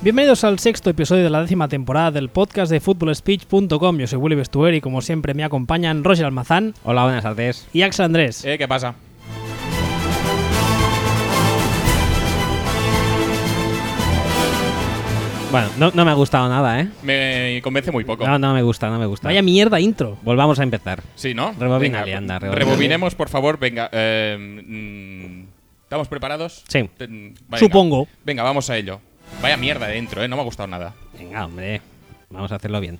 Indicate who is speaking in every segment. Speaker 1: Bienvenidos al sexto episodio de la décima temporada del podcast de FootballSpeech.com. Yo soy Willy Vestuer y como siempre me acompañan Roger Almazán
Speaker 2: Hola, buenas tardes.
Speaker 1: y Axel Andrés.
Speaker 3: Eh, ¿Qué pasa?
Speaker 2: Bueno, no, no me ha gustado nada, ¿eh?
Speaker 3: Me convence muy poco.
Speaker 2: No, no me gusta, no me gusta.
Speaker 1: Vaya mierda intro.
Speaker 2: Volvamos a empezar.
Speaker 3: Sí, ¿no?
Speaker 2: Rebobínale,
Speaker 3: Venga,
Speaker 2: anda, rebobínale.
Speaker 3: Rebobinemos, por favor. Venga. eh, mm, ¿Estamos preparados?
Speaker 2: Sí.
Speaker 3: Ten- venga.
Speaker 1: Supongo.
Speaker 3: Venga, vamos a ello. Vaya mierda dentro, ¿eh? No me ha gustado nada.
Speaker 2: Venga, hombre. Vamos a hacerlo bien.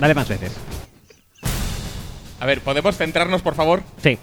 Speaker 2: Dale más veces.
Speaker 3: A ver, ¿podemos centrarnos, por favor?
Speaker 2: Sí.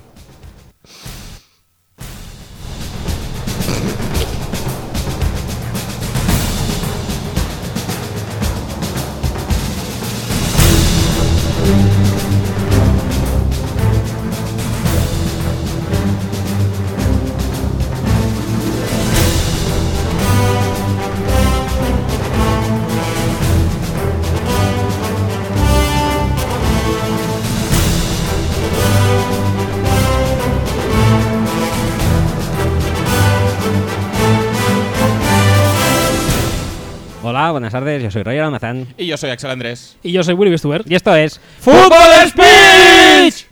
Speaker 2: Hola, buenas tardes. Yo soy Roger Almazán.
Speaker 3: Y yo soy Axel Andrés.
Speaker 1: Y yo soy Willy Vestuer.
Speaker 2: Y esto es.
Speaker 1: ¡Fútbol Speech!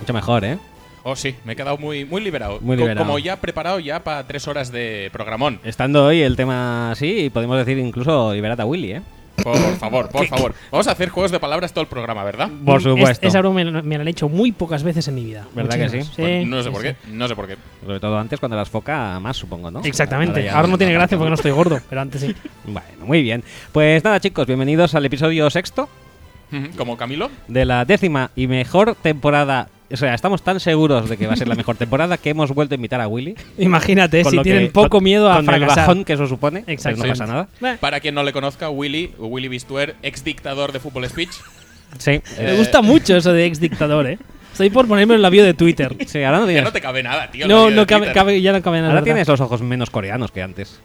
Speaker 2: Mucho mejor, ¿eh?
Speaker 3: Oh, sí, me he quedado muy, muy liberado.
Speaker 2: Muy
Speaker 3: Co-
Speaker 2: liberado.
Speaker 3: Como ya preparado ya para tres horas de programón.
Speaker 2: Estando hoy el tema así, podemos decir incluso liberata Willy, ¿eh?
Speaker 3: Por favor, por favor. Vamos a hacer juegos de palabras todo el programa, ¿verdad?
Speaker 2: Por supuesto.
Speaker 1: Es- esa broma me, la- me la han hecho muy pocas veces en mi vida.
Speaker 2: ¿Verdad
Speaker 1: Muchísimas.
Speaker 2: que sí?
Speaker 3: Bueno, Pues no sé por
Speaker 1: sí,
Speaker 3: qué.
Speaker 1: sí.
Speaker 3: No sé por qué.
Speaker 2: Sobre todo antes cuando las foca más, supongo, ¿no?
Speaker 1: Exactamente.
Speaker 2: ya
Speaker 1: Ahora, no tiene gracia porque no estoy gordo, pero antes sí.
Speaker 2: Bueno, muy bien. Pues nada, chicos, bienvenidos al episodio sexto
Speaker 3: Ujú, ¿Como Camilo?
Speaker 2: de la décima y mejor temporada. O sea, estamos tan seguros de que va a ser la mejor temporada que hemos vuelto a invitar a Willy.
Speaker 1: Imagínate
Speaker 2: Con
Speaker 1: si
Speaker 2: lo que-
Speaker 1: tienen poco
Speaker 2: con-
Speaker 1: miedo a
Speaker 2: con el
Speaker 1: fracasar.
Speaker 2: bajón que eso supone.
Speaker 1: Exacto.
Speaker 2: Exacto. no pasa nada.
Speaker 1: Bah,
Speaker 3: Para quien no le conozca, Willy, Willy Bistuer, ex dictador de Fútbol Speech.
Speaker 2: Sí.
Speaker 1: Me gusta mucho eso de ex dictador, ¿eh? Estoy por ponerme en la bio de Twitter.
Speaker 2: Sí, ahora no
Speaker 3: Ya
Speaker 2: tienes,
Speaker 3: no te cabe nada, tío.
Speaker 1: No, no
Speaker 3: la
Speaker 1: cabe,
Speaker 3: vida de Twitter.
Speaker 1: cabe- ya no cabe nada.
Speaker 2: ahora
Speaker 1: ¿verdad?
Speaker 2: tienes los ojos menos coreanos que antes.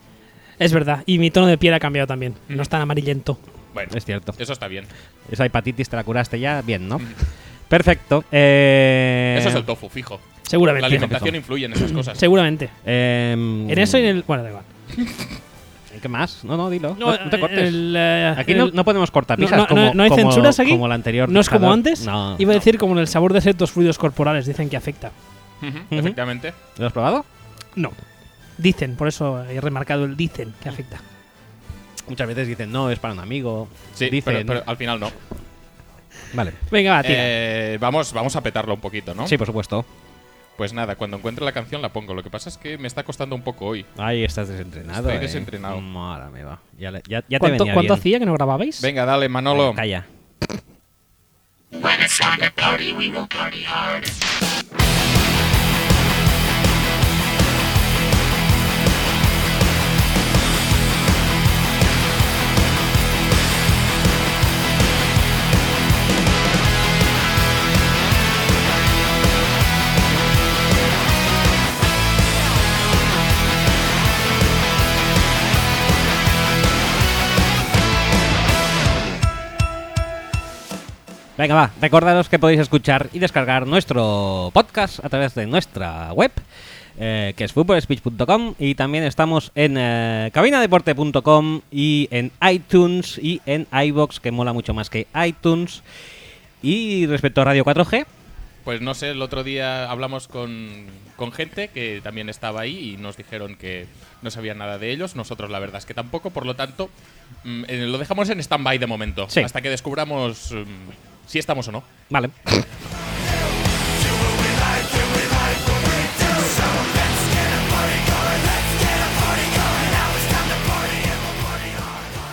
Speaker 1: Es verdad, y mi tono de piel ha cambiado también. No es tan amarillento.
Speaker 3: Bueno,
Speaker 2: Es cierto.
Speaker 3: eso está bien.
Speaker 2: Esa hepatitis te la curaste ya, bien, ¿no? Perfecto. Eh,
Speaker 3: Eso es el tofu, fijo. La
Speaker 1: Seguramente.
Speaker 3: alimentación influye en esas cosas.
Speaker 1: Seguramente.
Speaker 2: em,
Speaker 1: En eso y en el. Bueno, da igual.
Speaker 2: ¿Qué más? No, no, dilo. No, no te cortes.
Speaker 1: el, eh,
Speaker 2: Aquí no,
Speaker 1: el-
Speaker 2: no podemos cortar
Speaker 1: no,
Speaker 2: pisas
Speaker 1: no,
Speaker 2: como,
Speaker 1: no, no hay
Speaker 2: como-
Speaker 1: censuras aquí.
Speaker 2: como la anterior.
Speaker 1: No es como
Speaker 2: dictador.
Speaker 1: antes.
Speaker 2: No.
Speaker 1: Iba a decir como en el sabor de ciertos fluidos corporales. Dicen que afecta.
Speaker 3: Ujú, Efectivamente.
Speaker 2: ¿Lo has probado?
Speaker 1: No. Dicen, por eso he remarcado el dicen que afecta.
Speaker 2: Muchas veces dicen, no, es para un amigo.
Speaker 3: Sí,
Speaker 2: dicen,
Speaker 3: pero, pero ah, al final no.
Speaker 2: Vale.
Speaker 1: Venga, va, tira.
Speaker 3: Eh, vamos, vamos a petarlo un poquito, ¿no?
Speaker 2: Sí, por supuesto.
Speaker 3: Pues nada, cuando encuentre la canción la pongo. Lo que pasa es que me está costando un poco hoy.
Speaker 2: Ahí estás desentrenado.
Speaker 3: Estoy
Speaker 2: eh.
Speaker 3: desentrenado.
Speaker 2: Mala me va. Ya, le- ya, ya te
Speaker 1: ¿Cuánto,
Speaker 2: venía
Speaker 1: cuánto
Speaker 2: bien.
Speaker 1: hacía que no grababais?
Speaker 3: Venga, dale, Manolo.
Speaker 2: Calla. Venga, va. Recordaros que podéis escuchar y descargar nuestro podcast a través de nuestra web, eh, que es footballspeech.com. Y también estamos en eh, cabinadeporte.com y en iTunes y en iBox, que mola mucho más que iTunes. Y respecto a Radio 4G,
Speaker 3: Pues no sé, el otro día hablamos con, con gente que también estaba ahí y nos dijeron que no sabían nada de ellos. Nosotros la verdad es que tampoco, por lo tanto, mm, eh, lo dejamos en stand-by de momento.
Speaker 2: Sí.
Speaker 3: Hasta que descubramos mm, si estamos o no.
Speaker 2: vale.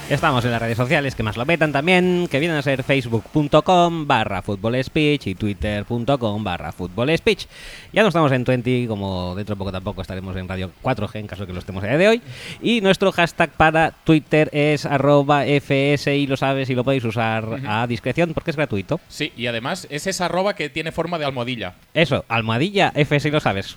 Speaker 2: Estamos en las redes sociales que más lo petan también, que vienen a ser facebook.com barra Football speech y twitter.com barra Football speech. Ya no estamos en 20, como dentro de poco tampoco estaremos en Radio 4G en caso de que lo estemos a día de hoy. Y nuestro hashtag para Twitter es arroba FS y lo sabes y lo podéis usar a discreción porque es gratuito.
Speaker 3: Sí, y además es esa arroba que tiene forma de almohadilla.
Speaker 2: Eso, almohadilla FS y lo sabes.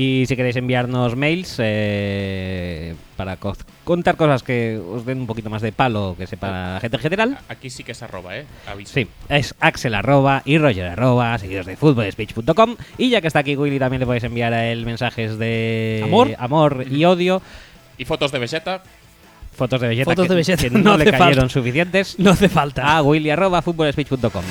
Speaker 2: Y si queréis enviarnos mails eh, para co- contar cosas que os den un poquito más de palo, que sepa la gente en general.
Speaker 3: Aquí sí que es arroba, ¿eh? Aviso.
Speaker 2: Sí, es axel arroba y roger arroba, seguidos de futbolspeech.com. Y ya que está aquí Willy, también le podéis enviar a él mensajes de
Speaker 1: Amor.
Speaker 2: amor y odio,
Speaker 3: Y fotos de Vegeta.
Speaker 2: fotos de belleza,
Speaker 1: Fotos de
Speaker 2: que,
Speaker 1: Vegeta,
Speaker 2: que
Speaker 1: no
Speaker 2: no, le
Speaker 1: hace
Speaker 2: cayeron
Speaker 1: falta.
Speaker 2: suficientes.
Speaker 1: No hace falta.
Speaker 2: A Ah, willy arroba futbolspeech.com.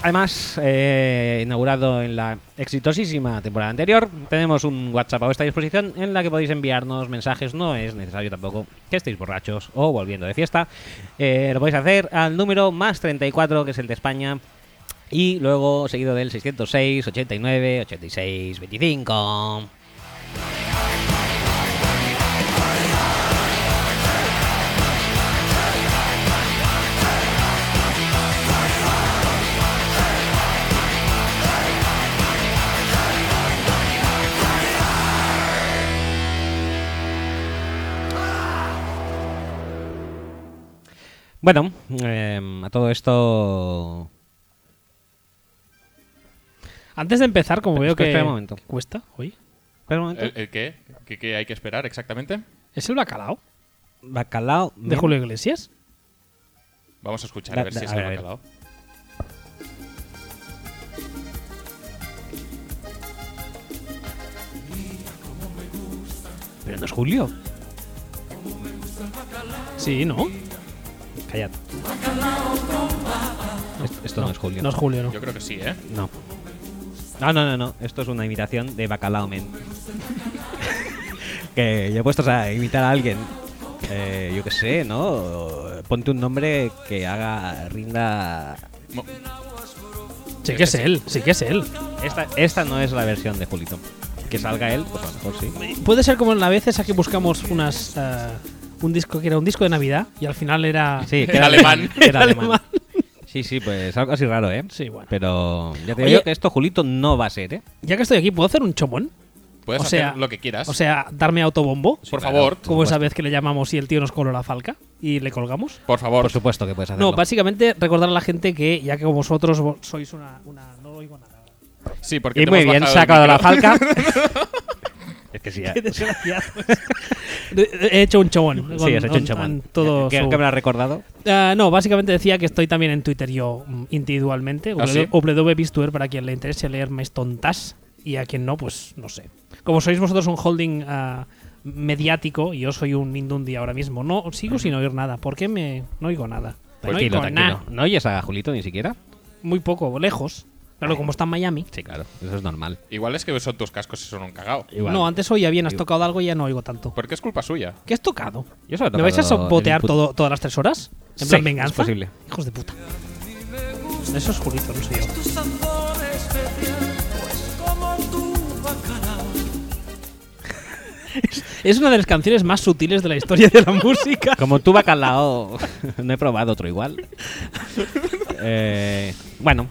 Speaker 2: Además, eh, inaugurado en la exitosísima temporada anterior, tenemos un WhatsApp a vuestra disposición en la que podéis enviarnos mensajes. No es necesario tampoco que estéis borrachos o volviendo de fiesta. Eh, lo podéis hacer al número más 34, que es el de España, y luego seguido del 606, 89, 86, 25. Bueno, em, a todo esto
Speaker 1: Antes de empezar, como
Speaker 2: Espera,
Speaker 1: veo que,
Speaker 2: espera un momento.
Speaker 1: que cuesta hoy,
Speaker 2: Espera un momento.
Speaker 3: ¿El, el qué? qué? qué hay que esperar exactamente?
Speaker 1: ¿es el bacalao
Speaker 2: Bacalao.
Speaker 1: de
Speaker 2: bien.
Speaker 1: Julio Iglesias?
Speaker 3: Vamos a escuchar
Speaker 2: Da-
Speaker 3: a ver
Speaker 2: da-
Speaker 3: si
Speaker 2: a
Speaker 3: es
Speaker 2: ver,
Speaker 3: el
Speaker 2: a ver.
Speaker 3: bacalao.
Speaker 2: Pero no es Julio.
Speaker 1: Sí, ¿no?
Speaker 2: Callad. Esto, esto no, es Julio.
Speaker 1: No es Julio, no.
Speaker 3: Yo creo que sí, ¿eh?
Speaker 2: No. No, no, no, no. Esto es una imitación de Bacalao Men. que yo he puesto a imitar a alguien. eh, yo qué sé, ¿no? Ponte un nombre que haga rinda.
Speaker 3: Mo-
Speaker 1: Sí que es él, sí que es él.
Speaker 2: Esta, esta no es la versión de Julito. Que salga él, pues a lo mejor sí.
Speaker 1: Puede ser como la vez esa que buscamos unas eh, un disco que era un disco de Navidad y al final era
Speaker 2: Sí, que
Speaker 3: Era alemán.
Speaker 2: que Era
Speaker 1: Era
Speaker 2: alemán.
Speaker 1: alemán.
Speaker 2: Sí, sí, pues algo así raro, ¿eh?
Speaker 1: Sí, bueno.
Speaker 2: Pero ya te
Speaker 1: Oye.
Speaker 2: digo que esto Julito no va a ser, ¿eh?
Speaker 1: Ya que estoy aquí, ¿puedo hacer un chomón?
Speaker 3: Puedes
Speaker 1: O sea-
Speaker 3: hacer lo que quieras.
Speaker 1: O sea, darme autobombo,
Speaker 3: por
Speaker 2: claro.
Speaker 3: favor,
Speaker 1: como esa
Speaker 2: supuesto.
Speaker 1: vez que le llamamos y el tío nos coló la falca y le colgamos.
Speaker 3: por favor.
Speaker 2: Por supuesto que puedes hacerlo.
Speaker 1: No, básicamente recordar a la gente que, ya que como vosotros vo- sois una, una- No oigo nada.
Speaker 3: Sí, porque
Speaker 2: y
Speaker 3: te
Speaker 2: muy
Speaker 3: hemos
Speaker 2: bien,
Speaker 3: bajado
Speaker 2: se ha
Speaker 3: el
Speaker 2: acabado la
Speaker 3: micro.
Speaker 2: falca. es que sí, ya.
Speaker 1: Qué desgraciado. He hecho un chomón.
Speaker 2: Sí,
Speaker 1: con-
Speaker 2: has hecho un
Speaker 1: con-
Speaker 2: chamán.
Speaker 1: con Todo
Speaker 2: ¿Qué,
Speaker 1: su-
Speaker 2: qué me lo has recordado?
Speaker 1: Ah, no, básicamente decía que estoy también en Twitter yo mm, individualmente.
Speaker 3: ¿Ah, sí?
Speaker 1: Obledovebistuer para quien le interese leer más tontas y a quien no, pues no sé. Como sois vosotros un holding ah, mediático y yo soy un indundi ahora mismo. No, sigo sin oír nada. ¿Por qué me no oigo nada? No
Speaker 2: Pues Tranquilo,
Speaker 1: oigo
Speaker 2: tranquilo.
Speaker 1: nada.
Speaker 2: ¿No oyes a Julito ni siquiera?
Speaker 1: Muy poco, lejos. Claro, como está en Miami.
Speaker 2: Sí, claro. Eso es normal.
Speaker 3: Igual es que son tus cascos y son un cagao.
Speaker 2: Igual.
Speaker 1: No, antes oía bien, has
Speaker 2: Igual. Pues
Speaker 1: tocado algo y ya no oigo tanto.
Speaker 3: Porque es culpa suya.
Speaker 1: ¿Qué has tocado?
Speaker 2: Yo solo he
Speaker 1: ¿Me vais a
Speaker 2: tocado el
Speaker 1: sabotear
Speaker 2: input.
Speaker 1: todo, todas las tres horas? ¿En
Speaker 2: Sí,
Speaker 1: plan venganza?
Speaker 2: es posible.
Speaker 1: Hijos de puta. Eso es Julito, no sé yo.
Speaker 4: tus tambores de piel, pues como tu bacalao.
Speaker 1: Es una de las canciones más sutiles de la historia de la música.
Speaker 2: Como tú, bacalao, no he probado otro igual. Eh, bueno,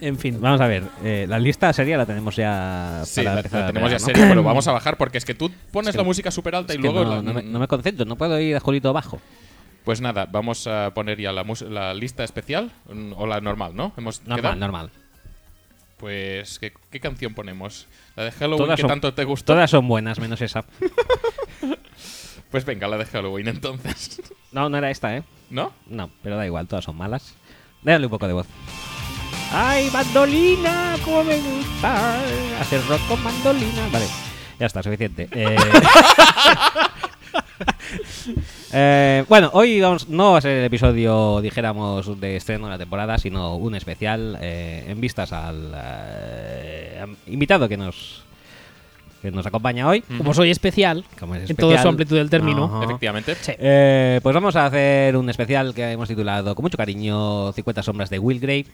Speaker 1: En fin,
Speaker 2: vamos a ver. eh, la lista seria la tenemos ya.
Speaker 3: Sí,
Speaker 2: para
Speaker 3: la,
Speaker 2: empezar
Speaker 3: la
Speaker 2: a
Speaker 3: tenemos ya
Speaker 2: ver, ¿no?
Speaker 3: seria, pero vamos a bajar porque es que tú pones
Speaker 2: Es que-
Speaker 3: la música súper alta
Speaker 2: Es
Speaker 3: y
Speaker 2: que
Speaker 3: luego...
Speaker 2: no,
Speaker 3: la-
Speaker 2: no me, no me concentro, no puedo ir a Julito bajo.
Speaker 3: Pues nada, vamos a poner ya la, mus- la lista especial mm, o la normal, ¿no? Hemos
Speaker 2: Normal,
Speaker 3: quedado.
Speaker 2: normal.
Speaker 3: Pues, ¿qué, qué canción ponemos? La de Halloween
Speaker 2: Todas
Speaker 3: que
Speaker 2: son-
Speaker 3: tanto te gustó.
Speaker 2: Todas son buenas, menos esa.
Speaker 3: Pues venga, la de Halloween entonces.
Speaker 2: No, no era esta, ¿eh?
Speaker 3: ¿No?
Speaker 2: No, pero da igual, todas son malas. Dale un poco de voz. ¡Ay, bandolina! ¡Cómo me gusta! Hacer rock con bandolina. Vale, ya está, suficiente. Eh, eh, bueno, hoy vamos- no va a ser el episodio, dijéramos, de estreno de la temporada, sino un especial eh, en vistas al eh, am- invitado que nos, que nos acompaña hoy.
Speaker 1: como soy especial,
Speaker 2: Como es
Speaker 1: en toda
Speaker 2: especial.
Speaker 1: su amplitud del término,
Speaker 2: Ajá.
Speaker 3: Efectivamente.
Speaker 1: Sí.
Speaker 2: Eh, pues vamos a hacer un especial que hemos titulado con mucho cariño 50 sombras de Will Grey.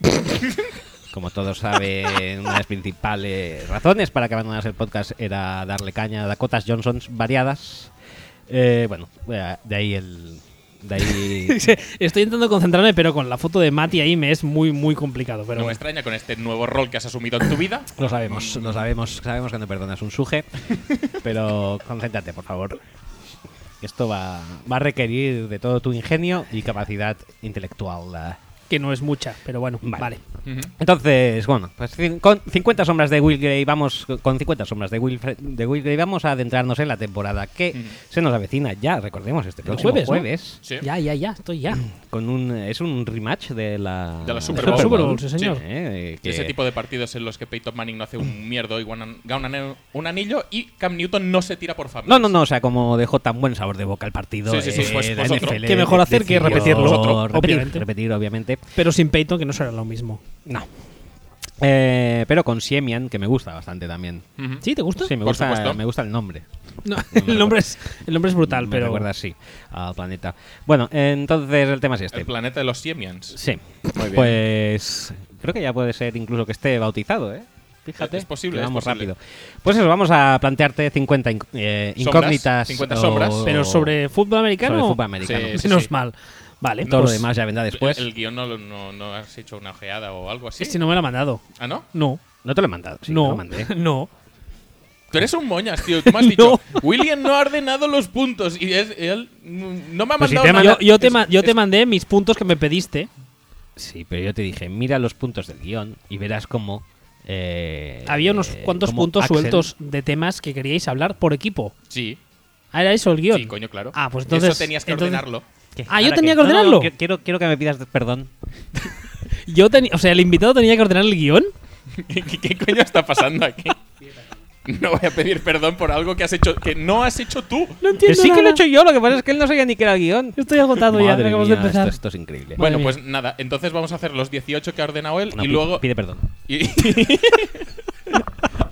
Speaker 2: Como todos saben, una de las principales razones para que abandonas el podcast era darle caña a Dakotas Johnsons variadas. Eh, bueno, eh, de ahí el... De ahí...
Speaker 1: estoy intentando concentrarme, pero con la foto de Mati ahí me es muy, muy complicado. Pero
Speaker 3: No me extraña con este nuevo rol que has asumido en tu vida.
Speaker 2: Lo sabemos, lo sabemos, sabemos que no perdonas un suje, pero concéntrate, por favor. que esto va, va a requerir de todo tu ingenio y capacidad intelectual.
Speaker 1: Que no es mucha, pero bueno,
Speaker 2: Vale.
Speaker 1: vale.
Speaker 3: Ujú.
Speaker 2: Entonces, bueno, pues cin- con 50 sombras de Will Grey vamos con 50 sombras de Will Fre- de Will Grey vamos a adentrarnos en la temporada que
Speaker 3: Mm.
Speaker 2: se nos avecina ya, recordemos este próximo
Speaker 1: jueves,
Speaker 2: jueves,
Speaker 1: ¿no?
Speaker 3: Sí.
Speaker 1: Ya, ya, ya, estoy ya.
Speaker 2: con un es un rematch de la
Speaker 3: De la Super
Speaker 1: Super Bowl.
Speaker 3: Bowl.
Speaker 1: sí, señor.
Speaker 2: Eh, que-
Speaker 3: Ese tipo de partidos en los que Peyton Manning no hace un mierdo y guanan- ganan un anillo y Cam Newton no se tira por favor.
Speaker 2: No, no, no, o sea, como dejó tan buen sabor de boca el partido.
Speaker 3: Sí, sí, sí,
Speaker 2: eh,
Speaker 3: pues-
Speaker 2: la
Speaker 3: pues otro.
Speaker 2: NFL
Speaker 1: Que mejor hacer que
Speaker 2: decidió
Speaker 1: repetirlo. Otro,
Speaker 2: Repetir,
Speaker 1: obviamente.
Speaker 2: repetir, obviamente.
Speaker 1: Pero sin Peyton, que no será lo mismo.
Speaker 2: No. Eh, pero con Siemian, que me gusta bastante también.
Speaker 3: Ujú.
Speaker 1: ¿Sí? ¿Te gusta?
Speaker 2: Sí, me
Speaker 3: Mm. Por
Speaker 2: gusta,
Speaker 3: supuesto.
Speaker 2: me gusta el nombre.
Speaker 1: No, el, nombre es, el nombre es brutal,
Speaker 2: me
Speaker 1: pero.
Speaker 2: recuerda, sí, al planeta. Bueno, entonces el tema es este.
Speaker 3: El planeta de los Siemians.
Speaker 2: Sí.
Speaker 3: bien.
Speaker 2: Pues creo que ya puede ser incluso que esté bautizado, ¿eh? Fíjate.
Speaker 3: Es posible,
Speaker 2: que
Speaker 3: es
Speaker 2: Vamos
Speaker 3: posible.
Speaker 2: rápido. Pues eso, vamos a plantearte 50 inc- eh,
Speaker 3: Sombras,
Speaker 2: incógnitas.
Speaker 3: 50 sombras.
Speaker 1: Pero sobre fútbol americano. eh,
Speaker 2: sobre fútbol americano.
Speaker 3: Sí, sí,
Speaker 1: menos
Speaker 3: sí.
Speaker 1: mal. Vale.
Speaker 2: Todo
Speaker 1: pues,
Speaker 2: lo demás ya vendrá después.
Speaker 3: El, el guión no, lo- no, no has hecho una ojeada o algo así.
Speaker 1: Este no me lo ha mandado.
Speaker 3: Ah, ¿no?
Speaker 1: No.
Speaker 2: No te lo he mandado. sí, te lo
Speaker 1: no.
Speaker 2: mandé.
Speaker 1: no.
Speaker 3: Tú eres un moñas, tío. Tú me has dicho, William no ha ordenado los puntos y es- él mm, no me ha
Speaker 2: Pues si
Speaker 3: mandado
Speaker 2: te he
Speaker 3: nada.
Speaker 1: Yo, yo te,
Speaker 3: Es-
Speaker 1: ma- yo te
Speaker 3: es-
Speaker 1: mandé mis puntos que me pediste.
Speaker 2: Eh, Sí, pero yo te dije, mira los puntos del guión y verás cómo. eh,
Speaker 1: Había unos
Speaker 2: eh,
Speaker 1: cuantos
Speaker 2: cómo
Speaker 1: puntos
Speaker 2: Axel-
Speaker 1: sueltos de temas que queríais hablar por equipo.
Speaker 3: Sí,
Speaker 1: Ah, era eso el guión.
Speaker 3: sí, coño, claro.
Speaker 1: Ah, pues entonces-
Speaker 3: Eso tenías que
Speaker 1: entonces-
Speaker 3: ordenarlo.
Speaker 2: ¿Qué?
Speaker 1: Ah, yo
Speaker 2: ¿Ahora
Speaker 1: tenía
Speaker 2: qué?
Speaker 1: que
Speaker 2: No, no, no,
Speaker 1: ordenarlo.
Speaker 2: que- quiero, quiero que me pidas perdón.
Speaker 1: Yo tenía, o sea, el invitado tenía que ordenar el guión.
Speaker 3: ¿Qué, qué- qué coño está pasando aquí? No voy a pedir perdón por algo que has hecho que no has hecho tú.
Speaker 1: No
Speaker 2: Que
Speaker 1: entiendo.
Speaker 2: sí que lo he
Speaker 1: nada.
Speaker 2: hecho yo, lo que pasa es que él no sabía ni que era el guión.
Speaker 1: Estoy agotado ya,
Speaker 2: Madre
Speaker 1: acabamos
Speaker 2: mía,
Speaker 1: de empezar.
Speaker 2: Esto, esto es
Speaker 1: Madre
Speaker 2: increíble.
Speaker 3: Bueno,
Speaker 1: mía.
Speaker 3: pues nada, entonces vamos a hacer los 18 que ha ordenado él
Speaker 2: No,
Speaker 3: y
Speaker 2: pi-
Speaker 3: luego.
Speaker 2: Pide perdón.
Speaker 3: y-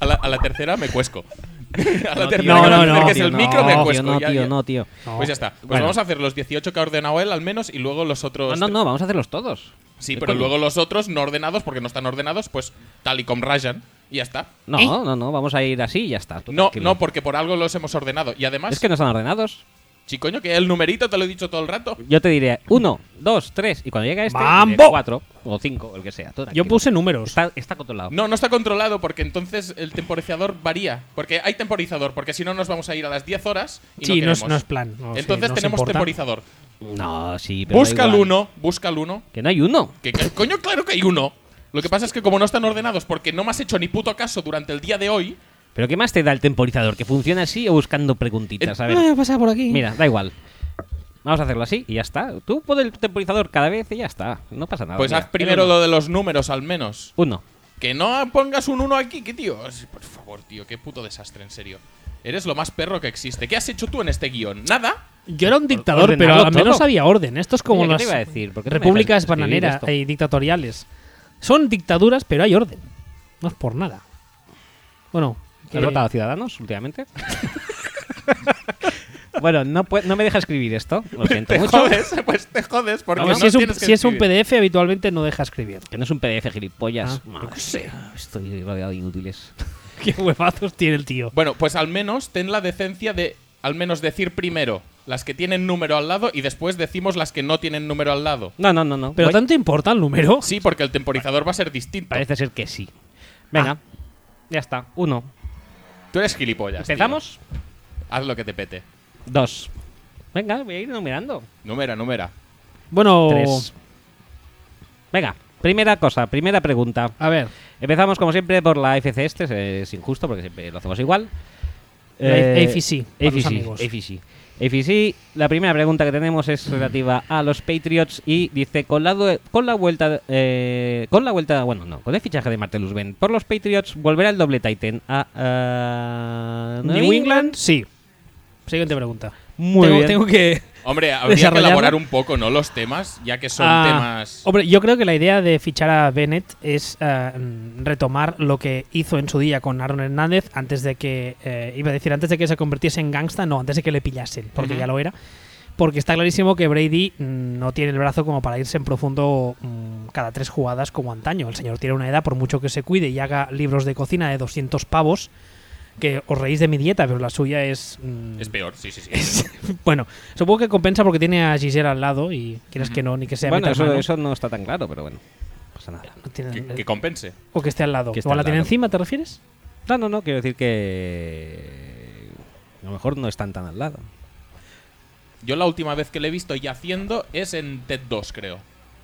Speaker 3: a, la, a la tercera me cuesco. A la
Speaker 2: No, tío,
Speaker 3: tercera
Speaker 1: no,
Speaker 3: que
Speaker 1: no,
Speaker 3: me acerques
Speaker 2: tío,
Speaker 3: el micro
Speaker 2: no,
Speaker 3: me
Speaker 2: tío,
Speaker 3: cuesco.
Speaker 2: No,
Speaker 3: ya-
Speaker 2: tío,
Speaker 3: ya.
Speaker 2: no, tío.
Speaker 3: Pues ya está. Pues
Speaker 2: Bueno.
Speaker 3: vamos a hacer los 18 que ha ordenado él al menos y luego los otros.
Speaker 2: No, no, no, vamos a hacerlos todos.
Speaker 3: Sí,
Speaker 2: ¿Qué
Speaker 3: pero
Speaker 2: coño?
Speaker 3: luego los otros no ordenados porque no están ordenados, pues tal y como rayan y ya está.
Speaker 2: No,
Speaker 1: ¿Eh?
Speaker 2: no, no, vamos a ir así y ya está. tú
Speaker 3: No,
Speaker 2: tranquilo.
Speaker 3: no, porque por algo los hemos ordenado. Y además,
Speaker 2: Es que no están ordenados.
Speaker 3: chicoño, que el numerito te lo he dicho todo el rato.
Speaker 2: Yo te diré uno, dos, tres, y cuando llega este,
Speaker 1: ¡Mambo!
Speaker 2: diré cuatro o cinco, o el que sea. tú
Speaker 1: Yo
Speaker 2: tranquilo.
Speaker 1: puse números.
Speaker 2: Está, está controlado.
Speaker 3: No, no está controlado porque entonces el temporizador varía. Porque hay temporizador, porque si no nos vamos a ir a las 10 horas y
Speaker 1: sí, no, es,
Speaker 3: queremos.
Speaker 1: no es plan. no, sí,
Speaker 3: Entonces
Speaker 1: nos
Speaker 3: tenemos
Speaker 1: importa.
Speaker 3: temporizador.
Speaker 2: No, sí, pero. da
Speaker 3: Busca el
Speaker 2: igual.
Speaker 3: 1, busca el 1.
Speaker 2: Que no hay uno.
Speaker 3: Que, que- coño, claro que hay uno. Lo que pasa es que como no están ordenados porque no me has hecho ni puto caso durante el día de hoy,
Speaker 2: ¿Pero qué más te da el temporizador? ¿Que funciona así o buscando preguntitas? A
Speaker 1: Ah,
Speaker 2: ver.
Speaker 1: he pasado por aquí.
Speaker 2: Mira, da igual. Vamos a hacerlo así y ya está. Tú pon el temporizador cada vez y ya está. No pasa
Speaker 1: Ah,
Speaker 2: nada.
Speaker 3: pues
Speaker 2: mira.
Speaker 3: haz primero
Speaker 2: El uno.
Speaker 3: lo de los números al menos.
Speaker 2: Uno.
Speaker 3: Que no pongas un 1 aquí, que tío. es- Por favor, tío, qué puto desastre, en serio. Eres lo más perro que existe. ¿Qué has hecho tú en este guión? ¿Nada?
Speaker 1: Yo era un dictador, pero
Speaker 2: ordenarlo
Speaker 1: al menos
Speaker 2: todo.
Speaker 1: había orden. Esto es como
Speaker 2: Oye, ¿qué
Speaker 1: las
Speaker 2: te iba a decir? ¿Por qué no me
Speaker 1: repúblicas
Speaker 2: dejas escribir
Speaker 1: bananeras
Speaker 2: esto?
Speaker 1: y dictatoriales. Son dictaduras, pero hay orden. No es por nada. Bueno, eh,
Speaker 2: ¿Has
Speaker 1: que-
Speaker 2: votado a Ciudadanos últimamente? bueno, no, pue- no me deja escribir esto. Lo siento
Speaker 3: Te
Speaker 2: mucho.
Speaker 3: jodes, pues te jodes porque
Speaker 1: Vamos,
Speaker 3: no
Speaker 1: si es un,
Speaker 3: tienes que
Speaker 1: si es un
Speaker 3: escribir.
Speaker 1: PDF, habitualmente no deja escribir.
Speaker 2: Que no es un PDF, gilipollas.
Speaker 1: Ah,
Speaker 2: Madre mía, Estoy rodeado de inútiles.
Speaker 1: Qué huevazos tiene el tío.
Speaker 3: Bueno, pues al menos ten la decencia de al menos decir primero las que tienen número al lado y después decimos las que no tienen número al lado.
Speaker 2: No, no, no, no.
Speaker 1: Pero
Speaker 2: Voy-
Speaker 1: tanto importa el número.
Speaker 3: Sí, porque el temporizador va a ser distinto.
Speaker 2: Parece ser que sí. Venga.
Speaker 1: Ah.
Speaker 2: Ya está. Uno.
Speaker 3: Tú eres gilipollas. tío.
Speaker 2: ¿Empezamos?
Speaker 3: Haz lo que te pete.
Speaker 2: Dos. Venga, voy a ir numerando.
Speaker 3: Numera, numera.
Speaker 1: Bueno,
Speaker 2: Tres. Venga, primera cosa, primera pregunta.
Speaker 1: a ver.
Speaker 2: Empezamos como siempre por la FC este, es, eh, es injusto porque siempre lo hacemos igual. Eh,
Speaker 1: La AFC, para los amigos.
Speaker 2: AFC. AFC, la primera pregunta que tenemos es relativa a los Patriots y dice con la due- con la vuelta eh, con la vuelta, bueno, no, con el fichaje de Martelus Ben por los Patriots volverá el doble Titan a ah,
Speaker 1: New England, sí. Siguiente pregunta.
Speaker 2: Muy
Speaker 1: tengo,
Speaker 2: bien.
Speaker 1: tengo que.
Speaker 3: Hombre, habría que
Speaker 1: Desarrollarlo.
Speaker 3: elaborar un poco, ¿no? Los temas, ya que son
Speaker 1: Ah,
Speaker 3: temas.
Speaker 1: Hombre, yo creo que la idea de fichar a Bennett es ah, mm, retomar lo que hizo en su día con Aaron Hernández antes de que, eh, iba a decir, antes de que se convirtiese en gangsta, no, antes de que le pillasen, porque
Speaker 3: Ujú.
Speaker 1: ya lo era. Porque está clarísimo que Brady mm, no tiene el brazo como para irse en profundo mm, cada tres jugadas como antaño. El señor tiene una edad, por mucho que se cuide y haga libros de cocina de 200 pavos, que os reís de mi dieta, pero la suya es... mm,
Speaker 3: Es peor, sí, sí, sí.
Speaker 1: bueno, supongo que compensa porque tiene a Giselle al lado y quieres que no, ni que sea
Speaker 2: bueno,
Speaker 1: meta
Speaker 2: eso,
Speaker 1: mano.
Speaker 2: eso no está tan claro, pero bueno. no Pasa nada.
Speaker 1: No tiene-
Speaker 3: Que, que compense.
Speaker 1: o que esté al lado.
Speaker 2: que esté
Speaker 1: ¿O
Speaker 2: al
Speaker 1: la tiene
Speaker 2: lado.
Speaker 1: encima, te refieres?
Speaker 2: No, no, no, quiero decir que a lo mejor no están tan al lado.
Speaker 3: Yo la última vez que le he visto ya haciendo es en TED 2, creo.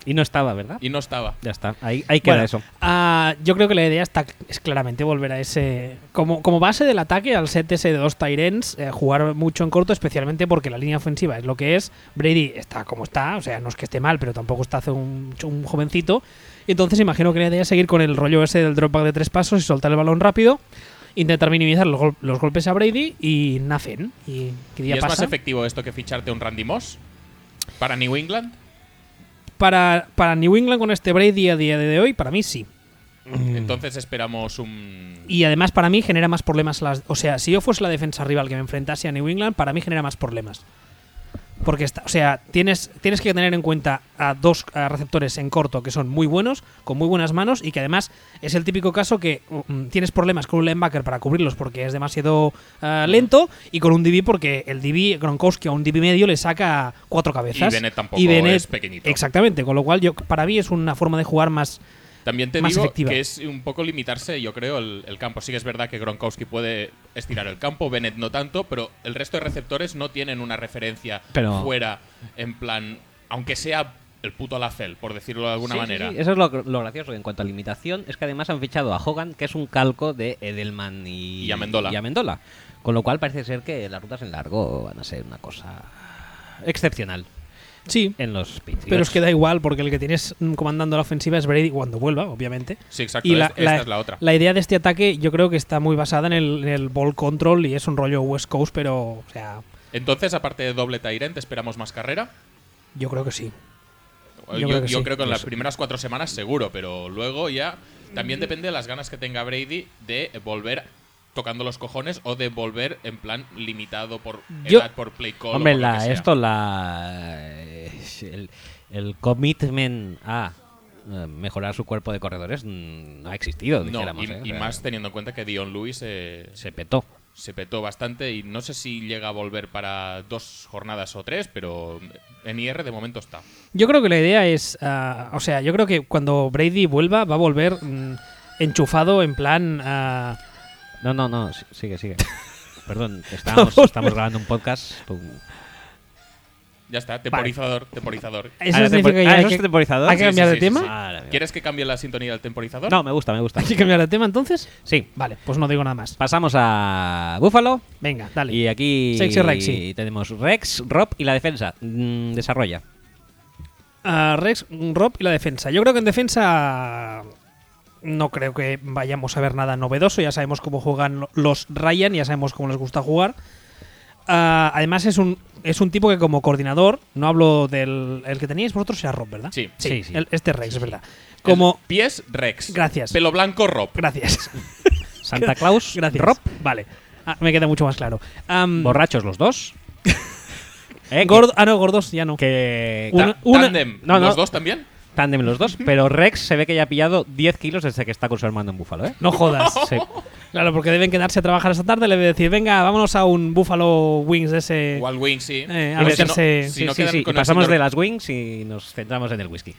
Speaker 2: Y no estaba, ¿verdad?
Speaker 3: Y no estaba.
Speaker 2: Ya está, ahí, ahí queda
Speaker 1: Bueno,
Speaker 2: eso.
Speaker 1: ah, yo creo que la idea está, es claramente volver a ese. Como, como base del ataque al set ese de dos Tyrens, eh, jugar mucho en corto, especialmente porque la línea ofensiva es lo que es. Brady está como está, o sea, no es que esté mal, pero tampoco está hace un, un jovencito. Y entonces imagino que la idea es seguir con el rollo ese del drop back de tres pasos y soltar el balón rápido. Intentar minimizar los, gol- los golpes a Brady y nacen. Y, que
Speaker 3: ¿Y
Speaker 1: ya
Speaker 3: es más
Speaker 1: pasa.
Speaker 3: efectivo esto que ficharte un Randy Moss para New England?
Speaker 1: Para, para New England con este Brady a día de hoy, para mí sí. Mm.
Speaker 3: Entonces esperamos un.
Speaker 1: Y además para mí genera más problemas las... O sea, si yo fuese la defensa rival que me enfrentase a New England, para mí genera más problemas. Porque está, o sea, tienes, tienes que tener en cuenta a dos a receptores en corto que son muy buenos, con muy buenas manos y que además es el típico caso que mm, tienes problemas con un linebacker para cubrirlos porque es demasiado ah, lento y con un DB porque el DB Gronkowski a un DB medio le saca cuatro cabezas.
Speaker 3: Bennett tampoco es pequeñito.
Speaker 1: Exactamente, con lo cual yo para mí es una forma de jugar más
Speaker 3: También te
Speaker 1: más
Speaker 3: digo
Speaker 1: efectiva.
Speaker 3: que es un poco limitarse, yo creo, el, el campo. Sí que es verdad que Gronkowski puede estirar el campo, Bennett no tanto, pero el resto de receptores no tienen una referencia
Speaker 2: Pero-
Speaker 3: fuera, en plan, aunque sea el puto Lafel, por decirlo de alguna
Speaker 2: Sí, sí,
Speaker 3: manera.
Speaker 2: sí, Eso es lo, lo gracioso en cuanto a limitación. Es que además han fichado a Hogan, que es un calco de Edelman y,
Speaker 3: Y Amendola.
Speaker 2: y Amendola. Con lo cual parece ser que las rutas en largo van a ser una cosa excepcional
Speaker 1: Sí,
Speaker 2: en los Patriots.
Speaker 1: Pero es que da igual, porque el que tienes mm, comandando la ofensiva es Brady cuando vuelva, obviamente.
Speaker 3: Sí, exacto. es- esta es la otra.
Speaker 1: la idea de este ataque yo creo que está muy basada en el, en el ball control y es un rollo West Coast, pero, o sea,
Speaker 3: Entonces, aparte de doble Tyrant, esperamos más carrera.
Speaker 1: yo creo que sí.
Speaker 3: Yo,
Speaker 1: Yo creo que sí.
Speaker 3: que en las primeras cuatro semanas seguro, pero luego ya también depende de las ganas que tenga Brady de volver tocando los cojones o de volver en plan limitado por
Speaker 1: Yo-
Speaker 3: edad, por play call. o
Speaker 2: Hombre,
Speaker 3: por lo que
Speaker 2: la,
Speaker 3: sea.
Speaker 2: esto, la, eh, el, el commitment a eh, mejorar su cuerpo de corredores mm, no ha existido,
Speaker 3: No,
Speaker 2: dijéramos.
Speaker 3: y,
Speaker 2: ¿eh? O
Speaker 3: y
Speaker 2: sea,
Speaker 3: más teniendo en cuenta que Dion Lewis eh, se,
Speaker 2: Se petó.
Speaker 3: se petó bastante y no sé si llega a volver para dos jornadas o tres, pero en IR de momento está.
Speaker 1: Yo creo que la idea es, ah, o sea, yo creo que cuando Brady vuelva va a volver mm, enchufado en plan... ah,
Speaker 2: No, no, no, sí- sigue, sigue. Perdón, estábamos, estamos grabando un podcast.
Speaker 3: Ya está, temporizador, temporizador.
Speaker 1: eso
Speaker 2: Ahora
Speaker 1: significa
Speaker 2: tempor-
Speaker 1: que ya
Speaker 2: ah,
Speaker 1: hay
Speaker 2: ¿eso
Speaker 1: que-
Speaker 2: es temporizador?
Speaker 1: ¿Hay que
Speaker 3: Sí, sí,
Speaker 1: cambiar
Speaker 3: sí,
Speaker 1: de
Speaker 3: sí,
Speaker 1: tema?
Speaker 3: sí.
Speaker 2: Madre mía.
Speaker 3: ¿Quieres que cambie la sintonía del temporizador?
Speaker 2: No, me gusta, me gusta.
Speaker 1: ¿Hay que cambiar de tema entonces?
Speaker 2: Sí,
Speaker 1: Vale, pues no digo nada más.
Speaker 2: pasamos a Buffalo.
Speaker 1: Venga, dale.
Speaker 2: Y aquí
Speaker 1: Sexy Rex, sí.
Speaker 2: tenemos Rex, Rob y la defensa. Mm, desarrolla.
Speaker 1: a Rex, Rob y la defensa. Yo creo que en defensa no creo que vayamos a ver nada novedoso. Ya sabemos cómo juegan lo- los Ryan, ya sabemos cómo les gusta jugar. Ah, además es un, es un tipo que como coordinador, no hablo del el que teníais vosotros, era Rob, ¿verdad?
Speaker 3: Sí.
Speaker 2: Sí, sí.
Speaker 1: el- este Rex, es verdad. Como...
Speaker 3: El Pies Rex.
Speaker 1: Gracias.
Speaker 3: Pelo blanco Rob.
Speaker 1: Gracias.
Speaker 2: Santa Claus,
Speaker 1: Gracias.
Speaker 2: Rob,
Speaker 1: Vale. Ah, me queda mucho más claro.
Speaker 3: Mm.
Speaker 1: Am,
Speaker 2: borrachos los dos. Eh, que-
Speaker 1: gordo- ah, no, gordos ya no.
Speaker 2: que
Speaker 1: Una-
Speaker 3: Ta-
Speaker 1: una-
Speaker 3: tándem.
Speaker 2: no, no.
Speaker 3: ¿Los dos también?
Speaker 2: tándem los dos, pero Rex se ve que ya ha pillado 10 kilos desde que está con su hermano en Búfalo, ¿eh?
Speaker 1: No jodas.
Speaker 2: Sí.
Speaker 1: Claro, porque deben quedarse a trabajar esta tarde. Le voy a decir, venga, vámonos a un Buffalo Wings de ese.
Speaker 3: Wild Wing, sí.
Speaker 1: eh, a
Speaker 3: Pero
Speaker 1: ver
Speaker 3: si
Speaker 1: si
Speaker 3: no-
Speaker 1: se-
Speaker 3: si
Speaker 2: Sí,
Speaker 3: no
Speaker 2: sí,
Speaker 3: quedan
Speaker 2: sí.
Speaker 3: con
Speaker 2: Y
Speaker 3: el
Speaker 2: pasamos
Speaker 3: señor-
Speaker 2: de las wings y nos centramos en el whisky.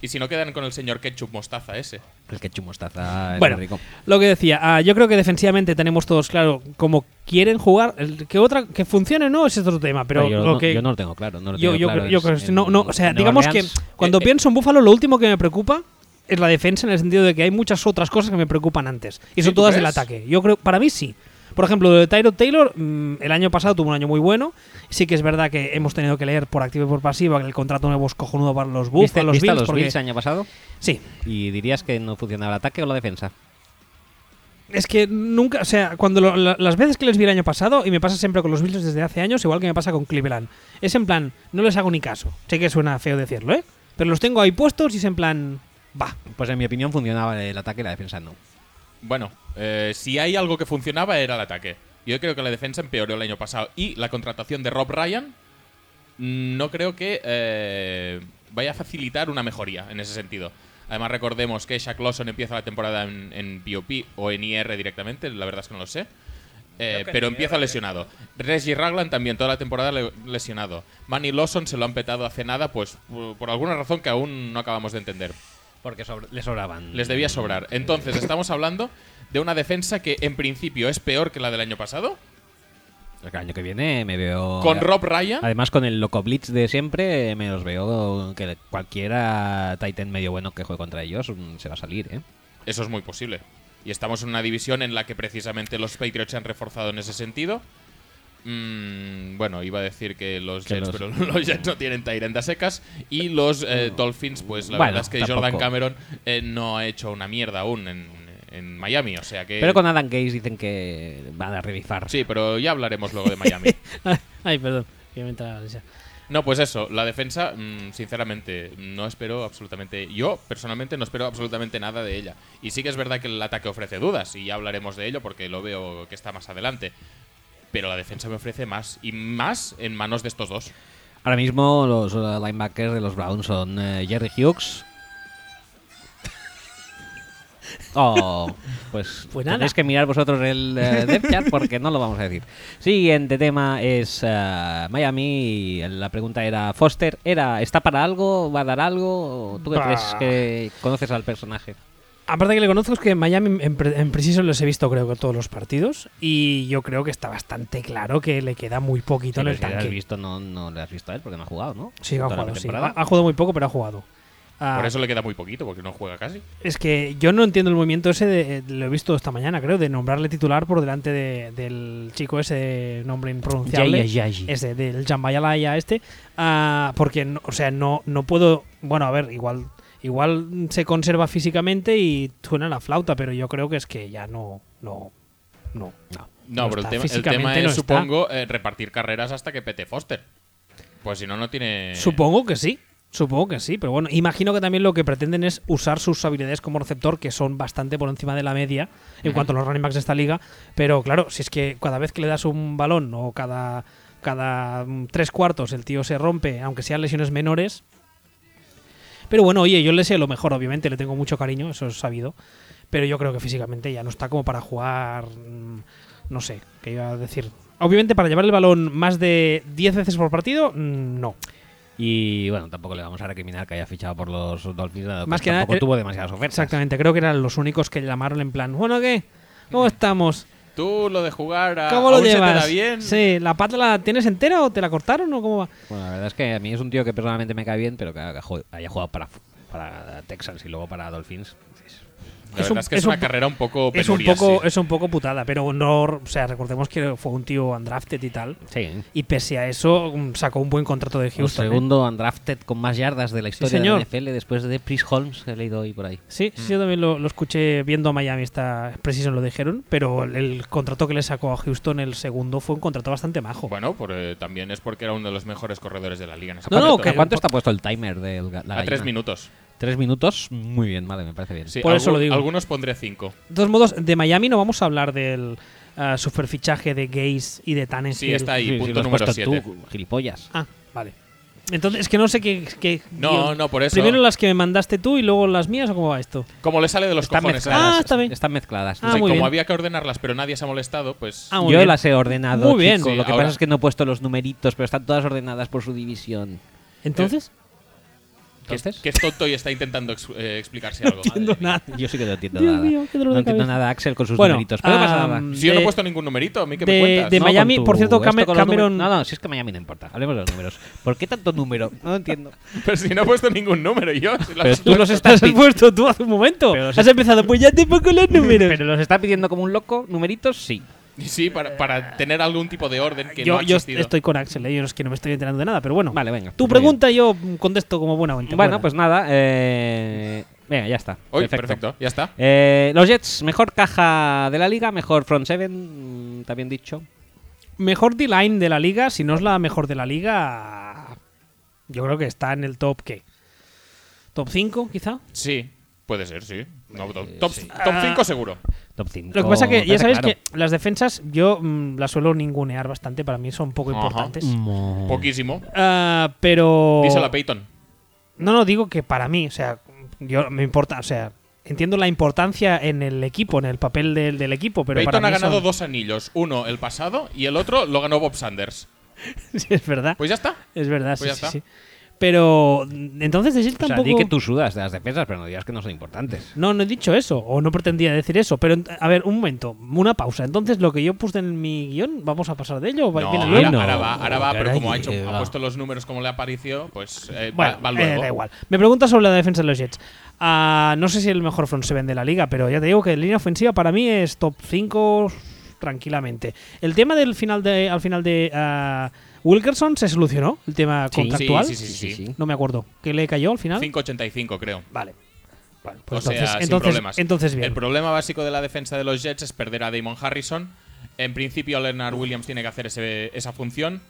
Speaker 3: Y si no quedan con el señor ketchup mostaza ese.
Speaker 2: El que mostaza es
Speaker 1: Bueno,
Speaker 2: muy rico.
Speaker 1: lo que decía, ah, yo creo que defensivamente tenemos todos claro cómo quieren jugar. El que otra que funcione o no es otro tema, pero
Speaker 2: yo,
Speaker 1: lo
Speaker 2: no,
Speaker 1: que
Speaker 2: yo no lo tengo claro. No lo
Speaker 1: yo,
Speaker 2: tengo
Speaker 1: yo
Speaker 2: claro
Speaker 1: creo- yo
Speaker 2: en-
Speaker 1: creo que no, no, o sea,
Speaker 2: en
Speaker 1: digamos
Speaker 2: Orleans.
Speaker 1: que cuando
Speaker 3: eh, eh.
Speaker 1: pienso en Búfalo lo último que me preocupa es la defensa en el sentido de que hay muchas otras cosas que me preocupan antes y
Speaker 3: ¿Sí,
Speaker 1: son
Speaker 3: tú
Speaker 1: todas del
Speaker 3: crees?
Speaker 1: ataque. Yo creo, para mí sí. Por ejemplo, lo de Tyro Taylor, mm, el año pasado tuvo un año muy bueno. Sí que es verdad que hemos tenido que leer por activa y por pasiva que el contrato nuevo es cojonudo para los Buffalo,
Speaker 2: ¿Viste,
Speaker 1: los
Speaker 2: viste a
Speaker 1: Bills,
Speaker 2: los
Speaker 1: porque-
Speaker 2: Bills eh. año pasado?
Speaker 1: sí,
Speaker 2: ¿Y dirías que no funcionaba el ataque o la defensa?
Speaker 1: Es que nunca, o sea, cuando lo- la- las veces que les vi el año pasado, y me pasa siempre con los Bills desde hace años, igual que me pasa con Cleveland, es en plan, no les hago ni caso. Sé que suena feo decirlo, ¿eh? Pero los tengo ahí puestos y es en plan, va.
Speaker 2: Pues en mi opinión funcionaba el ataque y la defensa no.
Speaker 3: Bueno, eh, si hay algo que funcionaba era el ataque. Yo creo que la defensa empeoró el año pasado. Y la contratación de Rob Ryan mm, no creo que eh, vaya a facilitar una mejoría en ese sentido. Además recordemos que Shaq Lawson empieza la temporada en, en POP o en IR directamente, la verdad es que no lo sé. Eh, pero empieza lesionado. Reggie Ragland también toda la temporada le- lesionado. Manny Lawson se lo han petado hace nada, pues por- por alguna razón que aún no acabamos de entender.
Speaker 2: Porque sobr- le sobraban.
Speaker 3: Les debía sobrar. Entonces, estamos hablando de una defensa que en principio es peor que la del año pasado.
Speaker 2: El año que viene me veo.
Speaker 3: Con Rob Ryan.
Speaker 2: Además, con el Loco Blitz de siempre, eh, me los veo que cualquiera Titan medio bueno que juegue contra ellos mm, se va a salir, ¿eh?
Speaker 3: Eso es muy posible. Y estamos en una división en la que precisamente los Patriots se han reforzado en ese sentido. Mm, bueno, iba a decir que los
Speaker 2: Que
Speaker 3: Jets,
Speaker 2: los-
Speaker 3: pero los Jets no tienen Tyrant a secas. Y los eh, Dolphins, pues la
Speaker 2: Bueno,
Speaker 3: verdad es que
Speaker 2: tampoco.
Speaker 3: Jordan Cameron eh, no ha hecho una mierda aún en, en Miami. O sea que.
Speaker 2: Pero con Adam Gaze dicen que van a revivir.
Speaker 3: Sí, pero ya hablaremos luego de Miami.
Speaker 1: Ay, perdón. que me entra la risa.
Speaker 3: No, pues eso, la defensa, mm, sinceramente, no espero absolutamente. Yo, personalmente, no espero absolutamente nada de ella. Y sí que es verdad que el ataque ofrece dudas, y ya hablaremos de ello porque lo veo que está más adelante. Pero la defensa me ofrece más, y más en manos de estos dos.
Speaker 2: Ahora mismo los eh, linebackers de los Browns son eh, Jerry Hughes. Oh, pues,
Speaker 1: Pues nada.
Speaker 2: tenéis que mirar vosotros el eh, depth chart porque no lo vamos a decir. Siguiente tema es eh, Miami. y La pregunta era Foster, era ¿está para algo? ¿Va a dar algo? ¿Tú qué
Speaker 1: Bah.
Speaker 2: crees que conoces al personaje?
Speaker 1: Aparte que le conozco es que Miami en, pre- en Precision los he visto creo que todos los partidos y yo creo que está bastante claro que le queda muy poquito en
Speaker 2: Pero
Speaker 1: el
Speaker 2: si le has
Speaker 1: tanque.
Speaker 2: visto, no, no le has visto a él porque no ha jugado, ¿no?
Speaker 1: Sí, ha
Speaker 2: Toda la
Speaker 1: jugado, sí. Ah,
Speaker 2: pretemporada.
Speaker 1: Ha, ha jugado muy poco, pero ha jugado. Ah,
Speaker 3: Por eso le queda muy poquito, porque no juega casi.
Speaker 1: Es que yo no entiendo el movimiento ese, de, eh, lo he visto esta mañana creo, de nombrarle titular por delante de- del chico ese de nombre impronunciable.
Speaker 2: Jay Ajayi.
Speaker 1: Ese, del Jambayalaya este. ah, porque, no- o sea, no, no puedo... Bueno, a ver, igual, igual se conserva físicamente y suena la flauta, pero yo creo que es que ya no... no no.
Speaker 2: No.
Speaker 3: No,
Speaker 1: No
Speaker 3: pero el
Speaker 1: está,
Speaker 3: tema, el
Speaker 1: físicamente
Speaker 3: tema
Speaker 1: no
Speaker 3: es,
Speaker 1: está.
Speaker 3: supongo, eh, repartir carreras hasta que pete Foster. Pues si no, no tiene.
Speaker 1: Supongo que sí. Supongo que sí, pero bueno, imagino que también lo que pretenden es usar sus habilidades como receptor, que son bastante por encima de la media en cuanto a los running backs de esta liga. Pero claro, si es que cada vez que le das un balón o cada, cada mm, tres cuartos el tío se rompe, aunque sean lesiones menores. Pero bueno, oye, yo le sé lo mejor, obviamente, le tengo mucho cariño, eso es sabido. Pero yo creo que físicamente ya no está como para jugar. mm, No sé, qué iba a decir. Obviamente, para llevar el balón más de 10 veces por partido, mm, no.
Speaker 2: Y bueno, tampoco le vamos a recriminar que haya fichado por los Dolphins, dado
Speaker 1: Más que nada,
Speaker 2: tampoco
Speaker 1: eh,
Speaker 2: tuvo demasiadas ofertas.
Speaker 1: Exactamente, creo que eran los únicos que llamaron en plan, bueno, ¿qué? ¿Cómo estamos?
Speaker 3: Tú lo de jugar a.
Speaker 1: ¿Cómo lo
Speaker 3: Ah, aún se te
Speaker 1: llevas?
Speaker 3: da bien.
Speaker 1: Sí, ¿la pata la tienes entera o te la cortaron o cómo va?
Speaker 2: Bueno, la verdad es que a mí es un tío que personalmente me cae bien, pero que haga- jo- haya jugado para, para Texans y luego para Dolphins. es-
Speaker 3: La
Speaker 1: Es
Speaker 3: verdad
Speaker 1: un-
Speaker 3: es que
Speaker 1: es
Speaker 3: es una
Speaker 1: un-
Speaker 3: carrera un poco
Speaker 1: Es un,
Speaker 3: penuria,
Speaker 1: poco,
Speaker 3: sí.
Speaker 1: es un poco putada, pero no, o sea, recordemos que fue un tío undrafted y tal.
Speaker 2: Sí.
Speaker 1: Y pese a eso, mm, sacó un buen contrato de
Speaker 2: El
Speaker 1: Houston. ¿eh?
Speaker 2: segundo undrafted con más yardas de la historia de
Speaker 1: señor.
Speaker 2: la NFL después de Chris Holmes, que he leído hoy por ahí.
Speaker 1: Sí, sí,
Speaker 3: Mm.
Speaker 1: yo también lo, lo escuché viendo a Miami esta precision lo dijeron, pero el, el contrato que le sacó a Houston el segundo fue un contrato bastante majo.
Speaker 3: Bueno, por, eh, también es porque era uno de los mejores corredores de la liga en ese
Speaker 2: No, no,
Speaker 3: momento. ¿eh?
Speaker 2: ¿a cuánto está puesto el timer de la
Speaker 3: A tres
Speaker 2: gallina?
Speaker 3: minutos.
Speaker 2: Tres minutos, muy bien, vale, me parece bien.
Speaker 3: Sí,
Speaker 1: Por eso
Speaker 3: algu-
Speaker 1: lo digo.
Speaker 3: Algunos pondré cinco.
Speaker 1: De todos modos, de Miami no vamos a hablar del ah, superfichaje de Gays y de Tannenhill.
Speaker 3: Sí, está ahí, punto
Speaker 2: lo has
Speaker 3: número
Speaker 2: puesto
Speaker 3: 7.
Speaker 2: tú, gilipollas.
Speaker 1: Ah, vale. Entonces, es que no sé qué... qué
Speaker 3: No,
Speaker 1: guión.
Speaker 3: no, por eso.
Speaker 1: Primero las que me mandaste tú y luego las mías, ¿o cómo va esto?
Speaker 3: Como le sale de los
Speaker 2: Están
Speaker 3: cojones.
Speaker 2: mezcladas.
Speaker 1: Ah, está bien.
Speaker 2: Están mezcladas.
Speaker 1: Ah,
Speaker 3: O sea,
Speaker 1: muy
Speaker 3: como
Speaker 1: bien.
Speaker 3: había que ordenarlas, pero nadie se ha molestado, pues.
Speaker 1: Ah, muy
Speaker 2: Yo
Speaker 1: bien.
Speaker 2: las he ordenado.
Speaker 1: Muy bien.
Speaker 2: chico.
Speaker 3: Sí,
Speaker 2: lo que
Speaker 3: ahora-
Speaker 2: pasa es que no he puesto los numeritos, pero están todas ordenadas por su división.
Speaker 3: Eh,
Speaker 1: Entonces,
Speaker 3: que, es-
Speaker 2: entonces-
Speaker 3: que es tonto y está intentando ex- eh, explicarse algo.
Speaker 1: entiendo
Speaker 3: Madre mía.
Speaker 1: nada.
Speaker 2: Yo sí que no entiendo
Speaker 1: Dios
Speaker 2: nada.
Speaker 1: mío, qué dolor
Speaker 2: no
Speaker 1: de
Speaker 2: entiendo
Speaker 1: cabeza.
Speaker 2: nada, Axel, con sus
Speaker 1: Bueno,
Speaker 2: numeritos. Pero no pasa nada.
Speaker 1: am, eh,
Speaker 3: Si yo no
Speaker 1: de-
Speaker 3: he puesto ningún numerito, a mí que
Speaker 1: de-
Speaker 3: me cuentas.
Speaker 1: de
Speaker 2: No,
Speaker 1: Ma- Miami,
Speaker 2: con
Speaker 1: por cierto,
Speaker 2: esto
Speaker 1: Came-
Speaker 2: con los
Speaker 1: Cameron-
Speaker 2: números- No, no, si es que Miami no importa. Hablemos de los números. ¿Por qué tanto número? No entiendo.
Speaker 3: Pero si no he puesto ningún número, yo. si lo-
Speaker 2: Pero tú los
Speaker 1: Las
Speaker 2: estás,
Speaker 1: has
Speaker 2: pi-
Speaker 1: puesto tú hace un momento.
Speaker 2: Pero sí.
Speaker 1: Has empezado, pues ya te pongo los números.
Speaker 2: pero los estás pidiendo como un loco. ¿Numeritos? Sí.
Speaker 3: Sí, para, para tener algún tipo de orden que
Speaker 1: yo,
Speaker 3: no ha
Speaker 1: yo
Speaker 3: existido.
Speaker 1: estoy con Axel, ¿eh? yo es que no me estoy enterando de nada, pero bueno.
Speaker 2: Vale, venga.
Speaker 1: Tu
Speaker 2: Muy
Speaker 1: pregunta yo mm, contesto como buena
Speaker 2: bien.
Speaker 1: vuelta.
Speaker 2: Bueno, pues nada. eh, Venga, ya está.
Speaker 3: Uy, perfecto. ya está.
Speaker 2: Eh, los Jets, mejor caja de la liga, mejor front seven, mm, también dicho.
Speaker 1: Mejor D-line de la liga, si no es la mejor de la liga, yo creo que está en el top, ¿qué? ¿Top 5, quizá?
Speaker 3: Sí, puede ser, sí. No, top 5
Speaker 1: Ah.
Speaker 3: seguro.
Speaker 2: Top 5.
Speaker 1: Lo que pasa que ya sabéis que las defensas yo mm, las suelo ningunear bastante, para mí son poco
Speaker 3: Ajá. Mm.
Speaker 1: importantes.
Speaker 3: Poquísimo.
Speaker 1: Ah, pero...
Speaker 3: Díselo a Peyton.
Speaker 1: No, no, digo que para mí, o sea, yo me importa, o sea, entiendo la importancia en el equipo, en el papel del, del equipo, pero
Speaker 3: Peyton
Speaker 1: para
Speaker 3: ha
Speaker 1: mí
Speaker 3: ganado
Speaker 1: son-
Speaker 3: dos anillos. Uno el pasado y el otro lo ganó Bob Sanders.
Speaker 1: Sí, es verdad,
Speaker 3: Pues ya está.
Speaker 1: es verdad,
Speaker 3: Pues ya
Speaker 1: sí, sí,
Speaker 3: está.
Speaker 1: sí. Pero mm, entonces decir
Speaker 2: O sea,
Speaker 1: tampoco...
Speaker 2: di que tú sudas de las defensas, pero no digas que no son importantes.
Speaker 1: No, no he dicho eso, o no pretendía decir eso, pero ent- a ver, un momento, una pausa. Entonces, lo que yo puse en mi guión, ¿vamos a pasar de ello? ¿Va-
Speaker 3: No,
Speaker 1: viene
Speaker 3: ahora,
Speaker 1: luego?
Speaker 2: no.
Speaker 3: ahora va, ahora va, pero
Speaker 2: Caray,
Speaker 3: como ha, hecho,
Speaker 2: eh,
Speaker 3: ha
Speaker 2: va.
Speaker 3: puesto los números como le apareció, pues eh,
Speaker 1: Bueno,
Speaker 3: va, va
Speaker 1: eh,
Speaker 3: luego.
Speaker 1: da igual. Me pregunta sobre la defensa de los Jets. Ah, no sé si el mejor front seven de la liga, pero ya te digo que línea ofensiva para mí es top 5 tranquilamente. El tema del final de al final de ah, Wilkerson se solucionó, el tema
Speaker 2: Sí,
Speaker 1: contractual.
Speaker 3: Sí, sí, sí. sí,
Speaker 1: No me acuerdo. ¿Qué le cayó al final?
Speaker 3: 5.85 creo.
Speaker 1: Vale. Vale, pues
Speaker 3: o sea,
Speaker 1: entonces,
Speaker 3: sin
Speaker 1: entonces,
Speaker 3: problemas.
Speaker 1: entonces bien.
Speaker 3: El problema básico de la defensa de los Jets es perder a Damon Harrison. En principio, Leonard Williams tiene que hacer ese- esa función.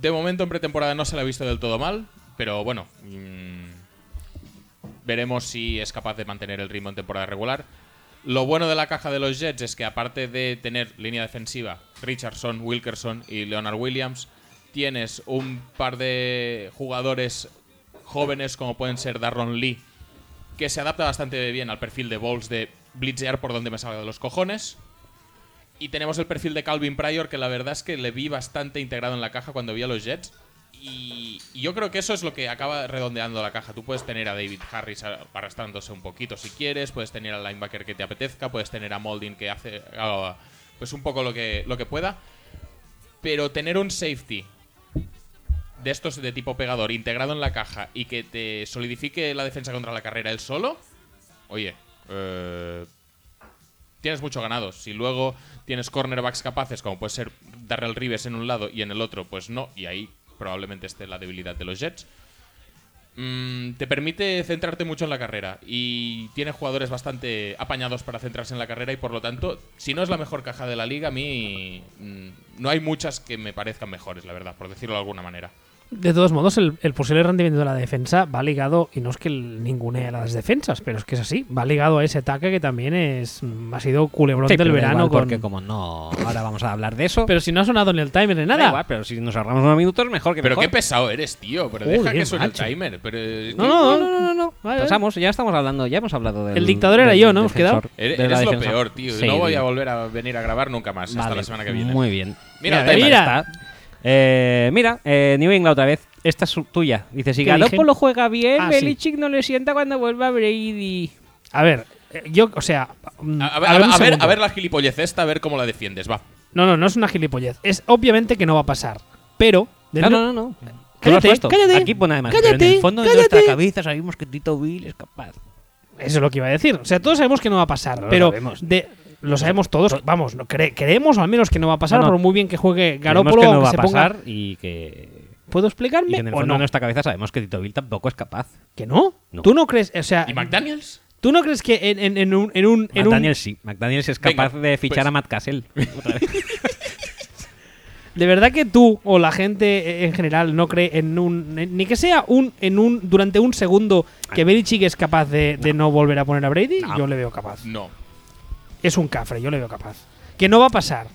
Speaker 3: De momento, en pretemporada no se la ha visto del todo mal, pero bueno. mm, veremos si es capaz de mantener el ritmo en temporada regular. Lo bueno de la caja de los Jets es que, aparte de tener línea defensiva, Richardson, Wilkerson y Leonard Williams, tienes un par de jugadores jóvenes como pueden ser Darron Lee que se adapta bastante bien al perfil de Bowles de blitzear por donde me salga de los cojones. Y tenemos el perfil de Calvin Pryor, que la verdad es que le vi bastante integrado en la caja cuando vi a los Jets. Y, y yo creo que eso es lo que acaba redondeando la caja. Tú puedes tener a David Harris a- arrastrándose un poquito si quieres, puedes tener al linebacker que te apetezca, puedes tener a Molding que hace ah, pues un poco lo que, lo que pueda. Pero tener un safety de estos de tipo pegador integrado en la caja y que te solidifique la defensa contra la carrera él solo, oye, eh, tienes mucho ganado. Si luego tienes cornerbacks capaces, como puede ser Darrell Rives en un lado y en el otro, pues no, y ahí probablemente esté la debilidad de los Jets. Mm, te permite centrarte mucho en la carrera y tiene jugadores bastante apañados para centrarse en la carrera y por lo tanto, si no es la mejor caja de la liga, a mí mm, no hay muchas que me parezcan mejores, la verdad, por decirlo de alguna manera.
Speaker 1: De todos modos, el, el posible rendimiento de la defensa va ligado, y no es que el- ningunee a las defensas, pero es que es así, va ligado a ese ataque que también es mm, ha sido culebrón
Speaker 2: Sí, pero
Speaker 1: del
Speaker 2: da
Speaker 1: verano.
Speaker 2: igual,
Speaker 1: con-
Speaker 2: Porque como no, ahora vamos a hablar de eso.
Speaker 1: Pero si no ha sonado en el timer ni
Speaker 2: Da
Speaker 1: nada.
Speaker 2: igual, pero si nos ahorramos unos minutos, mejor que
Speaker 3: Pero
Speaker 2: mejor.
Speaker 3: qué pesado eres, tío. Pero
Speaker 1: Joder,
Speaker 3: deja que suene
Speaker 1: macho.
Speaker 3: el timer. Pero, eh,
Speaker 1: no, no, no, no, no, no. Vale, vale.
Speaker 2: Pasamos, ya estamos hablando, ya hemos hablado del.
Speaker 1: El dictador era
Speaker 2: del
Speaker 1: yo, ¿no? Hemos
Speaker 2: defensor,
Speaker 3: eres
Speaker 2: de la
Speaker 3: eres lo
Speaker 2: defensa.
Speaker 3: peor, tío.
Speaker 2: Sí,
Speaker 3: no voy
Speaker 2: tío.
Speaker 3: a volver a venir a grabar nunca más hasta
Speaker 2: Vale,
Speaker 3: la semana que viene.
Speaker 2: Muy bien.
Speaker 3: Mira,
Speaker 2: ahí
Speaker 1: mira.
Speaker 2: está. Eh, mira, eh, New England otra vez. Esta es su- tuya. Dice, si
Speaker 1: ¿Qué dije?
Speaker 2: Garoppolo lo juega bien,
Speaker 1: Ah, sí.
Speaker 2: Belichick no le sienta cuando vuelva Brady.
Speaker 1: A ver, eh, yo, o sea. mm,
Speaker 3: A, a ver,
Speaker 1: a ver un
Speaker 3: a ver-
Speaker 1: segundo.
Speaker 3: a ver la gilipollez esta, a ver cómo la defiendes. Va.
Speaker 1: No, no, no es una gilipollez. Es obviamente que no va a pasar, pero.
Speaker 2: No, no, no, no. Tú lo has
Speaker 1: Cállate,
Speaker 2: puesto.
Speaker 1: cállate.
Speaker 2: Aquí pone además. pero en
Speaker 1: Cállate,
Speaker 2: el fondo
Speaker 1: cállate.
Speaker 2: de nuestra cabeza sabemos que Tito Bill es capaz.
Speaker 1: Eso es lo que iba a decir. O sea, todos sabemos que no va a pasar,
Speaker 2: No lo
Speaker 1: pero
Speaker 2: sabemos.
Speaker 1: de- lo sabemos todos. Vamos, no, cre- creemos al menos que no va a pasar,
Speaker 2: No, no.
Speaker 1: por muy bien que juegue
Speaker 2: Sabemos
Speaker 1: Garópolo,
Speaker 2: que no va a
Speaker 1: se
Speaker 2: pasar
Speaker 1: ponga.
Speaker 2: y que.
Speaker 1: ¿Puedo
Speaker 2: Y
Speaker 1: explicarme
Speaker 2: que en el
Speaker 1: o
Speaker 2: fondo
Speaker 1: no?
Speaker 2: de nuestra cabeza sabemos que Tito Bill tampoco es capaz.
Speaker 1: ¿Que no?
Speaker 2: No.
Speaker 1: ¿Tú no crees? O sea,
Speaker 3: ¿Y McDaniels?
Speaker 1: ¿tú no crees que en, en- en un. En un, en un-
Speaker 2: McDaniel sí. McDaniel es
Speaker 3: Venga,
Speaker 2: capaz de fichar
Speaker 3: pues.
Speaker 2: a Matt Cassell. otra vez.
Speaker 1: de verdad que tú o la gente eh, en general no cree en un. en- ni que sea un. en un durante un segundo que Belichick es capaz de, de no volver a poner a Brady,
Speaker 2: No.
Speaker 1: yo le veo capaz.
Speaker 3: No.
Speaker 1: Es un cafre, yo le veo capaz. Que no va a pasar.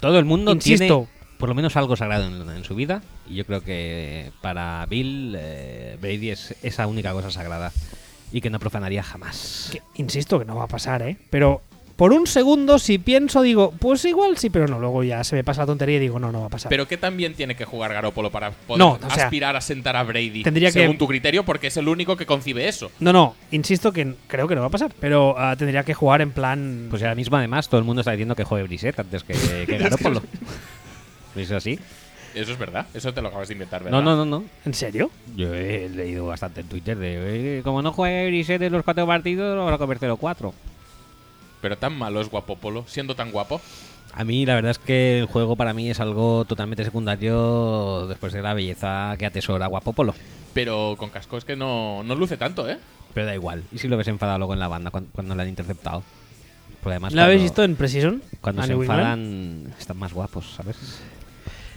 Speaker 2: Todo el mundo
Speaker 1: Insisto.
Speaker 2: tiene por lo menos algo sagrado en, en su vida. Y yo creo que para Bill, eh, Brady es esa única cosa sagrada. Y que no profanaría jamás.
Speaker 1: Que, insisto que no va a pasar, ¿eh? Pero por un segundo, si pienso, digo, pues igual sí, pero no. Luego ya se me pasa la tontería y digo, no, no va a pasar.
Speaker 3: Pero que también tiene que jugar Garópolo para poder
Speaker 1: No, o sea,
Speaker 3: aspirar a sentar a Brady.
Speaker 1: tendría que-
Speaker 3: según tu criterio, porque es el único que concibe eso.
Speaker 1: no, no, insisto que n- creo que no va a pasar. Pero ah, tendría que jugar en plan.
Speaker 2: Pues ahora mismo, además, todo el mundo está diciendo que juegue Brissette antes que, que Garoppolo. ¿Es así?
Speaker 3: Eso es verdad. Eso te lo acabas de inventar, ¿verdad?
Speaker 2: No, no, no, no.
Speaker 1: ¿En serio?
Speaker 2: Yo he leído bastante en Twitter de eh, como no juegue Brissette en los cuatro partidos, lo van a comer 0-4.
Speaker 3: Pero tan malo es Guapopolo, siendo tan guapo.
Speaker 2: A mí la verdad es que el juego para mí es algo totalmente secundario después de la belleza que atesora Guapopolo.
Speaker 3: Pero con casco es que no, no luce tanto, ¿eh?
Speaker 2: Pero da igual. ¿Y si lo ves enfadado luego en la banda cuan- cuando, la han interceptado? Porque además
Speaker 1: ¿La
Speaker 2: cuando-
Speaker 1: habéis visto en Precision?
Speaker 2: Cuando
Speaker 1: ¿A
Speaker 2: se
Speaker 1: New England?
Speaker 2: enfadan están más guapos, ¿sabes?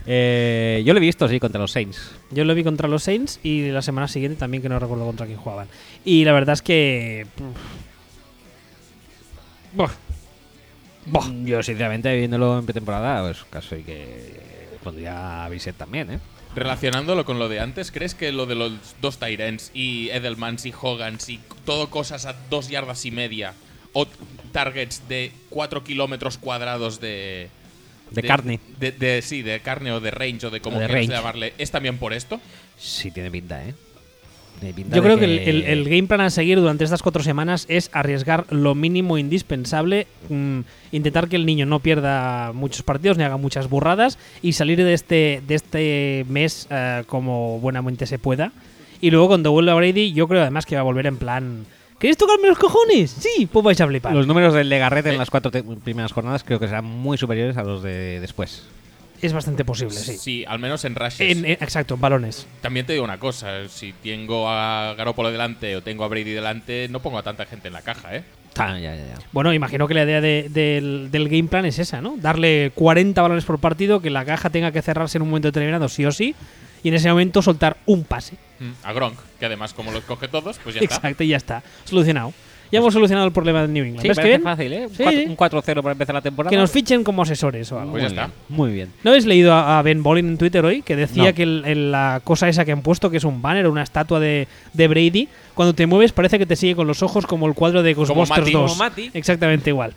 Speaker 2: Eh, yo lo he visto, sí, contra los Saints.
Speaker 1: Yo lo vi contra los Saints y la semana siguiente también, que no recuerdo contra quién jugaban. Y la verdad es que. Buah. Buah.
Speaker 2: Mm, Yo sinceramente viéndolo en pretemporada, pues casi que pondría a Bissett también, ¿eh?
Speaker 3: Relacionándolo con lo de antes, ¿crees que lo de los dos Tyrants y Edelmans y Hogans y todo cosas a dos yardas y media o targets de cuatro kilómetros cuadrados de,
Speaker 2: De carne.
Speaker 3: de- de- sí, de carne o de range o de como
Speaker 2: O de
Speaker 3: quieras
Speaker 2: range.
Speaker 3: llamarle. Es también por esto.
Speaker 2: Sí, tiene pinta, ¿eh? Tiene pinta
Speaker 1: Yo
Speaker 2: de
Speaker 1: creo que el, el- el game plan a seguir durante estas cuatro semanas es arriesgar lo mínimo indispensable, mm, intentar que el niño no pierda muchos partidos ni haga muchas burradas y salir de este, de este mes eh, como buenamente se pueda. Y luego cuando vuelva Brady, yo creo además que va a volver en plan... ¿Queréis tocarme los cojones? Sí, pues vais a flipar.
Speaker 2: Los números del Legarrete en las cuatro te- primeras jornadas creo que serán muy superiores a los de después.
Speaker 1: Es bastante posible,
Speaker 3: Sí,
Speaker 1: Pues sí.
Speaker 3: al menos en rashes.
Speaker 1: En- en- exacto, en balones.
Speaker 3: También te digo una cosa, si tengo a Garoppolo delante o tengo a Brady delante, no pongo a tanta gente en la caja, ¿eh?
Speaker 2: Ta, Ah, ya, ya, ya.
Speaker 1: Bueno, imagino que la idea de- del, del game plan es esa, ¿no? Darle 40 balones por partido, que la caja tenga que cerrarse en un momento determinado, sí o sí, y en ese momento soltar un pase.
Speaker 3: Mm, A Gronk, que además como los coge todos, pues ya está.
Speaker 1: Exacto, y ya está. Solucionado. Ya hemos solucionado el problema de New England.
Speaker 2: Sí,
Speaker 1: ¿Ves
Speaker 2: parece
Speaker 1: que bien?
Speaker 2: fácil, ¿eh? Un
Speaker 1: Sí,
Speaker 2: cuatro-
Speaker 1: sí.
Speaker 2: Un 4-0 para empezar la temporada.
Speaker 1: Que nos fichen como asesores o algo.
Speaker 2: Muy
Speaker 3: Pues ya
Speaker 2: bien,
Speaker 3: está.
Speaker 2: Muy bien.
Speaker 1: ¿No habéis leído a a Ben Bolin en Twitter hoy? Que decía
Speaker 2: No.
Speaker 1: que el- el- la cosa esa que han puesto, que es un banner, una estatua de, de Brady, cuando te mueves parece que te sigue con los ojos como el cuadro de Ghostbusters
Speaker 3: Mati,
Speaker 1: 2.
Speaker 2: como Mati.
Speaker 1: Exactamente igual.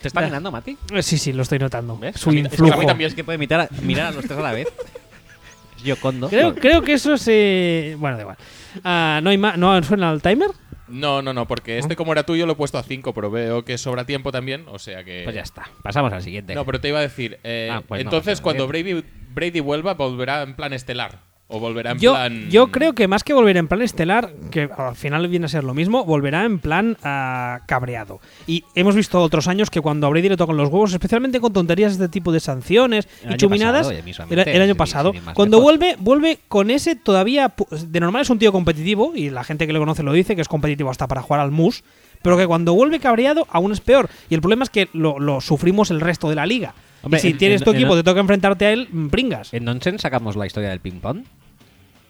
Speaker 2: ¿Te está ganando, Mati?
Speaker 1: Eh, Sí, sí, lo estoy notando.
Speaker 2: ¿Ves?
Speaker 1: Su
Speaker 2: A mí- es que a mí
Speaker 1: influjo.
Speaker 2: también es que puede imitar a- mirar a los tres a la vez. Es Pues Yocondo.
Speaker 1: Creo, creo que eso se. Bueno, da igual. Ah, ¿no, hay ma- ¿No suena el timer?
Speaker 3: No, no, no, porque este como era tuyo lo he puesto a 5, pero veo que sobra tiempo también, o sea que...
Speaker 2: Pues ya está. Pasamos al siguiente.
Speaker 3: No, pero te iba a decir, eh,
Speaker 2: Ah, pues no
Speaker 3: entonces
Speaker 2: pasa nada,
Speaker 3: cuando Brady, Brady vuelva, volverá en plan estelar. O volverá en
Speaker 1: Yo,
Speaker 3: plan...
Speaker 1: yo creo que más que volver en plan estelar, que al final viene a ser lo mismo, volverá en plan ah, cabreado. Y hemos visto otros años que cuando a Brady le tocan los huevos, especialmente con tonterías de este tipo de sanciones
Speaker 2: El
Speaker 1: y
Speaker 2: año
Speaker 1: chuminadas,
Speaker 2: pasado, eh, mismamente,
Speaker 1: el, el
Speaker 2: sin
Speaker 1: año
Speaker 2: ir-
Speaker 1: pasado,
Speaker 2: sin ir más
Speaker 1: cuando
Speaker 2: lejos.
Speaker 1: vuelve, vuelve con ese todavía... pu- De normal es un tío competitivo, y la gente que lo conoce lo dice, que es competitivo hasta para jugar al mus, pero que cuando vuelve cabreado aún es peor. Y el problema es que lo, lo sufrimos el resto de la liga.
Speaker 2: Hombre,
Speaker 1: y si
Speaker 2: en-
Speaker 1: tienes
Speaker 2: en-
Speaker 1: tu
Speaker 2: en-
Speaker 1: equipo, te toca enfrentarte a él, mm, pringas.
Speaker 2: En Nonsense sacamos la historia del ping-pong.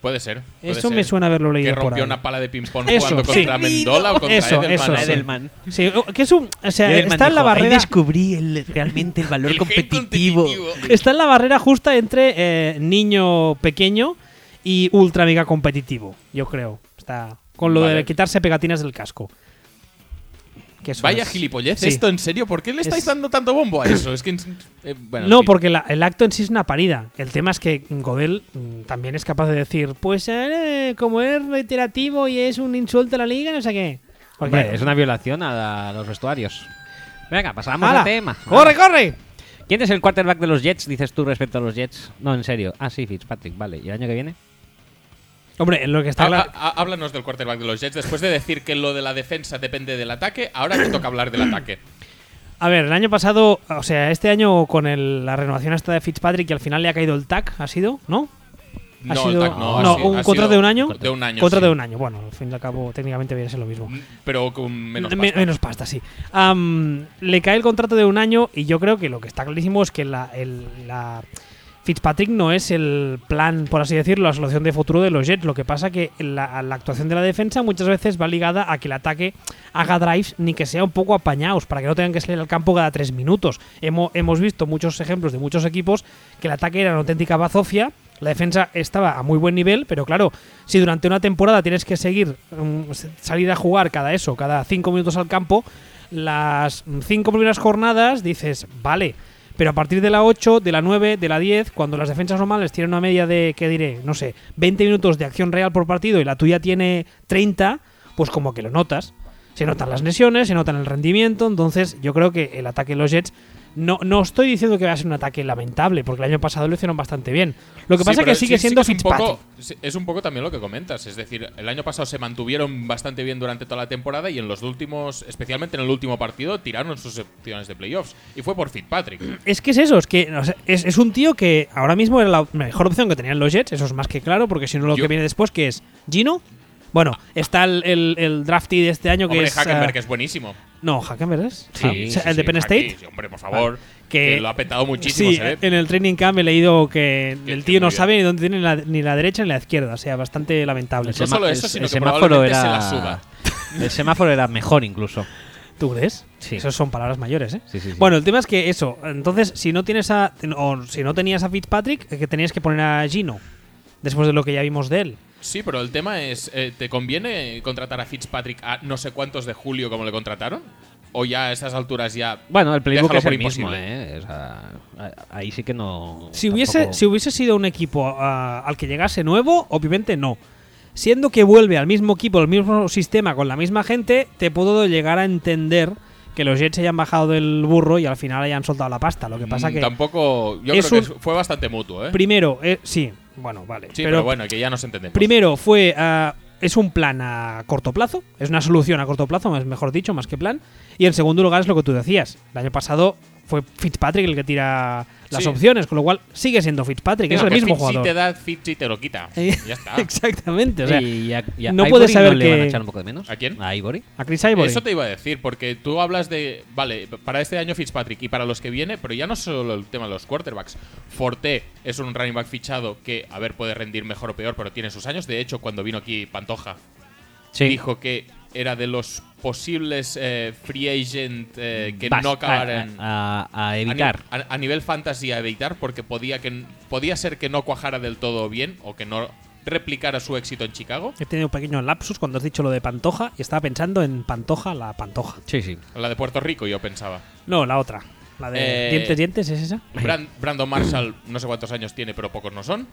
Speaker 3: Puede ser. puede
Speaker 1: Eso
Speaker 3: ser.
Speaker 1: me suena haberlo leído
Speaker 3: Que
Speaker 1: por
Speaker 3: rompió
Speaker 1: ahí.
Speaker 3: una pala de ping-pong
Speaker 1: Eso,
Speaker 3: jugando
Speaker 1: sí.
Speaker 3: contra Mendola o contra
Speaker 1: Eso,
Speaker 3: Edelman.
Speaker 1: eso, sí.
Speaker 3: ¿no?
Speaker 1: Sí, o- que es un, o sea, está en la barrera
Speaker 2: descubrí realmente el valor
Speaker 3: El gen competitivo.
Speaker 1: está en la barrera justa entre eh, niño pequeño y ultra mega competitivo, yo creo. Está con lo de
Speaker 3: Vale.
Speaker 1: quitarse pegatinas del casco. Que eso
Speaker 3: Vaya
Speaker 1: es-
Speaker 3: gilipollez
Speaker 1: Sí.
Speaker 3: esto, en serio, ¿por qué le estáis
Speaker 1: Es-
Speaker 3: dando tanto bombo a eso? Es que eh, bueno,
Speaker 1: no,
Speaker 3: sí.
Speaker 1: porque la- el acto en sí es una parida. El tema es que Godel mm, también es capaz de decir, pues eh, como es reiterativo y es un insulto a la liga, no sé qué. Porque-
Speaker 2: Hombre, es una violación a, la- a los vestuarios. Venga, pasamos
Speaker 1: ¡Hala!
Speaker 2: al tema.
Speaker 1: ¡Corre, corre!
Speaker 2: ¿Quién es el quarterback de los Jets, dices tú, respecto a los Jets? No, en serio. Ah, sí, Fitzpatrick, vale. ¿Y el año que viene?
Speaker 1: Hombre, lo que está
Speaker 3: Ha-
Speaker 1: claro-
Speaker 3: ha- ha- háblanos del quarterback de los Jets. Después de decir que lo de la defensa depende del ataque, ahora te toca hablar del ataque.
Speaker 1: A ver, el año pasado, o sea, este año con el- la renovación hasta de Fitzpatrick y al final le ha caído el TAC, ¿ha sido? ¿No?
Speaker 3: No,
Speaker 1: Ha sido-
Speaker 3: el tac no. ha sido-
Speaker 1: un
Speaker 3: ha
Speaker 1: contrato
Speaker 3: sido
Speaker 1: de un año.
Speaker 3: De un año.
Speaker 1: Contrato
Speaker 3: sí. Mm,
Speaker 1: de un año. Bueno, al fin y al cabo, técnicamente viene a ser lo mismo.
Speaker 3: Pero con menos.
Speaker 1: Me-
Speaker 3: pasta.
Speaker 1: menos pasta, sí. Am, le cae el contrato de un año y yo creo que lo que está clarísimo es que la, el- la- Fitzpatrick no es el plan, por así decirlo, la solución de futuro de los Jets. Lo que pasa que la, la actuación de la defensa muchas veces va ligada a que el ataque haga drives ni que sea un poco apañados para que no tengan que salir al campo cada tres minutos. Hemo- hemos visto muchos ejemplos de muchos equipos que el ataque era una auténtica bazofia. La defensa estaba a muy buen nivel, pero claro, si durante una temporada tienes que seguir mm, s- salir a jugar cada eso, cada cinco minutos al campo, las mm, cinco primeras jornadas dices, vale, pero a partir de la 8, de la 9, de la 10, cuando las defensas normales tienen una media de, ¿qué diré? No sé, 20 minutos de acción real por partido y la tuya tiene 30, pues como que lo notas. Se notan las lesiones, se notan el rendimiento, entonces yo creo que el ataque de los Jets... No, no estoy diciendo que va a ser un ataque lamentable, porque el año pasado lo hicieron bastante bien. Lo que
Speaker 3: Sí,
Speaker 1: pasa es que
Speaker 3: pero
Speaker 1: sigue
Speaker 3: sí- sí
Speaker 1: siendo
Speaker 3: que es un
Speaker 1: Fitzpatrick.
Speaker 3: poco- sí, es un poco también lo que comentas. Es decir, el año pasado se mantuvieron bastante bien durante toda la temporada y en los últimos, especialmente en el último partido, tiraron sus opciones de playoffs. Y fue por Fitzpatrick.
Speaker 1: Es que es eso, es que o sea, es, es un tío que ahora mismo era la mejor opción que tenían los Jets, eso es más que claro, porque si no lo
Speaker 3: Yo-
Speaker 1: que viene después, que es Gino. Bueno, está el, el, el draftee de este año que
Speaker 3: Hombre,
Speaker 1: es.
Speaker 3: Hackenberg
Speaker 1: ah,
Speaker 3: es buenísimo.
Speaker 1: No, Hackenberg es.
Speaker 2: Sí,
Speaker 1: Ah, o sea,
Speaker 2: sí,
Speaker 1: el de
Speaker 3: sí,
Speaker 1: Penn
Speaker 3: Hackenberg,
Speaker 1: State. Ah,
Speaker 3: sí, hombre, por favor.
Speaker 1: que-
Speaker 3: que lo ha petado muchísimo,
Speaker 1: sí,
Speaker 3: se ve.
Speaker 1: en el training camp he leído que
Speaker 3: Que-
Speaker 1: el
Speaker 3: que
Speaker 1: tío no
Speaker 3: muy bien.
Speaker 1: sabe ni dónde tiene la- ni la derecha ni la izquierda, o sea, bastante lamentable.
Speaker 3: No solo eso,
Speaker 2: el-
Speaker 3: sino
Speaker 2: el
Speaker 3: que
Speaker 2: semáforo
Speaker 3: probablemente
Speaker 2: era...
Speaker 3: se la suba.
Speaker 2: El semáforo era mejor incluso.
Speaker 1: ¿Tú crees?
Speaker 2: Sí.
Speaker 1: Esas son palabras mayores, ¿eh?
Speaker 2: Sí, sí, sí.
Speaker 1: Bueno, el tema es que eso, entonces, si no tienes a. o si no tenías a Fitzpatrick, eh, que tenías que poner a Gino. Después de lo que ya vimos de él.
Speaker 3: Sí, pero el tema es, eh, ¿te conviene contratar a Fitzpatrick a no sé cuántos de julio como le contrataron? o ya a estas alturas ya.
Speaker 2: Bueno, el playbook
Speaker 3: déjalo
Speaker 2: es
Speaker 3: por
Speaker 2: el mismo,
Speaker 3: imposible.
Speaker 2: ¿eh? O sea, a- ahí sí que no.
Speaker 1: Si hubiese,
Speaker 2: tampoco-
Speaker 1: si hubiese sido un equipo ah, al que llegase nuevo, obviamente no. Siendo que vuelve al mismo equipo, al mismo sistema, con la misma gente, te puedo llegar a entender que los Jets hayan bajado del burro y al final hayan soltado la pasta. Lo que pasa
Speaker 3: Mm,
Speaker 1: que,
Speaker 3: Tampoco. Yo
Speaker 1: es
Speaker 3: creo
Speaker 1: un-
Speaker 3: que fue bastante mutuo, ¿eh?
Speaker 1: primero, eh, sí, bueno, vale.
Speaker 3: sí, pero, bueno, pues- que ya nos entendemos.
Speaker 1: Primero fue. ah, es un plan a corto plazo, es una solución a corto plazo, más- mejor dicho, más que plan. Y en segundo lugar es lo que tú decías. El año pasado fue Fitzpatrick el que tira las
Speaker 3: Sí.
Speaker 1: opciones, con lo cual sigue siendo Fitzpatrick,
Speaker 3: Digo,
Speaker 1: es el
Speaker 3: que
Speaker 1: mismo
Speaker 3: Fitzy
Speaker 1: jugador.
Speaker 3: te da Fitzy te lo quita.
Speaker 1: Eh,
Speaker 3: ya está.
Speaker 1: Exactamente, o sea,
Speaker 2: Y a- y a
Speaker 1: no
Speaker 2: Ivory
Speaker 1: puedes saber
Speaker 2: no le van a
Speaker 1: que-
Speaker 2: echar un poco de menos.
Speaker 3: ¿A quién?
Speaker 2: A Ivory.
Speaker 1: a Chris Ivory.
Speaker 3: Eso te iba a decir, porque tú hablas de, vale, para este año Fitzpatrick y para los que viene, pero ya no solo el tema de los quarterbacks. Forte es un running back fichado que, a ver, puede rendir mejor o peor, pero tiene sus años. De hecho, cuando vino aquí Pantoja, dijo que era de los posibles eh, free agent eh, que
Speaker 2: Vas
Speaker 3: no
Speaker 2: a-
Speaker 3: acabaran
Speaker 2: A, a- a
Speaker 3: a ni-
Speaker 2: evitar.
Speaker 3: A, a nivel fantasy a evitar porque podía, que, n- podía ser que no cuajara del todo bien o que no replicara su éxito en Chicago.
Speaker 1: He tenido un pequeño lapsus cuando has dicho lo de Pantoja y estaba pensando en Pantoja, la Pantoja.
Speaker 2: Sí, sí.
Speaker 3: La de Puerto Rico, yo pensaba.
Speaker 1: No, la otra. La de
Speaker 3: Eh,
Speaker 1: dientes, dientes, ¿es esa?
Speaker 3: Brand- Brandon Marshall, no sé cuántos años tiene, pero pocos no son.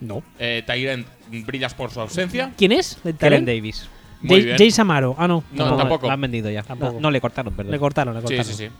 Speaker 1: No.
Speaker 3: Eh, Tyrant, brillas por su ausencia.
Speaker 1: ¿Quién es? ¿Le-
Speaker 2: Kellen
Speaker 1: talent?
Speaker 2: Davis.
Speaker 3: Muy
Speaker 1: Jay,
Speaker 3: bien.
Speaker 1: Jay Samaro. Ah, no.
Speaker 3: No, tampoco.
Speaker 2: La han vendido ya.
Speaker 1: Tampoco.
Speaker 2: No, no, le cortaron, perdón.
Speaker 1: Le cortaron, le
Speaker 3: Sí,
Speaker 1: cortaron.
Speaker 3: sí, sí.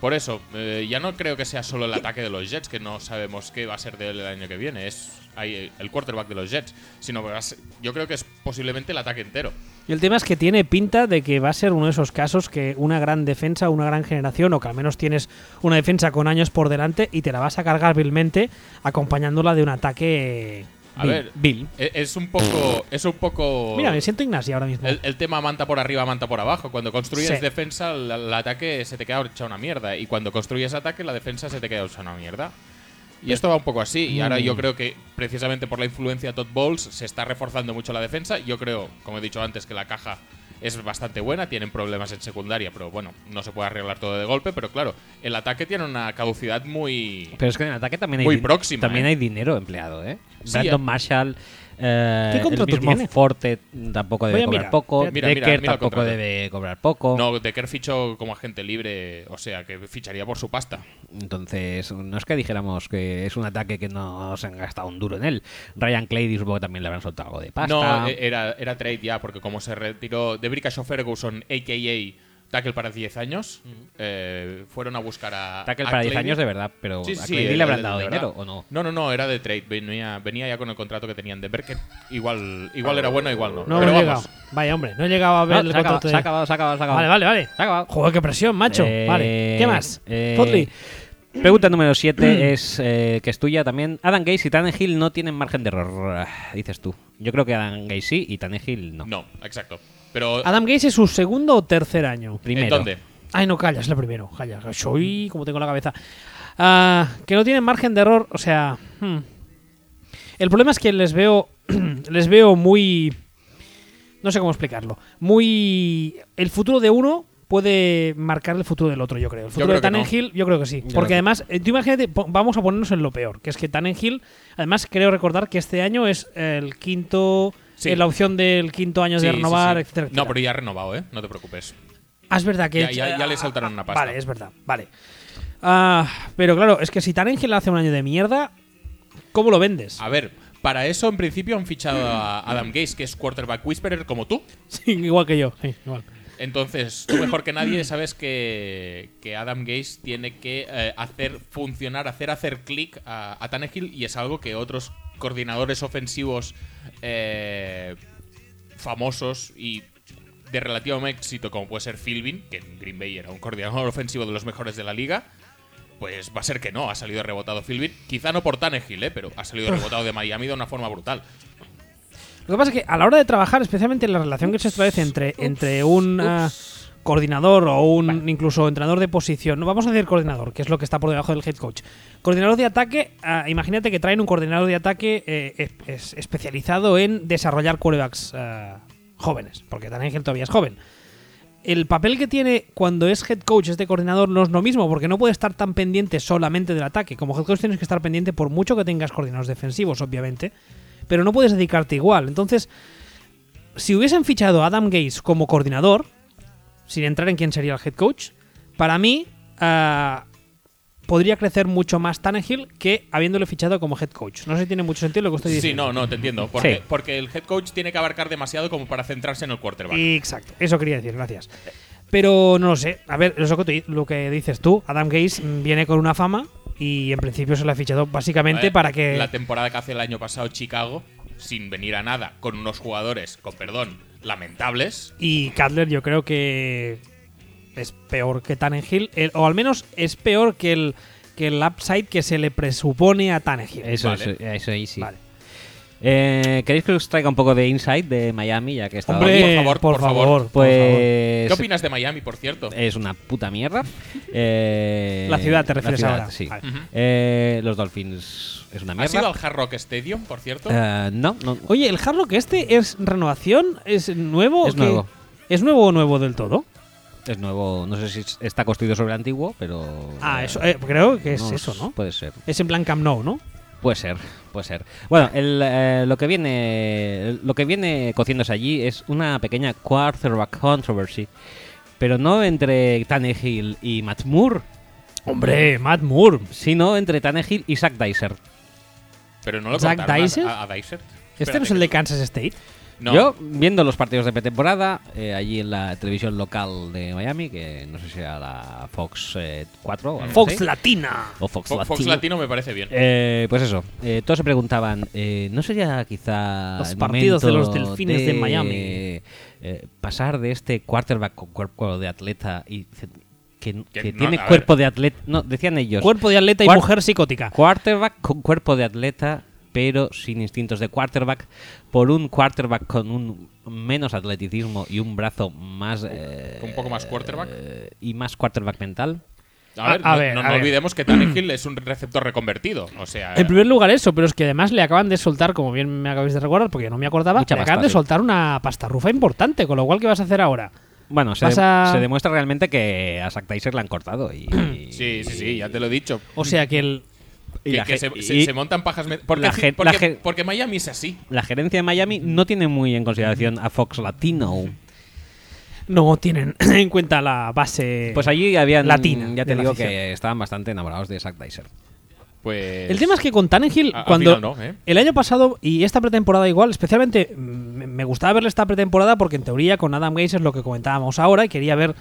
Speaker 3: Por eso, eh, ya no creo que sea solo el ataque de los Jets, que no sabemos qué va a ser del año que viene. Es ahí, eh, el quarterback de los Jets. Sino que va a ser- yo creo que es posiblemente el ataque entero.
Speaker 1: Y el tema es que tiene pinta de que va a ser uno de esos casos que una gran defensa, una gran generación, o que al menos tienes una defensa con años por delante y te la vas a cargar vilmente acompañándola de un ataque.
Speaker 3: A
Speaker 1: vil.
Speaker 3: ver,
Speaker 2: Bill.
Speaker 3: e- es un poco. Es un poco.
Speaker 1: Mira, me siento Ignacio ahora mismo.
Speaker 3: El, el tema manta por arriba, manta por abajo. Cuando construyes
Speaker 1: Sí.
Speaker 3: defensa, la- el ataque se te queda hecha una mierda. Y cuando construyes ataque, la defensa se te queda hecha una mierda. Y esto va un poco así. Y ahora yo creo que, precisamente por la influencia de Todd Bowles, se está reforzando mucho la defensa. Yo creo, como he dicho antes, que la caja es bastante buena. Tienen problemas en secundaria, pero bueno, no se puede arreglar todo de golpe. Pero claro, el ataque tiene una caducidad muy.
Speaker 2: Pero es que en el ataque también hay,
Speaker 3: Muy
Speaker 2: din-
Speaker 3: próxima,
Speaker 2: también
Speaker 3: ¿eh?
Speaker 2: hay dinero empleado, ¿eh?
Speaker 3: Sí,
Speaker 2: Brandon
Speaker 3: eh.
Speaker 2: Marshall, eh,
Speaker 1: ¿Qué
Speaker 2: el
Speaker 1: contrato
Speaker 2: mismo
Speaker 1: tiene?
Speaker 2: Forte tampoco debe
Speaker 1: Voy a
Speaker 2: cobrar
Speaker 1: mirar.
Speaker 2: poco,
Speaker 3: Mira, mira,
Speaker 2: Decker
Speaker 3: mira el
Speaker 2: tampoco
Speaker 3: contrato.
Speaker 2: debe cobrar poco,
Speaker 3: No, Decker fichó como agente libre, o sea, que ficharía por su pasta.
Speaker 2: entonces no es que dijéramos que es un ataque que no se han gastado un duro en él. Ryan Clay supongo que también le habrán soltado algo de pasta.
Speaker 3: No, e- era, era trade ya, porque como se retiró de Brickashaw Ferguson, a.k.a. Tackle para 10 años, eh, fueron a buscar a.
Speaker 2: Tackle
Speaker 3: a
Speaker 2: para 10
Speaker 3: Clay
Speaker 2: años
Speaker 3: Lee.
Speaker 2: de verdad, pero
Speaker 3: Sí, sí,
Speaker 2: a
Speaker 3: sí,
Speaker 2: Clay Lee
Speaker 3: de-
Speaker 2: le habrán
Speaker 3: de-
Speaker 2: dado
Speaker 3: de
Speaker 2: dinero
Speaker 3: verdad.
Speaker 2: o no.
Speaker 3: No, no, no, era de trade. Venía, venía ya con el contrato que tenían de Berker. Igual, igual era bueno, igual no.
Speaker 1: No,
Speaker 3: Pero
Speaker 1: no he
Speaker 3: vamos.
Speaker 1: llegado. Vaya, hombre, no he llegado a ver
Speaker 2: No,
Speaker 1: el
Speaker 2: se, ha acabado,
Speaker 1: contrato
Speaker 2: se
Speaker 1: de-
Speaker 2: ha acabado, se ha acabado, se ha acabado.
Speaker 1: Vale, vale, vale.
Speaker 2: Se ha acabado.
Speaker 1: Joder, qué presión, macho.
Speaker 2: Eh,
Speaker 1: vale. ¿Qué más?
Speaker 2: eh,
Speaker 1: Fotli. Mm.
Speaker 2: Pregunta número 7 es eh, que es tuya también. Adam Gaze y Tannehill no tienen margen de error, ah, dices tú. Yo creo que Adam Gaze sí y Tannehill no. Ah,
Speaker 3: No, exacto. Pero.
Speaker 1: Adam Gaze es su segundo o tercer año.
Speaker 3: ¿en
Speaker 2: Primero.
Speaker 3: dónde?
Speaker 1: Ay, no, calla, es lo primero. Calla, soy como tengo la cabeza. Ah, que no tienen margen de error, o sea. hmm. El problema es que les veo. les veo muy. No sé cómo explicarlo. Muy. El futuro de uno puede marcar el futuro del otro, yo creo. El futuro
Speaker 3: creo
Speaker 1: de
Speaker 3: que no.
Speaker 1: Tannenhill, yo creo que sí. Porque además, eh, tú imagínate, po- vamos a ponernos en lo peor, que es que Tannenhill, además creo recordar que este año es el quinto.
Speaker 3: Sí.
Speaker 1: eh, la opción del quinto año
Speaker 3: Sí,
Speaker 1: de
Speaker 3: sí,
Speaker 1: renovar,
Speaker 3: sí.
Speaker 1: etcétera,
Speaker 3: No,
Speaker 1: etcétera.
Speaker 3: pero ya ha renovado, ¿eh? No te preocupes.
Speaker 1: Ah, es verdad que.
Speaker 3: Ya- ya- ya le saltaron una pasta.
Speaker 1: Vale, es verdad, vale. Ah, pero claro, es que si Tarengel hace un año de mierda, ¿cómo lo vendes?
Speaker 3: A ver, para eso en principio han fichado a Adam Gaze, que es quarterback whisperer como tú.
Speaker 1: Sí, igual que yo. sí, igual.
Speaker 3: Entonces, tú mejor que nadie sabes que, que Adam Gaze tiene que eh, hacer funcionar, hacer hacer clic a, a Tannehill y es algo que otros coordinadores ofensivos eh, famosos y de relativo éxito, como puede ser Philbin, que en Green Bay era un coordinador ofensivo de los mejores de la liga, pues va a ser que no, ha salido rebotado Philbin, quizá no por Tannehill, eh, pero ha salido rebotado de Miami de una forma brutal.
Speaker 1: Lo que pasa es que a la hora de trabajar, especialmente en la relación que se establece entre, entre un ah, coordinador o un incluso entrenador de posición, no vamos a decir coordinador, que es lo que está por debajo del head coach. Coordinador de ataque, ah, imagínate que traen un coordinador de ataque eh, es- es- especializado en desarrollar quarterbacks ah, jóvenes, porque Tannehill todavía es joven. el papel que tiene cuando es head coach, este coordinador, no es lo mismo, porque no puede estar tan pendiente solamente del ataque. Como head coach tienes que estar pendiente por mucho que tengas coordinadores defensivos, obviamente, pero no puedes dedicarte igual. Entonces, si hubiesen fichado a Adam Gates como coordinador, sin entrar en quién sería el head coach, para mí ah, podría crecer mucho más Tannehill que habiéndole fichado como head coach. No sé si tiene mucho sentido lo que estoy
Speaker 3: Sí,
Speaker 1: diciendo.
Speaker 3: no, no, te entiendo. Porque,
Speaker 2: Sí.
Speaker 3: porque el head coach tiene que abarcar demasiado como para centrarse en el quarterback.
Speaker 1: Exacto, eso quería decir, gracias. Pero no lo sé, a ver, eso que te- lo que dices tú, Adam Gaze mm, viene con una fama y en principio se la ha fichado básicamente
Speaker 3: Eh,
Speaker 1: para que...
Speaker 3: La temporada que hace el año pasado Chicago, sin venir a nada, con unos jugadores, con perdón, lamentables.
Speaker 1: Y Cutler yo creo que es peor que Tannehill, el- o al menos es peor que el, que el upside que se le presupone a Tannehill.
Speaker 2: Eso,
Speaker 3: Vale.
Speaker 2: eso, eso ahí Eh, sí.
Speaker 1: Vale.
Speaker 2: Eh, ¿Queréis que os traiga un poco de insight de Miami, ya que está
Speaker 1: Hombre,
Speaker 3: por favor, por favor.
Speaker 1: favor, por favor.
Speaker 2: Pues
Speaker 3: ¿Qué opinas de Miami, por cierto?
Speaker 1: Eh,
Speaker 2: es una puta mierda. Eh,
Speaker 1: La ciudad, te
Speaker 2: la
Speaker 1: refieres
Speaker 2: ciudad,
Speaker 1: ahora.
Speaker 2: sí.
Speaker 1: Vale.
Speaker 3: Ujú.
Speaker 2: Eh, los Dolphins es una
Speaker 3: ¿Has ido
Speaker 2: mierda.
Speaker 3: al Hard Rock Stadium, por cierto?
Speaker 2: Eh, no, no.
Speaker 1: Oye, ¿el Hard Rock este es renovación? ¿Es nuevo? o
Speaker 2: Es
Speaker 1: qué?
Speaker 2: nuevo.
Speaker 1: ¿Es nuevo o nuevo del todo?
Speaker 2: Es nuevo. No sé si es- está construido sobre el antiguo, pero.
Speaker 1: Ah, eso, eh, creo que es
Speaker 2: no,
Speaker 1: eso, ¿no?
Speaker 2: Puede ser.
Speaker 1: Es en plan Camp Nou, ¿no?
Speaker 2: Puede ser, puede ser. Bueno, el, eh, lo que viene lo que viene cociéndose allí es una pequeña quarterback controversy, pero no entre Tannehill y Matt Moore,
Speaker 1: Hombre, Matt Moore.
Speaker 2: sino entre Tannehill y Zach Dyser.
Speaker 3: Pero no lo
Speaker 1: ¿Zack
Speaker 3: contaron a-
Speaker 1: Dyser?
Speaker 3: A, a Dyser.
Speaker 1: ¿Este
Speaker 3: Espérate
Speaker 1: no es el
Speaker 3: que-
Speaker 1: de Kansas State?
Speaker 3: No.
Speaker 2: Yo, viendo los partidos de pretemporada, eh, allí en la televisión local de Miami, que no sé si era la Fox eh, 4 o algo
Speaker 1: Fox
Speaker 2: así,
Speaker 1: Latina.
Speaker 2: o Fox,
Speaker 3: Fo- Fox
Speaker 2: Latino.
Speaker 3: Latino me parece bien.
Speaker 2: Eh, pues eso, eh, todos se preguntaban, eh, ¿no sería quizá
Speaker 1: Los
Speaker 2: el
Speaker 1: partidos de los
Speaker 2: momento
Speaker 1: delfines de Miami?
Speaker 2: eh, pasar de este quarterback con cuerpo de atleta y ce- que,
Speaker 3: Que
Speaker 2: que
Speaker 3: no,
Speaker 2: tiene
Speaker 3: a ver.
Speaker 2: cuerpo de atleta, no, decían ellos,
Speaker 1: Cuerpo de atleta y
Speaker 2: Cuar-
Speaker 1: mujer psicótica.
Speaker 2: quarterback con cuerpo de atleta pero sin instintos de quarterback por un quarterback con un menos atleticismo y un brazo más eh,
Speaker 3: un poco más quarterback.
Speaker 2: eh, y más quarterback mental
Speaker 3: A ver,
Speaker 1: a- a
Speaker 3: no-
Speaker 1: ver,
Speaker 3: no,
Speaker 1: a
Speaker 3: no
Speaker 1: ver.
Speaker 3: olvidemos que Tannehill es un receptor reconvertido. O sea,
Speaker 1: En primer lugar eso, pero es que además le acaban de soltar, como bien me acabáis de recordar, porque no me acordaba,
Speaker 2: Mucha
Speaker 1: le
Speaker 2: pasta,
Speaker 1: acaban de
Speaker 2: sí.
Speaker 1: soltar una pastarrufa importante, con lo cual, ¿qué vas a hacer ahora?
Speaker 2: Bueno, se,
Speaker 1: Vas
Speaker 2: de-
Speaker 1: a-
Speaker 2: se demuestra realmente que a Zack Tyser le han cortado. Y,
Speaker 3: sí, sí, sí, ya te lo he dicho.
Speaker 1: O sea que el...
Speaker 2: y
Speaker 3: que,
Speaker 2: la
Speaker 3: que
Speaker 2: ge-
Speaker 3: se,
Speaker 2: y-
Speaker 3: se- se montan pajas. me- Porque,
Speaker 2: la
Speaker 3: ci-
Speaker 2: gen-
Speaker 3: porque-
Speaker 2: la gen-
Speaker 3: porque Miami es así.
Speaker 2: La gerencia de Miami no tiene muy en consideración a Fox Latino.
Speaker 1: No tienen en cuenta la base...
Speaker 2: Pues allí habían.
Speaker 1: Latina,
Speaker 2: Ya
Speaker 1: de
Speaker 2: te
Speaker 1: la
Speaker 2: digo
Speaker 1: afición.
Speaker 2: que estaban bastante enamorados de Zack Dyser.
Speaker 3: Pues.
Speaker 1: El tema es que con Tannehill,
Speaker 3: a- al
Speaker 1: cuando
Speaker 3: final no, ¿eh?
Speaker 1: el año pasado y esta pretemporada igual, especialmente mm, me, me gustaba verle esta pretemporada porque en teoría con Adam Gaze es lo que comentábamos ahora y quería ver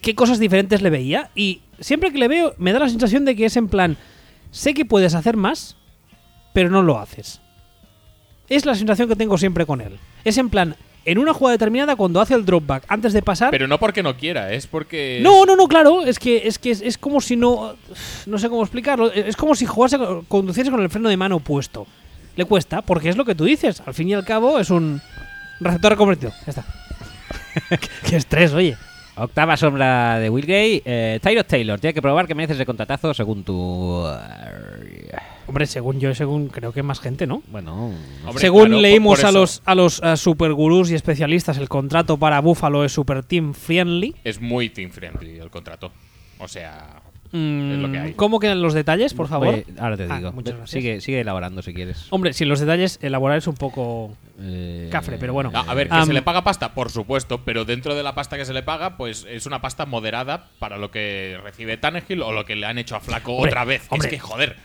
Speaker 1: qué cosas diferentes le veía y siempre que le veo me da la sensación de que es en plan, sé que puedes hacer más, pero no lo haces. Es la sensación que tengo siempre con él. Es en plan, en una jugada determinada cuando hace el dropback antes de pasar,
Speaker 3: Pero no porque no quiera, es porque.
Speaker 1: no, no, no, claro, es que es que es, es como si no no sé cómo explicarlo, e, es es como si jugase conduciese con el freno de mano puesto. Le cuesta, porque es lo que tú dices, al fin y al cabo es un receptor reconvertido. Ya está. Qué- Qué estrés, oye.
Speaker 2: Octava sombra de Will Gay. Eh, Tyrod Taylor tiene que probar que mereces el contratazo según tu. eh,
Speaker 1: Hombre, según yo, según creo que más gente, ¿no?
Speaker 2: Bueno. no
Speaker 3: Hombre,
Speaker 1: según
Speaker 3: claro, por-
Speaker 1: leímos
Speaker 3: por
Speaker 1: a
Speaker 3: eso
Speaker 1: los a los eh, supergurús y especialistas, el contrato para Buffalo es super team friendly.
Speaker 3: Es muy team friendly el contrato. O sea.
Speaker 1: Mm,
Speaker 3: lo que hay.
Speaker 1: ¿Cómo quedan los detalles,
Speaker 2: sé.
Speaker 1: por favor?
Speaker 2: Eh, ahora te
Speaker 1: Ah,
Speaker 2: digo.
Speaker 1: muchas gracias.
Speaker 2: Sigue, sigue elaborando si quieres.
Speaker 1: Hombre, si los detalles elaborar es un poco
Speaker 2: Eh,
Speaker 1: Cafre, pero bueno.
Speaker 3: A, a ver, que
Speaker 1: Am-
Speaker 3: se le paga pasta, por supuesto, pero dentro de la pasta que se le paga, pues es una pasta moderada para lo que recibe Tannehill o lo que le han hecho a Flaco
Speaker 1: Hombre,
Speaker 3: otra vez.
Speaker 1: hombre.
Speaker 3: Es que joder.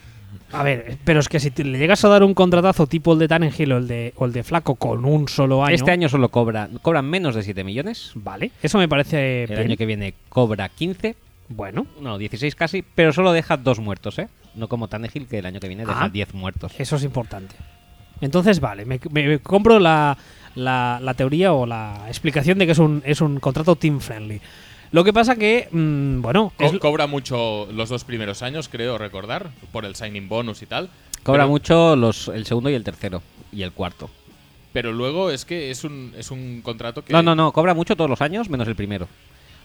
Speaker 1: A ver, pero es que si te- le llegas a dar un contratazo tipo el de Tannehill o el de, o el de Flaco con un solo año.
Speaker 2: Este año solo cobra, cobran menos de 7 millones.
Speaker 1: Vale, eso me parece.
Speaker 2: El
Speaker 1: bien.
Speaker 2: año que viene cobra 15.
Speaker 1: Bueno,
Speaker 2: No, 16 casi, pero solo deja dos muertos, ¿eh? No como Tannehill, que el año que viene deja
Speaker 1: Ah.
Speaker 2: 10 muertos.
Speaker 1: eso es importante. Entonces, vale, me, me- me compro la, la- la teoría o la explicación de que es un, es un contrato team friendly. Lo que pasa que, mm, bueno,
Speaker 3: Co-
Speaker 1: es-
Speaker 3: cobra mucho los dos primeros años, creo recordar, por el signing bonus y tal.
Speaker 2: Cobra
Speaker 3: pero,
Speaker 2: mucho los, el segundo y el tercero. Y el cuarto.
Speaker 3: Pero luego es que es un, es un contrato que.
Speaker 2: No, no, no. Cobra mucho todos los años, menos el primero.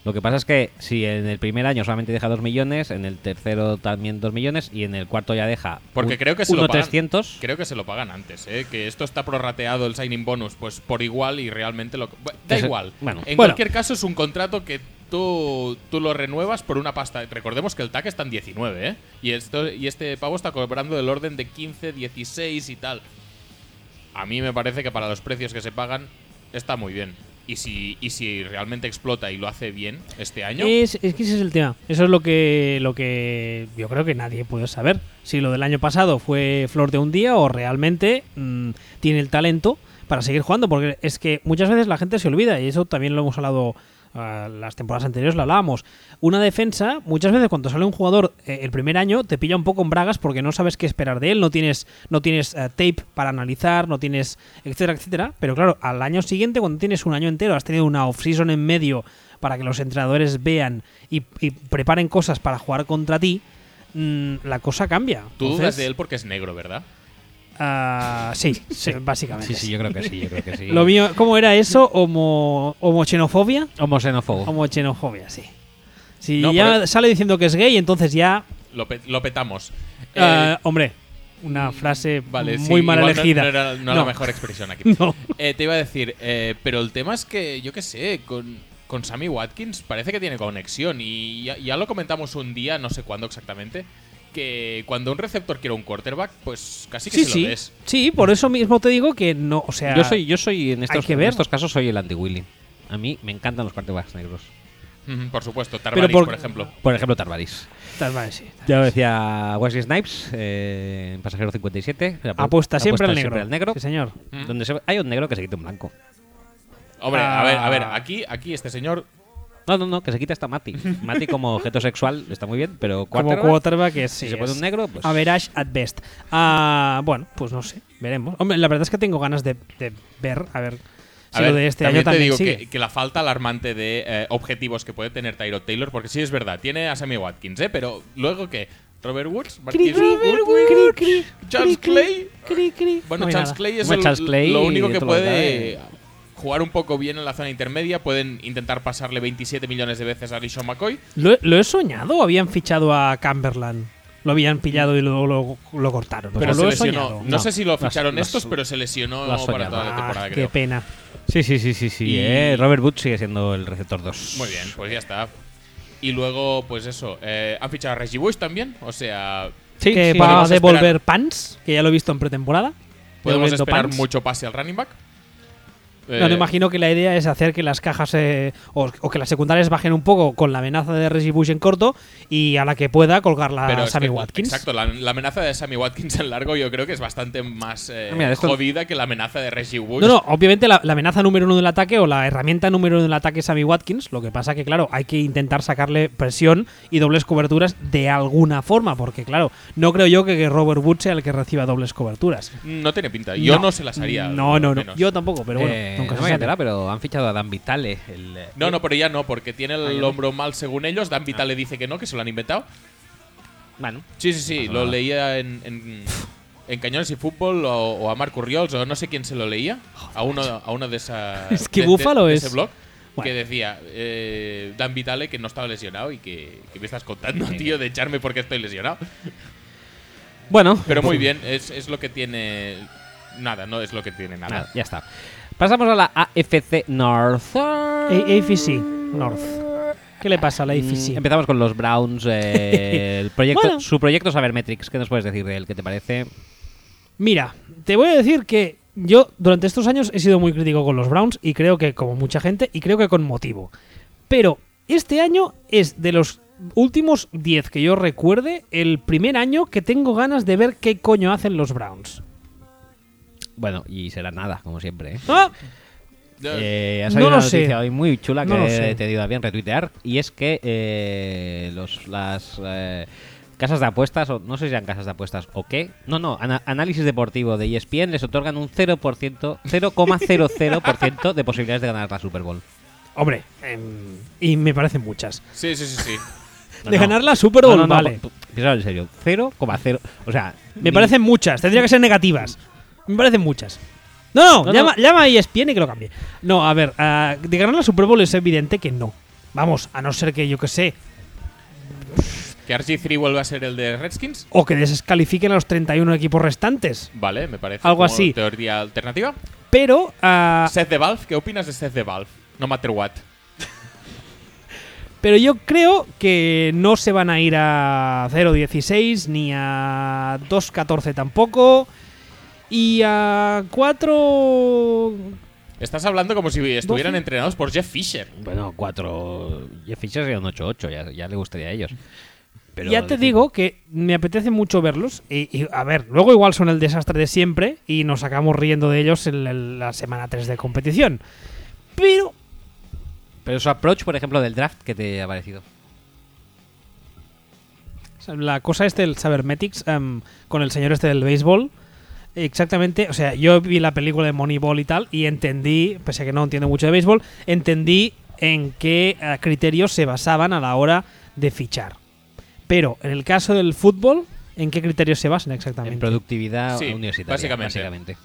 Speaker 2: Lo que pasa es que si en el primer año solamente deja 2 millones, en el tercero también 2 millones y en el cuarto ya deja.
Speaker 3: Porque
Speaker 2: un-
Speaker 3: creo que se
Speaker 2: uno
Speaker 3: lo pagan.
Speaker 2: 300.
Speaker 3: Creo que se lo pagan antes, ¿eh? que esto está prorrateado el signing bonus, pues por igual y realmente lo. Bueno, Da
Speaker 2: Eso-
Speaker 3: igual.
Speaker 2: bueno.
Speaker 1: Bueno.
Speaker 3: en cualquier caso, es un contrato que tú, tú lo renuevas por una pasta. Recordemos que el TAC está en 19, ¿eh? Y, esto, y este pavo está cobrando del orden de 15, 16 y tal. A mí me parece que para los precios que se pagan está muy bien. Y si, y si realmente explota y lo hace bien este año,
Speaker 1: Es, es que ese es el tema. Eso es lo que, lo que yo creo que nadie puede saber. Si lo del año pasado fue flor de un día o realmente mm, tiene el talento para seguir jugando. Porque es que muchas veces la gente se olvida y eso también lo hemos hablado ah, las temporadas anteriores, lo hablábamos. Una defensa, muchas veces cuando sale un jugador eh, el primer año, te pilla un poco en bragas porque no sabes qué esperar de él, no tienes, no tienes eh, tape para analizar, no tienes, etcétera, etcétera. Pero claro, al año siguiente, cuando tienes un año entero, has tenido una off-season en medio para que los entrenadores vean y, y preparen cosas para jugar contra ti, mm, la cosa cambia.
Speaker 3: tú dudas
Speaker 1: Entonces,
Speaker 3: de él porque es negro, ¿verdad?
Speaker 1: ah, sí, sí, básicamente.
Speaker 2: Sí, sí, yo creo que sí, yo creo que sí.
Speaker 1: Lo mío, ¿cómo era eso? Homo, homoxenofobia.
Speaker 2: Homoxenófobo.
Speaker 1: Homoxenofobia, sí. Si
Speaker 3: Oh. No,
Speaker 1: ya
Speaker 3: pero-
Speaker 1: sale diciendo que es gay, entonces ya,
Speaker 3: Lo, pe- lo petamos.
Speaker 1: ah,
Speaker 3: Eh,
Speaker 1: hombre, una frase
Speaker 3: vale, sí,
Speaker 1: muy mal
Speaker 3: igual no-
Speaker 1: elegida.
Speaker 3: No, era no era
Speaker 1: No.
Speaker 3: la mejor expresión aquí.
Speaker 1: No.
Speaker 3: Eh, te iba a decir, eh, pero el tema es que, yo qué sé, con, con Sammy Watkins parece que tiene conexión. Y ya, ya lo comentamos un día, no sé cuándo exactamente, que cuando un receptor quiere un quarterback, pues casi que
Speaker 1: Sí,
Speaker 3: se
Speaker 1: sí,
Speaker 3: lo des.
Speaker 1: sí, por eso mismo te digo que no, o sea,
Speaker 2: Yo soy, yo soy en, estos,
Speaker 1: que
Speaker 2: en
Speaker 1: ver.
Speaker 2: estos casos soy el anti-Willy. A mí me encantan los quarterbacks negros.
Speaker 3: Ujú, Por supuesto, Tarvaris,
Speaker 1: por-
Speaker 3: por... ejemplo.
Speaker 2: Por ejemplo, Tarvaris.
Speaker 1: Tal, vale, sí.
Speaker 2: Ya lo decía Wesley Snipes, eh, en Pasajero 57. apu-
Speaker 1: apuesta siempre al negro.
Speaker 2: siempre ¿Mm?
Speaker 1: Sí, señor.
Speaker 2: donde se- hay un negro que se quita un blanco.
Speaker 3: Hombre, a ver, a ver,
Speaker 1: Ah.
Speaker 3: aquí, aquí este señor
Speaker 2: No, no, no, que se quita hasta Mati. Mati como objeto sexual está muy bien, pero
Speaker 1: Como
Speaker 2: quarterback,
Speaker 1: quarterback es, sí,
Speaker 2: si se pone
Speaker 1: es
Speaker 2: un negro, pues...
Speaker 1: average at best. Ah, bueno, pues no sé, veremos. Hombre, la verdad es que tengo ganas de, de ver, a ver
Speaker 3: A
Speaker 1: si
Speaker 3: ver,
Speaker 1: lo de este año
Speaker 3: te
Speaker 1: también
Speaker 3: digo
Speaker 1: sigue.
Speaker 3: que, que la falta alarmante de eh, objetivos que puede tener Tyrod Taylor, porque sí es verdad, tiene a Sammy Watkins, ¿eh? pero luego que Robert Woods, Marquis
Speaker 1: cri,
Speaker 3: Robert
Speaker 1: cri,
Speaker 3: Woods,
Speaker 1: cri,
Speaker 3: Charles
Speaker 1: cri,
Speaker 3: Clay.
Speaker 1: Cri, cri.
Speaker 3: Bueno,
Speaker 1: No hay
Speaker 3: Charles
Speaker 1: nada.
Speaker 3: Clay es
Speaker 2: Bueno,
Speaker 3: el-
Speaker 2: Charles Clay
Speaker 3: lo único
Speaker 2: y
Speaker 3: que
Speaker 2: todo lo
Speaker 3: puede
Speaker 2: que da,
Speaker 3: jugar un poco bien en la zona intermedia, pueden intentar pasarle 27 millones de veces a Alishon McCoy.
Speaker 1: ¿Lo, lo he soñado o habían fichado a Cumberland? Lo habían pillado y luego lo, lo cortaron.
Speaker 3: Pero
Speaker 1: ¿O
Speaker 3: se
Speaker 1: lo he
Speaker 3: lesionó.
Speaker 1: soñado?
Speaker 3: No, sé si lo
Speaker 2: Lo has-
Speaker 3: ficharon
Speaker 2: lo has-
Speaker 3: estos, pero se lesionó
Speaker 2: lo has
Speaker 3: para toda la
Speaker 2: soñado.
Speaker 1: Ah,
Speaker 3: temporada,
Speaker 1: qué
Speaker 3: creo.
Speaker 1: pena.
Speaker 2: Sí, sí, sí, sí, sí.
Speaker 3: Y-
Speaker 2: eh, Robert Woods sigue siendo el receptor 2.
Speaker 3: Muy bien, pues ya está. Y luego, pues eso, eh, han fichado a Reggie Bush también, o sea,
Speaker 2: Sí,
Speaker 1: que
Speaker 2: sí,
Speaker 1: va a
Speaker 3: podemos esperar.
Speaker 1: devolver Pants, que ya lo he visto en pretemporada.
Speaker 3: podemos
Speaker 1: Devolviendo
Speaker 3: esperar
Speaker 1: Pants.
Speaker 3: mucho pase al running back.
Speaker 1: No, me
Speaker 3: Eh,
Speaker 1: imagino que la idea es hacer que las cajas eh, o, o que las secundarias bajen un poco con la amenaza de Reggie Bush en corto y a la que pueda colgarla
Speaker 3: Pero
Speaker 1: a
Speaker 3: es
Speaker 1: Sammy
Speaker 3: que,
Speaker 1: Watkins.
Speaker 3: Exacto, la, la amenaza de Sammy Watkins en largo yo creo que es bastante más eh,
Speaker 2: Ah, mira, esto-
Speaker 3: jodida que la amenaza de Reggie Bush.
Speaker 1: No, no, obviamente la, la amenaza número uno del ataque o la herramienta número uno del ataque es Sammy Watkins. Lo que pasa que, claro, hay que intentar sacarle presión y dobles coberturas de alguna forma, porque, claro, no creo yo que, que Robert Wood sea el que reciba dobles coberturas.
Speaker 3: No tiene pinta. Yo no, se las haría.
Speaker 1: No,
Speaker 3: al
Speaker 1: no, no.
Speaker 3: menos.
Speaker 1: Yo tampoco, pero bueno,
Speaker 2: Eh,
Speaker 1: nunca
Speaker 2: no
Speaker 1: se
Speaker 2: me
Speaker 1: sabe.
Speaker 2: enterado, pero han fichado a Dan Vitale. El, eh,
Speaker 3: No, no, pero ya no, porque tiene el
Speaker 2: Ah, ya no. Ah.
Speaker 3: hombro mal según ellos. Dan Vita le dice que no, que se lo han inventado.
Speaker 2: Bueno,
Speaker 3: Sí, sí, sí.
Speaker 2: Pasa
Speaker 3: Lo
Speaker 2: nada.
Speaker 3: leía en, en, en Cañones y Fútbol o, o a Marco Riols o no sé quién se lo leía. A uno, a uno de esa.
Speaker 1: Es que
Speaker 3: de- de-
Speaker 1: Búfalo
Speaker 3: de
Speaker 1: es-
Speaker 3: ese blog.
Speaker 1: Bueno.
Speaker 3: Que decía eh, Dan Vitale que no estaba lesionado y que, que me estás contando, tío, de echarme porque estoy lesionado.
Speaker 2: Pues bueno.
Speaker 3: Pero muy bien, es, es lo que tiene. Nada, no es lo que tiene nada.
Speaker 2: Nada, ya está. Pasamos a la AFC North.
Speaker 1: A- AFC North. ¿Qué le pasa a la AFC?
Speaker 2: Mm, Empezamos con los Browns. eh, el proyecto,
Speaker 1: Bueno.
Speaker 2: Su proyecto Sabermetrics. ¿Qué nos puedes decir de él? ¿Qué te parece?
Speaker 1: Mira, te voy a decir que yo durante estos años he sido muy crítico con los Browns y creo que como mucha gente y creo que con motivo. Pero este año es de los últimos 10 que yo recuerde el primer año que tengo ganas de ver qué coño hacen los Browns.
Speaker 2: Bueno, y será nada, como siempre. ¿eh?
Speaker 1: Ah,
Speaker 3: Eh,
Speaker 2: Eh, ha
Speaker 1: No
Speaker 2: salido
Speaker 1: lo
Speaker 2: una noticia
Speaker 1: sé.
Speaker 2: hoy muy chula
Speaker 1: No lo
Speaker 2: que
Speaker 1: sé.
Speaker 2: he tenido a bien retuitear y es que eh, los, las eh, casas de apuestas, o no sé si sean casas de apuestas o qué, no, no, ana- análisis deportivo de E ESPN les otorgan un 0%, 0,00% de posibilidades de ganar la Super Bowl.
Speaker 1: hombre, em, y me parecen muchas.
Speaker 3: sí, sí, sí, sí.
Speaker 2: No,
Speaker 1: de
Speaker 2: no.
Speaker 1: ganar la Super Bowl, vale.
Speaker 2: pu- piénsalo en serio, 0,0, o sea...
Speaker 1: Me
Speaker 2: ni-
Speaker 1: parecen muchas, tendría que ser negativas. Me parecen muchas. No, no,
Speaker 2: No,
Speaker 1: llama,
Speaker 2: no.
Speaker 1: llama a E ESPN y que lo cambie. No, a ver, ah, de ganar la Super Bowl es evidente que no. Vamos, a no ser que yo que sé,
Speaker 3: ¿Que RG3 vuelva a ser el de Redskins?
Speaker 1: o que descalifiquen a los 31 equipos restantes.
Speaker 3: Vale, me parece.
Speaker 1: Algo
Speaker 3: como
Speaker 1: así.
Speaker 3: Teoría alternativa.
Speaker 1: Pero, ah,
Speaker 3: Seth de Valve, ¿qué opinas de Seth de Valve? No matter what.
Speaker 1: pero yo creo que no se van a ir a 0.16 ni a 2.14 tampoco. Y a 4...
Speaker 3: Estás hablando como si estuvieran
Speaker 1: Doce.
Speaker 3: entrenados por Jeff Fisher.
Speaker 2: Bueno, cuatro. Jeff Fisher sería un 8-8, ya, ya le gustaría a ellos. Pero
Speaker 1: ya te
Speaker 2: decir-
Speaker 1: digo que me apetece mucho verlos. Y, y, a ver, luego igual son el desastre de siempre y nos acabamos riendo de ellos en el- la semana 3 de competición. Pero
Speaker 2: Pero su approach, por ejemplo, del draft, ¿qué te ha parecido?
Speaker 1: la cosa es del Sabermetics em, con el señor este del béisbol. Exactamente, o sea, yo vi la película de Moneyball y tal y entendí, pese a que no entiendo mucho de béisbol, entendí en qué eh, criterios se basaban a la hora de fichar. Pero en el caso del fútbol, ¿en qué criterios se basan
Speaker 2: En
Speaker 1: exactamente?
Speaker 2: productividad
Speaker 3: Sí,
Speaker 2: universitaria. Básicamente.
Speaker 3: básicamente.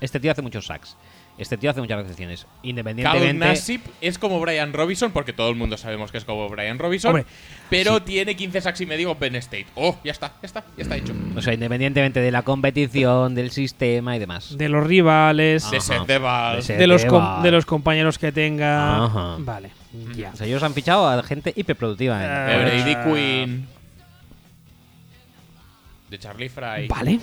Speaker 2: Este tío hace muchos sacks. Este tío hace muchas recepciones.
Speaker 3: Carl
Speaker 2: Independientemente.
Speaker 3: Nassib es como Brian Robinson, porque todo el mundo sabemos que es como Brian Robinson.
Speaker 1: Hombre,
Speaker 3: pero tiene 15 sacks y medio con Penn State. Oh, ya está, ya está, ya está hecho.
Speaker 2: O sea, independientemente de la competición, del sistema y demás.
Speaker 1: De los
Speaker 2: Ah.
Speaker 1: rivales,
Speaker 3: De Seth Deval.
Speaker 2: De Seth
Speaker 1: de los, com-
Speaker 2: Deval.
Speaker 1: de los compañeros que tenga.
Speaker 2: Ajá.
Speaker 1: Vale, ya.
Speaker 2: O sea, ellos han fichado a gente hiperproductiva. en
Speaker 1: Eh,
Speaker 3: De
Speaker 2: college.
Speaker 3: Brady Quinn. De Charlie Fry.
Speaker 1: Vale.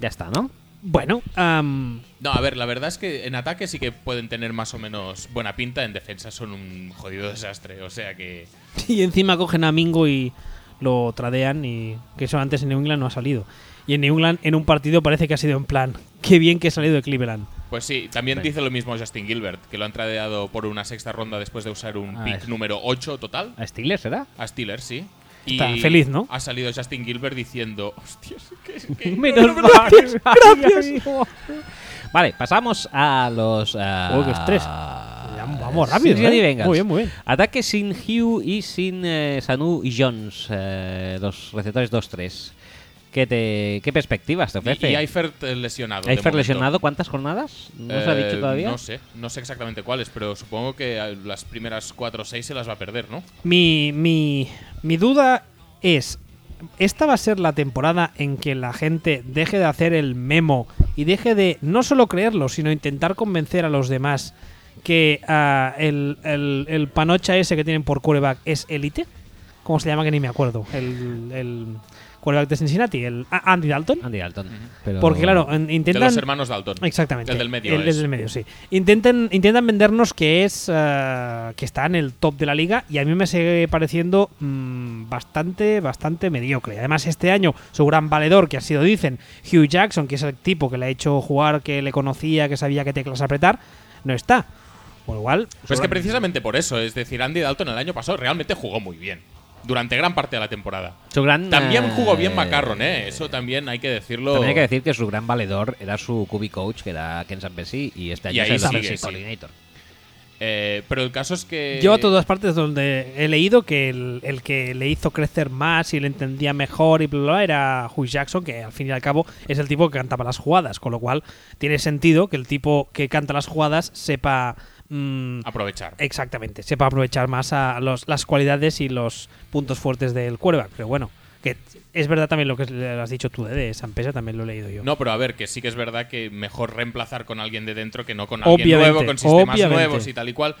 Speaker 2: ya está, ¿no?
Speaker 1: Bueno, am,
Speaker 3: No, a ver, la verdad es que en ataque sí que pueden tener más o menos buena pinta. En defensa son un jodido desastre. O sea que.
Speaker 1: y encima cogen a Mingo y lo tradean y que eso antes en New England no ha salido. Y en New England en un partido parece que ha sido en plan, qué bien que he salido de Cleveland.
Speaker 3: Pues sí, también
Speaker 2: Venga.
Speaker 3: dice lo mismo Justin Gilbert, que lo han tradeado por una sexta ronda después de usar un
Speaker 2: Ah,
Speaker 3: pick
Speaker 2: es-
Speaker 3: número 8 total.
Speaker 2: ¿A Steelers será?
Speaker 3: A Steelers, sí.
Speaker 1: Está feliz, ¿no?
Speaker 3: Ha salido Justin Gilbert diciendo, hostias, que, que-
Speaker 1: Menos mal, gracias.
Speaker 2: Vale, pasamos a los. eh,
Speaker 1: Oh, qué estrés.
Speaker 2: Ah,
Speaker 1: Ya, vamos, rápido,
Speaker 2: Cincinnati
Speaker 1: ¿eh?
Speaker 2: Bengals.
Speaker 1: Muy bien, muy bien.
Speaker 2: Ataque sin Hugh y sin eh, Sanu y Jones, eh, los receptores 2-3. ¿Qué, te- ¿Qué perspectivas te
Speaker 3: Y,
Speaker 2: ofrece?
Speaker 3: y Eifert eh, lesionado. de
Speaker 2: Eifert
Speaker 3: momento.
Speaker 2: lesionado cuántas jornadas? ¿No se ha
Speaker 3: Eh,
Speaker 2: dicho todavía?
Speaker 3: No sé, no sé exactamente cuáles, pero supongo que eh, las primeras 4 o 6 se las va a perder, ¿no?
Speaker 1: Mi, mi, mi duda es, ¿esta va a ser la temporada en que la gente deje de hacer el memo y deje de no solo creerlo, sino intentar convencer a los demás que ah, el, el- el panocha ese que tienen por quarterback es élite? ¿Cómo se llama? Que ni me acuerdo. El, el quarterback de Cincinnati, el ah, Andy Dalton.
Speaker 2: Andy Dalton. Pero-
Speaker 1: Porque claro, en- intentan...
Speaker 3: De los hermanos Dalton.
Speaker 1: Exactamente.
Speaker 3: El del medio
Speaker 1: El, el
Speaker 3: es. Pues
Speaker 1: del medio, sí. Intentan, intentan vendernos que es eh, que está en el top de la liga y a mí me sigue pareciendo mm, bastante, bastante mediocre. Además, este año su gran valedor, que ha sido, dicen, Hugh Jackson, que es el tipo que le ha hecho jugar, que le conocía, que sabía qué teclas apretar, no está. Por igual.
Speaker 3: Pues que precisamente por eso, es decir, Andy Dalton el año pasado realmente jugó muy bien. Durante gran parte de la temporada.
Speaker 2: Su gran,
Speaker 3: También jugó bien
Speaker 2: eh,
Speaker 3: Macarron, ¿eh? Eso también hay que decirlo.
Speaker 2: También hay que decir que su gran valedor era su QB coach, que era Ken Bessie y este año
Speaker 3: Y ahí
Speaker 2: es el
Speaker 3: sigue,
Speaker 2: offensive
Speaker 3: sí.
Speaker 2: coordinator.
Speaker 3: Eh, pero el caso es que.
Speaker 1: Yo a todas partes donde he leído que el, el que le hizo crecer más y le entendía mejor y bla, bla, bla, era Hugh Jackson, que al fin y al cabo es el tipo que cantaba las jugadas, con lo cual tiene sentido que el tipo que canta las jugadas sepa... mm,
Speaker 3: Aprovechar.
Speaker 1: exactamente, sepa aprovechar más a los- las cualidades y los puntos fuertes del quarterback, pero bueno, que es verdad también lo que has dicho tú eh, de San Pesa, también lo he leído yo.
Speaker 3: No, pero a ver, que sí que es verdad que mejor reemplazar con alguien de dentro que no con alguien
Speaker 1: Obviamente,
Speaker 3: nuevo, con sistemas
Speaker 1: obviamente.
Speaker 3: nuevos y tal y cual.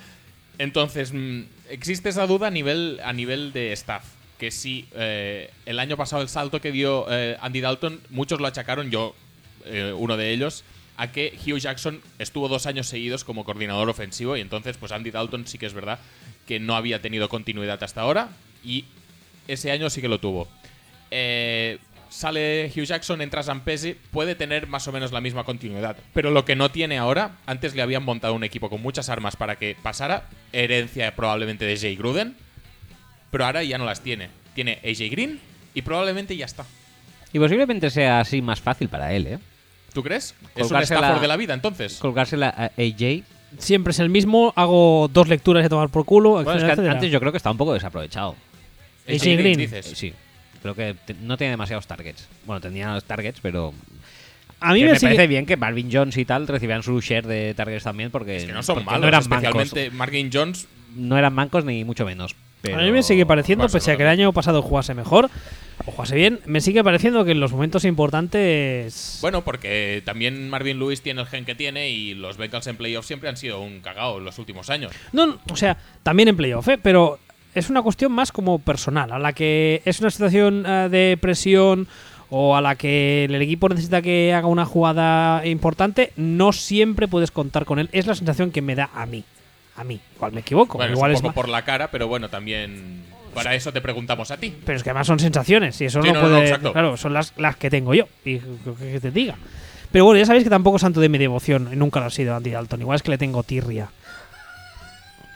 Speaker 3: Entonces, mm, existe esa duda a nivel, a nivel de staff. Que sí, eh, el año pasado el salto que dio eh, Andy Dalton, muchos lo achacaron, yo eh, uno de ellos, a que Hugh Jackson estuvo dos años seguidos como coordinador ofensivo y entonces pues Andy Dalton sí que es verdad que no había tenido continuidad hasta ahora y ese año sí que lo tuvo. Eh, sale Hugh Jackson, entra San Pesi, puede tener más o menos la misma continuidad. Pero lo que no tiene ahora, antes le habían montado un equipo con muchas armas para que pasara, herencia probablemente de Jay Gruden, pero ahora ya no las tiene. Tiene AJ Green y probablemente ya está.
Speaker 2: Y posiblemente sea así más fácil para él, ¿eh?
Speaker 3: ¿Tú crees? Es un
Speaker 2: Colgarse la-
Speaker 3: Stafford de la vida, entonces.
Speaker 2: Colgársela a AJ.
Speaker 1: Siempre es el mismo, hago dos lecturas y a tomar por culo,
Speaker 2: Bueno, es
Speaker 1: etcétera,
Speaker 2: que
Speaker 1: etcétera.
Speaker 2: antes yo creo que está un poco desaprovechado.
Speaker 1: AJ
Speaker 3: AJ
Speaker 1: Green.
Speaker 2: Eh,
Speaker 3: dices.
Speaker 2: Sí, creo que te- no tiene demasiados targets. Bueno, tenía los targets, pero
Speaker 1: A
Speaker 2: que
Speaker 1: mí
Speaker 2: me,
Speaker 1: me, sigue-
Speaker 2: parece bien que Marvin Jones y tal recibían su share de targets también porque,
Speaker 3: Que no son
Speaker 2: porque
Speaker 3: malos,
Speaker 2: no eran mancos.
Speaker 3: especialmente Marvin Jones.
Speaker 2: No eran mancos ni mucho menos. Pero...
Speaker 1: A mí me sigue pareciendo,
Speaker 3: Barça,
Speaker 1: pese a que el
Speaker 3: Barça.
Speaker 1: año pasado jugase mejor o jugase bien, me sigue pareciendo que en los momentos importantes.
Speaker 3: Bueno, porque también Marvin Lewis tiene el gen que tiene y los Bengals en playoffs siempre han sido un cagao en los últimos años.
Speaker 1: No, no, o sea, también en playoff, ¿eh? pero es una cuestión más como personal, a la que es una situación eh, de presión o a la que el equipo necesita que haga una jugada importante, no siempre puedes contar con él. Es la sensación que me da a mí. A mí. Igual me equivoco.
Speaker 3: Bueno, es
Speaker 1: igual
Speaker 3: un
Speaker 1: es
Speaker 3: poco
Speaker 1: ma-
Speaker 3: por la cara, pero bueno, también para eso te preguntamos a ti.
Speaker 1: Pero es que además son sensaciones y eso
Speaker 3: Sí,
Speaker 1: no,
Speaker 3: no, no, no,
Speaker 1: puede.
Speaker 3: exacto.
Speaker 1: claro, son las, las que tengo yo. Y que que te diga. Pero bueno, ya sabéis que tampoco es santo de mi devoción. y Nunca lo ha sido Andy Dalton. Igual es que le tengo tirria.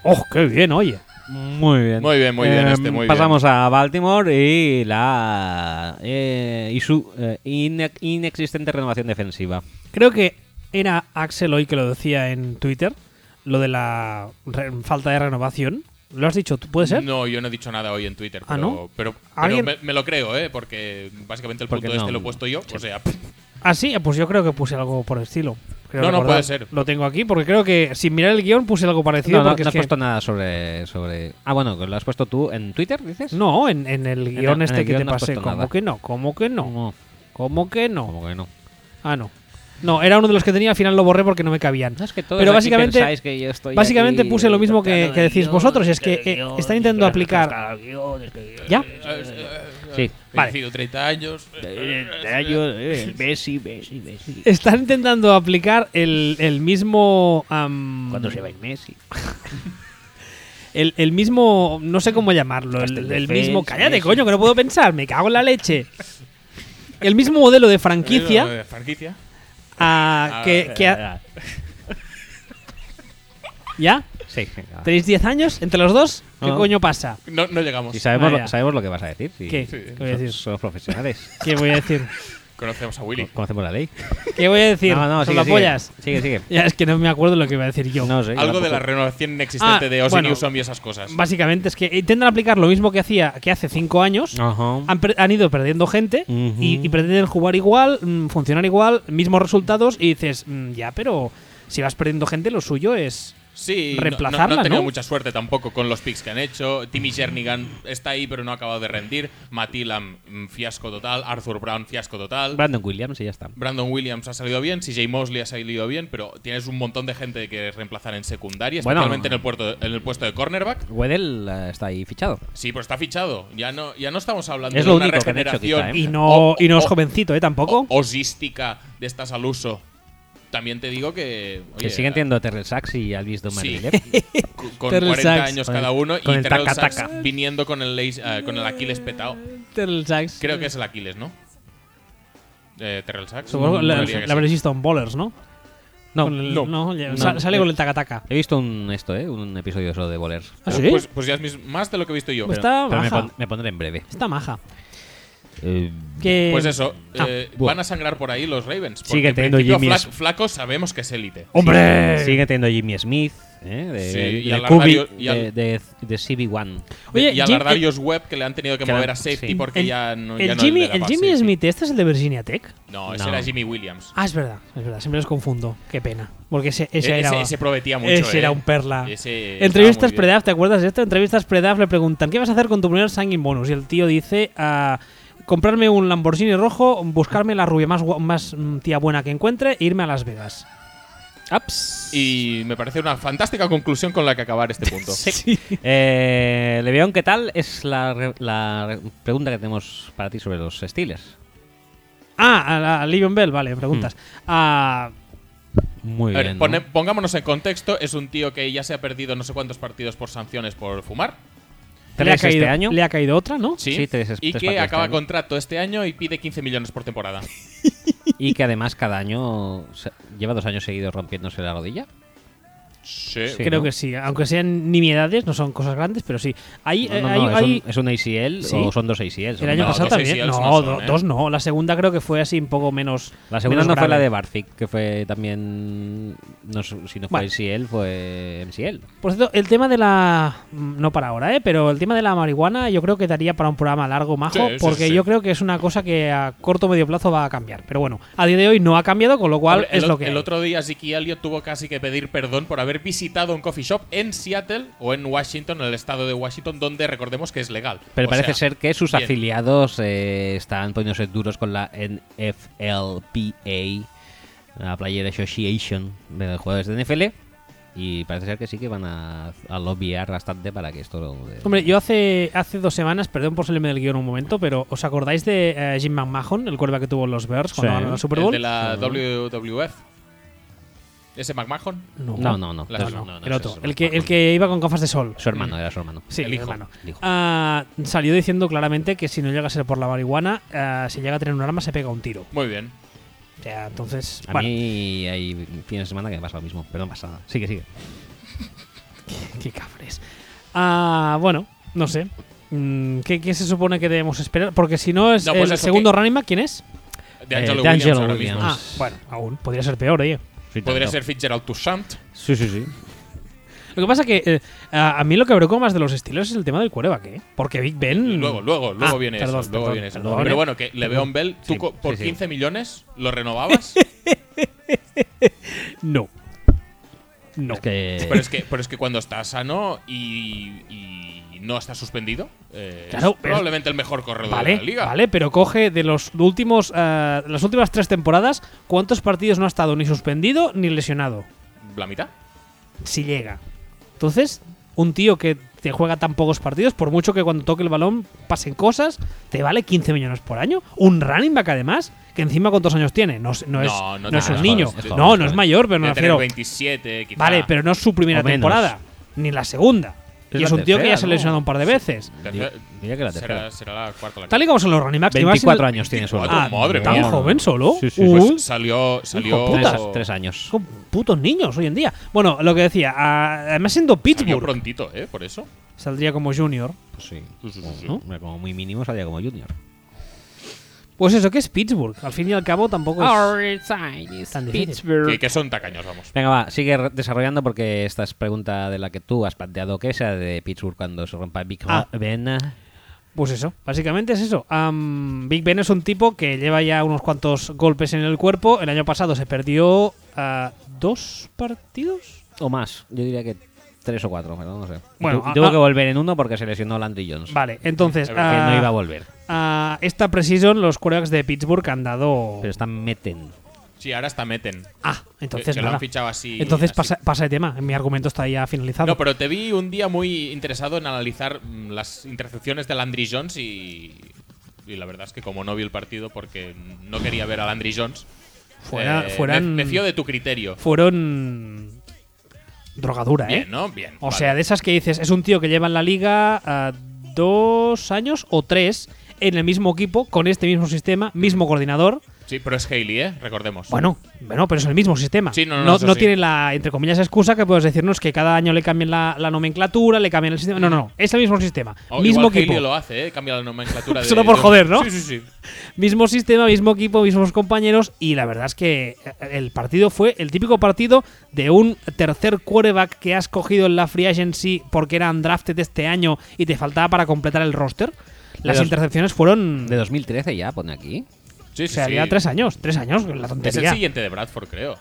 Speaker 1: ¡Oh, qué bien, oye!
Speaker 2: Muy bien. Eh,
Speaker 3: Muy bien, muy bien, este, muy bien.
Speaker 2: pasamos a Baltimore y la eh, y su eh, inex- inexistente renovación defensiva.
Speaker 1: Creo que era Axel hoy que lo decía en Twitter, lo de la re- falta de renovación. ¿Lo has dicho tú? ¿Puede ser?
Speaker 3: No, yo no he dicho nada hoy en Twitter,
Speaker 1: Ah,
Speaker 3: pero,
Speaker 1: ¿no?
Speaker 3: pero,
Speaker 1: ¿Alguien?
Speaker 3: pero me, me lo creo, ¿eh? Porque básicamente el
Speaker 2: Porque
Speaker 3: punto
Speaker 2: no.
Speaker 3: este lo he puesto yo. O sea, pff,
Speaker 1: Ah, sí, pues yo creo que puse algo por el estilo. Creo
Speaker 3: No, no,
Speaker 1: recordar.
Speaker 3: puede ser.
Speaker 1: Lo tengo aquí porque creo que sin mirar el guión puse algo parecido.
Speaker 2: No, no,
Speaker 1: porque es
Speaker 2: no has
Speaker 1: que-
Speaker 2: puesto nada sobre, sobre. Ah, bueno, que lo has puesto tú en Twitter, dices.
Speaker 1: No, en, en el guión
Speaker 2: en
Speaker 1: este
Speaker 2: el
Speaker 1: que
Speaker 2: guión
Speaker 1: te
Speaker 2: no has
Speaker 1: pasé.
Speaker 2: puesto
Speaker 1: ¿Cómo
Speaker 2: nada.
Speaker 1: que no? ¿Cómo que no?
Speaker 2: no.
Speaker 1: ¿Cómo que no?
Speaker 2: Como que no.
Speaker 1: Ah, no. No, era uno de los que tenía, al final lo borré porque no me cabían.
Speaker 2: No, es que todos
Speaker 1: Pero
Speaker 2: aquí
Speaker 1: básicamente,
Speaker 2: pensáis que yo estoy
Speaker 1: básicamente
Speaker 2: aquí
Speaker 1: puse lo mismo que,
Speaker 5: Claro,
Speaker 1: que
Speaker 5: el
Speaker 1: decís
Speaker 5: guión,
Speaker 1: vosotros, y es
Speaker 5: el
Speaker 1: que eh,
Speaker 5: guión,
Speaker 1: están intentando
Speaker 5: es que
Speaker 1: aplicar...
Speaker 5: está el guión, es que-
Speaker 1: ¿Ya?
Speaker 3: eh,
Speaker 2: Sí,
Speaker 1: vale.
Speaker 3: 25, 30 años.
Speaker 5: Eh, de años, eh, Messi, Messi, Messi.
Speaker 1: Están intentando aplicar el, el mismo. am,
Speaker 5: Cuando se va el Messi.
Speaker 1: el, el mismo. No sé cómo llamarlo. El,
Speaker 5: Pastel de
Speaker 1: el
Speaker 5: fes,
Speaker 1: mismo. Cállate,
Speaker 5: sí.
Speaker 1: coño, que no puedo pensar. Me cago en la leche. El mismo modelo de franquicia
Speaker 3: Eh, Franquicia.
Speaker 2: eh.
Speaker 1: ah, que. que ha- ¿Ya?
Speaker 2: sí. venga.
Speaker 1: ¿Tenéis 10 años entre los dos? ¿Qué
Speaker 2: No.
Speaker 1: coño pasa?
Speaker 3: No, no llegamos.
Speaker 2: Y sabemos,
Speaker 1: Ah,
Speaker 2: lo,
Speaker 1: ya.
Speaker 2: sabemos lo que vas a decir. sí.
Speaker 1: ¿Qué?
Speaker 2: Sí.
Speaker 1: ¿Qué voy a
Speaker 2: Son-
Speaker 1: decir?
Speaker 2: Somos profesionales.
Speaker 1: ¿Qué voy a decir?
Speaker 3: Conocemos a Willy.
Speaker 2: Con- Conocemos la ley.
Speaker 1: ¿Qué voy a decir?
Speaker 2: no, no,
Speaker 1: ¿Son
Speaker 2: sigue,
Speaker 1: las pollas?
Speaker 2: sigue. Sigue, sigue.
Speaker 1: Ya es que no me acuerdo lo que iba a decir yo.
Speaker 2: No sé. yo
Speaker 3: Algo de
Speaker 2: tampoco.
Speaker 3: la renovación inexistente
Speaker 1: Ah,
Speaker 3: de Ozzy
Speaker 1: bueno.
Speaker 3: Newsom y esas cosas.
Speaker 1: Básicamente es que intentan aplicar lo mismo que hacía que hace 5 años.
Speaker 2: Ajá.
Speaker 1: han, per- han ido perdiendo gente
Speaker 2: Ujú.
Speaker 1: y, y pretenden jugar igual, mm, funcionar igual, mismos resultados y dices, mm, ya, pero si vas perdiendo gente, lo suyo es...
Speaker 3: Sí, no-
Speaker 1: Reemplazarla,
Speaker 3: no, no han tenido
Speaker 1: ¿no?
Speaker 3: mucha suerte tampoco con los picks que han hecho. Timmy Jernigan está ahí, pero no ha acabado de rendir. Matilam, fiasco total. Arthur Brown, fiasco total.
Speaker 2: Brandon Williams y ya está.
Speaker 3: Brandon Williams ha salido bien, CJ Mosley ha salido bien, pero tienes un montón de gente que reemplazar en secundaria,
Speaker 2: Bueno.
Speaker 3: especialmente en, el puerto, en el puesto de cornerback.
Speaker 2: Weddell eh, está ahí fichado.
Speaker 3: Sí, pero está fichado. Ya no, ya no estamos hablando
Speaker 2: Es
Speaker 3: de
Speaker 2: lo
Speaker 3: una
Speaker 2: único que han hecho,
Speaker 3: regeneración
Speaker 2: quizá, ¿eh?
Speaker 1: Y no,
Speaker 3: o-
Speaker 1: y no es
Speaker 3: o-
Speaker 1: jovencito, ¿eh? Tampoco.
Speaker 3: o- osística de estas al uso. También te digo que. oye, eh,
Speaker 2: que siguen teniendo a Terrell Sachs y Alvis
Speaker 3: Sí.
Speaker 2: Domerville.
Speaker 3: cu- Con
Speaker 1: Terrell
Speaker 3: 40
Speaker 1: Sachs.
Speaker 3: años
Speaker 2: Con el-
Speaker 3: cada uno
Speaker 2: con
Speaker 3: y
Speaker 2: el
Speaker 3: Terrell
Speaker 2: taca,
Speaker 3: Sachs
Speaker 2: taca.
Speaker 3: viniendo con el, leis- eh, con el Aquiles petado.
Speaker 1: Terrell Sachs.
Speaker 3: Creo que es el Aquiles, ¿no? Eh, Terrell Sachs.
Speaker 1: Supongo que la,
Speaker 3: Juraría que
Speaker 1: la ¿Ah,
Speaker 3: sí.
Speaker 1: habréis visto en Bowlers, ¿no?
Speaker 2: No,
Speaker 1: Con el-
Speaker 3: no.
Speaker 1: ya-
Speaker 2: No.
Speaker 1: sa- Sale con el tacataca.
Speaker 2: He visto un esto, ¿eh? Un episodio solo de Bowlers.
Speaker 1: ¿Ah,
Speaker 3: Pues-
Speaker 1: sí?
Speaker 3: Pues, pues ya es mis- más de lo que he visto yo.
Speaker 1: Pues está
Speaker 2: Pero me,
Speaker 1: maja.
Speaker 2: pon- me pondré en breve.
Speaker 1: Está maja.
Speaker 2: Eh,
Speaker 1: Que-
Speaker 3: Pues eso,
Speaker 1: Ah,
Speaker 3: eh,
Speaker 2: buah.
Speaker 3: van a sangrar por ahí los Ravens. porque
Speaker 2: Sigue
Speaker 3: en
Speaker 2: teniendo
Speaker 3: principio
Speaker 2: Jimmy
Speaker 3: Fla-
Speaker 2: es-
Speaker 3: Flaco sabemos que es élite.
Speaker 1: ¡Hombre!
Speaker 2: Sigue teniendo a Jimmy Smith, ¿eh? De,
Speaker 3: Sí, y
Speaker 2: de
Speaker 3: al
Speaker 2: Kubi-
Speaker 3: Ardario- y
Speaker 2: de,
Speaker 3: al-
Speaker 2: de- de CB1.
Speaker 1: Oye,
Speaker 3: y al
Speaker 1: Jim-
Speaker 3: Ardarius Webb que le han tenido que
Speaker 2: que la-
Speaker 3: mover a safety
Speaker 2: sí.
Speaker 3: porque
Speaker 1: el-
Speaker 3: ya no
Speaker 1: el
Speaker 3: ya no
Speaker 1: Jimmy,
Speaker 3: le daba
Speaker 1: el Jimmy
Speaker 3: safety.
Speaker 1: Smith, ¿este es el de Virginia Tech?
Speaker 3: No, ese
Speaker 2: No.
Speaker 3: era Jimmy Williams.
Speaker 1: Ah, es verdad, es verdad, siempre los confundo. Qué pena. Porque ese, ese
Speaker 3: E-
Speaker 1: era.
Speaker 3: ese- ese prometía mucho,
Speaker 1: Ese
Speaker 3: eh.
Speaker 1: era un perla.
Speaker 3: Ese estaba
Speaker 1: Entrevistas
Speaker 3: muy bien.
Speaker 1: pre-DAF, ¿te acuerdas de esto? Entrevistas pre-DAF le preguntan: ¿Qué vas a hacer con tu primer signing bonus? Y el tío dice: ah, Comprarme un Lamborghini rojo, buscarme la rubia más, gua- más mm, tía buena que encuentre e irme a Las Vegas. Ups.
Speaker 3: Y me parece una fantástica conclusión con la que acabar este punto.
Speaker 1: Sí.
Speaker 2: Eh, Leveón, ¿qué tal? Es la, re- la re- pregunta que tenemos para ti sobre los Steelers.
Speaker 1: Ah, a, la- a Livion Bell, vale, preguntas.
Speaker 3: Hmm.
Speaker 1: Ah,
Speaker 2: Muy
Speaker 3: A ver,
Speaker 2: bien. ¿no?
Speaker 3: pone- pongámonos en contexto, es un tío que ya se ha perdido no sé cuántos partidos por sanciones por fumar.
Speaker 1: le, ha
Speaker 2: Tres este
Speaker 1: caído,
Speaker 2: año.
Speaker 1: le ha caído otra, ¿no?
Speaker 3: Sí,
Speaker 2: Sí, tres-
Speaker 3: y
Speaker 2: tres
Speaker 3: que
Speaker 2: partidos este
Speaker 3: acaba
Speaker 2: año.
Speaker 3: contrato este año y pide 15 millones por temporada.
Speaker 2: Y que además cada año se- lleva dos años seguidos rompiéndose la rodilla.
Speaker 3: Sí.
Speaker 2: Sí.
Speaker 1: Creo
Speaker 2: ¿no?
Speaker 1: que sí, aunque sean nimiedades, no son cosas grandes, pero sí. Hay,
Speaker 2: No, no,
Speaker 1: eh,
Speaker 2: no,
Speaker 1: hay-
Speaker 2: es, un-
Speaker 1: hay-
Speaker 2: es un, ACL
Speaker 1: ¿Sí?
Speaker 2: o son dos ACLs.
Speaker 1: El año
Speaker 3: No,
Speaker 1: pasado
Speaker 3: dos
Speaker 1: también.
Speaker 3: ACLs
Speaker 1: No,
Speaker 3: no son,
Speaker 1: do-
Speaker 3: ¿eh?
Speaker 1: dos no. La segunda creo que fue así un poco menos.
Speaker 2: La segunda
Speaker 1: menos
Speaker 2: no fue la
Speaker 1: grave.
Speaker 2: de Barzik, que fue también. No, sé si no fue
Speaker 1: Vale.
Speaker 2: ACL, fue MCL.
Speaker 1: Por cierto, el tema de la. mm, No para ahora, ¿eh? Pero el tema de la marihuana yo creo que daría para un programa largo, majo,
Speaker 3: Sí, sí,
Speaker 1: porque
Speaker 3: sí.
Speaker 1: yo creo que es una cosa que a corto o medio plazo va a cambiar. Pero bueno, a día de hoy no ha cambiado, con lo cual
Speaker 3: Hombre,
Speaker 1: es
Speaker 3: el, o-
Speaker 1: lo que.
Speaker 3: el
Speaker 1: hay.
Speaker 3: otro día Ziki Elliott tuvo casi que pedir perdón por haber visitado un coffee shop en Seattle o en Washington, en el estado de Washington, donde recordemos que es legal.
Speaker 2: Pero
Speaker 3: O
Speaker 2: parece
Speaker 3: sea,
Speaker 2: ser que sus
Speaker 3: bien.
Speaker 2: afiliados eh, están poniéndose duros con la NFLPA, la Player Association de los jugadores de NFL, Y parece ser que sí que van a, a lobbyar bastante para que esto... lo- de-
Speaker 1: Hombre, yo hace, hace dos semanas, perdón por salirme del guión un momento, pero ¿os acordáis de eh, Jim McMahon, el cuerva que tuvo en los Bears cuando
Speaker 5: Sí.
Speaker 1: ganó la Super
Speaker 3: El
Speaker 1: Bowl?
Speaker 3: de
Speaker 2: Ah.
Speaker 3: la WWF. ¿Ese McMahon?
Speaker 1: No,
Speaker 2: No, no, no.
Speaker 3: La-
Speaker 2: Eso-
Speaker 3: no,
Speaker 2: no, no,
Speaker 1: el
Speaker 2: eso
Speaker 1: otro,
Speaker 2: es
Speaker 1: el que, el
Speaker 2: McMahon.
Speaker 1: que iba con gafas de sol.
Speaker 2: Su hermano, era su hermano.
Speaker 1: Sí,
Speaker 3: El hijo,
Speaker 1: hermano.
Speaker 2: el hijo.
Speaker 1: Ah, salió diciendo claramente que si no llega a ser por la marihuana, ah, si llega a tener un arma se pega un tiro.
Speaker 3: Muy bien.
Speaker 1: O sea, entonces,
Speaker 2: A
Speaker 1: bueno,
Speaker 2: mí hay fines de semana que me pasa lo mismo, pero no pasa nada. Sigue, sigue.
Speaker 1: qué cabres. Ah, bueno, no sé. Mm, ¿Qué, qué se supone que debemos esperar? Porque si no es
Speaker 3: No, pues
Speaker 1: el
Speaker 3: eso,
Speaker 1: segundo
Speaker 3: que- Pues
Speaker 1: running back, ¿quién es?
Speaker 3: De
Speaker 2: Eh,
Speaker 3: Angelo
Speaker 2: de
Speaker 3: Williams
Speaker 2: Angelo
Speaker 3: ahora
Speaker 2: Williams.
Speaker 3: mismo.
Speaker 1: Ah, bueno, aún podría ser peor, oye.
Speaker 2: Sí,
Speaker 3: Podría
Speaker 2: tanto.
Speaker 3: ser Fitzgerald Toussaint.
Speaker 2: Sí, sí, sí.
Speaker 1: Lo que pasa que eh, a, a mí lo que me preocupa más de los estilos es el tema del coreback, ¿eh? Porque Big Ben...
Speaker 3: Luego, luego, luego
Speaker 1: Ah,
Speaker 3: viene
Speaker 1: perdón,
Speaker 3: eso. Luego
Speaker 1: perdón,
Speaker 3: viene eso.
Speaker 1: perdón,
Speaker 3: Pero
Speaker 1: eh.
Speaker 3: bueno, que Le'Veon Bell, tú
Speaker 2: Sí,
Speaker 3: co- por
Speaker 2: sí, sí.
Speaker 3: 15 millones lo renovabas.
Speaker 1: No. No.
Speaker 2: Es que...
Speaker 3: pero, es que, pero es que cuando estás sano y, y no estás suspendido, eh,
Speaker 1: Claro,
Speaker 3: es
Speaker 1: pero-
Speaker 3: probablemente el mejor corredor de la
Speaker 1: Vale,
Speaker 3: liga.
Speaker 1: vale, pero coge de los últimos, ah, las últimas tres temporadas, ¿cuántos partidos no ha estado ni suspendido ni lesionado?
Speaker 3: La mitad.
Speaker 1: Si llega. Entonces, un tío que te juega tan pocos partidos, por mucho que cuando toque el balón pasen cosas, te vale 15 millones por año. Un running back, además, que encima cuántos años tiene. No, es- no es,
Speaker 3: No, no,
Speaker 1: no
Speaker 3: no,
Speaker 1: es
Speaker 3: no,
Speaker 1: un
Speaker 3: es
Speaker 1: niño.
Speaker 3: joven, es
Speaker 1: no,
Speaker 3: joven,
Speaker 1: no
Speaker 2: es
Speaker 1: es
Speaker 2: joven.
Speaker 1: mayor, pero me
Speaker 3: Debe tener
Speaker 1: refiero.
Speaker 3: 27, quizá.
Speaker 1: Vale, pero no es su primera
Speaker 2: O menos.
Speaker 1: temporada, ni la segunda.
Speaker 2: Es
Speaker 1: y
Speaker 2: la
Speaker 1: es un tío que
Speaker 2: tercera,
Speaker 1: ya se ha
Speaker 2: ¿no?
Speaker 1: lesionado un par de veces.
Speaker 2: Diría- diría que la tercera.
Speaker 3: será, será la cuarta. o La
Speaker 1: Tal y como son los running backs, y más
Speaker 2: 24
Speaker 1: siendo-
Speaker 2: años tiene su
Speaker 3: 24,
Speaker 1: Ah,
Speaker 3: madre
Speaker 1: ¿Tan
Speaker 3: mía.
Speaker 1: joven solo?
Speaker 2: Sí, sí.
Speaker 1: Uy,
Speaker 3: Pues salió. salió
Speaker 1: Hijo
Speaker 2: Tres,
Speaker 1: puta.
Speaker 2: tres años.
Speaker 1: son putos niños hoy en día. Bueno, lo que decía, a- además siendo
Speaker 3: salió
Speaker 1: Pittsburgh,
Speaker 3: prontito, ¿eh? Por eso.
Speaker 1: saldría como junior.
Speaker 2: Pues sí.
Speaker 3: Sí, sí, sí, sí.
Speaker 2: ¿No? Hombre, Como muy mínimo salía como junior.
Speaker 1: Pues eso, que es Pittsburgh. Al fin y al cabo tampoco es Pues tan difícil.
Speaker 3: Que, que son tacaños, vamos.
Speaker 2: Venga, va, sigue re- desarrollando porque esta es pregunta de la que tú has planteado que sea de Pittsburgh cuando se rompa Big
Speaker 1: Ah.
Speaker 2: Ben.
Speaker 1: Pues eso, básicamente es eso. Am, Big Ben es un tipo que lleva ya unos cuantos golpes en el cuerpo. El año pasado se perdió ah, dos partidos.
Speaker 2: O más, yo diría que tres o cuatro, pero no sé.
Speaker 1: Bueno,
Speaker 2: Y tu- y
Speaker 1: ah,
Speaker 2: tuvo
Speaker 1: ah.
Speaker 2: que volver en uno porque se lesionó Landry Jones.
Speaker 1: Vale, entonces
Speaker 3: Es
Speaker 2: Que
Speaker 3: verdad.
Speaker 1: ah,
Speaker 2: no iba a volver.
Speaker 1: ah, esta precision los quarterbacks de Pittsburgh han dado...
Speaker 2: Pero están meten.
Speaker 3: Sí, ahora hasta meten. Que-
Speaker 1: Ah, entonces
Speaker 3: que lo
Speaker 1: nada.
Speaker 3: han fichado así.
Speaker 1: Entonces
Speaker 3: así.
Speaker 1: pasa, pasa de tema, mi argumento está ya finalizado.
Speaker 3: No, pero te vi un día muy interesado en analizar mm, las intercepciones de Landry Jones y, y la verdad es que como no vi el partido porque no quería ver a Landry Jones,
Speaker 1: Fuera-
Speaker 3: eh,
Speaker 1: fueran-
Speaker 3: me, me fío de tu criterio.
Speaker 1: fueron drogadura, ¿eh?
Speaker 3: Bien, ¿no? Bien.
Speaker 1: O
Speaker 3: vale.
Speaker 1: sea, de esas que dices, es un tío que lleva en la liga ah, dos años o tres en el mismo equipo, con este mismo sistema, mismo coordinador.
Speaker 3: Sí, pero es Haley, ¿eh? Recordemos.
Speaker 1: Bueno, bueno, pero es el mismo sistema.
Speaker 3: Sí, no, no, eso sí.
Speaker 1: tiene la, entre comillas, excusa que puedes decirnos que cada año le cambian la, la nomenclatura, le cambian el sistema. No, no, no, es el mismo sistema.
Speaker 3: O
Speaker 1: mismo
Speaker 3: Oh, igual Haley
Speaker 1: equipo.
Speaker 3: lo hace, ¿eh? Cambia la nomenclatura de...
Speaker 1: Solo por
Speaker 3: de-
Speaker 1: joder, ¿no?
Speaker 3: Sí, sí, sí.
Speaker 1: Mismo sistema, mismo equipo, mismos compañeros. Y la verdad es que eh, el partido fue el típico partido de un tercer quarterback que has cogido en la free agency porque era undrafted este año y te faltaba para completar el roster. Las
Speaker 2: dos-
Speaker 1: intercepciones fueron.
Speaker 2: De 2013 ya, pone aquí.
Speaker 3: Sí, sí,
Speaker 1: o sea,
Speaker 3: sí.
Speaker 1: ya tres años. Tres años, la
Speaker 3: Es el
Speaker 1: tontería.
Speaker 3: siguiente de Bradford, creo.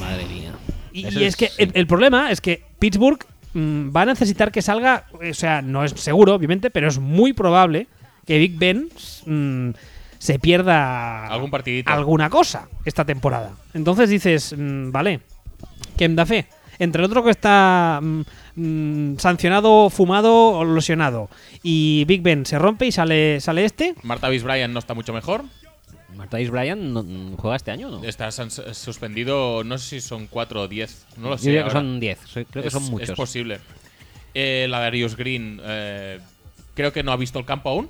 Speaker 2: Madre mía.
Speaker 1: Y,
Speaker 2: Eso
Speaker 1: y es que
Speaker 2: sí.
Speaker 1: el, el problema es que Pittsburgh mm, va a necesitar que salga, o sea, no es seguro, obviamente, pero es muy probable que Big Ben mm, se pierda
Speaker 3: Algún partidito.
Speaker 1: alguna cosa esta temporada. Entonces dices, mm, vale, que me da fe. Entre el otro que está mm, mm, sancionado, fumado o lesionado. Y Big Ben se rompe y sale, sale este.
Speaker 3: Marta Bryan no está mucho mejor.
Speaker 2: Martavis Bryant no- no juega este año, o ¿no?
Speaker 3: Está san- suspendido, no sé si son cuatro o diez. No lo sé.
Speaker 2: Yo diría que
Speaker 3: ahora.
Speaker 2: son 10. Soy- Creo que
Speaker 3: es,
Speaker 2: son
Speaker 3: Es
Speaker 2: muchos.
Speaker 3: posible. Eh, la Darius Green eh, creo que no ha visto el campo aún.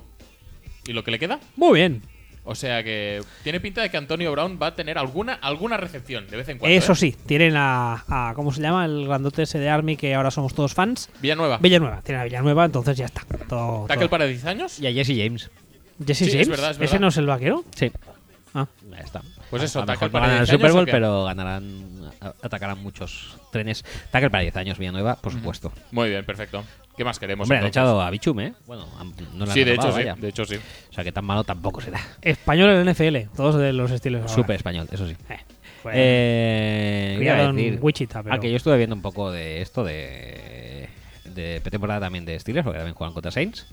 Speaker 3: ¿Y lo que le queda?
Speaker 1: Muy bien.
Speaker 3: O sea que tiene pinta de que Antonio Brown va a tener alguna, alguna recepción de vez en cuando.
Speaker 1: Eso
Speaker 3: ¿eh?
Speaker 1: sí, tienen a, a- ¿Cómo se llama? El grandote ese de Army que ahora somos todos fans.
Speaker 3: Villanueva.
Speaker 1: Villanueva, tiene a Villanueva, entonces ya está. Todo,
Speaker 3: ¿Tackle
Speaker 1: todo.
Speaker 3: para 10 años?
Speaker 2: Y a Jesse James.
Speaker 1: Jesse
Speaker 3: Sí, es
Speaker 1: James,
Speaker 3: verdad, es
Speaker 1: ese
Speaker 3: verdad.
Speaker 1: no es el vaquero.
Speaker 2: Sí.
Speaker 1: Ah.
Speaker 2: Ya está.
Speaker 3: Pues
Speaker 2: A-
Speaker 3: eso,
Speaker 2: a lo
Speaker 3: tackle
Speaker 2: mejor no
Speaker 3: para
Speaker 2: ganan el
Speaker 3: 10 años,
Speaker 2: Super Bowl,
Speaker 3: ¿o qué?
Speaker 2: pero ganarán, a- atacarán muchos trenes. Tackle para 10 años, Villanueva, por supuesto.
Speaker 3: Muy bien, perfecto. ¿Qué más queremos?
Speaker 2: Hombre, han
Speaker 3: entonces?
Speaker 2: echado a Bichum, ¿eh? Bueno, han- no le han
Speaker 3: Sí, de hecho
Speaker 2: renovado,
Speaker 3: sí,
Speaker 2: vaya.
Speaker 3: de hecho sí.
Speaker 2: O sea, que tan malo tampoco será.
Speaker 1: Español en NFL, todos de los estilos. ahora.
Speaker 2: Súper español, eso sí.
Speaker 1: Eh,
Speaker 3: Pues,
Speaker 1: bueno,
Speaker 2: Eh,
Speaker 1: criado
Speaker 2: iba a
Speaker 1: en
Speaker 2: decir-
Speaker 1: Wichita, pero-
Speaker 2: Ah, que yo estuve viendo un poco de esto de, de pretemporada también de Steelers, porque también juegan contra Saints.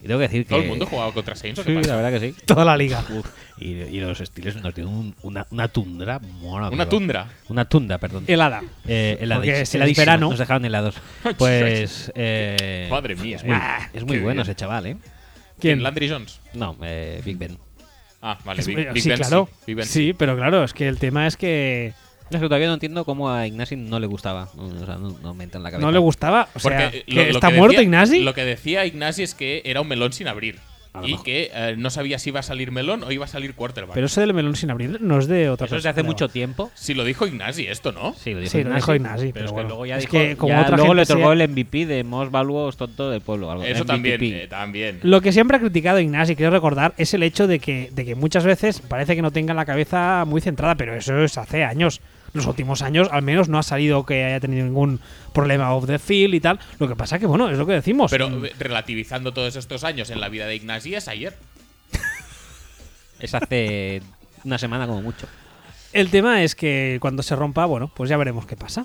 Speaker 2: Y Y tengo que decir que.
Speaker 3: Todo el mundo jugaba contra Saints. ¿o qué
Speaker 2: Sí,
Speaker 3: pasa?
Speaker 2: la verdad que sí.
Speaker 1: Toda la liga.
Speaker 2: Uf, y, y los estilos nos dieron un- una, una tundra mola.
Speaker 3: Una
Speaker 2: pero-
Speaker 3: tundra.
Speaker 2: Una tunda, perdón.
Speaker 1: Helada.
Speaker 2: Eh, heladis-
Speaker 1: Porque si es
Speaker 2: heladísimo,
Speaker 1: verano-
Speaker 2: Nos dejaron helados. Pues. eh,
Speaker 3: Madre mía.
Speaker 2: Es muy,
Speaker 3: Ah,
Speaker 2: es muy
Speaker 3: qué
Speaker 2: bueno
Speaker 3: bien.
Speaker 2: ese chaval, ¿eh?
Speaker 1: ¿Quién?
Speaker 3: Landry Jones.
Speaker 2: No, eh, Big Ben.
Speaker 3: Ah, vale.
Speaker 1: Es-
Speaker 3: Big,
Speaker 1: eh,
Speaker 3: Big
Speaker 1: sí,
Speaker 3: Ben
Speaker 1: claro.
Speaker 3: sí, Big Ben sí.
Speaker 1: Sí, pero claro, es que el tema es que
Speaker 2: Es que todavía no entiendo cómo a Ignasi no le gustaba. O sea, no, no me entra en la cabeza.
Speaker 1: no le gustaba. O sea,
Speaker 3: Porque
Speaker 1: que
Speaker 3: lo- lo
Speaker 1: ¿está
Speaker 3: que
Speaker 1: muerto
Speaker 3: decía-
Speaker 1: Ignasi?
Speaker 3: Lo que decía Ignasi es que era un melón sin abrir.
Speaker 2: A lo
Speaker 3: Y
Speaker 2: mejor.
Speaker 3: que eh, no sabía si iba a salir melón o iba a salir quarterback.
Speaker 1: Pero ese del melón sin abrir no es de otra
Speaker 2: Eso es de
Speaker 1: persona.
Speaker 2: hace mucho tiempo.
Speaker 3: si lo dijo Ignasi, esto, ¿no?
Speaker 2: Sí, lo dijo
Speaker 1: Sí, lo
Speaker 2: Ignasi,
Speaker 1: dijo Ignasi, pero
Speaker 2: es que
Speaker 1: bueno.
Speaker 2: luego ya
Speaker 1: Es
Speaker 2: dijo-
Speaker 1: que como
Speaker 2: Eh, ya
Speaker 1: otra
Speaker 2: luego
Speaker 1: gente
Speaker 2: le otorgó
Speaker 1: sea-
Speaker 2: el MVP de Mos Valuos Tonto del Pueblo. algo-
Speaker 3: Eso
Speaker 2: MVP.
Speaker 3: también. eh, también.
Speaker 1: Lo que siempre ha criticado Ignasi, quiero recordar, es el hecho de que, de que muchas veces parece que no tenga la cabeza muy centrada, pero eso es hace años. Los últimos años, al menos, no ha salido que haya tenido ningún problema off the field y tal. Lo que pasa que, bueno, es lo que decimos.
Speaker 3: Pero eh, relativizando todos estos años en la vida de Ignasi es ayer.
Speaker 2: Es hace una semana como mucho.
Speaker 1: el tema es que cuando se rompa, bueno, pues ya veremos qué pasa.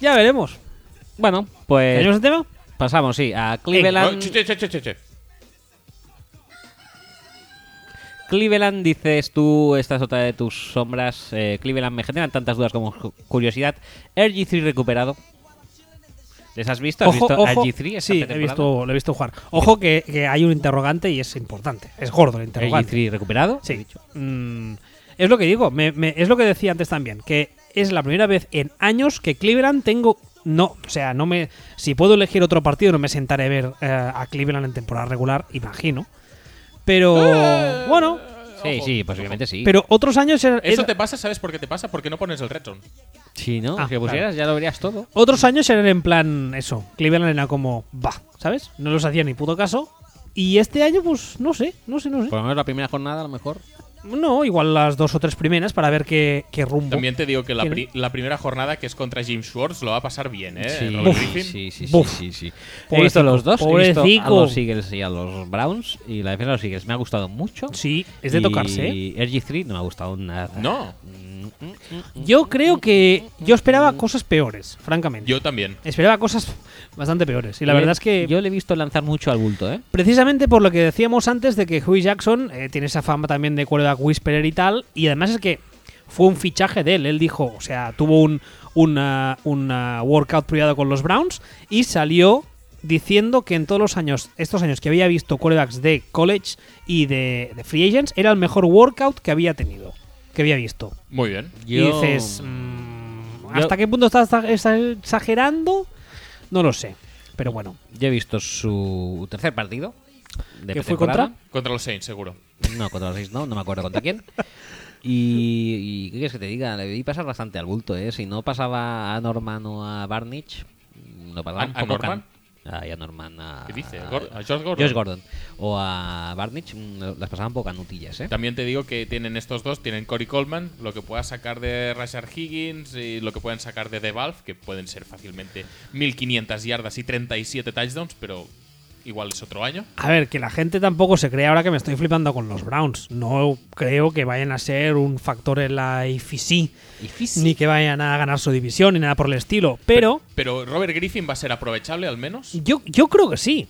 Speaker 1: Ya veremos.
Speaker 2: Bueno, pues.
Speaker 1: ¿Tenemos el tema?
Speaker 2: Pasamos, sí, a Cleveland.
Speaker 3: Oh, che, che, che, che, che, che.
Speaker 2: Cleveland, dices tú, esta es otra de tus sombras. eh, Cleveland me generan tantas dudas como ju- curiosidad. RG3 recuperado. ¿Les has visto? ¿Has visto RG3? esta
Speaker 1: sí, he
Speaker 2: pretemporada?
Speaker 1: visto, lo he visto jugar. Ojo que, que hay un interrogante y es importante. Es gordo
Speaker 2: Eh,
Speaker 1: el interrogante.
Speaker 2: RG3 recuperado.
Speaker 1: Sí.
Speaker 2: he dicho.
Speaker 1: Mm, es lo que digo, me- me- es lo que decía antes también, que es la primera vez en años que Cleveland tengo. No, o sea, no me. Si puedo elegir otro partido, no me sentaré a ver eh, a Cleveland en temporada regular, imagino. Pero. bueno.
Speaker 2: Oh, Sí,
Speaker 3: Ojo.
Speaker 2: sí, posiblemente sí.
Speaker 1: Pero otros años era-
Speaker 3: Ah. Eso
Speaker 1: era-
Speaker 3: te pasa, ¿sabes por qué te pasa? Porque no pones el red zone.
Speaker 2: si no,
Speaker 1: Ah,
Speaker 2: si lo pusieras ya lo verías todo.
Speaker 1: Otros años eran en plan eso. Cleveland era como. Va, ¿sabes? No los hacía ni puto caso. Y este año, pues, no sé, no sé, no sé.
Speaker 2: Por lo menos la primera jornada, a lo mejor.
Speaker 1: No, igual las dos o tres primeras para ver qué, qué rumbo.
Speaker 3: También te digo que la,
Speaker 1: ¿Quién?
Speaker 3: pri- la primera jornada que es contra Jim Schwartz lo va a pasar bien, ¿eh?
Speaker 2: Sí,
Speaker 3: Robert
Speaker 2: sí,
Speaker 3: Griffin.
Speaker 2: sí, sí,
Speaker 1: Buf.
Speaker 2: sí, sí. He
Speaker 1: Pobrecico,
Speaker 2: visto los dos. He visto a
Speaker 1: pobrecico.
Speaker 2: los Eagles y a los Browns. Y la defensa de los Eagles me ha gustado mucho.
Speaker 1: Sí, es de
Speaker 2: Y
Speaker 1: tocarse, ¿eh?
Speaker 2: RG3 no me ha gustado nada.
Speaker 3: No,
Speaker 2: Mm, mm,
Speaker 1: Yo creo que yo esperaba cosas peores, francamente.
Speaker 3: yo también.
Speaker 1: Esperaba cosas bastante peores. Y la verdad es que
Speaker 2: Yo le he visto lanzar mucho al bulto, ¿eh?
Speaker 1: precisamente por lo que decíamos antes de que Huey Jackson eh, tiene esa fama también de quarterback whisperer y tal, y además es que fue un fichaje de él. Él dijo, o sea, tuvo un, una- una workout privado con los Browns y salió diciendo que en todos los años, estos años que había visto quarterbacks de college y de, de free agents, era el mejor workout que había tenido, que había visto.
Speaker 3: Muy bien.
Speaker 1: Y
Speaker 2: Yo-
Speaker 1: dices, mm,
Speaker 2: yo-
Speaker 1: ¿hasta qué punto estás, estás exagerando? No lo sé. Pero bueno,
Speaker 2: Yo he visto su tercer partido. de
Speaker 1: ¿Qué fue
Speaker 2: pretemporada.
Speaker 1: contra?
Speaker 3: Contra los Saints, seguro.
Speaker 2: No, contra los Saints no, no me acuerdo contra quién. Y, y ¿qué quieres que te diga? Le vi pasar bastante al bulto, ¿eh? Si no pasaba a Norman o a Barnich, mm, no pasaba
Speaker 3: ¿A-
Speaker 2: un
Speaker 3: a
Speaker 2: poco
Speaker 3: Norman?
Speaker 2: can- Ay, a Norman, a...
Speaker 3: ¿Qué dice? Gor- a Josh Gordon.
Speaker 2: Josh Gordon. O a Barnich, mm, las pasaban poco canutillas, ¿eh?
Speaker 3: También te digo que tienen estos dos, tienen Cory Coleman, lo que pueda sacar de Rashard Higgins y lo que puedan sacar de DeValve, que pueden ser fácilmente 1500 yardas y 37 touchdowns, pero igual es otro año.
Speaker 1: a ver, que la gente tampoco se cree ahora que me estoy flipando con los Browns. No creo que vayan a ser un factor en la IFC,
Speaker 2: Y Fis-
Speaker 1: ni que vayan a ganar su división, ni nada por el estilo. Pero
Speaker 3: Pero Robert Griffin va a ser aprovechable al menos.
Speaker 1: yo, yo creo que sí.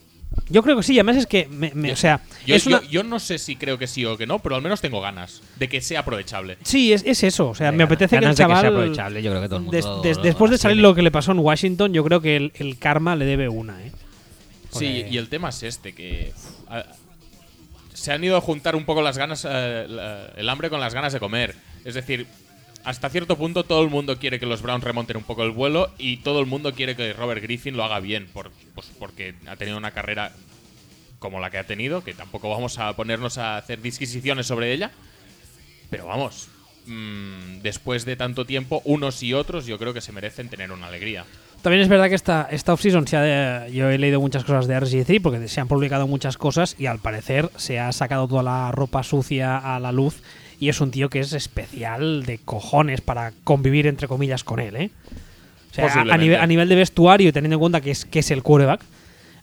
Speaker 1: Yo creo que sí. y Además es que, me- me- o sea,
Speaker 3: Yo,
Speaker 1: es
Speaker 3: yo-
Speaker 1: una-
Speaker 3: yo no sé si creo que sí o que no, pero al menos tengo ganas de que sea aprovechable.
Speaker 1: Sí, es, es eso. O sea, me
Speaker 2: Ganas-
Speaker 1: apetece que el
Speaker 2: ganas de sea
Speaker 1: chaval.
Speaker 2: aprovechable, yo creo que todo el mundo
Speaker 1: des-
Speaker 2: lo-
Speaker 1: des-
Speaker 2: lo-
Speaker 1: después de
Speaker 2: lo
Speaker 1: salir
Speaker 2: tiene.
Speaker 1: lo que le pasó en Washington, yo creo que el, el karma le debe una, ¿eh?
Speaker 3: Sí,
Speaker 1: Porque-
Speaker 3: y el tema es este, que uf, a- se han ido a juntar un poco las ganas, eh, la- el hambre con las ganas de comer. Es decir, hasta cierto punto todo el mundo quiere que los Browns remonten un poco el vuelo y todo el mundo quiere que Robert Griffin lo haga bien, por- pues porque ha tenido una carrera como la que ha tenido, que tampoco vamos a ponernos a hacer disquisiciones sobre ella. Pero vamos, mm, después de tanto tiempo, unos y otros yo creo que se merecen tener una alegría.
Speaker 1: También es verdad que esta, esta off-season se ha de- yo he leído muchas cosas de RG3 porque se han publicado muchas cosas y al parecer se ha sacado toda la ropa sucia a la luz y es un tío que es especial de cojones para convivir entre comillas con él, ¿eh? O sea, a- a,
Speaker 3: Posiblemente.
Speaker 1: nivel, a nivel de vestuario y teniendo en cuenta que es, que es el quarterback,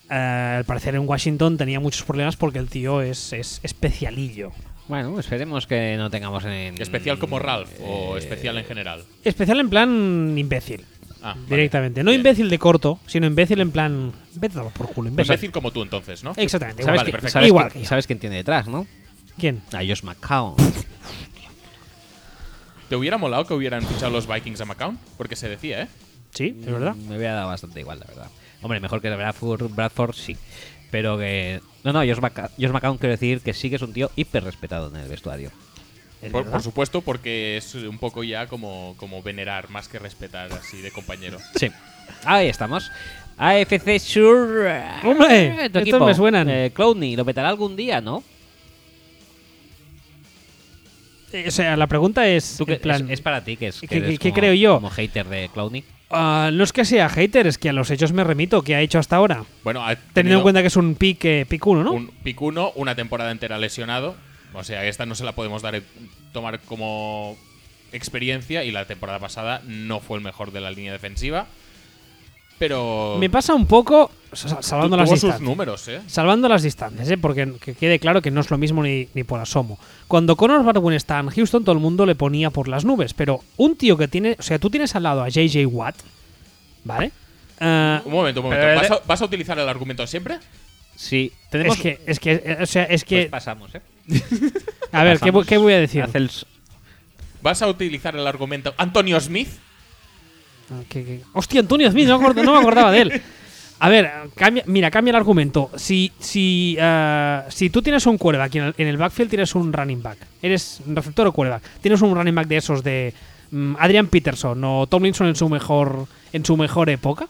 Speaker 1: eh, al parecer en Washington tenía muchos problemas porque el tío es, es especialillo.
Speaker 2: Bueno, esperemos que no tengamos en... eh,
Speaker 3: Especial como Ralph o especial en general.
Speaker 1: Especial en plan imbécil.
Speaker 3: Ah, vale.
Speaker 1: directamente. No
Speaker 3: Bien.
Speaker 1: imbécil de corto, sino imbécil en plan. Vete a dar por culo, imbécil.
Speaker 3: Imbécil como tú, entonces, ¿no?
Speaker 1: Exactamente.
Speaker 2: ¿Sabes,
Speaker 1: Igual,
Speaker 3: Vale,
Speaker 2: que-
Speaker 3: perfecto.
Speaker 2: sabes
Speaker 1: igual que
Speaker 2: que-
Speaker 1: yo.
Speaker 2: sabes quién tiene detrás, no?
Speaker 1: ¿Quién?
Speaker 2: A Josh McCown.
Speaker 3: ¿Te hubiera molado que hubieran fichado los Vikings a McCown? Porque se decía, ¿eh?
Speaker 1: Sí, es verdad.
Speaker 2: Me hubiera dado bastante igual, la verdad. Hombre, mejor que Bradford, Bradford sí. Pero que. No, no, Josh Maca- Josh McCown quiero decir que sí que es un tío hiper respetado en el vestuario.
Speaker 1: Es
Speaker 3: Por,
Speaker 1: verdad.
Speaker 3: por supuesto, porque es un poco ya como, como venerar más que respetar así de compañero.
Speaker 2: Sí. Ahí estamos. AFC Sur.
Speaker 1: Hombre,
Speaker 2: tu
Speaker 1: estos me suenan.
Speaker 2: Eh, Clowney, lo petará algún día, ¿no?
Speaker 1: Eh, O sea, la pregunta es.
Speaker 2: Tú que-
Speaker 1: en plan,
Speaker 2: es, es para ti que es.
Speaker 1: ¿qué-
Speaker 2: eres
Speaker 1: qué- qué
Speaker 2: como-
Speaker 1: creo yo?
Speaker 2: Como hater de Clowney.
Speaker 1: Ah, no es que sea hater, es que a los hechos me remito que ha hecho hasta ahora.
Speaker 3: Bueno, ha
Speaker 1: Teniendo
Speaker 3: tenido
Speaker 1: en cuenta que es un pick, eh, pick uno, ¿no?
Speaker 3: un pick uno, una temporada entera lesionado. O sea, esta no se la podemos dar eh, tomar como experiencia y la temporada pasada no fue el mejor de la línea defensiva. Pero
Speaker 1: Me pasa un poco, sa-
Speaker 3: tu-
Speaker 1: salvando las
Speaker 3: tuvo sus
Speaker 1: distancias.
Speaker 3: números, ¿eh?
Speaker 1: Salvando las distancias, ¿eh? porque que quede claro que no es lo mismo ni, ni por asomo. Cuando Conor Barwin estaba en Houston, todo el mundo le ponía por las nubes. Pero un tío que tiene. O sea, tú tienes al lado a JJ Watt, ¿vale? Ah,
Speaker 3: Un momento, un momento.
Speaker 2: Pero-
Speaker 3: ¿Vas a, vas a utilizar el argumento siempre?
Speaker 2: Sí. Tenemos.
Speaker 1: es que, es que, eh, o sea, es
Speaker 2: Pues
Speaker 1: que.
Speaker 2: pasamos, ¿eh?
Speaker 1: A ver, ¿qué,
Speaker 2: pasamos.
Speaker 1: vo- qué voy a decir?
Speaker 2: Hace el s-
Speaker 3: ¿Vas a utilizar el argumento Antonio Smith?
Speaker 1: Ah, que- que- Hostia, Antonio Smith, no me, acord- no me acordaba de él. A ver, ah, cambia, mira, cambia el argumento. Si, si, ah, si tú tienes un quarterback y en el, en el backfield tienes un running back, eres un receptor o quarterback, tienes un running back de esos de mm, Adrian Peterson o Tomlinson en su mejor, en su mejor época,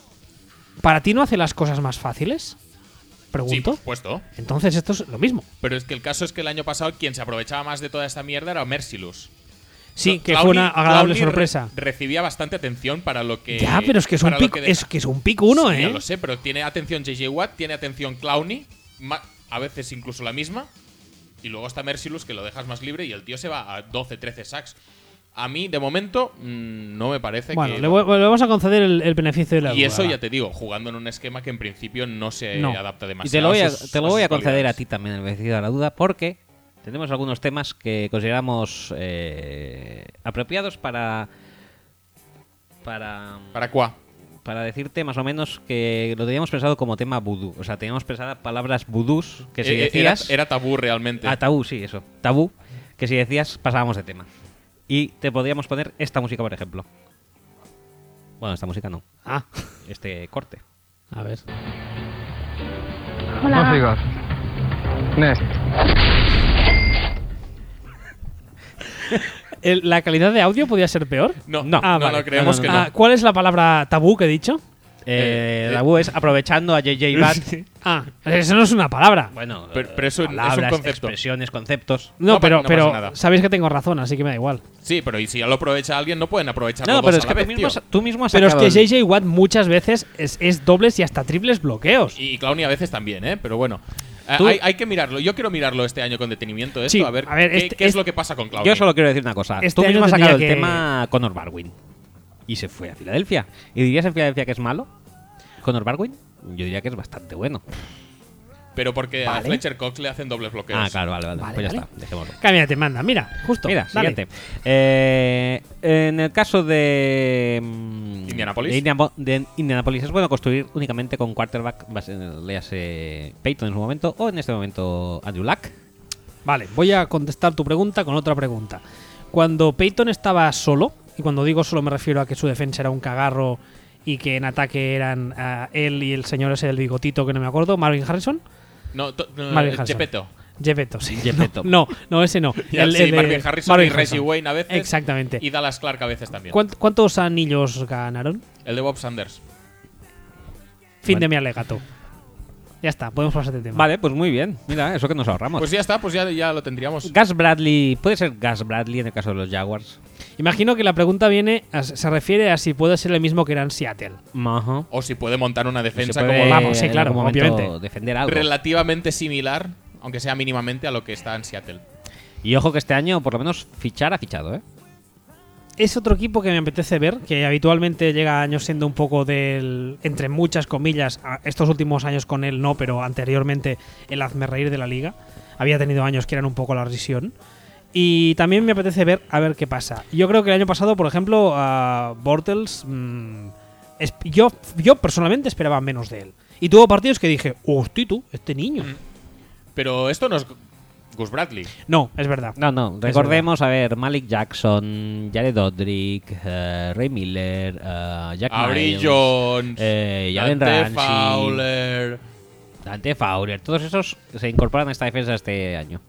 Speaker 1: ¿para ti no hace las cosas más fáciles?
Speaker 3: Sí,
Speaker 1: Pregunto.
Speaker 3: por supuesto.
Speaker 1: Entonces esto es lo mismo.
Speaker 3: Pero es que el caso es que el año pasado quien se aprovechaba más de toda esta mierda era Mercilus.
Speaker 1: Sí,
Speaker 3: Cla-
Speaker 1: que
Speaker 3: Clowney-
Speaker 1: fue una agradable
Speaker 3: Clowney re-
Speaker 1: sorpresa.
Speaker 3: recibía bastante atención para lo que.
Speaker 1: Ya, pero es que es un
Speaker 3: eh, para lo
Speaker 1: pick,
Speaker 3: de-
Speaker 1: es que es un pick uno,
Speaker 3: Sí, Ya
Speaker 1: ¿eh?
Speaker 3: lo sé, pero tiene atención JJ Watt, tiene atención Clowney, ma- a veces incluso la misma. Y luego está Mercilus, que lo dejas más libre y el tío se va a 12, 13 sacks. A mí, de momento, mm, no me parece
Speaker 1: Bueno,
Speaker 3: que.
Speaker 1: le, voy- le vamos a conceder el, el beneficio de la
Speaker 3: y
Speaker 1: duda,
Speaker 3: eso
Speaker 1: va.
Speaker 3: ya te digo, jugando en un esquema que en principio no se
Speaker 1: No.
Speaker 3: adapta
Speaker 2: Y
Speaker 3: demasiado.
Speaker 2: te lo voy a,
Speaker 3: sus-
Speaker 2: te lo voy
Speaker 3: sus
Speaker 2: a conceder a
Speaker 3: cualidades.
Speaker 2: ti también, el vencido a la duda, porque tenemos algunos temas que consideramos eh, apropiados para, para
Speaker 3: ¿Para cuá?
Speaker 2: para decirte más o menos que lo teníamos pensado como tema vudú. O sea, teníamos pensadas palabras vudús que si
Speaker 3: Eh, eh, era,
Speaker 2: decías...
Speaker 3: era tabú realmente.
Speaker 2: Ah, tabú, sí, eso. Tabú, que si decías pasábamos de tema. Y te podríamos poner esta música, por ejemplo. Bueno, esta música no.
Speaker 1: Ah,
Speaker 2: Este corte.
Speaker 1: a ver.
Speaker 6: No sigas. Next.
Speaker 1: El- ¿La calidad de audio podía ser peor?
Speaker 3: No,
Speaker 2: No.
Speaker 3: no,
Speaker 1: Ah,
Speaker 3: no,
Speaker 1: vale.
Speaker 3: no, creemos
Speaker 2: No, no,
Speaker 3: que
Speaker 1: Ah,
Speaker 3: no.
Speaker 1: ¿Cuál es la palabra tabú que he dicho?
Speaker 2: Eh,
Speaker 3: eh.
Speaker 2: la U es aprovechando a JJ Bat.
Speaker 1: Ah, eso no es una palabra.
Speaker 2: Bueno,
Speaker 3: Pero-
Speaker 2: eh,
Speaker 3: pero eso es un
Speaker 2: palabras,
Speaker 3: concepto.
Speaker 2: expresiones, conceptos.
Speaker 1: No,
Speaker 3: no pa-
Speaker 1: pero,
Speaker 3: no pasa
Speaker 1: pero
Speaker 3: nada.
Speaker 1: sabéis que tengo razón, así que me da igual.
Speaker 3: Sí, pero y si ya lo aprovecha alguien, no pueden aprovecharlo
Speaker 2: No,
Speaker 3: dos
Speaker 2: pero
Speaker 3: a
Speaker 2: es
Speaker 3: la
Speaker 2: que tú
Speaker 3: vez,
Speaker 2: mismo,
Speaker 3: tío.
Speaker 2: has- tú mismo has
Speaker 1: Pero es
Speaker 2: sacado
Speaker 1: que
Speaker 2: el-
Speaker 1: JJ Watt muchas veces es, es dobles y hasta triples bloqueos.
Speaker 3: Y Clowny a veces también, ¿eh? Pero bueno. Eh,
Speaker 2: Tú-
Speaker 3: Hay, hay que mirarlo. Yo quiero mirarlo este año con detenimiento. Esto,
Speaker 1: Sí,
Speaker 3: a ver,
Speaker 1: a ver,
Speaker 3: qué,
Speaker 1: este-
Speaker 3: qué es
Speaker 1: este-
Speaker 3: lo que pasa con Clowny.
Speaker 2: Yo solo quiero decir una cosa.
Speaker 1: Este
Speaker 2: tú mismo
Speaker 1: año
Speaker 2: has sacado el
Speaker 1: tendría que-
Speaker 2: tema Conor Barwin. Y se fue a Filadelfia. ¿Y dirías en Filadelfia que es malo? ¿Conor Barwin? Yo diría que es bastante bueno.
Speaker 3: Pero porque a
Speaker 1: Vale.
Speaker 3: Fletcher Cox le hacen dobles bloqueos.
Speaker 2: Ah, claro, vale, vale.
Speaker 1: Vale,
Speaker 2: pues ya
Speaker 1: vale.
Speaker 2: está, dejémoslo.
Speaker 1: Cámbiate, manda. Mira, justo.
Speaker 2: Mira,
Speaker 1: dale.
Speaker 2: siguiente. Eh, en el caso de. mm,
Speaker 3: Indianapolis.
Speaker 2: De, Indianapo- de Indianapolis es bueno construir únicamente con quarterback, base- léase Peyton en su momento, o en este momento Andrew Luck.
Speaker 1: Vale, voy a contestar tu pregunta con otra pregunta. Cuando Peyton estaba solo, y cuando digo solo me refiero a que su defensa era un cagarro y que en ataque eran ah, él y el señor ese del bigotito que no me acuerdo, Marvin Harrison.
Speaker 3: No, to- no,
Speaker 1: Marvin Harrison.
Speaker 3: Eh, Gepetto.
Speaker 1: Gepetto, sí.
Speaker 2: Gepetto.
Speaker 1: No, no, ese no.
Speaker 3: Ya, sí,
Speaker 1: de-
Speaker 3: Marvin Harrison
Speaker 1: Marvin
Speaker 3: y Reggie
Speaker 1: Harrison.
Speaker 3: Wayne a veces.
Speaker 1: Exactamente.
Speaker 3: Y Dallas Clark a veces también.
Speaker 1: ¿Cuánt- ¿Cuántos anillos ganaron?
Speaker 3: El de Bob Sanders.
Speaker 1: Fin
Speaker 2: Bueno.
Speaker 1: de mi alegato. Ya está, podemos pasar de tema.
Speaker 2: Vale, pues muy bien. Mira, eso que nos ahorramos.
Speaker 3: Pues ya está, pues ya, ya lo tendríamos.
Speaker 2: Gas Bradley, puede ser Gas Bradley en el caso de los Jaguars.
Speaker 1: Imagino que la pregunta viene, a- se refiere a si puede ser el mismo que era en Seattle.
Speaker 2: Ajá.
Speaker 3: O si puede montar una defensa
Speaker 2: Se puede,
Speaker 3: como
Speaker 1: Vamos, sí,
Speaker 2: en
Speaker 1: claro,
Speaker 2: algún momento
Speaker 1: obviamente.
Speaker 2: defender algo.
Speaker 3: relativamente similar, aunque sea mínimamente, a lo que está en Seattle.
Speaker 2: Y ojo que este año, por lo menos, fichar ha fichado, ¿eh?
Speaker 1: Es otro equipo que me apetece ver, que habitualmente llega años siendo un poco del, entre muchas comillas, a- estos últimos años con él no, pero anteriormente el hazme reír de la liga. Había tenido años que eran un poco la risión. Y también me apetece ver a ver qué pasa. Yo creo que el año pasado, por ejemplo, a Bortles mm, es- yo, yo personalmente esperaba menos de él. Y tuvo partidos que dije, hostia, tú, este niño.
Speaker 3: Pero esto no es Gus Bradley.
Speaker 1: No, es verdad.
Speaker 2: No, no, recordemos, a ver, Malik Jackson, Jared Odrick, eh, Ray Miller, eh, Jack
Speaker 3: Avery
Speaker 2: Miles,
Speaker 3: Jones,
Speaker 2: eh, Jalen
Speaker 3: Dante
Speaker 2: Ramsey,
Speaker 3: Fowler.
Speaker 2: Dante Fowler, todos esos se incorporan a esta defensa este año.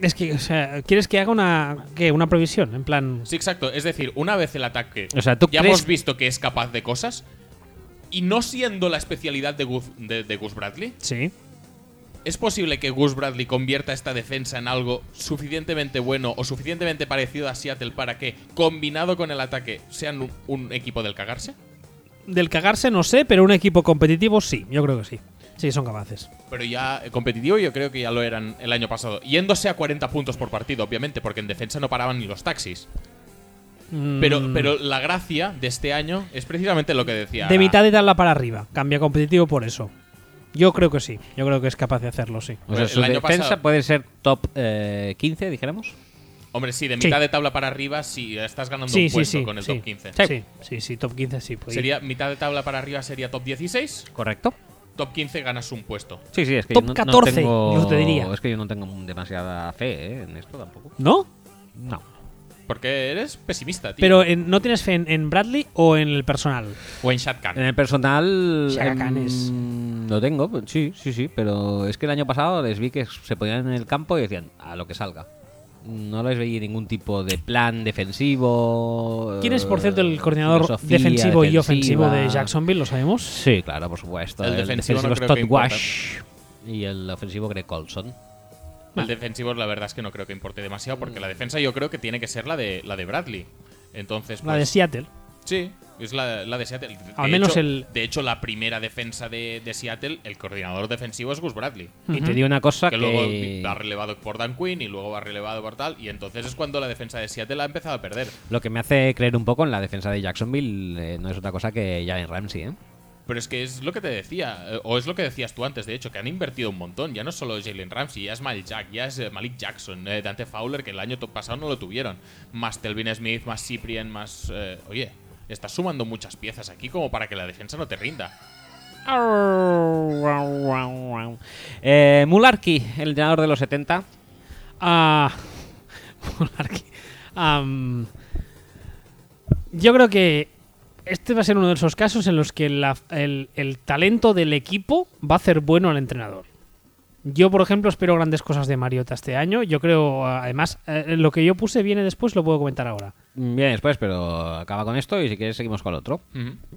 Speaker 1: Es que, o sea, ¿quieres que haga una, qué, una previsión? En plan,
Speaker 3: Sí, exacto. Es decir, una vez el ataque
Speaker 2: O sea, ¿tú
Speaker 3: ya
Speaker 2: crees-
Speaker 3: hemos visto que es capaz de cosas y no siendo la especialidad de Gus, de- de Gus Bradley,
Speaker 1: sí.
Speaker 3: ¿es posible que Gus Bradley convierta esta defensa en algo suficientemente bueno o suficientemente parecido a Seattle para que, combinado con el ataque, sean un, un equipo del cagarse?
Speaker 1: Del cagarse no sé, pero un equipo competitivo sí, yo creo que sí. Sí, son capaces.
Speaker 3: Pero ya eh, competitivo yo creo que ya lo eran el año pasado. Yéndose a 40 puntos por partido, obviamente, porque en defensa no paraban ni los taxis.
Speaker 1: Mm,
Speaker 3: Pero, pero la gracia de este año es precisamente lo que decía.
Speaker 1: De mitad de tabla para arriba. Cambia competitivo por eso. Yo creo que sí. Yo creo que es capaz de hacerlo, sí.
Speaker 2: O
Speaker 3: Pues
Speaker 2: sea,
Speaker 3: el
Speaker 2: su
Speaker 3: año
Speaker 2: defensa
Speaker 3: pasado-
Speaker 2: puede ser top eh, 15, dijéramos.
Speaker 3: Hombre, sí, de
Speaker 1: Sí.
Speaker 3: mitad de tabla para arriba, sí, estás ganando
Speaker 1: Sí,
Speaker 3: un
Speaker 1: sí,
Speaker 3: puesto
Speaker 1: sí.
Speaker 3: con el
Speaker 1: sí.
Speaker 3: top 15.
Speaker 1: Sí, sí, sí, top 15 sí. pues. puede ir.
Speaker 3: Sería mitad de tabla para arriba sería top 16,
Speaker 2: ¿Correcto?
Speaker 3: top 15 ganas un puesto.
Speaker 2: Sí, sí, es que
Speaker 1: Top
Speaker 2: yo no, no
Speaker 1: 14,
Speaker 2: tengo-
Speaker 1: yo te diría.
Speaker 2: Es que yo no tengo demasiada fe eh, en esto tampoco.
Speaker 1: ¿No?
Speaker 2: No.
Speaker 3: Porque eres pesimista, tío.
Speaker 1: Pero eh, en- ¿no tienes fe en, en Bradley o en el personal?
Speaker 3: o en Shatkan.
Speaker 2: En
Speaker 1: eh,
Speaker 2: el personal.
Speaker 1: Shaka Khan
Speaker 2: em,
Speaker 1: es-
Speaker 2: Lo tengo, pues, sí, sí, sí. Pero es que el año pasado les vi que se ponían en el campo y decían a lo que salga. No les veía ningún tipo de plan defensivo.
Speaker 1: ¿Quién es, por
Speaker 2: eh,
Speaker 1: cierto, el coordinador
Speaker 2: filosofía
Speaker 1: defensivo y ofensivo
Speaker 2: defensiva.
Speaker 1: de Jacksonville? ¿Lo sabemos?
Speaker 2: Sí, claro, por supuesto.
Speaker 3: El
Speaker 2: El,
Speaker 3: defensivo
Speaker 2: defensivo,
Speaker 3: no creo que
Speaker 2: Scott Wash y el ofensivo Greg Colson.
Speaker 3: El defensivo, la verdad es que no creo que importe demasiado, porque
Speaker 1: Mm.
Speaker 3: la defensa yo creo que tiene que ser la de, la de Bradley. Entonces,
Speaker 1: La de
Speaker 3: pues,
Speaker 1: Seattle.
Speaker 3: sí, es la, la de Seattle. De
Speaker 1: Al menos
Speaker 3: hecho-
Speaker 1: el-
Speaker 3: De hecho, la primera defensa de, de Seattle, el coordinador defensivo es Gus Bradley.
Speaker 2: Y te digo una cosa
Speaker 3: Que
Speaker 2: que.
Speaker 3: luego va relevado por Dan Quinn y luego va relevado por tal. Y entonces es cuando la defensa de Seattle ha empezado a perder.
Speaker 2: Lo que me hace creer un poco en la defensa de Jacksonville eh, no es otra cosa que Jalen Ramsey, ¿eh?
Speaker 3: Pero es que es lo que te decía, eh, o es lo que decías tú antes, de hecho, que han invertido un montón. Ya no es solo Jalen Ramsey, ya es Mal Jack, ya es eh, Malik Jackson, eh, Dante Fowler, que el año to- pasado no lo tuvieron. Más Telvin Smith, más Cyprien, más. eh, oye, estás sumando muchas piezas aquí como para que la defensa no te rinda.
Speaker 2: Eh, Mularki, el entrenador de los 70.
Speaker 1: Ah, Mularky. Am, yo creo que este va a ser uno de esos casos en los que la- el, el talento del equipo va a hacer bueno al entrenador. Yo, por ejemplo, espero grandes cosas de Mariota este año. Yo creo, además, eh, lo que yo puse viene después, lo puedo comentar ahora.
Speaker 2: Bien, después, pero acaba con esto y si quieres seguimos con el otro.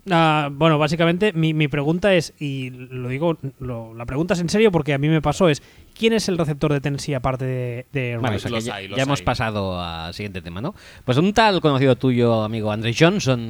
Speaker 1: Ah, bueno, básicamente mi, mi pregunta es, y lo digo, lo- la pregunta es en serio porque a mí me pasó, es ¿quién es el receptor de Tennessee aparte de, de
Speaker 2: Vale,
Speaker 1: Rice?
Speaker 2: o sea que
Speaker 3: los
Speaker 2: ya,
Speaker 3: hay,
Speaker 2: ya
Speaker 3: los
Speaker 2: hemos
Speaker 3: hay.
Speaker 2: pasado al siguiente tema, ¿no? Pues un tal conocido tuyo, amigo Andre Johnson,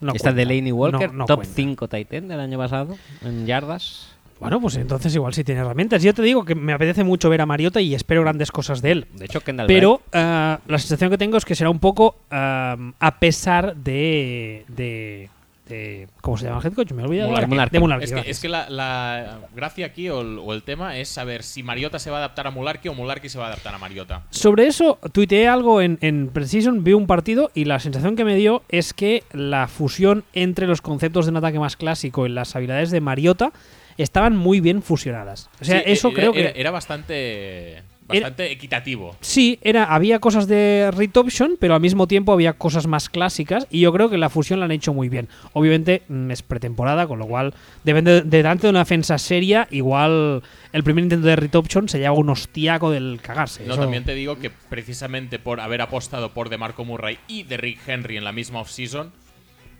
Speaker 1: No
Speaker 2: está
Speaker 1: cuenta.
Speaker 2: Delaney Walker,
Speaker 1: No- no
Speaker 2: top
Speaker 1: cuenta.
Speaker 2: 5 Titan del año pasado en yardas.
Speaker 1: Bueno, pues entonces igual sí tiene herramientas. Yo te digo que me apetece mucho ver a Mariota y espero grandes cosas de él.
Speaker 2: De hecho, Kendall
Speaker 1: Pero ah, la sensación que tengo es que será un poco ah, a pesar de, de, de- ¿Cómo se llama el head coach? Me he olvidado.
Speaker 2: Mularky.
Speaker 1: De Mularky,
Speaker 3: Es que,
Speaker 1: gracias.
Speaker 3: es que la, la gracia aquí o el, o el tema es saber si Mariota se va a adaptar a Mularki o Mularki se va a adaptar a Mariota.
Speaker 1: Sobre eso, tuiteé algo en, en Precision, vi un partido y la sensación que me dio es que la fusión entre los conceptos de un ataque más clásico y las habilidades de Mariota estaban muy bien fusionadas. O sea,
Speaker 3: Sí,
Speaker 1: eso
Speaker 3: era-
Speaker 1: creo que...
Speaker 3: Era, era bastante. Bastante equitativo.
Speaker 1: Sí, era, había cosas de read option, pero al mismo tiempo había cosas más clásicas y yo creo que la fusión la han hecho muy bien. Obviamente mm, es pretemporada, con lo cual depende de delante de una defensa seria, igual el primer intento de read option se lleva un hostiaco del cagarse.
Speaker 3: No,
Speaker 1: Eso-
Speaker 3: también te digo que precisamente por haber apostado por DeMarco Murray y de Rick Henry en la misma offseason,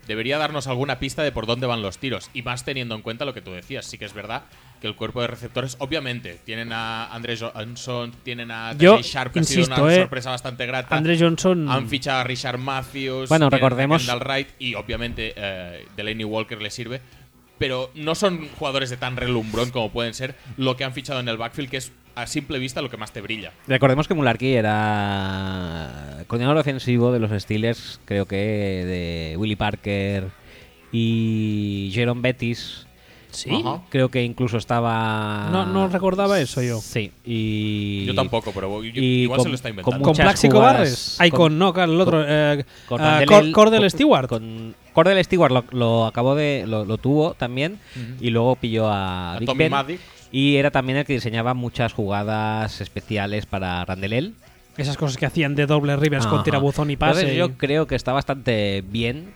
Speaker 3: debería darnos alguna pista de por dónde van los tiros. Y más teniendo en cuenta lo que tú decías. Sí que es verdad que el cuerpo de receptores, obviamente, tienen a Andre Johnson, tienen a
Speaker 1: Yo,
Speaker 3: Tajay Sharp, que ha sido
Speaker 1: insisto,
Speaker 3: una
Speaker 1: eh,
Speaker 3: sorpresa bastante grata.
Speaker 1: Andre Johnson
Speaker 3: Han fichado a Richard Matthews.
Speaker 2: Mm. Bueno,
Speaker 3: tienen a
Speaker 2: recordemos-
Speaker 3: Kendall Wright y obviamente eh, Delaney Walker le sirve. Pero no son jugadores de tan relumbrón como pueden ser lo que han fichado en el backfield, que es a simple vista lo que más te brilla.
Speaker 2: Recordemos que Mularki era coordinador ofensivo de los Steelers, creo que de Willie Parker y Jerome Bettis.
Speaker 1: ¿Sí?
Speaker 3: Ajá.
Speaker 2: Creo que incluso estaba.
Speaker 1: No- no recordaba eso yo.
Speaker 2: Sí, y.
Speaker 3: Yo tampoco, pero yo-
Speaker 2: y
Speaker 3: igual
Speaker 2: con-
Speaker 3: se lo está inventando.
Speaker 1: ¿Con
Speaker 2: muchas
Speaker 1: Plaxico
Speaker 2: jugadas-
Speaker 1: Barres? Ay,
Speaker 2: con-
Speaker 1: con, no, con el otro. eh,
Speaker 2: con
Speaker 1: ah,
Speaker 2: Randall
Speaker 1: Cor-
Speaker 2: Hill-
Speaker 1: Cordell Stewart.
Speaker 2: Con Cordell Stewart lo, lo acabó de. Lo, lo tuvo también. Y luego pilló a.
Speaker 3: A
Speaker 2: Big
Speaker 3: Tommy
Speaker 2: Ben,
Speaker 3: Maddox.
Speaker 2: Y era también el que diseñaba muchas jugadas especiales para Randelel.
Speaker 1: Esas cosas que hacían de doble Rivers con
Speaker 2: Ajá.
Speaker 1: tirabuzón y pase.
Speaker 2: Entonces yo creo que está bastante bien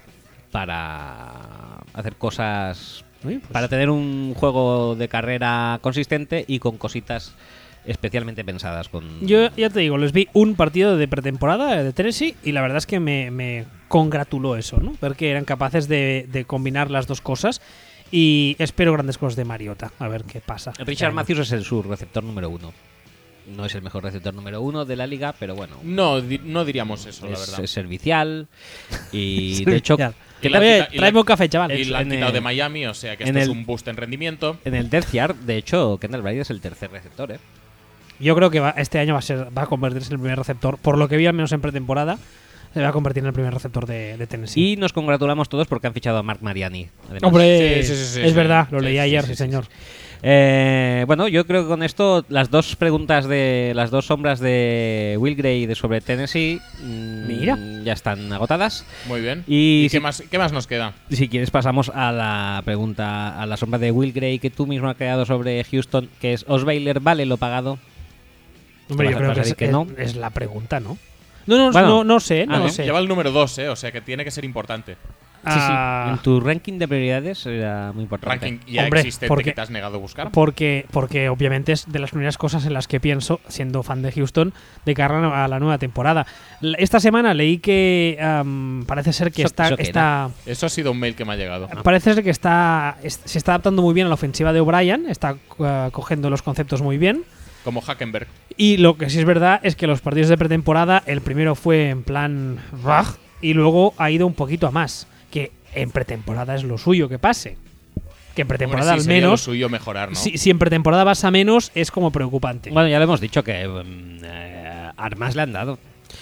Speaker 2: para hacer cosas.
Speaker 1: Uy, pues-
Speaker 2: Para tener un juego de carrera consistente y con cositas especialmente pensadas. Con...
Speaker 1: Yo ya te digo, les vi un partido de pretemporada eh, de Tennessee y la verdad es que me, me congratuló eso, ¿no? Ver que eran capaces de, de combinar las dos cosas y espero grandes cosas de Mariota, a ver qué pasa. Este
Speaker 2: Richard
Speaker 1: Claro.
Speaker 2: Matthews es el su receptor número uno. No es el mejor receptor número uno de la liga, pero bueno,
Speaker 3: No, di- no diríamos eso, la
Speaker 2: es,
Speaker 3: verdad.
Speaker 2: es servicial. Y de hecho,
Speaker 1: Ya.
Speaker 3: Que le han
Speaker 1: Oye,
Speaker 3: quita- y le-
Speaker 1: tráeme un café, chaval.
Speaker 3: Y la han
Speaker 2: en
Speaker 3: quitado
Speaker 2: el-
Speaker 3: de Miami, o sea que
Speaker 2: en
Speaker 3: esto es
Speaker 2: el-
Speaker 3: un boost en rendimiento.
Speaker 2: en el death yard, de hecho, Kendall Brady es el tercer receptor, ¿eh?
Speaker 1: Yo creo que va- este año va a, ser, va a convertirse en el primer receptor, por lo que vi al menos en pretemporada, se va a convertir en el primer receptor de, de Tennessee.
Speaker 2: Y nos congratulamos todos porque han fichado a Mark Mariani. además.
Speaker 1: Hombre,
Speaker 3: Sí, sí, sí, sí,
Speaker 1: es
Speaker 3: sí.
Speaker 1: verdad, lo
Speaker 3: Sí,
Speaker 1: leí
Speaker 3: sí,
Speaker 1: ayer,
Speaker 3: sí,
Speaker 1: sí,
Speaker 3: sí,
Speaker 1: señor.
Speaker 2: Eh, bueno, yo creo que con esto las dos preguntas de las dos sombras de Will Gray de sobre Tennessee mm,
Speaker 1: Mira.
Speaker 2: ya están agotadas.
Speaker 3: Muy bien.
Speaker 2: Y
Speaker 3: qué,
Speaker 2: si-
Speaker 3: más, qué más nos queda?
Speaker 2: Si quieres pasamos a la pregunta a la sombra de Will Gray que tú mismo has creado sobre Houston, que es Osweiler vale lo pagado.
Speaker 1: Hombre, yo
Speaker 2: Vas a
Speaker 1: creo que
Speaker 2: decir
Speaker 1: es,
Speaker 2: que no.
Speaker 1: es la pregunta, ¿no? No, no,
Speaker 2: Bueno.
Speaker 1: no, no sé, no
Speaker 2: Ah,
Speaker 1: lo
Speaker 2: ¿no?
Speaker 1: sé.
Speaker 3: Lleva el número 2, ¿eh? O sea que tiene que ser importante.
Speaker 1: Ah,
Speaker 2: En tu ranking de prioridades era muy importante.
Speaker 3: Ranking ya
Speaker 1: Hombre,
Speaker 3: existente
Speaker 1: porque-
Speaker 3: que te has negado a buscar.
Speaker 1: Porque, porque obviamente es de las primeras cosas en las que pienso, siendo fan de Houston, de cara a la nueva temporada. L- Esta semana leí que am, parece ser que
Speaker 2: Eso-
Speaker 1: está,
Speaker 2: eso que
Speaker 1: está, Ah.
Speaker 3: Eso ha sido un mail que me ha llegado.
Speaker 1: parece ser que está es- se está adaptando muy bien a la ofensiva de O'Brien, está eh, cogiendo los conceptos muy bien.
Speaker 3: Como Hackenberg.
Speaker 1: Y lo que sí es verdad es que los partidos de pretemporada, el primero fue en plan raj y luego ha ido un poquito a más. Que en pretemporada es lo suyo que pase. Que en pretemporada
Speaker 3: Hombre, sí,
Speaker 1: al
Speaker 3: sería lo
Speaker 1: menos.
Speaker 3: suyo mejorar, ¿no?
Speaker 1: Si, si en pretemporada vas a menos, es como preocupante.
Speaker 2: Bueno, ya le hemos dicho que mm, eh, armas le han dado.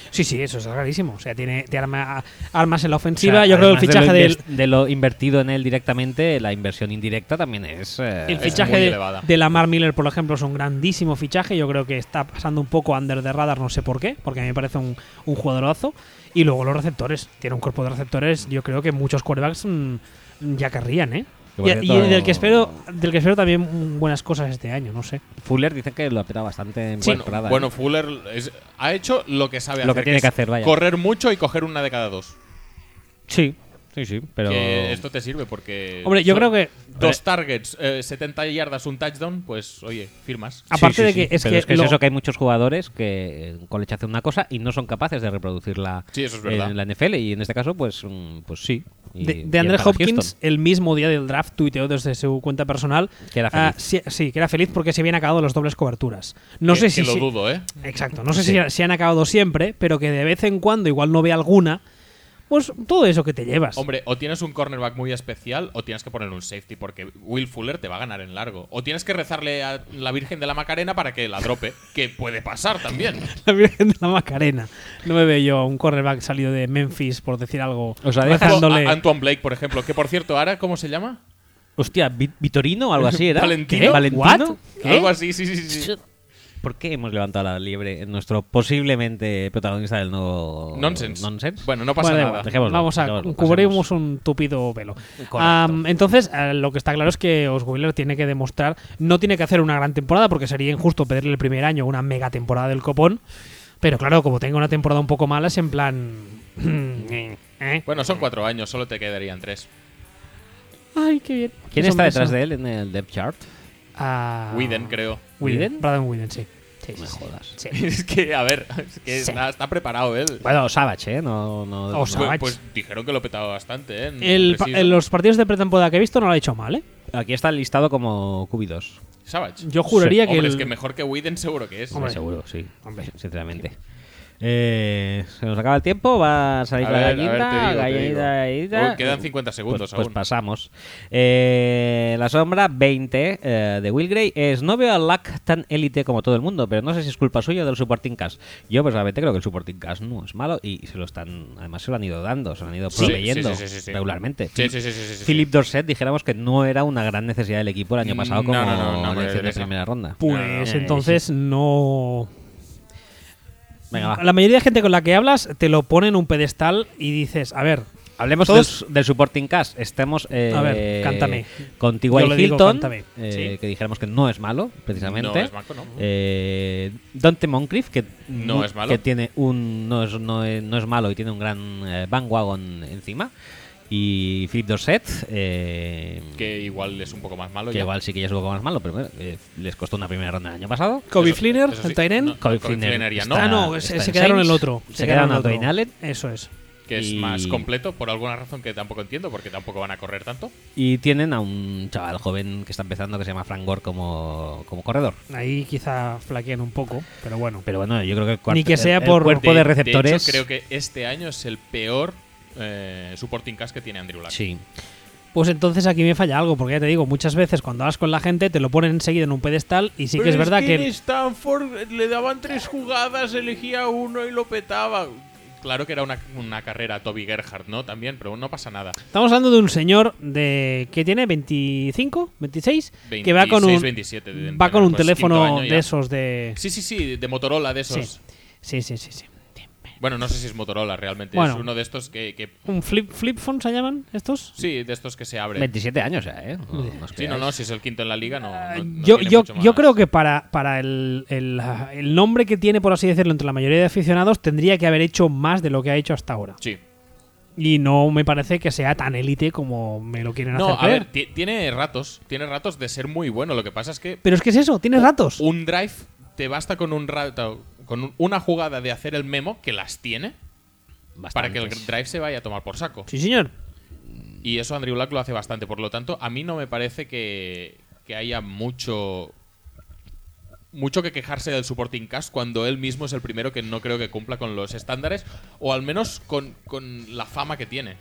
Speaker 1: Sí, sí, eso está clarísimo. O sea, tiene, tiene arma- armas en la
Speaker 2: O
Speaker 1: ofensiva.
Speaker 2: sea,
Speaker 1: Yo creo que el
Speaker 2: además
Speaker 1: fichaje
Speaker 2: de lo,
Speaker 1: del.
Speaker 2: invest- de lo invertido en él directamente, la inversión indirecta también es. eh,
Speaker 1: El
Speaker 3: es
Speaker 1: fichaje
Speaker 3: muy
Speaker 1: de,
Speaker 3: elevada.
Speaker 1: de Lamar Miller, por ejemplo, es un grandísimo fichaje. Yo creo que está pasando un poco under the radar, no sé por qué, porque a mí me parece un, un jugadorazo. Y luego los receptores. Tiene un cuerpo de receptores, yo creo que muchos quarterbacks mm, ya querrían, ¿eh?
Speaker 2: Que por
Speaker 1: Y, y
Speaker 2: cierto-
Speaker 1: del que espero del que espero también mm, buenas cosas este año, no sé.
Speaker 2: Fuller dice que lo ha petado bastante en
Speaker 3: Bueno,
Speaker 2: temporada.
Speaker 3: bueno,
Speaker 2: ¿eh?
Speaker 3: Fuller es- ha hecho lo que sabe
Speaker 2: Lo que
Speaker 3: hacer.
Speaker 2: tiene que
Speaker 3: es
Speaker 2: hacer, vaya.
Speaker 3: Correr mucho y coger una de cada dos.
Speaker 2: sí, sí, sí, pero
Speaker 3: Que esto te sirve porque.
Speaker 1: Hombre, yo
Speaker 3: son
Speaker 1: creo que-
Speaker 3: Dos targets, eh, 70 yardas, un touchdown, pues oye, firmas.
Speaker 2: Sí,
Speaker 1: Aparte
Speaker 2: sí,
Speaker 1: de
Speaker 2: sí,
Speaker 1: que es
Speaker 2: pero
Speaker 1: que
Speaker 2: es que
Speaker 1: lo-
Speaker 2: es eso que hay muchos jugadores que eh, con leche hacen una cosa y no son capaces de reproducirla
Speaker 3: Sí, eso es verdad.
Speaker 2: en la NFL y en este caso pues mm, pues sí. Y
Speaker 1: De,
Speaker 2: bien
Speaker 1: Andrés
Speaker 2: para
Speaker 1: Hopkins,
Speaker 2: Houston.
Speaker 1: el mismo día del draft, tuiteó desde su cuenta personal
Speaker 2: Que era
Speaker 1: ah,
Speaker 2: feliz.
Speaker 1: sí, sí, que era feliz porque se habían acabado las dobles coberturas. No
Speaker 3: Que-
Speaker 1: sé si
Speaker 3: que
Speaker 1: si-
Speaker 3: lo dudo, ¿eh?
Speaker 1: Exacto, no sé
Speaker 2: Sí.
Speaker 1: si, si han acabado siempre, pero que de vez en cuando igual no ve alguna, pues todo eso que te llevas.
Speaker 3: Hombre, o tienes un cornerback muy especial o tienes que poner un safety porque Will Fuller te va a ganar en largo. O tienes que rezarle a la Virgen de la Macarena para que la drope, que puede pasar también.
Speaker 1: La Virgen de la Macarena. No me veo yo a un cornerback salido de Memphis, por decir algo,
Speaker 2: O sea, dejas-
Speaker 1: rezándole-
Speaker 3: Anto- a- Antoine Blake, por ejemplo, que por cierto, ahora cómo se llama?
Speaker 2: Hostia, Vi- Vitorino o algo así era.
Speaker 3: ¿Valentino?
Speaker 2: ¿Qué? ¿Valentino?
Speaker 1: What?
Speaker 2: ¿Qué?
Speaker 3: Algo así, sí, sí, sí, sí.
Speaker 2: ¿Por qué hemos levantado la liebre en nuestro posiblemente protagonista del nuevo
Speaker 3: Nonsense.
Speaker 2: Nonsense?
Speaker 3: Bueno, no pasa
Speaker 1: Bueno, da
Speaker 3: nada.
Speaker 1: igual.
Speaker 2: Dejémoslo,
Speaker 1: Vamos a
Speaker 2: dejémoslo,
Speaker 1: cubrimos
Speaker 2: pasemos.
Speaker 1: un tupido velo.
Speaker 2: Correcto.
Speaker 1: Am, entonces, eh, lo que está claro es que Osweiler tiene que demostrar, no tiene que hacer una gran temporada porque sería injusto pedirle el primer año una mega temporada del copón, pero claro, como tenga una temporada un poco mala es en plan eh, eh.
Speaker 3: Bueno, son cuatro años, solo te quedarían tres.
Speaker 1: Ay, qué bien.
Speaker 2: ¿Quién
Speaker 1: Qué
Speaker 2: está
Speaker 1: sorpresa.
Speaker 2: detrás de él en el depth chart?
Speaker 1: Ah,
Speaker 3: Widen, creo.
Speaker 1: Whedon,
Speaker 2: Whedon?
Speaker 1: Brandon Whedon, sí. Sí,
Speaker 2: No
Speaker 1: sí,
Speaker 2: me
Speaker 1: sí.
Speaker 2: jodas.
Speaker 1: Sí.
Speaker 3: es que, a ver, es que
Speaker 1: Sí.
Speaker 3: nada, está preparado él.
Speaker 2: Bueno, Savage, ¿eh? No, no,
Speaker 1: O sea,
Speaker 2: no.
Speaker 3: Pues,
Speaker 1: Savage.
Speaker 3: pues dijeron que lo petaba bastante, ¿eh? En-
Speaker 1: El
Speaker 3: en
Speaker 1: pa-
Speaker 3: Precision.
Speaker 1: en los partidos de pretemporada que he visto no lo ha hecho mal, ¿eh?
Speaker 2: Aquí está listado como QB2.
Speaker 3: Savage.
Speaker 1: Yo juraría que,
Speaker 3: Hombre,
Speaker 1: el-
Speaker 3: es que mejor que Widen seguro que es.
Speaker 1: Hombre.
Speaker 2: Seguro, sí.
Speaker 1: Hombre.
Speaker 2: Sinceramente. Eh, se nos acaba el tiempo, va a salir
Speaker 3: A
Speaker 2: la
Speaker 3: ver, a ver,
Speaker 2: gallinita,
Speaker 3: te digo, te
Speaker 2: gallinita,
Speaker 3: digo.
Speaker 2: gallinita.
Speaker 3: Uy, quedan 50 segundos
Speaker 2: Pues, pues
Speaker 3: aún.
Speaker 2: pasamos. Eh, la sombra 20 eh, de Will Grey es no veo a Lack tan élite como todo el mundo, pero no sé si es culpa suya o del supporting cast. Yo personalmente creo que el supporting cast no es malo y se lo están, además se lo han ido dando, se lo han ido
Speaker 1: pues
Speaker 3: Sí,
Speaker 2: proveyendo
Speaker 3: sí, sí, sí, sí, sí.
Speaker 2: regularmente.
Speaker 3: Sí, sí, sí, sí, sí, sí.
Speaker 2: Philip Dorset dijéramos que no era una gran necesidad del equipo el año
Speaker 3: Mm,
Speaker 2: pasado
Speaker 3: no,
Speaker 2: como
Speaker 3: no, no, no,
Speaker 2: elección de
Speaker 3: esa.
Speaker 2: primera ronda.
Speaker 1: Pues
Speaker 2: Eh,
Speaker 1: entonces no.
Speaker 2: Venga, va.
Speaker 1: La mayoría de gente con la que hablas te lo pone en un pedestal y dices, a ver,
Speaker 2: Hablemos del,
Speaker 1: Todos-
Speaker 2: su- del supporting cast. Estamos eh,
Speaker 1: A ver, cántame.
Speaker 2: con T.Y.
Speaker 1: Yo le digo,
Speaker 2: Hilton,
Speaker 1: cántame.
Speaker 2: eh,
Speaker 1: Sí.
Speaker 2: que dijéramos que no es malo, precisamente.
Speaker 3: No es manco, no.
Speaker 2: Eh, Dante Moncrief, que
Speaker 3: No
Speaker 2: mu-
Speaker 3: es malo.
Speaker 2: que tiene un no es, no es, no es malo y tiene un gran eh, bandwagon encima. Y Philip Dorset, eh,
Speaker 3: Que igual es un poco más malo.
Speaker 2: que
Speaker 3: ya.
Speaker 2: igual sí que ya es un poco más malo, pero bueno, eh, les costó una primera ronda el año pasado.
Speaker 1: Kobe
Speaker 3: Eso-
Speaker 1: Flinner,
Speaker 3: eso sí,
Speaker 1: el Tyrant.
Speaker 3: no,
Speaker 2: Kobe
Speaker 3: Kobe
Speaker 2: Fleener
Speaker 3: Fleener ya
Speaker 2: está-
Speaker 3: no.
Speaker 1: ah, no, se,
Speaker 2: está
Speaker 1: se
Speaker 2: en
Speaker 1: quedaron
Speaker 2: Saints,
Speaker 1: el otro.
Speaker 2: se quedaron a
Speaker 1: otro.
Speaker 2: Dwayne Allen.
Speaker 1: Eso es.
Speaker 3: Que es
Speaker 2: Y-
Speaker 3: más completo por alguna razón que tampoco entiendo, porque tampoco van a correr tanto.
Speaker 2: Y tienen a un chaval joven que está empezando que se llama Frank Gore como, como corredor.
Speaker 1: Ahí quizá flaquean un poco, pero bueno.
Speaker 2: Pero bueno, yo creo que el cuarto,
Speaker 1: Ni que sea
Speaker 2: el- el
Speaker 1: por-
Speaker 2: cuerpo de,
Speaker 3: de
Speaker 2: receptores.
Speaker 3: hecho, creo que este año es el peor eh, supporting cast que tiene Andrew Luck.
Speaker 2: Sí.
Speaker 1: Pues entonces aquí me falla algo, porque ya te digo, muchas veces cuando hablas con la gente te lo ponen enseguida en un pedestal y sí que es verdad que.
Speaker 3: Stanford le daban tres jugadas, elegía uno y lo petaba. Claro que era una, una carrera a Toby Gerhardt, ¿no? También, pero no pasa nada.
Speaker 1: Estamos hablando de un señor de que tiene 25, 26, que va con
Speaker 3: 26,
Speaker 1: un
Speaker 3: 27 deben
Speaker 1: va con un
Speaker 3: tener, pues, quinto
Speaker 1: teléfono
Speaker 3: año
Speaker 1: de
Speaker 3: ya.
Speaker 1: esos de
Speaker 3: Sí, sí, sí, de Motorola, de esos.
Speaker 1: Sí. Sí, sí, sí, sí.
Speaker 3: Bueno, no sé si es Motorola realmente.
Speaker 1: Bueno.
Speaker 3: Es uno de estos que, que-
Speaker 1: ¿Un flip, flip phone se llaman estos?
Speaker 3: Sí, de estos que se abren.
Speaker 2: 27 años ya, ¿eh? No, no os
Speaker 3: Sí, no,
Speaker 2: creáis.
Speaker 3: no, si es el quinto en la liga, no. no- no
Speaker 1: yo,
Speaker 3: tiene
Speaker 1: yo,
Speaker 3: mucho
Speaker 1: yo
Speaker 3: más.
Speaker 1: creo que para, para el, el, ah, el nombre que tiene, por así decirlo, entre la mayoría de aficionados, tendría que haber hecho más de lo que ha hecho hasta ahora.
Speaker 3: Sí.
Speaker 1: Y no me parece que sea tan élite como me lo quieren
Speaker 3: No,
Speaker 1: hacer
Speaker 3: a
Speaker 1: creer.
Speaker 3: ver, ti- tiene ratos. Tiene ratos de ser muy bueno. Lo que pasa es que
Speaker 1: Pero es que es eso, tiene ratos.
Speaker 3: un drive te basta con un rato, con un- una jugada de hacer el memo que las tiene para que el
Speaker 2: Bastantes.
Speaker 3: drive se vaya a tomar por saco.
Speaker 1: Sí, señor.
Speaker 3: Y eso Andrew Luck lo hace bastante. Por lo tanto, a mí no me parece que, que haya mucho mucho que quejarse del supporting cast cuando él mismo es el primero que no creo que cumpla con los estándares o al menos con, con la fama que tiene.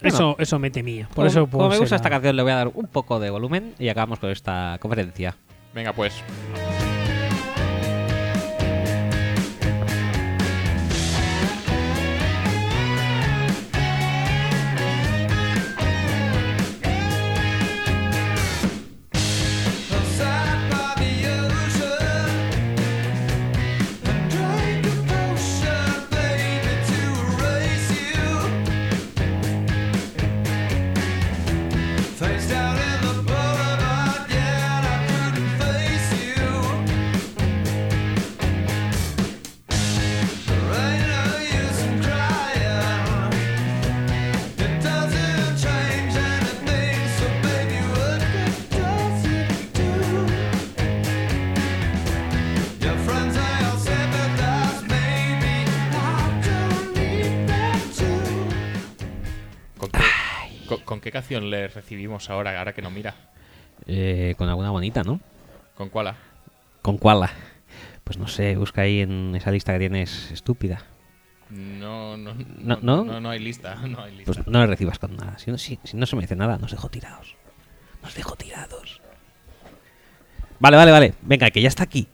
Speaker 1: Eso, eso me temía. Por
Speaker 2: Como-
Speaker 1: eso
Speaker 2: como me
Speaker 1: puse
Speaker 2: gusta
Speaker 1: la-
Speaker 2: esta canción, le voy a dar un poco de volumen y acabamos con esta conferencia.
Speaker 3: Venga, pues.
Speaker 4: Face down in the boulevard, yet I couldn't face you. There ain't no use in crying. It doesn't change anything, so baby, what good does it do? Your friends they all sympathize, maybe I don't need them too.
Speaker 3: ¿Con qué, con- con qué canción le recibimos ahora, ahora que no mira?
Speaker 2: Eh, con alguna bonita, ¿no?
Speaker 3: ¿Con cuál? ah?
Speaker 2: ¿Con cuál? Pues no sé, busca ahí en esa lista que tienes estúpida.
Speaker 3: No, no,
Speaker 2: No,
Speaker 3: no,
Speaker 2: no.
Speaker 3: no, no hay lista. No hay lista.
Speaker 2: Pues no la recibas con nada. Si no, si- si no se merece nada, nos dejo tirados. Nos dejo tirados. Vale, vale, vale. Venga, que ya está aquí.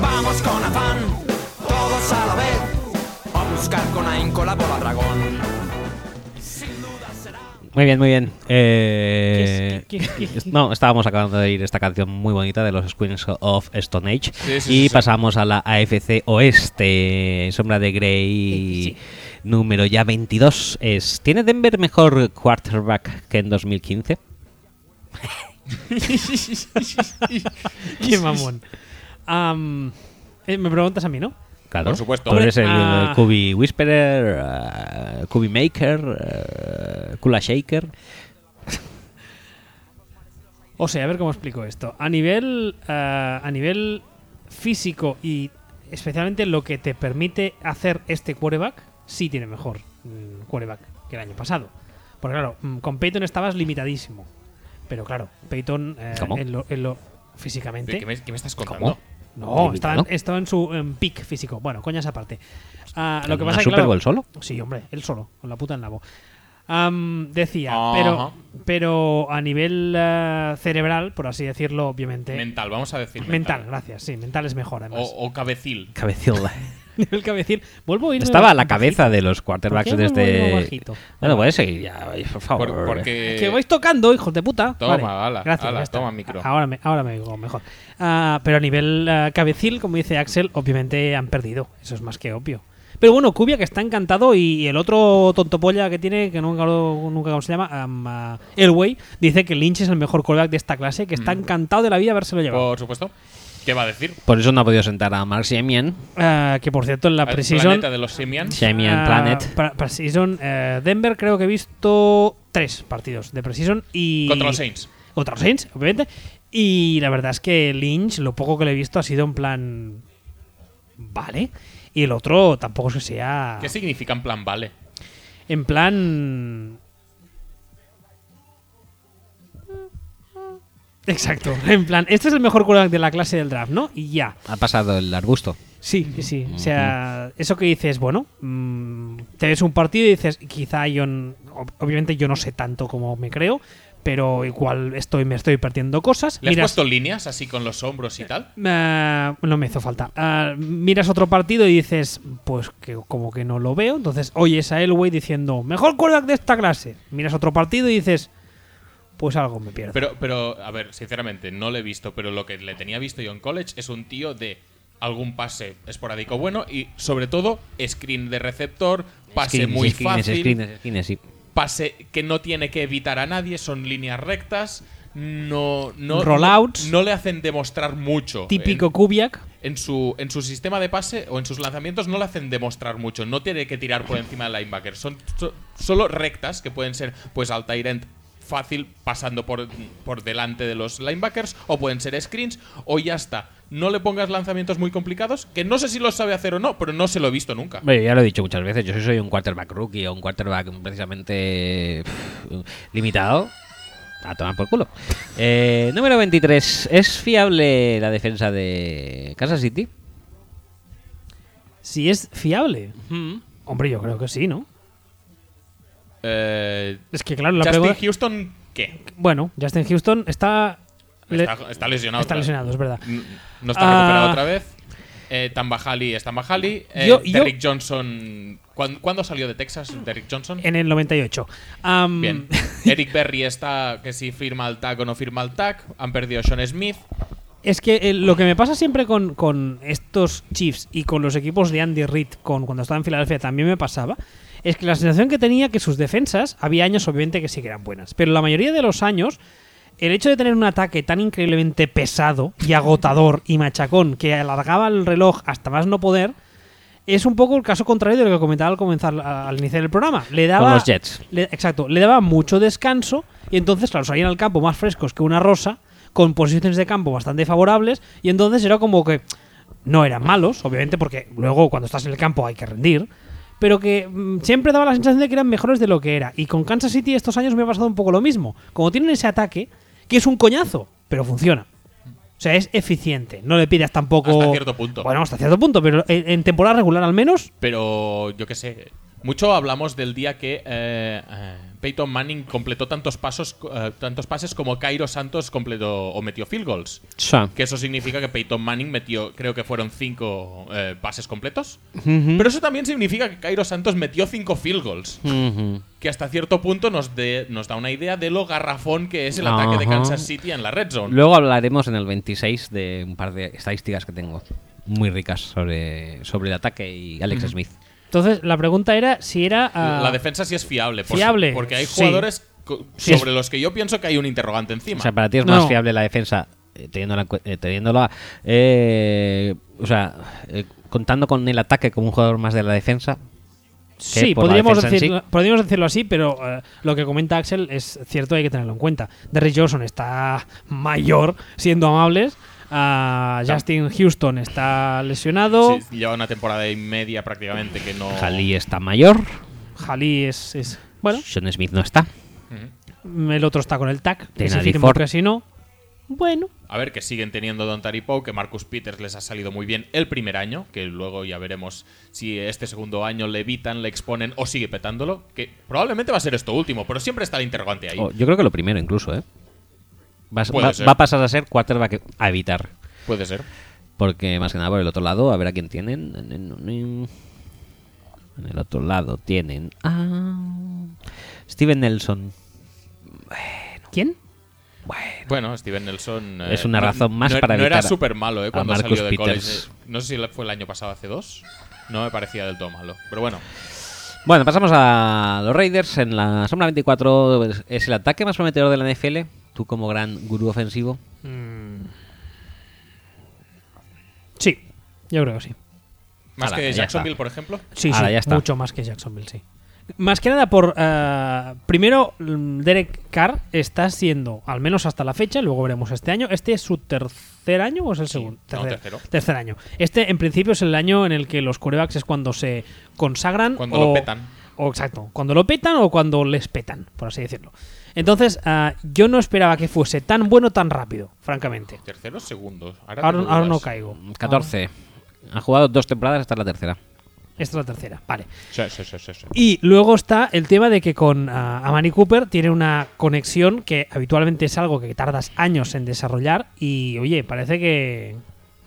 Speaker 4: Vamos con afán, todos a la vez, a buscar con ahínco la bola dragón.
Speaker 2: Muy bien, muy bien. Eh,
Speaker 1: ¿Qué es? ¿Qué- qué- qué-
Speaker 2: no, estábamos acabando de oír esta canción muy bonita de los Queens of Stone Age.
Speaker 3: Sí, sí,
Speaker 2: y
Speaker 3: sí, sí.
Speaker 2: pasamos a la AFC Oeste. Sombra de Grey,
Speaker 1: Sí, sí.
Speaker 2: número ya 22. Es, ¿Tiene Denver mejor quarterback que en 2015?
Speaker 1: Qué mamón. Am, eh, me preguntas a mí, ¿no?
Speaker 2: Claro.
Speaker 3: Por supuesto.
Speaker 2: Tú eres el,
Speaker 1: Ah.
Speaker 2: el Cubi Whisperer, ah, Cubi Maker, ah, Kula Shaker.
Speaker 1: O sea, a ver cómo explico esto. A nivel, eh, a nivel físico y especialmente lo que te permite hacer este quarterback, sí tiene mejor mm, quarterback que el año pasado. Porque claro, mm, con Peyton estabas limitadísimo. Pero claro, Peyton eh,
Speaker 2: ¿Cómo?
Speaker 1: en lo, en lo-
Speaker 3: ¿Qué
Speaker 1: físicamente.
Speaker 3: me, qué me estás contando?
Speaker 2: ¿Cómo?
Speaker 1: No, estaba, en-
Speaker 2: ¿Limitado?
Speaker 1: estaba en su em, peak físico. Bueno, coñas aparte. Ah, lo que
Speaker 2: ¿Una
Speaker 1: pasa es que.
Speaker 2: Super
Speaker 1: claro,
Speaker 2: Bowl solo?
Speaker 1: Sí, hombre, él solo, con la puta en la boca. Am, decía,
Speaker 3: Ajá.
Speaker 1: pero, pero a nivel eh, cerebral, por así decirlo, obviamente.
Speaker 3: Mental, Oh, vamos a decir.
Speaker 1: mental, gracias, sí, mental es mejor
Speaker 3: O,
Speaker 1: además.
Speaker 3: o cabecil.
Speaker 2: Cabeciola.
Speaker 1: nivel cabecil. Vuelvo a irme
Speaker 2: Estaba a la
Speaker 1: bajito.
Speaker 2: cabeza de los quarterbacks
Speaker 1: ¿Por qué
Speaker 2: de
Speaker 1: vuelvo
Speaker 2: este.
Speaker 1: bajito?
Speaker 2: Bueno, puedes seguir ya, ay, por favor. eh.
Speaker 3: Por- porque.
Speaker 1: Es que Ah, vais tocando, hijos de puta.
Speaker 3: Eh, Toma,
Speaker 1: Vale,
Speaker 3: ala,
Speaker 1: gracias,
Speaker 3: ala,
Speaker 1: ya está.
Speaker 3: toma micro.
Speaker 1: Ahora me, ahora me digo mejor. Ah, pero a nivel ah, cabecil, como dice Axel, obviamente han perdido. Eso es más que obvio. Pero bueno, Cubia que está encantado y el otro tontopolla que tiene, que nunca, lo- nunca cómo se llama, am, ah, Elway, dice que Lynch es el mejor callback de esta clase, que está
Speaker 3: Mm.
Speaker 1: encantado de la vida habérselo llevado.
Speaker 3: Por supuesto. ¿Qué va a decir?
Speaker 2: Por eso no ha podido sentar a Mark Siemian.
Speaker 1: Ah, que por cierto, en la
Speaker 3: ¿El
Speaker 1: Precision.
Speaker 3: planeta de los Simian.
Speaker 2: Siemian
Speaker 1: Ah,
Speaker 2: Planet.
Speaker 1: para- para Precision, eh, Denver creo que he visto tres partidos de Precision y.
Speaker 3: Contra los Saints.
Speaker 1: contra los Saints, obviamente. Y la verdad es que Lynch, lo poco que le he visto, ha sido en plan. Vale. Y el otro tampoco es que sea.
Speaker 3: ¿Qué significa en plan vale?
Speaker 1: En plan. Exacto, en plan, este es el mejor quarterback de la clase del draft, ¿no? Y ya.
Speaker 2: Ha pasado el arbusto.
Speaker 1: Sí, sí, sí. O sea, eso que dices, bueno, mm, te ves un partido y dices, quizá yo, n- ob- obviamente yo no sé tanto como me creo, pero igual estoy, me estoy perdiendo cosas.
Speaker 3: ¿Le has
Speaker 1: Miras-
Speaker 3: puesto líneas así con los hombros y tal?
Speaker 1: Ah, no me hizo falta. Ah, miras otro partido y dices, pues que como que no lo veo. Entonces oyes a Elway diciendo, mejor quarterback de esta clase. Miras otro partido y dices, pues algo me pierdo.
Speaker 3: Pero, pero, a ver, sinceramente, no lo he visto, pero lo que le tenía visto yo en college es un tío de algún pase esporádico bueno y, sobre todo, screen de receptor, pase
Speaker 2: Screens,
Speaker 3: muy
Speaker 2: screens,
Speaker 3: fácil,
Speaker 2: screens, screens, sí.
Speaker 3: pase que no tiene que evitar a nadie, son líneas rectas, no, no
Speaker 1: Rollouts.
Speaker 3: no, le hacen demostrar mucho.
Speaker 1: Típico Kubiak.
Speaker 3: En, en su, en su sistema de pase o en sus lanzamientos no le hacen demostrar mucho, no tiene que tirar por encima del linebacker, son so- solo rectas que pueden ser pues al tight end fácil pasando por, por delante de los linebackers o pueden ser screens o ya está. No le pongas lanzamientos muy complicados, que no sé si los sabe hacer o no, pero no se lo he visto nunca.
Speaker 2: Bueno, ya lo he dicho muchas veces, yo soy un quarterback rookie o un quarterback precisamente pf, limitado. A tomar por culo. Eh, número 23. ¿Es fiable la defensa de Kansas City?
Speaker 1: Si es fiable. Hombre, yo creo que sí, ¿no?
Speaker 3: Eh,
Speaker 1: Es que claro, la
Speaker 3: Justin
Speaker 1: pregunta...
Speaker 3: Houston, ¿qué?
Speaker 1: Bueno, Justin Houston está... le-
Speaker 3: Está, está lesionado.
Speaker 1: está
Speaker 3: claro.
Speaker 1: lesionado, es verdad.
Speaker 3: N- No está
Speaker 1: Ah.
Speaker 3: recuperado otra vez. Eh, Tambajali es Tambajali. Eh,
Speaker 1: Yo- yo-
Speaker 3: Derrick Johnson. ¿cuán- ¿Cuándo salió de Texas Derrick Johnson?
Speaker 1: En el 98. Am,
Speaker 3: Bien. Eric Berry está que si firma el tag o no firma el tag. Han perdido a Sean Smith.
Speaker 1: Es que eh, lo que me pasa siempre con, con estos Chiefs y con los equipos de Andy Reid, con cuando estaba en Filadelfia también me pasaba, es que la sensación que tenía que sus defensas, había años obviamente que sí que eran buenas, pero la mayoría de los años, el hecho de tener un ataque tan increíblemente pesado y agotador y machacón que alargaba el reloj hasta más no poder, es un poco el caso contrario de lo que comentaba al comenzar a- al iniciar el programa. Le daba
Speaker 2: Con los Jets.
Speaker 1: le- exacto, le daba mucho descanso y entonces, claro, salían al campo más frescos que una rosa, con posiciones de campo bastante favorables y entonces era como que no eran malos, obviamente, porque luego cuando estás en el campo hay que rendir, pero que mm, siempre daba la sensación de que eran mejores de lo que era. Y con Kansas City estos años me ha pasado un poco lo mismo. Como tienen ese ataque, que es un coñazo, pero funciona. O sea, es eficiente. No le pidas tampoco.
Speaker 3: Hasta cierto punto.
Speaker 1: Bueno, hasta cierto punto, pero en, en temporada regular al menos.
Speaker 3: Pero yo qué sé. Mucho hablamos del día que eh, eh, Peyton Manning completó tantos pasos, eh, tantos pases como Cairo Santos completó o metió field goals. Que eso significa que Peyton Manning metió, creo que fueron cinco eh, pases completos. Pero eso también significa que Cairo Santos metió cinco field goals.
Speaker 2: Ujú.
Speaker 3: Que hasta cierto punto nos, de- nos da una idea de lo garrafón que es el
Speaker 2: Ajá.
Speaker 3: ataque de Kansas City en la red zone.
Speaker 2: Luego hablaremos en el 26 de un par de estadísticas que tengo muy ricas sobre, sobre el ataque y Alex Smith.
Speaker 1: Entonces, la pregunta era si era. ah,
Speaker 3: la defensa sí es fiable. por-
Speaker 1: Fiable,
Speaker 3: Porque hay
Speaker 1: sí.
Speaker 3: jugadores co-
Speaker 1: Sí, es-
Speaker 3: sobre los que yo pienso que hay un interrogante encima.
Speaker 2: O sea, para ti es
Speaker 1: No.
Speaker 2: más fiable la defensa eh, teniéndola, en cu- eh, teniéndola eh, o sea, eh, contando con el ataque como un jugador más de la defensa.
Speaker 1: Sí,
Speaker 2: por la
Speaker 1: podríamos
Speaker 2: defensa en
Speaker 1: decirlo, podríamos decirlo así, pero eh, lo que comenta Axel es cierto, hay que tenerlo en cuenta. Derrick Johnson está mayor, siendo amables. Ah, Justin Houston está lesionado.
Speaker 3: Sí, lleva una temporada y media prácticamente que no.
Speaker 2: Jalí está mayor.
Speaker 1: Jalí es, es- Bueno,
Speaker 2: Sean Smith no está.
Speaker 1: el otro está con el TAC. Que se
Speaker 2: Tenerife
Speaker 1: firmó
Speaker 2: Ford.
Speaker 1: que si no. Bueno,
Speaker 3: A ver, que siguen teniendo Don Taripo, que Marcus Peters les ha salido muy bien el primer año, que luego ya veremos si este segundo año le evitan, le exponen o sigue petándolo, que probablemente va a ser esto último, pero siempre está el interrogante ahí.
Speaker 2: Oh, yo creo que lo primero, incluso, ¿eh? Va, a-
Speaker 3: Puede
Speaker 2: va-
Speaker 3: ser.
Speaker 2: va a pasar a ser quarterback a evitar.
Speaker 3: Puede ser.
Speaker 2: Porque más que nada por el otro lado, a ver a quién tienen. En el otro lado tienen a. Steven Nelson.
Speaker 1: ¿quién?
Speaker 2: Bueno,
Speaker 3: Bueno, Steven Nelson... eh,
Speaker 2: Es una
Speaker 3: no-
Speaker 2: razón más
Speaker 3: no-
Speaker 2: para
Speaker 3: No era
Speaker 2: evitar a-
Speaker 3: súper malo,
Speaker 2: a
Speaker 3: ¿eh? Cuando
Speaker 2: Marcus
Speaker 3: salió de
Speaker 2: Peters.
Speaker 3: college. No sé si la- fue el año pasado, hace dos. No me parecía del todo malo. Pero bueno,
Speaker 2: Bueno, pasamos a los Raiders. En la sombra 24 es- es el ataque más prometedor de la NFL. Tú como gran gurú ofensivo.
Speaker 1: Sí, yo creo que sí.
Speaker 3: más
Speaker 2: Ala,
Speaker 3: que
Speaker 2: ya
Speaker 3: Jacksonville, por ejemplo.
Speaker 1: Sí,
Speaker 2: Ahora
Speaker 1: sí,
Speaker 2: ya está.
Speaker 1: mucho más que Jacksonville, sí. Más que nada por... eh, primero, mm, Derek Carr está siendo, al menos hasta la fecha, luego veremos este año, ¿este es su tercer año o es el segundo?
Speaker 3: no,
Speaker 1: tercer,
Speaker 3: tercero.
Speaker 1: tercer año. Este, en principio, es el año en el que los corebacks es cuando se consagran
Speaker 3: Cuando
Speaker 1: o-
Speaker 3: lo petan.
Speaker 1: o exacto, cuando lo petan o cuando les petan, por así decirlo. Entonces, ah, yo no esperaba que fuese tan bueno tan rápido, francamente.
Speaker 3: Tercero, segundo. Ahora,
Speaker 1: Ahora,
Speaker 3: tengo
Speaker 1: ahora no
Speaker 3: dudas.
Speaker 1: caigo.
Speaker 2: 14. Ha jugado dos temporadas, esta es la tercera.
Speaker 1: Esta es la tercera, vale.
Speaker 3: Sí, sí, sí, sí, sí.
Speaker 1: Y luego está el tema de que con ah, Amani Cooper tiene una conexión que habitualmente es algo que tardas años en desarrollar y, oye, parece que...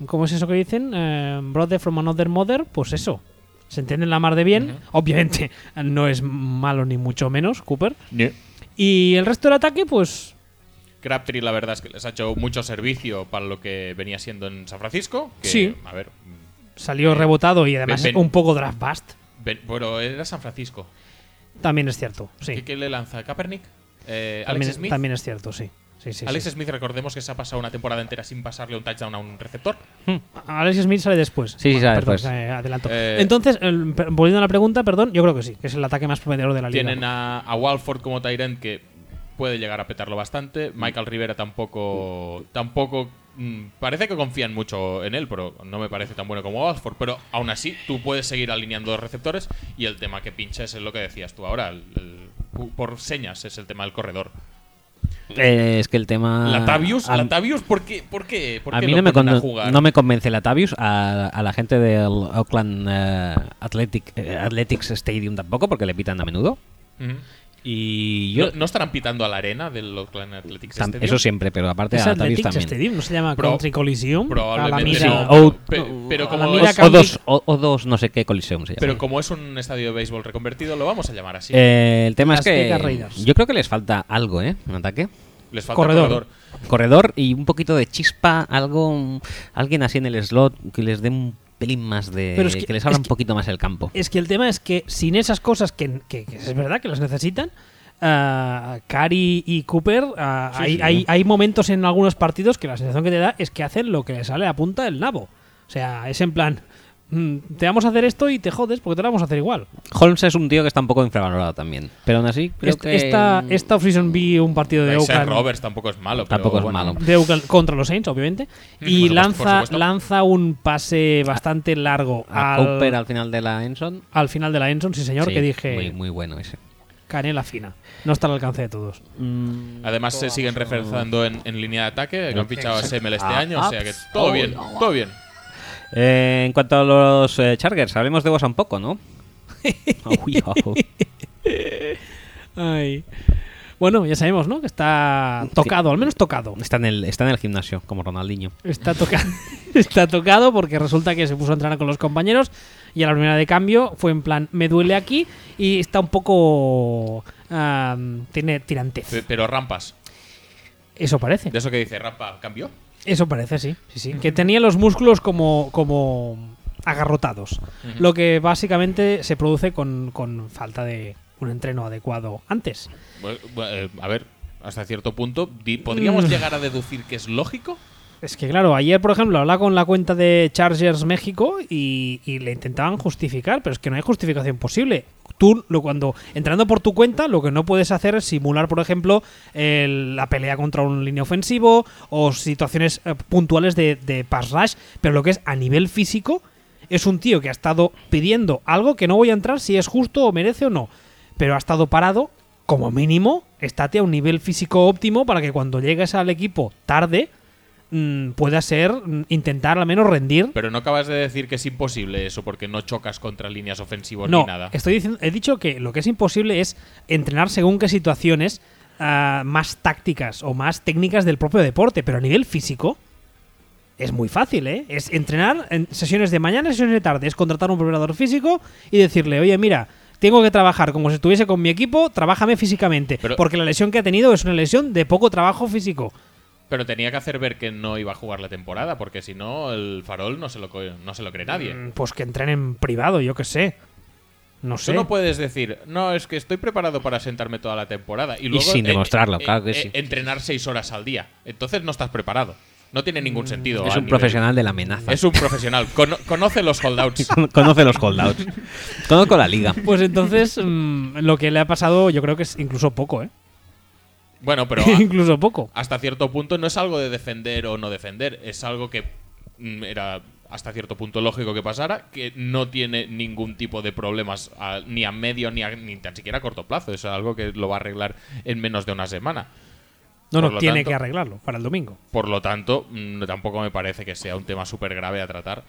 Speaker 1: ¿Cómo es eso que dicen? Eh, brother from another mother, pues eso. Se entienden la mar de bien. Obviamente no es malo ni mucho menos Cooper. Y el resto del ataque, pues...
Speaker 3: Crabtree, la verdad es que les ha hecho mucho servicio para lo que venía siendo en San Francisco. que,
Speaker 1: Sí.
Speaker 3: A ver.
Speaker 1: Salió rebotado y además
Speaker 3: Eh, ven.
Speaker 1: un poco draft bust.
Speaker 3: ven- bueno, era San Francisco.
Speaker 1: También es cierto, sí.
Speaker 3: ¿Qué, qué le lanza? ¿Kaepernick? Eh, Alex
Speaker 1: también,
Speaker 3: Smith.
Speaker 1: también es cierto, sí. Sí, sí,
Speaker 3: Alex
Speaker 1: sí.
Speaker 3: Smith, recordemos que se ha pasado una temporada entera sin pasarle un touchdown a un receptor.
Speaker 1: Alex Smith sale después.
Speaker 2: Sí, sí, sale después.
Speaker 1: eh, adelanto.
Speaker 3: Eh,
Speaker 1: Entonces, el- per- volviendo a la pregunta, perdón, yo creo que sí, que es el ataque más prometedor de la liga.
Speaker 3: Tienen a, a Walford como Tyrant que puede llegar a petarlo bastante. Michael Rivera tampoco. tampoco mm, Parece que confían mucho en él, pero no me parece tan bueno como Walford. Pero aún así, tú puedes seguir alineando los receptores y el tema que pinches es lo que decías tú ahora. el- el- pu- por señas es el tema del corredor.
Speaker 2: Eh, es que el tema.
Speaker 3: Latavius,
Speaker 2: a-
Speaker 3: Latavius, ¿por qué? ¿Por qué? ¿Por
Speaker 2: a
Speaker 3: qué
Speaker 2: mí
Speaker 3: lo
Speaker 2: no me,
Speaker 3: ponen a
Speaker 2: condo-
Speaker 3: jugar?
Speaker 2: no me convence Latavius, a, a la gente del Oakland eh, Athletic, eh, Athletics Stadium tampoco, porque le pitan a menudo.
Speaker 3: Ujú.
Speaker 2: Y yo.
Speaker 3: ¿No, no estarán pitando a la arena del Oakland Athletics
Speaker 2: tam-
Speaker 3: Stadium?
Speaker 2: eso siempre, pero aparte
Speaker 1: Este es
Speaker 2: a Latavius
Speaker 1: Athletics
Speaker 2: también.
Speaker 1: Stadium, no se llama
Speaker 3: Pro-
Speaker 1: Country Coliseum.
Speaker 3: Probablemente
Speaker 1: A la mira-
Speaker 3: no.
Speaker 2: O-
Speaker 3: Pe- pero
Speaker 1: a la
Speaker 3: como
Speaker 1: mira
Speaker 3: es-
Speaker 1: Cambi-
Speaker 2: O, dos, o, o dos, no sé qué Coliseum se llama.
Speaker 3: Pero como es un estadio de béisbol reconvertido, lo vamos a llamar así.
Speaker 2: Eh, el tema
Speaker 1: Las
Speaker 2: es que
Speaker 1: Vegas Raiders.
Speaker 2: yo creo que les falta algo, ¿eh? Un ataque.
Speaker 3: Les falta
Speaker 1: corredor.
Speaker 3: corredor.
Speaker 2: Corredor y un poquito de chispa, algo, un- alguien así en el slot que les dé un pelín más de...
Speaker 1: Pero es que-
Speaker 2: que, les abra
Speaker 1: es
Speaker 2: un
Speaker 1: que-
Speaker 2: poquito más el campo.
Speaker 1: Es que el tema es que sin esas cosas que, que- que es verdad que las necesitan, ah, Cari y Cooper, ah, hay, hay- hay momentos en algunos partidos que la sensación que te da es que hacen lo que les sale a punta del nabo. O sea, es en plan, mm, te vamos a hacer esto y te jodes porque te lo vamos a hacer igual.
Speaker 2: Holmes es un tío que está un poco infravalorado también. Pero aún así, creo
Speaker 1: Est-
Speaker 2: que...
Speaker 1: esta, esta offseason vi un partido de
Speaker 3: Isaac
Speaker 1: Oakland,
Speaker 3: Roberts tampoco es malo. pero
Speaker 2: Tampoco es
Speaker 3: bueno.
Speaker 2: malo.
Speaker 1: de Oakland contra los Saints, obviamente, y
Speaker 3: por supuesto, por
Speaker 1: lanza,
Speaker 3: supuesto.
Speaker 1: lanza un pase bastante largo
Speaker 2: A
Speaker 1: al,
Speaker 2: Cooper al final de la Enson.
Speaker 1: al final de la Enson, sí señor,
Speaker 2: Sí,
Speaker 1: que dije
Speaker 2: Muy, muy bueno ese.
Speaker 1: canela fina. No está al alcance de todos.
Speaker 3: Además, se siguen reforzando en, en línea de ataque. Que han fichado a Semel este año. O sea que
Speaker 2: Ah,
Speaker 3: todo bien, todo bien.
Speaker 2: Eh, en cuanto a los eh, Chargers, hablemos de vos un poco, ¿no? Uy, oh.
Speaker 1: Ay. Bueno, ya sabemos, ¿no? Que está tocado, al menos tocado.
Speaker 2: Está en, el, está en el gimnasio, como Ronaldinho.
Speaker 1: Está, toca- está tocado porque resulta que se puso a entrenar con los compañeros y a la primera de cambio fue en plan, me duele aquí y está un poco... ah, tiene
Speaker 3: Pe-
Speaker 1: tirantez.
Speaker 3: Pero rampas.
Speaker 1: Eso parece.
Speaker 3: De eso que dice rampa, cambió.
Speaker 1: Eso parece, sí. sí, sí. Que tenía los músculos como, como agarrotados. Lo que básicamente se produce con, con falta de un entreno adecuado antes.
Speaker 3: Bueno, bueno, eh, a ver, hasta cierto punto, di- ¿podríamos
Speaker 1: Mm.
Speaker 3: llegar a deducir que es lógico?
Speaker 1: Es que claro, ayer por ejemplo hablaba con la cuenta de Chargers México y, y le intentaban justificar, pero es que no hay justificación posible. Tú, lo, cuando entrando por tu cuenta, lo que no puedes hacer es simular, por ejemplo, el- la pelea contra un línea ofensivo o situaciones eh, puntuales de, de pass rush, pero lo que es a nivel físico, es un tío que ha estado pidiendo algo que no voy a entrar si es justo o merece o no. pero ha estado parado, como mínimo, estate a un nivel físico óptimo para que cuando llegues al equipo tarde mm, pueda ser mm, intentar al menos rendir.
Speaker 3: Pero no acabas de decir que es imposible eso porque no chocas contra líneas ofensivas
Speaker 1: no,
Speaker 3: ni nada.
Speaker 1: estoy diciendo, he dicho que lo que es imposible es entrenar según qué situaciones ah, más tácticas o más técnicas del propio deporte, pero a nivel físico es muy fácil, ¿eh? Es entrenar en sesiones de mañana, sesiones de tarde, es contratar un preparador físico y decirle, oye, mira, tengo que trabajar como si estuviese con mi equipo, trabájame físicamente,
Speaker 3: Pero-
Speaker 1: porque la lesión que ha tenido es una lesión de poco trabajo físico.
Speaker 3: Pero tenía que hacer ver que no iba a jugar la temporada porque si no, el farol no se lo, co- no se lo cree nadie.
Speaker 1: Mm, Pues que entrenen en privado, yo qué sé. No sé.
Speaker 3: Tú no puedes decir, no, es que estoy preparado para sentarme toda la temporada. Y,
Speaker 2: Y
Speaker 3: luego,
Speaker 2: sin demostrarlo, claro que sí.
Speaker 3: Entrenar seis horas al día. Entonces no estás preparado. No tiene ningún sentido.
Speaker 2: Mm, Es
Speaker 3: al
Speaker 2: un
Speaker 3: nivel.
Speaker 2: profesional de la amenaza.
Speaker 3: Es un profesional. Cono- conoce los holdouts.
Speaker 2: Conoce los holdouts. Conozco la liga.
Speaker 1: Pues entonces, mm, lo que le ha pasado, yo creo que es incluso poco, ¿eh?
Speaker 3: Bueno, pero a-
Speaker 1: incluso poco.
Speaker 3: hasta cierto punto no es algo de defender o no defender. Es algo que mm, era hasta cierto punto lógico que pasara, que no tiene ningún tipo de problemas a- ni a medio ni, a- ni tan siquiera a corto plazo. Es algo que lo va a arreglar en menos de una semana.
Speaker 1: No,
Speaker 3: Por
Speaker 1: no,
Speaker 3: lo
Speaker 1: tiene
Speaker 3: tanto-
Speaker 1: que arreglarlo para el domingo.
Speaker 3: Por lo tanto, mm, tampoco me parece que sea un tema súper grave a tratar.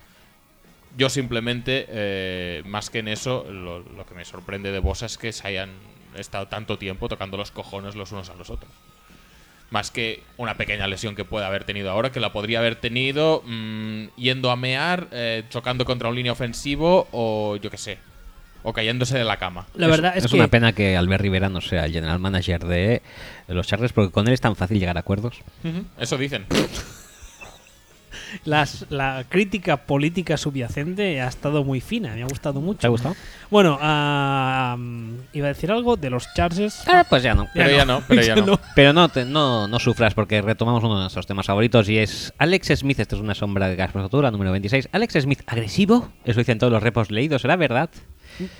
Speaker 3: Yo simplemente, eh, más que en eso, lo, lo que me sorprende de Bosa es que se hayan estado tanto tiempo tocando los cojones los unos a los otros. Más que una pequeña lesión que pueda haber tenido ahora, que la podría haber tenido mm, yendo a mear, eh, chocando contra un línea ofensivo o yo qué sé, o cayéndose de la cama.
Speaker 1: La verdad es, que
Speaker 2: una pena que Albert Rivera no sea el general manager de los Chargers porque con él es tan fácil llegar a acuerdos.
Speaker 3: Eso dicen.
Speaker 1: las- la crítica política subyacente ha estado muy fina, me ha gustado mucho.
Speaker 2: ¿Te ha gustado?
Speaker 1: Bueno, ah, mm, iba a decir algo de los Chargers.
Speaker 2: Ah, pues ya no.
Speaker 3: Pero ya no, pero ya no.
Speaker 2: Pero no, te- no, no sufras porque retomamos uno de nuestros temas favoritos y es Alex Smith, esto es una sombra de gaspasatura, número 26. Alex Smith, agresivo, eso dicen todos los repos leídos, ¿era verdad?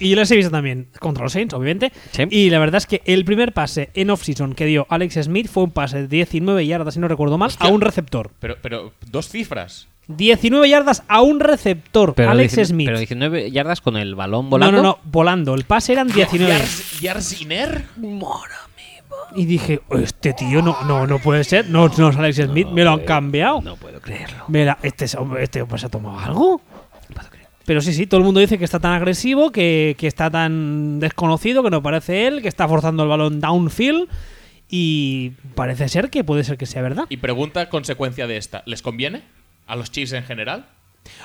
Speaker 1: Y yo les he visto también contra los Saints, obviamente.
Speaker 2: Sí.
Speaker 1: Y la verdad es que el primer pase en offseason que dio Alex Smith fue un pase de 19 yardas, si no recuerdo mal, a un receptor.
Speaker 3: Pero, pero dos cifras.
Speaker 1: 19 yardas a un receptor,
Speaker 2: Pero
Speaker 1: Alex
Speaker 2: 19
Speaker 1: Smith.
Speaker 2: Pero 19 yardas con el balón volando.
Speaker 1: No, no, no, volando. El pase eran 19.
Speaker 3: Yars- Yarsiner.
Speaker 1: Y dije, este tío no, no, no puede ser. No, no es Alex Smith, me lo han cambiado.
Speaker 2: No puedo creerlo.
Speaker 1: Me la- este, es- hombre, este hombre se ha tomado algo. Pero sí, sí, todo el mundo dice que está tan agresivo, que, que está tan desconocido, que no parece él, que está forzando el balón downfield. Y parece ser que puede ser que sea verdad.
Speaker 3: Y pregunta consecuencia de esta. ¿Les conviene? ¿A los Chiefs en general?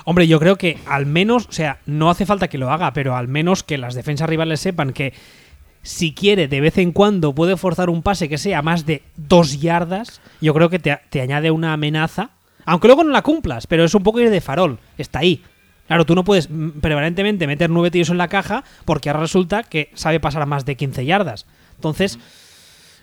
Speaker 1: Hombre, yo creo que al menos, o sea, no hace falta que lo haga, pero al menos que las defensas rivales sepan que si quiere de vez en cuando puede forzar un pase que sea más de dos yardas, yo creo que te, te añade una amenaza, aunque luego no la cumplas, pero es un poco ir de farol, está ahí. Claro, tú no puedes mm, prevalentemente meter nueve tiros en la caja porque ahora resulta que sabe pasar a más de 15 yardas. Entonces,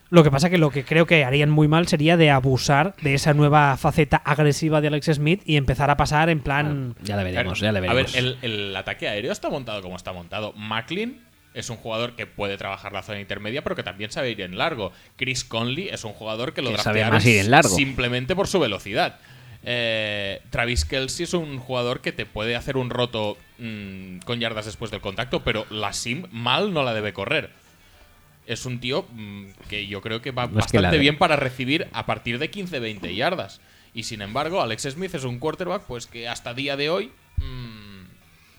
Speaker 1: lo que pasa que lo que creo que harían muy mal sería de abusar de esa nueva faceta agresiva de Alex Smith y empezar a pasar en plan...
Speaker 2: Ya la veremos,
Speaker 3: Claro.
Speaker 2: ya la
Speaker 3: A ver,
Speaker 2: veremos.
Speaker 3: el, el ataque aéreo está montado como está montado. Macklin es un jugador que puede trabajar la zona intermedia, pero que también sabe ir en largo. Chris Conley es un jugador que lo
Speaker 2: Que sabe
Speaker 3: draftearon
Speaker 2: más ir en largo.
Speaker 3: simplemente por su velocidad. Eh, Travis Kelsey es un jugador que te puede hacer un roto mm, con yardas después del contacto, pero la sim mal no la debe correr. Es un tío mm, que yo creo que va
Speaker 2: No es que la
Speaker 3: bastante
Speaker 2: debe.
Speaker 3: bien para recibir a partir de 15-20 yardas. Y sin embargo, Alex Smith es un quarterback pues que hasta día de hoy mm,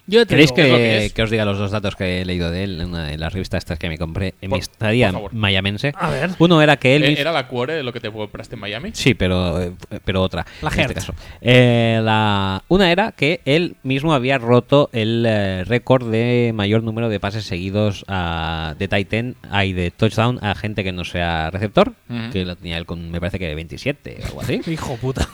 Speaker 1: Yo
Speaker 2: ¿Queréis
Speaker 3: es lo que
Speaker 2: que,
Speaker 3: es.
Speaker 2: que os diga los dos datos que he leído de él en una de las revistas estas que me compré en
Speaker 3: Por-
Speaker 2: mi estadía
Speaker 3: por favor.
Speaker 2: mayamense?
Speaker 1: A ver.
Speaker 2: Uno era que él...
Speaker 3: ¿E- ¿Era la cuore lo que te compraste en Miami?
Speaker 2: Sí, pero, eh, pero otra.
Speaker 1: La
Speaker 2: en este
Speaker 1: Hertz.
Speaker 2: caso. Eh, la- una era que él mismo había roto el eh, récord de mayor número de pases seguidos a, de Titan y de touchdown a gente que no sea receptor,
Speaker 3: Ujú.
Speaker 2: que lo tenía él con, me parece que 27 o algo así.
Speaker 1: Hijo puta.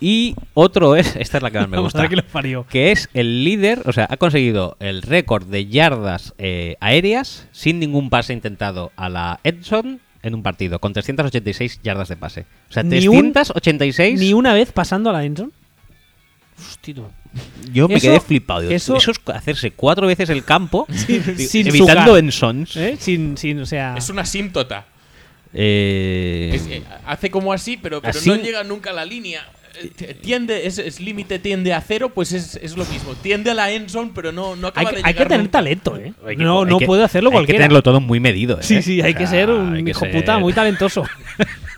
Speaker 2: Y otro es, esta es la que más me
Speaker 1: La
Speaker 2: gusta,
Speaker 1: verdad que lo parió.
Speaker 2: que es el líder, o sea, ha conseguido el récord de yardas eh, aéreas sin ningún pase intentado a la Edson en un partido, con 386 yardas de pase. O sea,
Speaker 1: Ni un-
Speaker 2: 386.
Speaker 1: Ni una vez pasando a la Denson. Hostia. tú.
Speaker 2: Yo me
Speaker 1: Eso-
Speaker 2: quedé flipado. digo,
Speaker 1: eso-
Speaker 2: Eso, es hacerse cuatro veces el campo, digo,
Speaker 1: sin
Speaker 2: evitando
Speaker 1: sugar.
Speaker 2: en sons.
Speaker 1: ¿Eh? Sin, sin, o sea.
Speaker 3: Es una asímtota.
Speaker 2: Eh,
Speaker 3: Es- eh, hace como así, pero, pero
Speaker 2: así-
Speaker 3: no llega nunca a la línea. Eh, t- tiende, es, es límite tiende a cero, pues es, es lo mismo. Tiende a la endzone, pero no, no
Speaker 1: Hay,
Speaker 3: acaba
Speaker 1: que-
Speaker 3: de
Speaker 1: hay que
Speaker 3: llegar
Speaker 1: tener
Speaker 3: nunca.
Speaker 1: talento, ¿eh?
Speaker 2: Hay que-
Speaker 1: No,
Speaker 2: hay
Speaker 1: no
Speaker 2: que-
Speaker 1: puede hacerlo cualquiera.
Speaker 2: Hay que tenerlo todo muy medido, ¿eh?
Speaker 1: Sí, sí, hay
Speaker 2: O
Speaker 1: que
Speaker 2: sea,
Speaker 1: ser un
Speaker 2: hay que
Speaker 1: hijo
Speaker 2: ser-
Speaker 1: puta muy talentoso.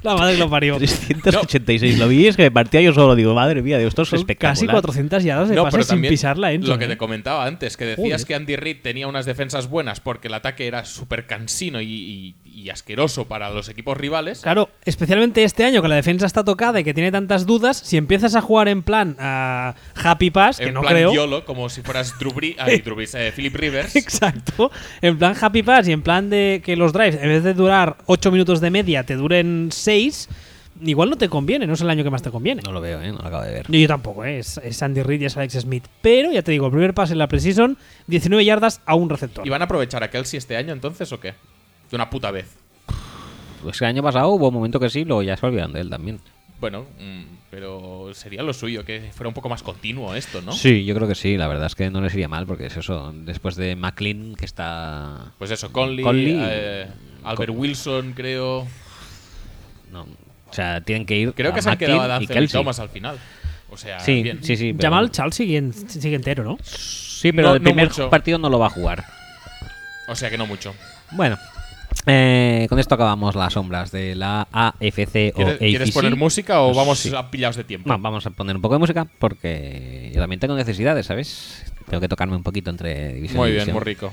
Speaker 1: La madre que lo parió.
Speaker 2: 386 lo vi, es que me partía yo solo. Digo, madre mía, digo, esto es
Speaker 1: Son
Speaker 2: espectacular.
Speaker 1: casi 400 yardas de
Speaker 3: No,
Speaker 1: pase
Speaker 3: pero
Speaker 1: sin
Speaker 3: también
Speaker 1: pisar la endzone,
Speaker 3: Lo que
Speaker 1: ¿eh?
Speaker 3: te comentaba antes, que decías
Speaker 1: Joder.
Speaker 3: que Andy Reid tenía unas defensas buenas porque el ataque era súper cansino y, y- y asqueroso para los equipos rivales.
Speaker 1: Claro, especialmente este año que la defensa está tocada y que tiene tantas dudas, si empiezas a jugar en plan a Happy Pass, que
Speaker 3: en
Speaker 1: no
Speaker 3: plan
Speaker 1: creo.
Speaker 3: YOLO, como si fueras Drew Brees, ay, Drew Brees, eh, Philip Rivers.
Speaker 1: Exacto. En plan Happy Pass y en plan de que los drives, en vez de durar 8 minutos de media, te duren 6, igual no te conviene, no es el año que más te conviene.
Speaker 2: No lo veo, ¿eh? No lo acabo de ver.
Speaker 1: Yo, yo tampoco, ¿eh? es, es Andy Reid y es Alex Smith. Pero ya te digo, el primer pase en la preseason, 19 yardas a un receptor.
Speaker 3: ¿Y van a aprovechar a Kelsey este año entonces o qué? De una puta vez.
Speaker 2: Pues el año pasado hubo un momento que sí, luego ya se olvidaron de él también.
Speaker 3: Bueno, mm, pero sería lo suyo, que fuera un poco más continuo esto, ¿no?
Speaker 2: Sí, yo creo que sí. La verdad es que no les iría mal porque es eso. Después de McLean, que está.
Speaker 3: Pues eso, Conley,
Speaker 2: Conley.
Speaker 3: eh, Albert Wilson, creo.
Speaker 2: no, o sea, tienen que ir.
Speaker 3: Creo
Speaker 2: a
Speaker 3: que se han
Speaker 2: McLean
Speaker 3: quedado a
Speaker 2: y
Speaker 3: Dancer y
Speaker 2: Kelsey.
Speaker 3: Thomas al final. O sea,
Speaker 2: Sí,
Speaker 3: bien.
Speaker 2: sí, sí. Pero,
Speaker 1: Jamal Charles sigue, en- sigue entero, ¿no?
Speaker 2: sí, pero
Speaker 3: No,
Speaker 2: el
Speaker 3: no
Speaker 2: primer
Speaker 3: mucho.
Speaker 2: partido no lo va a jugar.
Speaker 3: O sea que no mucho.
Speaker 2: Bueno, eh, con esto acabamos las sombras de la AFC o
Speaker 3: ¿Quieres, quieres
Speaker 2: AFC.
Speaker 3: poner música o vamos
Speaker 2: Sí.
Speaker 3: a pillados de tiempo?
Speaker 2: No, vamos a poner un poco de música porque yo también tengo necesidades, ¿sabes? Tengo que tocarme un poquito entre división
Speaker 3: Muy
Speaker 2: y
Speaker 3: bien,
Speaker 2: división.
Speaker 3: muy rico.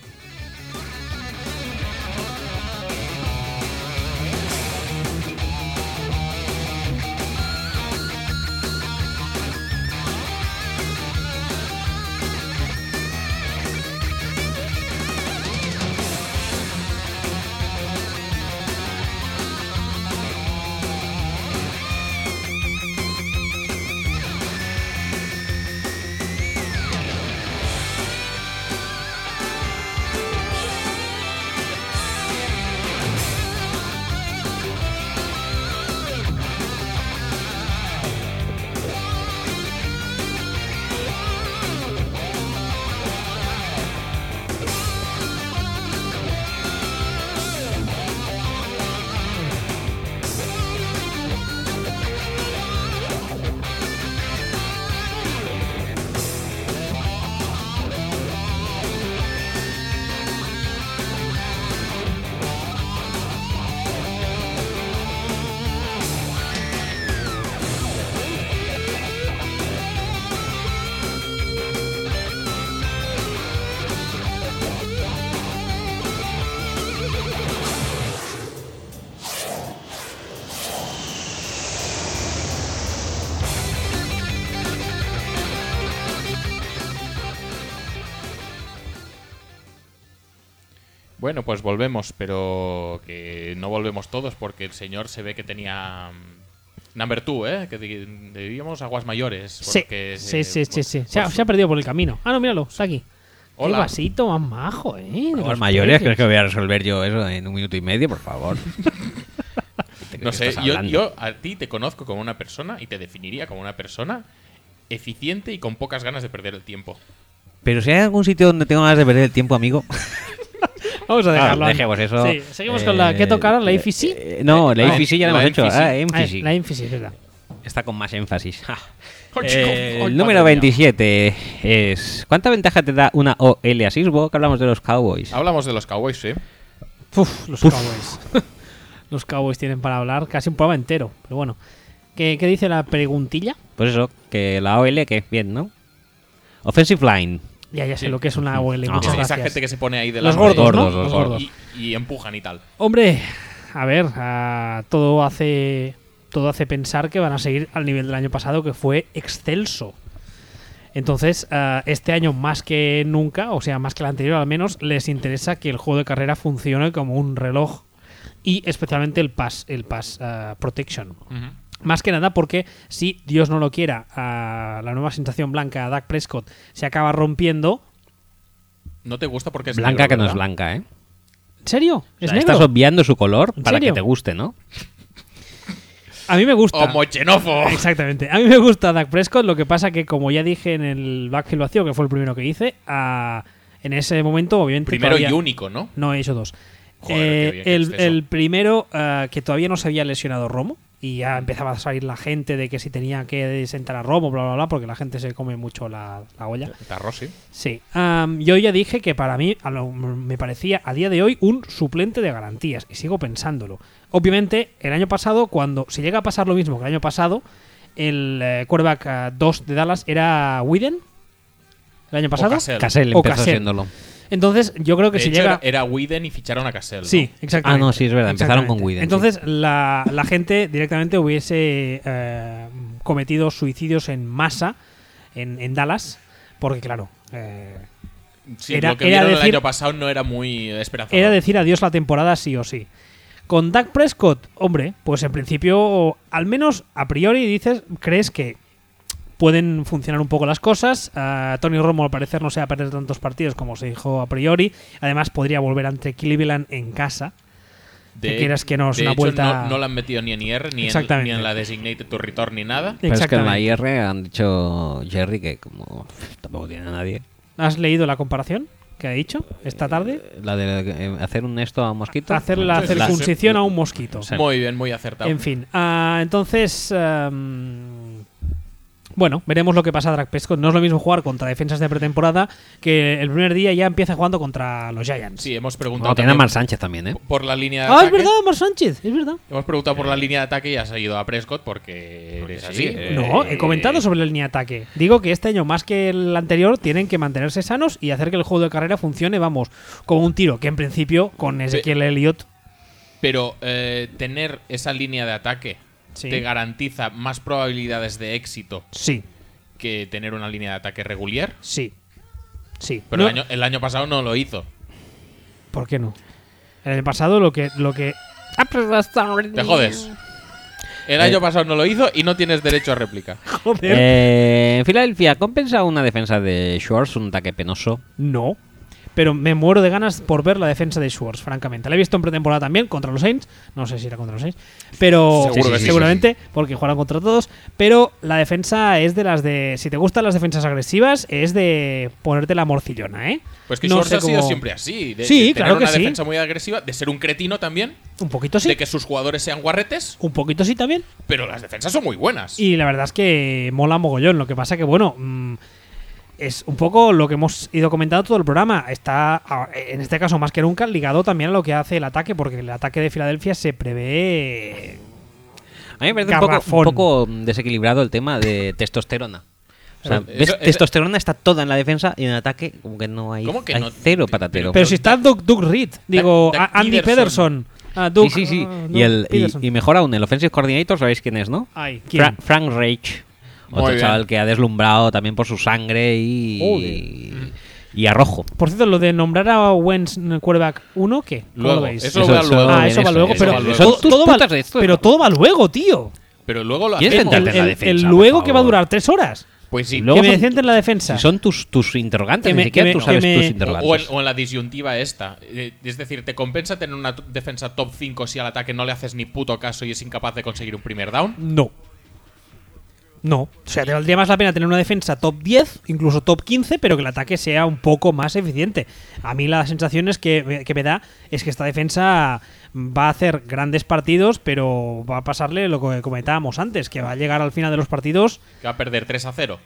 Speaker 3: Bueno, pues volvemos, pero que no volvemos todos porque el señor se ve que tenía mm, number two, ¿eh? Que di- debíamos aguas mayores.
Speaker 1: Sí,
Speaker 3: porque,
Speaker 1: sí,
Speaker 3: eh,
Speaker 1: sí, sí,
Speaker 3: por-
Speaker 1: sí.
Speaker 3: por
Speaker 1: Se ha,
Speaker 3: su-
Speaker 1: se ha perdido por el camino. Ah, no, míralo, está aquí.
Speaker 3: Hola.
Speaker 1: Qué vasito más majo, ¿eh? De
Speaker 2: Los
Speaker 1: los
Speaker 2: mayores, ¿crees
Speaker 1: peques.
Speaker 2: que voy a resolver yo eso en un minuto y medio? Por favor. ¿De qué
Speaker 3: No sé,
Speaker 2: estás
Speaker 3: yo,
Speaker 2: hablando?
Speaker 3: yo a ti te conozco como una persona y te definiría como una persona eficiente y con pocas ganas de perder el tiempo.
Speaker 2: Pero si hay algún sitio donde tengo ganas de perder el tiempo, amigo.
Speaker 1: Vamos a dejarlo.
Speaker 2: Ah,
Speaker 1: ahí.
Speaker 2: dejemos eso.
Speaker 1: Sí, seguimos con la. ¿Qué tocaron? ¿La IFC?
Speaker 2: Eh, no, la
Speaker 3: No,
Speaker 2: IFC ya la,
Speaker 3: la
Speaker 2: hemos hecho.
Speaker 3: IFC.
Speaker 2: Ah,
Speaker 1: Ah,
Speaker 2: MFC.
Speaker 1: la Ah, IFC, es verdad.
Speaker 2: Está con más énfasis. Ja.
Speaker 3: Oh, chico,
Speaker 2: Eh,
Speaker 3: oh,
Speaker 2: el número
Speaker 3: madre mía.
Speaker 2: 27 es. ¿Cuánta ventaja te da una OL a Sisbo? Que hablamos de los Cowboys.
Speaker 3: Hablamos de los Cowboys, ¿eh? ¿sí?
Speaker 1: Uf, los Cowboys. los Cowboys tienen para hablar casi un programa entero, pero bueno. ¿Qué, qué dice la preguntilla?
Speaker 2: Pues eso, que la OL, que bien, ¿no? Offensive Line.
Speaker 1: Ya, ya sé
Speaker 3: Sí.
Speaker 1: lo que es una OL.
Speaker 2: Ajá.
Speaker 1: Muchas
Speaker 3: Es
Speaker 1: gracias.
Speaker 3: esa gente que se pone ahí de
Speaker 1: Los gordos,
Speaker 2: Gordos,
Speaker 1: ¿no?
Speaker 2: Ah, los
Speaker 1: Los
Speaker 2: gordos.
Speaker 1: gordos.
Speaker 3: Y, y empujan y tal.
Speaker 1: Hombre, a ver, ah, todo hace todo hace pensar que van a seguir al nivel del año pasado que fue excelso. Entonces, ah, este año más que nunca, o sea, más que el anterior al menos, les interesa que el juego de carrera funcione como un reloj y especialmente el pass, el pass ah, protection. Más que nada porque si Dios no lo quiera, ah, la nueva sensación blanca, Dak Prescott, se acaba rompiendo.
Speaker 3: No te gusta porque es
Speaker 2: Blanca
Speaker 3: negro,
Speaker 2: que no es
Speaker 3: ¿verdad?
Speaker 2: blanca, ¿eh?
Speaker 1: ¿En serio?
Speaker 2: O
Speaker 1: ¿Es
Speaker 2: sea, estás
Speaker 1: negro?
Speaker 2: obviando su color
Speaker 1: ¿En
Speaker 2: para que
Speaker 1: serio?
Speaker 2: te guste, ¿no?
Speaker 1: A mí me
Speaker 3: ¡Oh,
Speaker 1: gusta.
Speaker 3: ¡Homoxenófobo!
Speaker 1: Exactamente. A mí me gusta Dak Prescott, lo que pasa que, como ya dije en el backfield vacío, que fue el primero que hice, ah, en ese momento, obviamente.
Speaker 3: Primero y
Speaker 1: todavía-
Speaker 3: único, ¿no?
Speaker 1: No, he hecho dos.
Speaker 3: Joder,
Speaker 1: Eh,
Speaker 3: qué bien que
Speaker 1: el,
Speaker 3: esté eso.
Speaker 1: el primero, ah, que todavía no se había lesionado Romo, y
Speaker 3: Mm.
Speaker 1: ya empezaba a salir la gente de que si tenía que sentar a Romo, bla, bla, bla, porque la gente se come mucho la, la olla.
Speaker 3: Está Rossi.
Speaker 1: Sí. Am, yo ya dije que para mí a lo- me parecía a día de hoy un suplente de garantías, y sigo pensándolo. Obviamente, el año pasado, cuando se llega a pasar lo mismo que el año pasado, el eh, quarterback 2 de Dallas era Widen. ¿El año pasado?
Speaker 3: Cassell.
Speaker 2: Casel
Speaker 1: O
Speaker 2: empezó
Speaker 1: Cassell.
Speaker 2: siéndolo.
Speaker 1: Entonces, yo creo que
Speaker 3: De
Speaker 1: si
Speaker 3: hecho,
Speaker 1: llega.
Speaker 3: era- era Widen y ficharon a Cassell. ¿no?
Speaker 1: Sí, exactamente.
Speaker 2: Ah, no, sí, es verdad, empezaron
Speaker 1: Exactamente.
Speaker 2: con Whedon,
Speaker 1: Entonces, la, la gente directamente hubiese eh, cometido suicidios en masa en, en Dallas, porque, claro, eh,
Speaker 3: Sí,
Speaker 1: Era-
Speaker 3: lo que
Speaker 1: era
Speaker 3: vieron
Speaker 1: decir-
Speaker 3: el año pasado no era muy esperanzador.
Speaker 1: era decir adiós la temporada sí o sí. Con Dak Prescott, hombre, pues en principio, al menos a priori, dices, crees que pueden funcionar un poco las cosas. Ah, Tony Romo, al parecer, no se va a perder tantos partidos como se dijo a priori. Además, podría volver ante Cleveland en casa.
Speaker 3: De-
Speaker 1: que quieras que no, es
Speaker 3: de
Speaker 1: una
Speaker 3: hecho,
Speaker 1: vuelta-
Speaker 3: No, no la han metido ni en IR, ni en,
Speaker 1: Exactamente.
Speaker 3: ni en la Designated to Return, ni nada.
Speaker 2: Pero es que en la
Speaker 1: Exactamente.
Speaker 2: IR han dicho Jerry que como pff, tampoco tiene a nadie.
Speaker 1: ¿Has leído la comparación que ha dicho esta tarde?
Speaker 2: La de eh, hacer un esto a un mosquito. Pues
Speaker 1: Hacer la
Speaker 3: Entonces, la-
Speaker 1: circuncisión a un mosquito.
Speaker 2: Sí.
Speaker 3: Muy bien, muy acertado.
Speaker 1: En fin, ah, entonces. am, bueno, veremos lo que pasa a Drag Prescott. No es lo mismo jugar contra defensas de pretemporada que el primer día ya empieza jugando contra los Giants.
Speaker 3: Sí, hemos preguntado
Speaker 2: No, tiene a
Speaker 3: también
Speaker 2: Mar Sánchez también, ¿eh?
Speaker 3: por la línea de
Speaker 1: ah, es
Speaker 3: ataque.
Speaker 1: verdad, Mar Sánchez, es verdad.
Speaker 3: Hemos preguntado por la línea de ataque y has ido a Prescott porque eres
Speaker 2: Eh, sí,
Speaker 3: así.
Speaker 2: eh,
Speaker 1: No, he
Speaker 2: eh,
Speaker 1: comentado sobre la línea de ataque. Digo que este año, más que el anterior, tienen que mantenerse sanos y hacer que el juego de carrera funcione, vamos, como un tiro, que en principio con Ezequiel Elliott.
Speaker 3: Pero eh, tener esa línea de ataque
Speaker 1: Sí.
Speaker 3: te garantiza más probabilidades de éxito
Speaker 1: Sí,
Speaker 3: que tener una línea de ataque regular.
Speaker 1: sí. Sí.
Speaker 3: Pero
Speaker 1: No-
Speaker 3: el, año, el año pasado no lo hizo.
Speaker 1: ¿Por qué no? En el pasado lo que lo que
Speaker 3: Te jodes. El
Speaker 2: Eh.
Speaker 3: año pasado no lo hizo y no tienes derecho a réplica.
Speaker 1: joder.
Speaker 2: Eh, en Filadelfia compensa una defensa de Schwartz, un ataque penoso.
Speaker 1: No. Pero me muero de ganas por ver la defensa de Schwartz, francamente. La he visto en pretemporada también contra los Saints. No sé si era contra los Saints. Pero
Speaker 3: Seguro Sí, que sí, sí,
Speaker 1: seguramente, porque jugaron contra todos. Pero la defensa es de las de. Si te gustan las defensas agresivas, es de ponerte la morcillona, ¿eh?
Speaker 3: Pues que
Speaker 1: No
Speaker 3: Schwartz
Speaker 1: sé
Speaker 3: ha sido
Speaker 1: cómo-
Speaker 3: siempre así. De,
Speaker 1: Sí,
Speaker 3: de tener
Speaker 1: claro que
Speaker 3: una
Speaker 1: sí.
Speaker 3: defensa muy agresiva, de ser un cretino también,
Speaker 1: Un poquito sí.
Speaker 3: de que sus jugadores sean guarretes,
Speaker 1: Un poquito sí también.
Speaker 3: pero las defensas son muy buenas.
Speaker 1: Y la verdad es que mola mogollón. Lo que pasa que, bueno, mm, es un poco lo que hemos ido comentando todo el programa. Está, a- en este caso, más que nunca, ligado también a lo que hace el ataque, porque el ataque de Filadelfia se prevé.
Speaker 2: A mí me parece un poco,
Speaker 1: Garrafón.
Speaker 2: un poco desequilibrado el tema de testosterona. O sea,
Speaker 3: Eso-
Speaker 2: ves,
Speaker 3: eso-
Speaker 2: testosterona está toda en la defensa y en el ataque como que no hay,
Speaker 3: ¿Cómo que
Speaker 2: hay
Speaker 3: no?
Speaker 2: cero patatero.
Speaker 3: Pero-
Speaker 1: Pero si está Doug, Doug Reed, digo,
Speaker 3: Doug
Speaker 1: a- Andy Pederson.
Speaker 3: Peterson.
Speaker 1: a Doug-
Speaker 2: sí, sí, sí.
Speaker 1: ah,
Speaker 2: y, el,
Speaker 1: Doug Peterson.
Speaker 2: y, y mejor aún, el offensive coordinator, ¿sabéis quién es, no?
Speaker 1: Ay, ¿quién?
Speaker 2: Fra- Frank Reich.
Speaker 3: Muy
Speaker 2: Otro
Speaker 3: bien.
Speaker 2: chaval que ha deslumbrado también por su sangre y, y arrojo.
Speaker 1: Por cierto, lo de nombrar a Wentz en el quarterback 1, ¿qué? ¿Cómo
Speaker 3: Luego,
Speaker 1: lo veis?
Speaker 3: eso lo- va luego.
Speaker 1: Ah,
Speaker 2: viene
Speaker 1: eso va luego,
Speaker 3: eso
Speaker 1: pero,
Speaker 3: va luego.
Speaker 1: todo-
Speaker 2: Son tus
Speaker 1: todo va-
Speaker 2: putas de esto.
Speaker 1: pero todo va luego, tío.
Speaker 3: Pero luego lo
Speaker 2: ¿Quieres
Speaker 3: hacemos.
Speaker 2: sentarte?
Speaker 1: El,
Speaker 2: en la
Speaker 1: el-
Speaker 2: defensa,
Speaker 1: el
Speaker 2: por
Speaker 1: luego que
Speaker 2: favor.
Speaker 1: va a durar tres horas.
Speaker 3: Pues sí.
Speaker 2: Luego
Speaker 1: que me
Speaker 2: son-
Speaker 1: sienten la defensa.
Speaker 2: Si son tus, tus interrogantes,
Speaker 1: Que
Speaker 2: ni
Speaker 1: me-
Speaker 2: siquiera
Speaker 1: que
Speaker 2: tú
Speaker 1: me-
Speaker 2: sabes
Speaker 1: que me-
Speaker 2: tus
Speaker 3: O en,
Speaker 2: interrogantes.
Speaker 3: o en la disyuntiva esta. Eh, Es decir, ¿te compensa tener una t- defensa top 5 si al ataque no le haces ni puto caso y es incapaz de conseguir un primer down?
Speaker 1: No. No. O sea, te valdría más la pena tener una defensa top 10, incluso top 15, pero que el ataque sea un poco más eficiente. A mí las sensaciones que, que me da es que esta defensa va a hacer grandes partidos, pero va a pasarle lo que comentábamos antes, que va a llegar al final de los partidos.
Speaker 3: Que va a perder 3 a 0.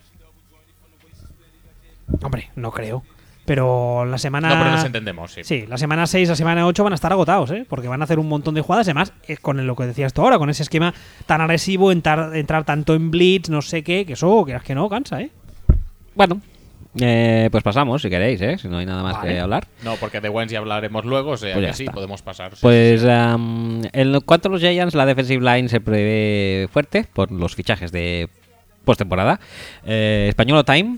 Speaker 1: Hombre, no creo. Pero la semana...
Speaker 3: No, pero nos entendemos, sí.
Speaker 1: Sí, la semana 6, la semana 8 van a estar agotados, ¿eh? porque van a hacer un montón de jugadas. Además, eh, con lo que decías tú ahora, con ese esquema tan agresivo, entrar, entrar tanto en blitz, no sé qué, que eso, que que no, cansa, ¿eh?
Speaker 2: Bueno, eh, pues pasamos si queréis, ¿eh? si no hay nada más
Speaker 1: Vale.
Speaker 2: que hablar.
Speaker 3: No, porque de Wentz ya hablaremos luego, o sea
Speaker 2: Pues ya
Speaker 3: que sí,
Speaker 2: está.
Speaker 3: podemos pasar. sí, sí,
Speaker 2: Pues am, en lo- cuanto a los Giants, la defensive line se prevé fuerte por los fichajes de postemporada. Eh, Españolo Time.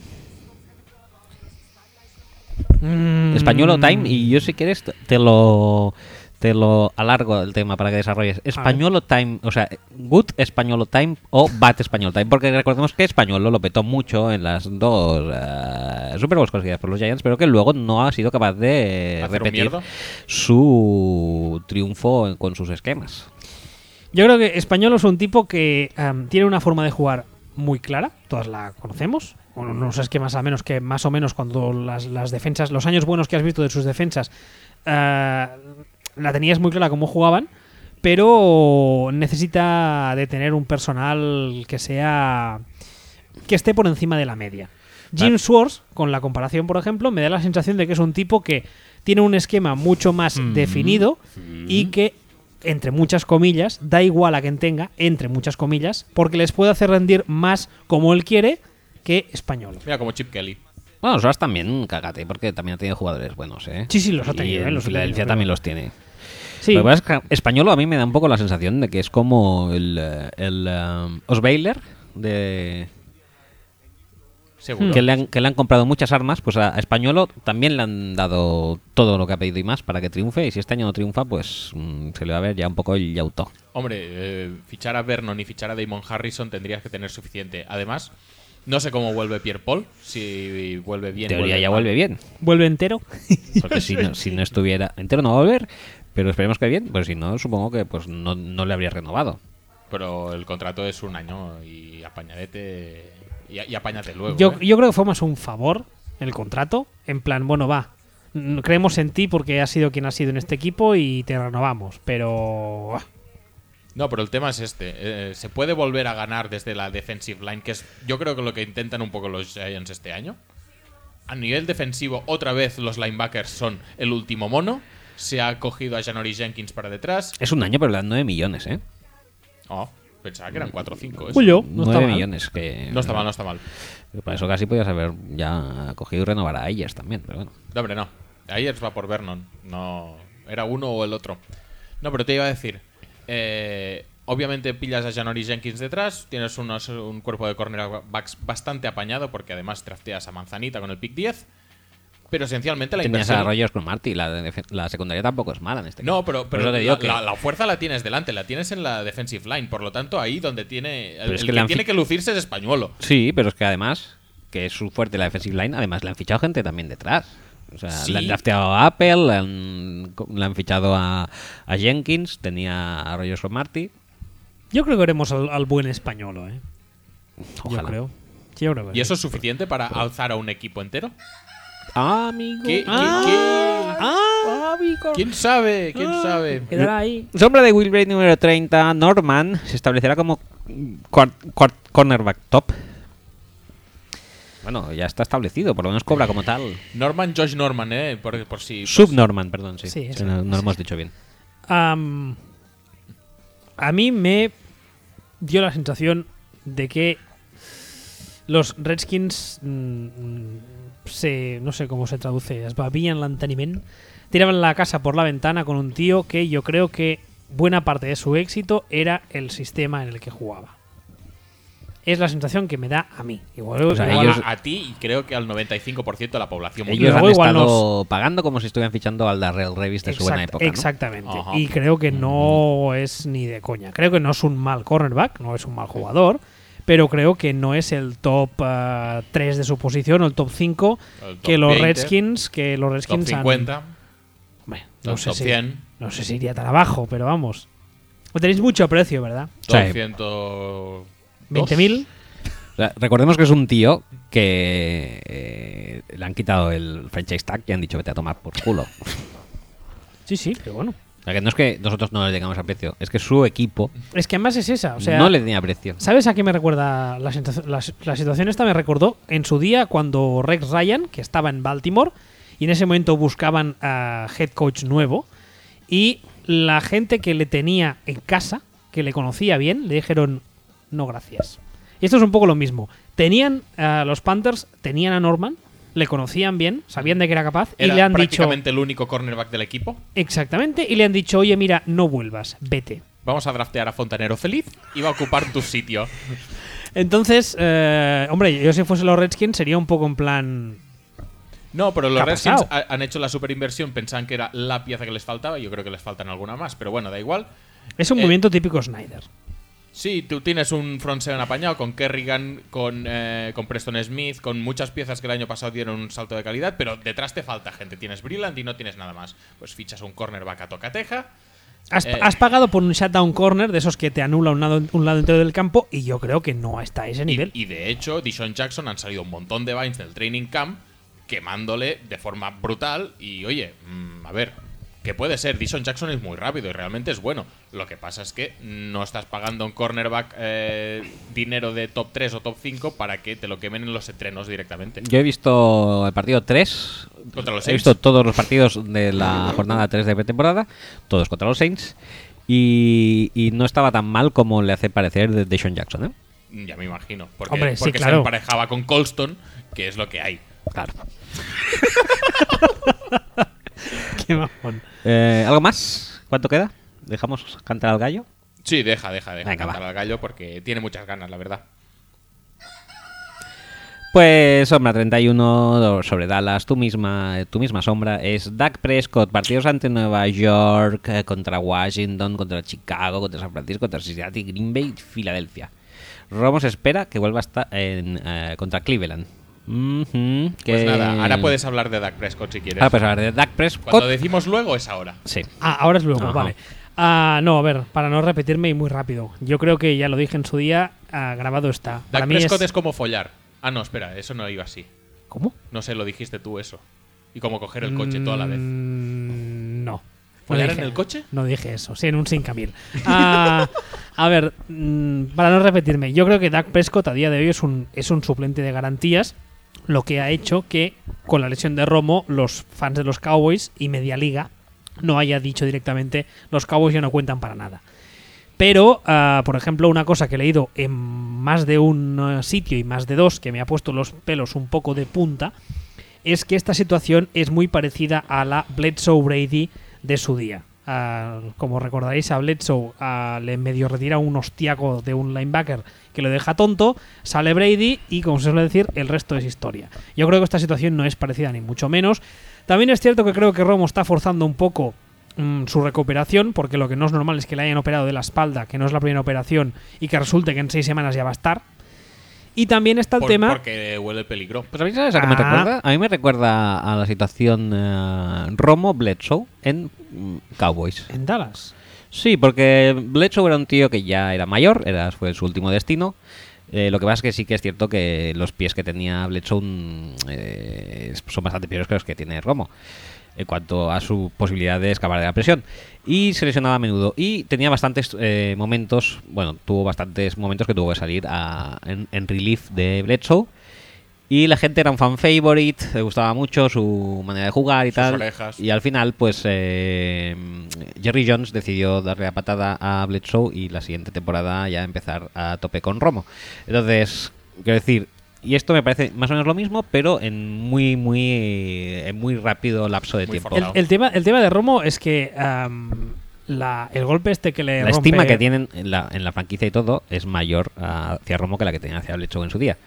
Speaker 3: Mm.
Speaker 2: Españolo Time. Y yo si quieres t- te lo te lo alargo el tema para que desarrolles. Españolo Time, o sea, Good Españolo Time o Bad Español Time. Porque recordemos que Españolo lo petó mucho en las dos eh, Super Bowls conseguidas por los Giants, pero que luego no ha sido capaz de
Speaker 3: ¿Hacer un
Speaker 2: repetir
Speaker 3: mierdo?
Speaker 2: su triunfo en- con sus esquemas.
Speaker 1: Yo creo que Español es un tipo que am, tiene una forma de jugar muy clara, todas la conocemos. Con unos esquemas a menos que más o menos cuando las, las defensas, los años buenos que has visto de sus defensas, ah, la tenías muy clara cómo jugaban, pero necesita de tener un personal que sea que esté por encima de la media. Jim Swartz, con la comparación, por ejemplo, me da la sensación de que es un tipo que tiene un esquema mucho más definido y que, entre muchas comillas, da igual a quien tenga, entre muchas comillas, porque les puede hacer rendir más como él quiere que español.
Speaker 3: Mira, como Chip Kelly.
Speaker 2: Bueno, Soras también, cágate, porque también ha tenido jugadores buenos, ¿eh?
Speaker 1: Sí, sí, los ha
Speaker 2: Y
Speaker 1: tenido. ¿eh?
Speaker 2: en
Speaker 1: Los ha
Speaker 2: Filadelfia
Speaker 1: tenido,
Speaker 2: también
Speaker 1: pero-
Speaker 2: los tiene.
Speaker 1: Sí,
Speaker 2: Lo que pasa es que español a mí me da un poco la sensación de que es como el, eh, el um, Osweiler de...
Speaker 1: Hmm.
Speaker 3: Seguro.
Speaker 2: Hmm. Que le, han, que le han comprado muchas armas, pues a, a Españolo también le han dado todo lo que ha pedido y más para que triunfe. Y si este año no triunfa, pues mm, se le va a ver ya un poco el yautó.
Speaker 3: Hombre, eh, fichar a Vernon y fichar a Damon Harrison tendrías que tener suficiente. Además, no sé cómo vuelve Pierre Paul. Si vuelve bien.
Speaker 2: En teoría
Speaker 3: vuelve
Speaker 2: ya
Speaker 3: mal.
Speaker 2: vuelve bien.
Speaker 1: vuelve entero.
Speaker 2: Porque si no, si no estuviera entero no va a volver, pero esperemos que bien. Pues si no, supongo que pues no, no le habría renovado.
Speaker 3: Pero el contrato es un año y apañadete. Y, y apáñate luego.
Speaker 1: Yo,
Speaker 3: ¿eh?
Speaker 1: yo creo que fue más un favor el contrato. En plan, bueno, va. mm, Creemos en ti porque has sido quien has sido en este equipo y te renovamos. Pero. ah,
Speaker 3: No, pero el tema es este. eh, ¿Se puede volver a ganar desde la defensive line? Que es, yo creo que lo que intentan un poco los Giants este año. A nivel defensivo, otra vez los linebackers son el último mono. Se ha cogido a Janori Jenkins para detrás.
Speaker 2: Es un año, pero le dan 9 millones, ¿eh?
Speaker 3: Oh, pensaba que eran 4 o 5.
Speaker 1: Julio, no está
Speaker 2: 9
Speaker 1: mal.
Speaker 2: millones, que...
Speaker 3: No está mal, no está mal.
Speaker 2: Para eso casi podías haber ya cogido y renovar a ellas también, pero bueno.
Speaker 3: No, hombre, no. Ayer va por Vernon. No. Era uno o el otro. No, pero te iba a decir. eh, obviamente pillas a Janori Jenkins detrás. Tienes unos- un cuerpo de cornerbacks bastante apañado porque además drafteas a Manzanita con el pick 10. Pero esencialmente la
Speaker 2: Tenías
Speaker 3: inversión.
Speaker 2: a Rogers con Marty, la, defen- la secundaria tampoco es mala en este caso.
Speaker 3: No, pero,
Speaker 2: Por
Speaker 3: pero
Speaker 2: eso te digo
Speaker 3: la,
Speaker 2: que-
Speaker 3: la- la fuerza la tienes delante, la tienes en la defensive line. Por lo tanto, ahí donde tiene. El,
Speaker 2: Pero es
Speaker 3: el
Speaker 2: que
Speaker 3: que,
Speaker 2: le han
Speaker 3: tiene
Speaker 2: fi- Pues
Speaker 3: que lucirse es español
Speaker 2: Sí, pero es que además, que es su fuerte la defensive line, además le han fichado gente también detrás. O sea,
Speaker 3: Sí.
Speaker 2: le han drafteado a Apple, le han, co- le han fichado a, a Jenkins, tenía a Rogers con Marty.
Speaker 1: Yo creo que haremos al, al buen español, ¿eh?
Speaker 2: Ojalá.
Speaker 1: Yo creo. Sí, yo creo que
Speaker 3: ¿Y
Speaker 1: sí.
Speaker 3: eso es suficiente para
Speaker 2: Pues
Speaker 3: alzar a un equipo entero?
Speaker 2: Amigo.
Speaker 3: ¿Qué- qué- qué-
Speaker 2: Ah,
Speaker 3: ¿Quién sabe? ¿Quién sabe?
Speaker 5: Quedará ahí.
Speaker 2: Sombra de Will Wade número 30, Norman, se establecerá como cuart- cuart- cornerback top. Bueno, ya está establecido, por lo menos cobra como tal.
Speaker 3: Norman, Josh Norman, ¿eh? Por, por si.
Speaker 2: Subnorman, perdón, sí.
Speaker 1: Sí,
Speaker 2: Sí,
Speaker 1: sí,
Speaker 2: no, no lo hemos dicho bien.
Speaker 1: Am, a mí me dio la sensación de que los Redskins mm, mm, se. no sé cómo se traduce, esbavían l'enteniment, tiraban la casa por la ventana con un tío que yo creo que buena parte de su éxito era el sistema en el que jugaba. Es la sensación que me da a mí. Igual,
Speaker 2: O sea,
Speaker 1: igual-
Speaker 3: Igual
Speaker 2: ellos-
Speaker 3: a, a ti y creo que al 95% de la población
Speaker 2: Ellos
Speaker 1: luego
Speaker 2: han
Speaker 1: igual
Speaker 2: estado
Speaker 1: nos-
Speaker 2: pagando como si estuvieran fichando al Darrell Revis de su buena
Speaker 1: Exact-
Speaker 2: época. ¿no?
Speaker 1: Exactamente.
Speaker 3: Ajá. Mm.
Speaker 1: Y creo que no es ni de coña. Creo que no es un mal cornerback, no es un mal jugador, pero creo que no es el top 3 de su posición o el top 5
Speaker 3: El top
Speaker 1: que los
Speaker 3: 20,
Speaker 1: Redskins, que los
Speaker 3: top
Speaker 1: Redskins han-
Speaker 3: 50.
Speaker 1: Hombre, no,
Speaker 3: top
Speaker 1: sé si,
Speaker 3: 100.
Speaker 1: no sé si iría tan abajo, pero vamos. Lo tenéis mucho aprecio, ¿verdad?
Speaker 3: Top
Speaker 2: Sí.
Speaker 3: 102.
Speaker 1: 20.000.
Speaker 2: O sea, recordemos que es un tío que eh, le han quitado el franchise tag y han dicho vete a tomar por culo. o
Speaker 1: Sí, sí, pero bueno.
Speaker 2: sea, que no es que nosotros no le tengamos aprecio, es que su equipo
Speaker 1: Es que además es esa. O sea,
Speaker 2: no le tenía aprecio.
Speaker 1: ¿Sabes a qué me recuerda la, sensación- la, la situación esta? Me recordó en su día cuando Rex Ryan, que estaba en Baltimore, y en ese momento buscaban a head coach nuevo, y la gente que le tenía en casa, que le conocía bien, le dijeron no gracias. Y esto es un poco lo mismo. Tenían a los Panthers, tenían a Norman, le conocían bien, sabían de que era capaz,
Speaker 3: Era
Speaker 1: y le han dicho
Speaker 3: prácticamente el único cornerback del equipo.
Speaker 1: exactamente, y le han dicho, oye, mira, no vuelvas, vete.
Speaker 3: Vamos a draftear a Fontanero Feliz y va a ocupar tu sitio.
Speaker 1: Entonces, eh, hombre, yo si fuese los Redskins sería un poco en plan...
Speaker 3: No, pero
Speaker 1: ¿Qué
Speaker 3: los
Speaker 1: ha
Speaker 3: Redskins
Speaker 1: pasado?
Speaker 3: ha- han hecho la superinversión. Pensaban que era la pieza que les faltaba. Yo creo que les faltan alguna más. Pero bueno, da igual.
Speaker 1: Es un
Speaker 3: Eh,
Speaker 1: movimiento típico Snyder.
Speaker 3: Sí, tú tienes un front seven apañado con Kerrigan, con, eh, con Preston Smith, con muchas piezas que el año pasado dieron un salto de calidad, pero detrás te falta gente. Tienes Brilland y no tienes nada más. Pues fichas un cornerback a tocateja.
Speaker 1: Has,
Speaker 3: eh,
Speaker 1: has pagado por un shutdown corner de esos que te anula un lado, un lado entero del campo y yo creo que no está a ese nivel.
Speaker 3: Y, y de hecho, Dishon Jackson han salido un montón de vines del training camp quemándole de forma brutal. Y oye, mm, a ver, Que puede ser, Dishon Jackson es muy rápido y realmente es bueno. Lo que pasa es que no estás pagando a un cornerback eh, dinero de top 3 o top 5 para que te lo quemen en los entrenos directamente.
Speaker 2: Yo he visto el partido 3.
Speaker 3: Contra los
Speaker 2: He
Speaker 3: Saints.
Speaker 2: visto todos los partidos de la jornada 3 de pretemporada, todos contra los Saints. Y, y no estaba tan mal como le hace parecer de Deshaun Jackson, ¿eh?
Speaker 3: Ya me imagino. Porque,
Speaker 1: Hombre, sí,
Speaker 3: porque se
Speaker 1: claro.
Speaker 3: emparejaba con Colston, que es lo que hay.
Speaker 2: Claro.
Speaker 1: Qué mamón.
Speaker 2: Eh, ¿Algo más? ¿Cuánto queda? ¿Dejamos cantar al gallo?
Speaker 3: Sí, deja, deja, deja
Speaker 2: Venga, va.
Speaker 3: cantar al gallo porque tiene muchas ganas, la verdad.
Speaker 2: Pues Sombra 31 sobre Dallas, tu misma, eh, tu misma sombra es Dak Prescott, partidos ante Nueva York, eh, contra Washington, contra Chicago, contra San Francisco, contra Cincinnati, Green Bay, Filadelfia. Ramos espera que vuelva hasta en, eh, contra Cleveland. Ujú, que- Ah,
Speaker 3: Pues nada, ahora puedes hablar de Dak Prescott si quieres.
Speaker 2: Ahora puedes hablar de Dak
Speaker 3: Cuando
Speaker 2: Prescott.
Speaker 3: decimos luego es ahora.
Speaker 2: Sí.
Speaker 1: Ah, ahora es luego,
Speaker 2: Ajá.
Speaker 1: vale. Ah, no, a ver, para no repetirme y muy rápido. Yo creo que ya lo dije en su día, ah, grabado está. Para
Speaker 3: Dak
Speaker 1: mí es,
Speaker 3: Prescott es... como follar. Ah, no, espera, eso no iba así.
Speaker 2: ¿Cómo?
Speaker 3: No sé, lo dijiste tú eso. Y como coger el coche toda la vez.
Speaker 1: Mm, No.
Speaker 3: ¿Follar
Speaker 1: No dije-
Speaker 3: en el coche?
Speaker 1: No dije eso, sí, en un 5.000. Ah, a ver, mm, para no repetirme, yo creo que Dak Prescott a día de hoy es un, es un suplente de garantías, lo que ha hecho que con la lesión de Romo, los fans de los Cowboys y Media Liga no haya dicho directamente los Cowboys ya no cuentan para nada. Pero, ah, por ejemplo, una cosa que he leído en más de un eh, sitio y más de dos que me ha puesto los pelos un poco de punta es que esta situación es muy parecida a la Bledsoe Brady de su día. Ah, como recordaréis, a Bledsoe ah, le medio retira un hostiaco de un linebacker que lo deja tonto, sale Brady y, como se suele decir, el resto es historia. Yo creo que esta situación no es parecida ni mucho menos. También es cierto que creo que Romo está forzando un poco mm, su recuperación, porque lo que no es normal es que le hayan operado de la espalda, que no es la primera operación, y que resulte que en seis semanas ya va a estar. Y también está el
Speaker 3: Por-
Speaker 1: tema...
Speaker 3: Porque huele peligro.
Speaker 2: Pues a mí, ¿sabes a qué me
Speaker 1: Ah.
Speaker 2: recuerda? A mí me recuerda a la situación eh, Romo-Bledsoe en mm, Cowboys.
Speaker 1: En Dallas.
Speaker 2: Sí, porque Bledsoe era un tío que ya era mayor, era, fue su último destino. Eh, lo que pasa es que sí que es cierto que los pies que tenía Bledsoe mm, eh, son bastante peores que los que tiene Romo en cuanto a su posibilidad de escapar de la presión. Y se lesionaba a menudo. Y tenía bastantes eh, momentos, bueno, tuvo bastantes momentos que tuvo que salir a- en, en relief de Bledsoe. Y la gente era un fan favorite, le gustaba mucho su manera de jugar y
Speaker 3: Sus
Speaker 2: tal.
Speaker 3: orejas.
Speaker 2: Y al final, pues eh, Jerry Jones decidió darle la patada a Bledsoe y la siguiente temporada ya empezar a tope con Romo. Entonces, quiero decir, y esto me parece más o menos lo mismo, pero en muy, muy, en muy rápido lapso de
Speaker 3: Muy
Speaker 2: tiempo.
Speaker 1: El,
Speaker 3: Claro.
Speaker 1: el tema, el tema de Romo es que am, la- el golpe este que le
Speaker 2: la
Speaker 1: rompe-
Speaker 2: estima que tienen en la, en la franquicia y todo es mayor hacia Romo que la que tenía hacia Bledsoe en su día.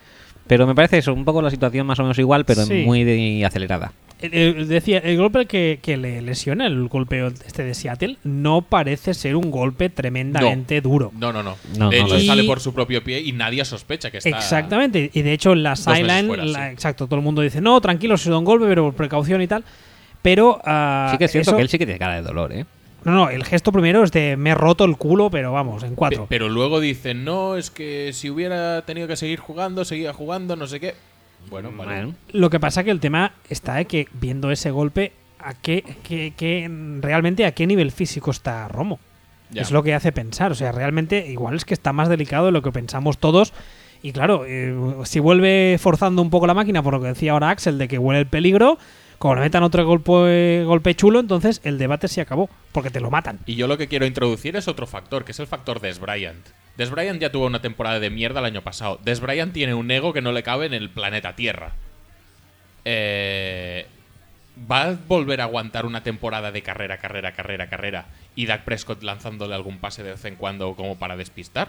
Speaker 2: Pero me parece eso, un poco la situación más o menos igual, pero
Speaker 1: Sí.
Speaker 2: muy de- acelerada.
Speaker 1: el- el- decía, el golpe que, que le lesiona, el golpe este de Seattle, no parece ser un golpe tremendamente duro.
Speaker 3: No, no, no.
Speaker 2: No,
Speaker 3: de
Speaker 2: no
Speaker 3: hecho,
Speaker 2: lo
Speaker 1: es.
Speaker 3: sale
Speaker 1: Y-
Speaker 3: por su propio pie y nadie sospecha que está.
Speaker 1: Exactamente. Y de hecho, en la
Speaker 3: meses
Speaker 1: sideline,
Speaker 3: fuera,
Speaker 1: la-
Speaker 3: sí.
Speaker 1: exacto, todo el mundo dice, no, tranquilo, se da un golpe, pero por precaución y tal. Pero. ah,
Speaker 2: sí que es cierto
Speaker 1: eso-
Speaker 2: que él sí que tiene cara de dolor, ¿eh?
Speaker 1: No, no, el gesto primero es de me he roto el culo, pero vamos, en
Speaker 3: Pe-
Speaker 1: cuatro.
Speaker 3: Pero luego dicen, no, es que si hubiera tenido que seguir jugando, seguía jugando, no sé qué. Bueno, vale.
Speaker 2: Bueno.
Speaker 1: Lo que pasa que el tema está de que viendo ese golpe, a qué, qué- qué- realmente a qué nivel físico está Romo.
Speaker 3: Ya.
Speaker 1: Es lo que hace pensar. O sea, realmente igual es que está más delicado de lo que pensamos todos. Y claro, eh, si vuelve forzando un poco la máquina, por lo que decía ahora Axel, de que huele el peligro, como le metan otro golpe, golpe chulo, entonces el debate se acabó, porque te lo matan.
Speaker 3: Y yo lo que quiero introducir es otro factor, que es el factor Des Bryant. Des Bryant ya tuvo una temporada de mierda el año pasado. Des Bryant tiene un ego que no le cabe en el planeta Tierra. Eh, ¿Va a volver a aguantar una temporada de carrera, carrera, carrera, carrera? ¿Y Dak Prescott lanzándole algún pase de vez en cuando como para despistar?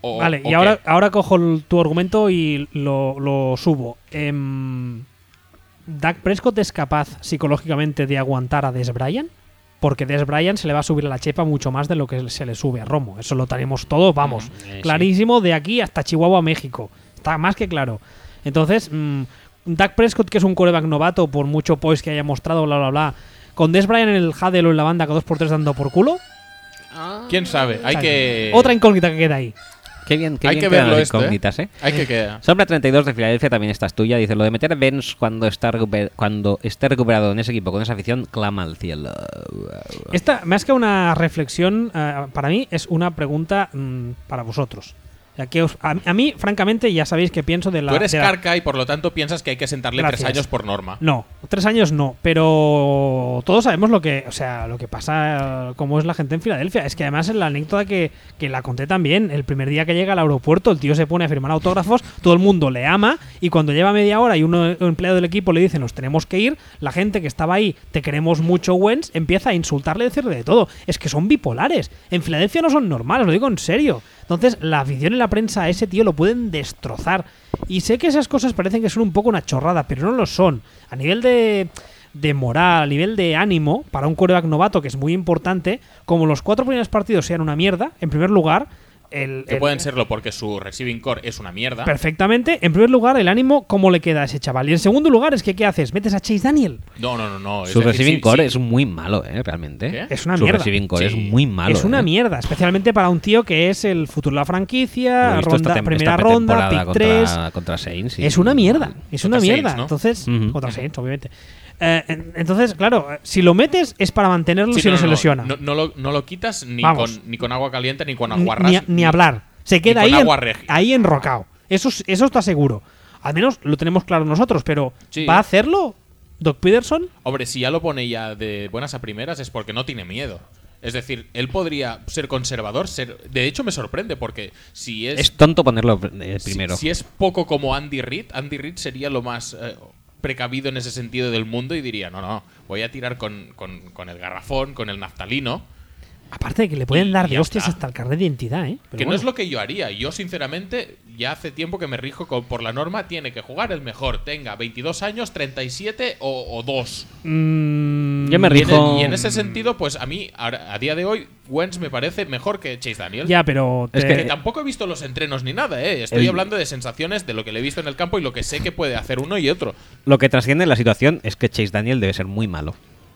Speaker 3: ¿O-
Speaker 1: vale,
Speaker 3: o
Speaker 1: y
Speaker 3: qué?
Speaker 1: ahora, ahora cojo el- tu argumento y lo, lo subo. Em, ¿Dak Prescott es capaz psicológicamente de aguantar a Des Bryant? Porque Des Bryant se le va a subir a la chepa mucho más de lo que se le sube a Romo. Eso lo tenemos todo,
Speaker 3: Mm,
Speaker 1: vamos.
Speaker 2: eh,
Speaker 1: clarísimo de aquí hasta Chihuahua, México. Está más que claro. Entonces, mm, Dak Prescott, que es un coreback novato, por mucho poise que haya mostrado, bla, bla, bla. Con Des Bryant en el Hadel o en la banda, que 2x3 dando por culo. Ah,
Speaker 3: ¿Quién sabe? Hay que...
Speaker 1: Otra incógnita que queda ahí.
Speaker 2: Qué bien, qué
Speaker 3: Hay
Speaker 2: bien
Speaker 3: que
Speaker 2: quedan
Speaker 3: verlo
Speaker 2: las
Speaker 3: esto. ¿eh?
Speaker 2: incógnitas, ¿eh?
Speaker 3: Hay que quedar.
Speaker 2: Sombra 32 de Filadelfia también esta es tuya. Dice, lo de meter a Benz cuando está, recuper- cuando esté recuperado en ese equipo con esa afición, clama al cielo.
Speaker 1: Esta, más que una reflexión, eh, para mí es una pregunta mm, para vosotros. Ya que os- a, a mí, francamente, ya sabéis que pienso de la.
Speaker 3: Tú eres
Speaker 1: de la-
Speaker 3: carca y por lo tanto piensas que hay que sentarle
Speaker 1: Gracias.
Speaker 3: tres años por norma.
Speaker 1: No, tres años no, pero todos sabemos lo que, o sea, lo que pasa, eh, cómo es la gente en Filadelfia. Es que además en la anécdota que, que la conté también, el primer día que llega al aeropuerto, el tío se pone a firmar autógrafos, todo el mundo le ama y cuando lleva media hora y uno, un empleado del equipo le dice nos tenemos que ir, la gente que estaba ahí, te queremos mucho, Wentz, empieza a insultarle y decirle de todo. Es que son bipolares. En Filadelfia no son normales, lo digo en serio. Entonces, la afición y la prensa a ese tío lo pueden destrozar. Y sé que esas cosas parecen que son un poco una chorrada, pero no lo son. A nivel de, de moral, a nivel de ánimo, para un quarterback novato, que es muy importante, como los cuatro primeros partidos sean una mierda, en primer lugar, el.
Speaker 3: Que
Speaker 1: el-
Speaker 3: pueden ¿ah? serlo porque su receiving core es una mierda.
Speaker 1: Perfectamente. En primer lugar, el ánimo, ¿cómo le queda a ese chaval? Y en segundo lugar, es que ¿qué haces? ¿Metes a Chase Daniel?
Speaker 3: No, no, no, no. es
Speaker 2: Su
Speaker 3: decir,
Speaker 2: receiving
Speaker 3: sí,
Speaker 2: core
Speaker 3: sí.
Speaker 2: es muy malo, ¿eh? Realmente.
Speaker 3: ¿Qué?
Speaker 1: Es una
Speaker 2: Su
Speaker 1: mierda.
Speaker 2: receiving core
Speaker 3: Sí.
Speaker 2: es muy malo.
Speaker 1: es una
Speaker 2: ¿eh?
Speaker 1: mierda, especialmente para un tío que es el futuro de la
Speaker 2: Lo
Speaker 1: franquicia,
Speaker 2: he visto
Speaker 1: ronda,
Speaker 2: esta tem-
Speaker 1: primera
Speaker 2: esta
Speaker 1: ronda,
Speaker 2: pretemporada
Speaker 1: pick
Speaker 2: contra,
Speaker 1: 3.
Speaker 2: Contra Saints. y-
Speaker 1: Es una mierda, es
Speaker 3: Contra
Speaker 1: una mierda.
Speaker 3: Saints, ¿no?
Speaker 1: Entonces,
Speaker 2: Ujú.
Speaker 1: contra Saints, obviamente. Eh, en- entonces, claro, eh, si lo metes es para mantenerlo
Speaker 3: Sí,
Speaker 1: si
Speaker 3: no,
Speaker 1: no,
Speaker 3: no,
Speaker 1: se
Speaker 3: no.
Speaker 1: lesiona.
Speaker 3: No, no lo, no lo quitas ni
Speaker 1: Vamos.
Speaker 3: con, ni con agua caliente ni con
Speaker 1: Ni-
Speaker 3: agua
Speaker 1: ni,
Speaker 3: ras.
Speaker 1: a- ni hablar. Se queda
Speaker 3: con
Speaker 1: ahí, en-
Speaker 3: agua regia.
Speaker 1: ahí enrocado. Eso, es- eso está seguro. Al menos lo tenemos claro nosotros, pero
Speaker 3: Sí.
Speaker 1: ¿va a hacerlo Doc Peterson?
Speaker 3: Hombre, si ya lo pone ya de buenas a primeras es porque no tiene miedo. Es decir, él podría ser conservador, ser. De hecho, me sorprende porque si es.
Speaker 2: Es tonto ponerlo eh,
Speaker 3: si-
Speaker 2: primero.
Speaker 3: Si, es poco como Andy Reid, Andy Reid sería lo más eh, precavido en ese sentido del mundo y diría: no, no, voy a tirar con, con- con el garrafón, con el naftalino.
Speaker 1: Aparte de que le pueden
Speaker 3: Y
Speaker 1: dar de
Speaker 3: ya
Speaker 1: hostias
Speaker 3: está.
Speaker 1: hasta el carnet de identidad, ¿eh? Pero
Speaker 3: que no
Speaker 1: bueno.
Speaker 3: es lo que yo haría. Yo, sinceramente, ya hace tiempo que me rijo con, por la norma: tiene que jugar el mejor, tenga 22 años, 37 o, o 2.
Speaker 1: Mm,
Speaker 2: Yo me
Speaker 3: Y en,
Speaker 2: rijo.
Speaker 3: y en ese sentido, pues a mí, ahora- a día de hoy, Wentz me parece mejor que Chase Daniel.
Speaker 1: ya, eh, pero.
Speaker 2: Es
Speaker 1: te-
Speaker 3: Que tampoco he visto los entrenos ni nada, ¿eh? Estoy
Speaker 2: El-
Speaker 3: hablando de sensaciones de lo que le he visto en el campo y lo que sé que puede hacer uno y otro.
Speaker 2: Lo que trasciende la situación es que Chase Daniel debe ser muy malo.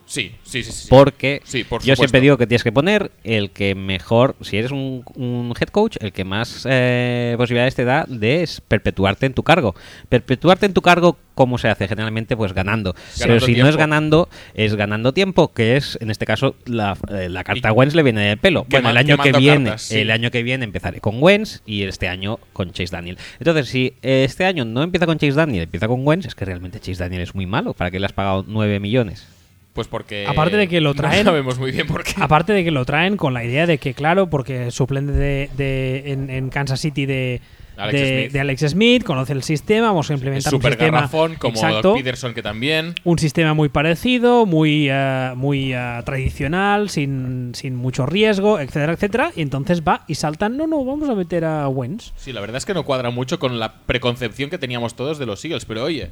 Speaker 3: Sí, sí, sí. sí.
Speaker 2: Porque
Speaker 3: Sí, por
Speaker 2: yo siempre
Speaker 3: supuesto.
Speaker 2: digo que tienes que poner el que mejor, si eres un, un head coach, el que más eh, posibilidades te da de es perpetuarte en tu cargo. Perpetuarte en tu cargo, ¿cómo se hace? Generalmente, pues ganando. Pero si no es
Speaker 3: tiempo.
Speaker 2: ganando, es ganando tiempo, que es, en este caso, la, eh, la carta
Speaker 3: Y-
Speaker 2: Wentz le viene de pelo.
Speaker 3: Quema-
Speaker 2: Bueno, el año que
Speaker 3: quemando
Speaker 2: viene,
Speaker 3: cartas, sí.
Speaker 2: el año que viene empezaré con Wentz y este año con Chase Daniel. Entonces, si eh, este año no empieza con Chase Daniel, empieza con Wentz, es que realmente Chase Daniel es muy malo. ¿Para qué le has pagado 9 millones?
Speaker 3: Pues porque.
Speaker 1: Aparte de que lo traen-
Speaker 3: No sabemos muy bien por qué.
Speaker 1: Aparte de que lo traen con la idea de que, claro, porque suplente de, de- en, en Kansas City de
Speaker 3: Alex
Speaker 1: de,
Speaker 3: Smith.
Speaker 1: de Alex Smith, conoce el sistema, vamos a
Speaker 3: Es
Speaker 1: implementar un
Speaker 3: súper
Speaker 1: sistema
Speaker 3: garrafón, como
Speaker 1: exacto,
Speaker 3: Peterson, que también.
Speaker 1: un sistema muy parecido, muy, eh, muy eh, tradicional, sin, sin mucho riesgo, etcétera, etcétera. Y entonces va y saltan, no, no, vamos a meter a Wentz.
Speaker 3: Sí, la verdad es que no cuadra mucho con la preconcepción que teníamos todos de los Eagles, pero oye,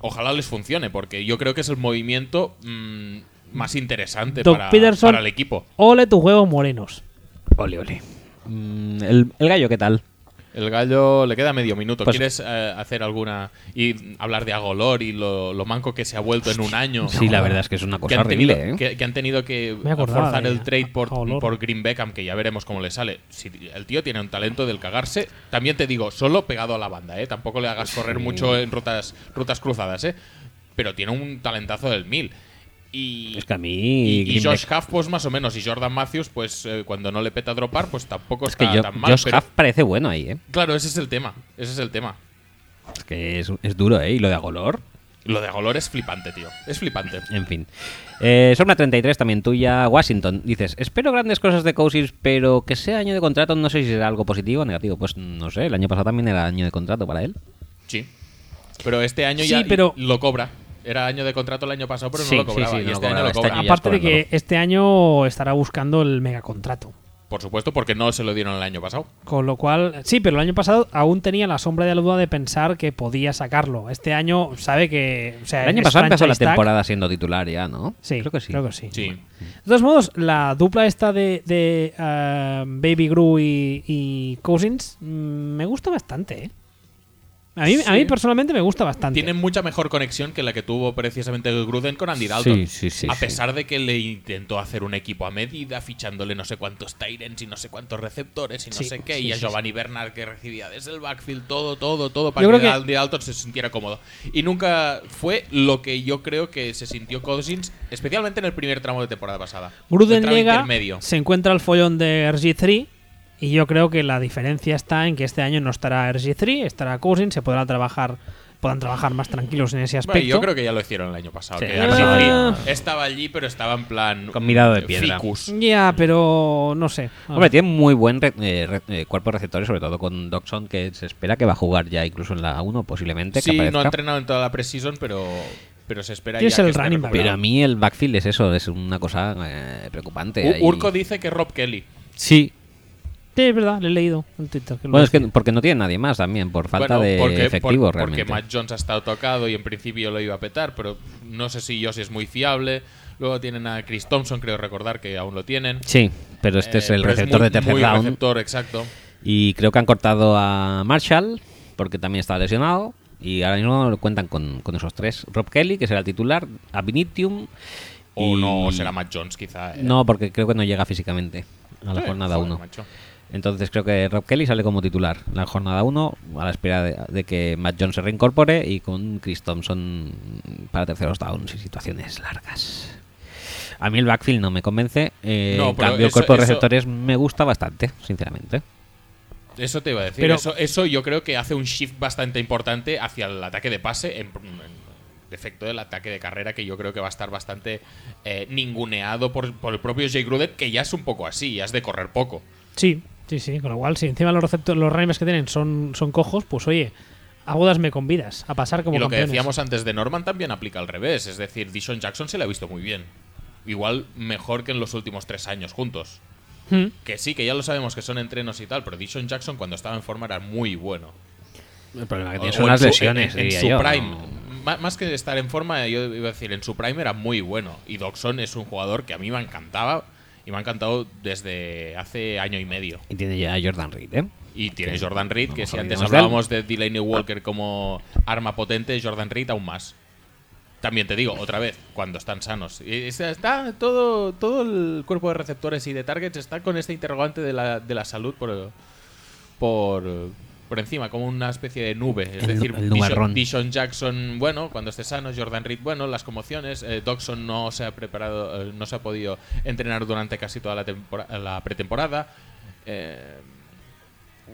Speaker 3: ojalá les funcione, porque yo creo que es el movimiento mm, más interesante
Speaker 1: Doc
Speaker 3: para,
Speaker 1: Peterson.
Speaker 3: para el equipo.
Speaker 1: Ole tus huevos morenos.
Speaker 2: Ole, ole. Mm, el, el gallo, ¿qué tal?
Speaker 3: El gallo le queda medio minuto.
Speaker 2: Pues-
Speaker 3: ¿Quieres eh, hacer alguna y hablar de Agolor y lo, lo manco que se ha vuelto en un año?
Speaker 2: Sí, la verdad es que es una
Speaker 3: que
Speaker 2: cosa
Speaker 3: han,
Speaker 2: horrible,
Speaker 3: tenido,
Speaker 2: ¿eh?
Speaker 3: que, que han tenido que
Speaker 1: Me acordaba
Speaker 3: forzar
Speaker 1: de
Speaker 3: el trade por,
Speaker 1: Agolor.
Speaker 3: por Green Beckham, que ya veremos cómo le sale. Si el tío tiene un talento del cagarse. También te digo, solo pegado a la banda, ¿eh? Tampoco le hagas correr mucho en rutas, rutas cruzadas, ¿eh? Pero tiene un talentazo del mil. Y,
Speaker 2: Es que a mí.
Speaker 3: y- y
Speaker 2: Green
Speaker 3: Josh
Speaker 2: Bay-
Speaker 3: Huff, pues más o menos. Y Jordan Matthews, pues eh, cuando no le peta dropar, pues tampoco
Speaker 2: es que
Speaker 3: está
Speaker 2: yo-
Speaker 3: tan mal.
Speaker 2: Josh
Speaker 3: pero-
Speaker 2: Huff parece bueno ahí, ¿eh?
Speaker 3: Claro, ese es el tema. Ese es el tema.
Speaker 2: Es que es, es duro, ¿eh? Y lo de Agolor.
Speaker 3: Lo de Agolor es flipante, tío. Es flipante.
Speaker 2: En fin. Eh, Sombra 33, también tuya, Washington. Dices, espero grandes cosas de Cousins, pero que sea año de contrato, no sé si será algo positivo o negativo. Pues no sé, el año pasado también era año de contrato para él.
Speaker 3: Sí. Pero este año
Speaker 1: Sí,
Speaker 3: ya
Speaker 1: pero-
Speaker 3: lo cobra. Era año de contrato el año pasado, pero
Speaker 2: Sí,
Speaker 3: no lo
Speaker 2: sí,
Speaker 3: cobraba.
Speaker 2: sí,
Speaker 3: y
Speaker 2: no lo
Speaker 3: este año
Speaker 2: cobraba.
Speaker 3: lo
Speaker 2: Este
Speaker 3: cobra.
Speaker 2: año ya
Speaker 1: Aparte de que
Speaker 2: cobrándolo.
Speaker 1: este año estará buscando el megacontrato.
Speaker 3: Por supuesto, porque no se lo dieron el año pasado.
Speaker 1: Con lo cual, sí, pero el año pasado aún tenía la sombra de la duda de pensar que podía sacarlo. Este año sabe que. o sea,
Speaker 2: El año
Speaker 1: Eh, es
Speaker 2: pasado empezó la
Speaker 1: franchise tag.
Speaker 2: temporada siendo titular ya, ¿no?
Speaker 1: Sí,
Speaker 2: creo que sí.
Speaker 3: Sí.
Speaker 1: De todos modos, la dupla esta de, de, ah, Baby Gru y, y Cousins mm, me gusta bastante. ¿eh? A mí, a mí
Speaker 3: Sí.
Speaker 1: personalmente me gusta bastante.
Speaker 3: Tiene mucha mejor conexión que la que tuvo precisamente Gruden con Andy Dalton.
Speaker 2: Sí, sí, sí,
Speaker 3: A
Speaker 2: sí.
Speaker 3: pesar de que le intentó hacer un equipo a medida, fichándole no sé cuántos Tyrants y no sé cuántos receptores y no
Speaker 1: Sí,
Speaker 3: sé qué,
Speaker 1: sí,
Speaker 3: y a
Speaker 1: sí,
Speaker 3: Giovanni Bernard que recibía desde el backfield todo, todo, todo, para
Speaker 1: Yo
Speaker 3: que,
Speaker 1: creo que-
Speaker 3: Andy Dalton se sintiera cómodo. Y nunca fue lo que yo creo que se sintió Cousins, especialmente en el primer tramo de temporada pasada. El
Speaker 1: Gruden
Speaker 3: tramo
Speaker 1: llega,
Speaker 3: intermedio.
Speaker 1: se encuentra el follón de RG3 y yo creo que la diferencia está en que este año no estará RG3, estará Cousin, se podrá trabajar, podrán trabajar más tranquilos en ese aspecto.
Speaker 3: Bueno, yo creo que ya lo hicieron el año pasado.
Speaker 2: Sí.
Speaker 3: que
Speaker 2: Ah.
Speaker 3: RG3 estaba allí, pero estaba en plan.
Speaker 2: Con mirada de piedra.
Speaker 3: ficus.
Speaker 1: Ya, pero no sé.
Speaker 2: Hombre, tiene muy buen re- eh, re- eh, cuerpo de receptores, sobre todo con Dodson, que se espera que va a jugar ya incluso en la 1 posiblemente. que
Speaker 3: Sí, no ha
Speaker 2: aparezca.
Speaker 3: entrenado en toda la preseason, pero, pero se espera
Speaker 1: Tienes
Speaker 3: ya
Speaker 1: el
Speaker 3: que esté
Speaker 1: running back.
Speaker 2: Pero a
Speaker 3: recuperado.
Speaker 2: mí el backfield es eso, es una cosa eh, preocupante. Ahí-
Speaker 3: U- Urco dice que Rob Kelly.
Speaker 2: Sí.
Speaker 1: Sí, es verdad, le he leído en Twitter. que lo
Speaker 2: Bueno, es que
Speaker 1: decía.
Speaker 2: porque no tiene nadie más también, por falta
Speaker 3: Bueno,
Speaker 2: de
Speaker 3: por-
Speaker 2: efectivos
Speaker 3: porque
Speaker 2: realmente.
Speaker 3: Matt Jones ha estado tocado y en principio lo iba a petar, pero no sé si Josh es muy fiable. Luego tienen a Chris Thompson, creo recordar que aún lo tienen.
Speaker 2: Sí, pero este
Speaker 3: Eh,
Speaker 2: es el
Speaker 3: pero
Speaker 2: receptor
Speaker 3: muy-
Speaker 2: de tercer
Speaker 3: muy
Speaker 2: round.
Speaker 3: receptor, exacto.
Speaker 2: Y creo que han cortado a Marshall, porque también está lesionado. Y ahora mismo lo cuentan con, con esos tres. Rob Kelly, que será el titular, Abinitium.
Speaker 3: O
Speaker 2: y-
Speaker 3: no será Matt Jones, quizá. eh.
Speaker 2: No, porque creo que no llega físicamente a la
Speaker 3: Eh,
Speaker 2: jornada
Speaker 3: joder,
Speaker 2: 1.
Speaker 3: macho.
Speaker 2: Entonces creo que Rob Kelly sale como titular en la jornada 1 a la espera de, de que Matt Jones se reincorpore y con Chris Thompson para terceros downs y situaciones largas. A mí el backfield no me convence, eh,
Speaker 3: No,
Speaker 2: en
Speaker 3: pero
Speaker 2: cambio el
Speaker 3: eso-
Speaker 2: cuerpo de
Speaker 3: eso-
Speaker 2: receptores me gusta bastante, sinceramente.
Speaker 3: Eso te iba a decir.
Speaker 1: Pero-
Speaker 3: eso, eso yo creo que hace un shift bastante importante hacia el ataque de pase, en, en defecto del ataque de carrera, que yo creo que va a estar bastante eh, ninguneado por, por el propio Jay Gruden, que ya es un poco así, ya es de correr poco.
Speaker 1: Sí, sí, sí, con lo cual, si encima los receptores, los running backs que tienen son, son cojos, pues oye, agudas me convidas a pasar como
Speaker 3: y lo
Speaker 1: campeones.
Speaker 3: que decíamos antes de Norman también aplica al revés, es decir, Dishon Jackson se le ha visto muy bien. Igual mejor que en los últimos tres años juntos.
Speaker 1: Hmm.
Speaker 3: Que sí, que ya lo sabemos que son entrenos y tal, pero Dishon Jackson cuando estaba en forma era muy bueno.
Speaker 2: El problema que
Speaker 3: O-
Speaker 2: tiene
Speaker 3: o
Speaker 2: son
Speaker 3: en
Speaker 2: las
Speaker 3: su-
Speaker 2: lesiones,
Speaker 3: En, en
Speaker 2: diría
Speaker 3: su
Speaker 2: yo.
Speaker 3: prime. Ma- Más que estar en forma, yo iba a decir, en su prime era muy bueno. Y Doxon es un jugador que a mí me encantaba. Y me ha encantado desde hace año y medio.
Speaker 2: Y tiene ya a Jordan Reed, ¿eh?
Speaker 3: Y tiene Jordan Reed,
Speaker 2: No
Speaker 3: que
Speaker 2: nos
Speaker 3: si antes
Speaker 2: olvidemos de él.
Speaker 3: hablábamos de Delaney Walker como arma potente, Jordan Reed aún más. También te digo, otra vez, cuando están sanos. Y es- Está todo, todo el cuerpo de receptores y de targets está con este interrogante de la, de la salud por, por, por encima, como una especie de nube. Es
Speaker 2: El-
Speaker 3: decir,
Speaker 2: el
Speaker 3: Dishon,
Speaker 2: nubarrón.
Speaker 3: Dishon Jackson, bueno, cuando esté sano, Jordan Reed, bueno, las conmociones. eh, Dodson no se ha preparado, eh, no se ha podido entrenar durante casi toda la, tempora- la pretemporada. Eh,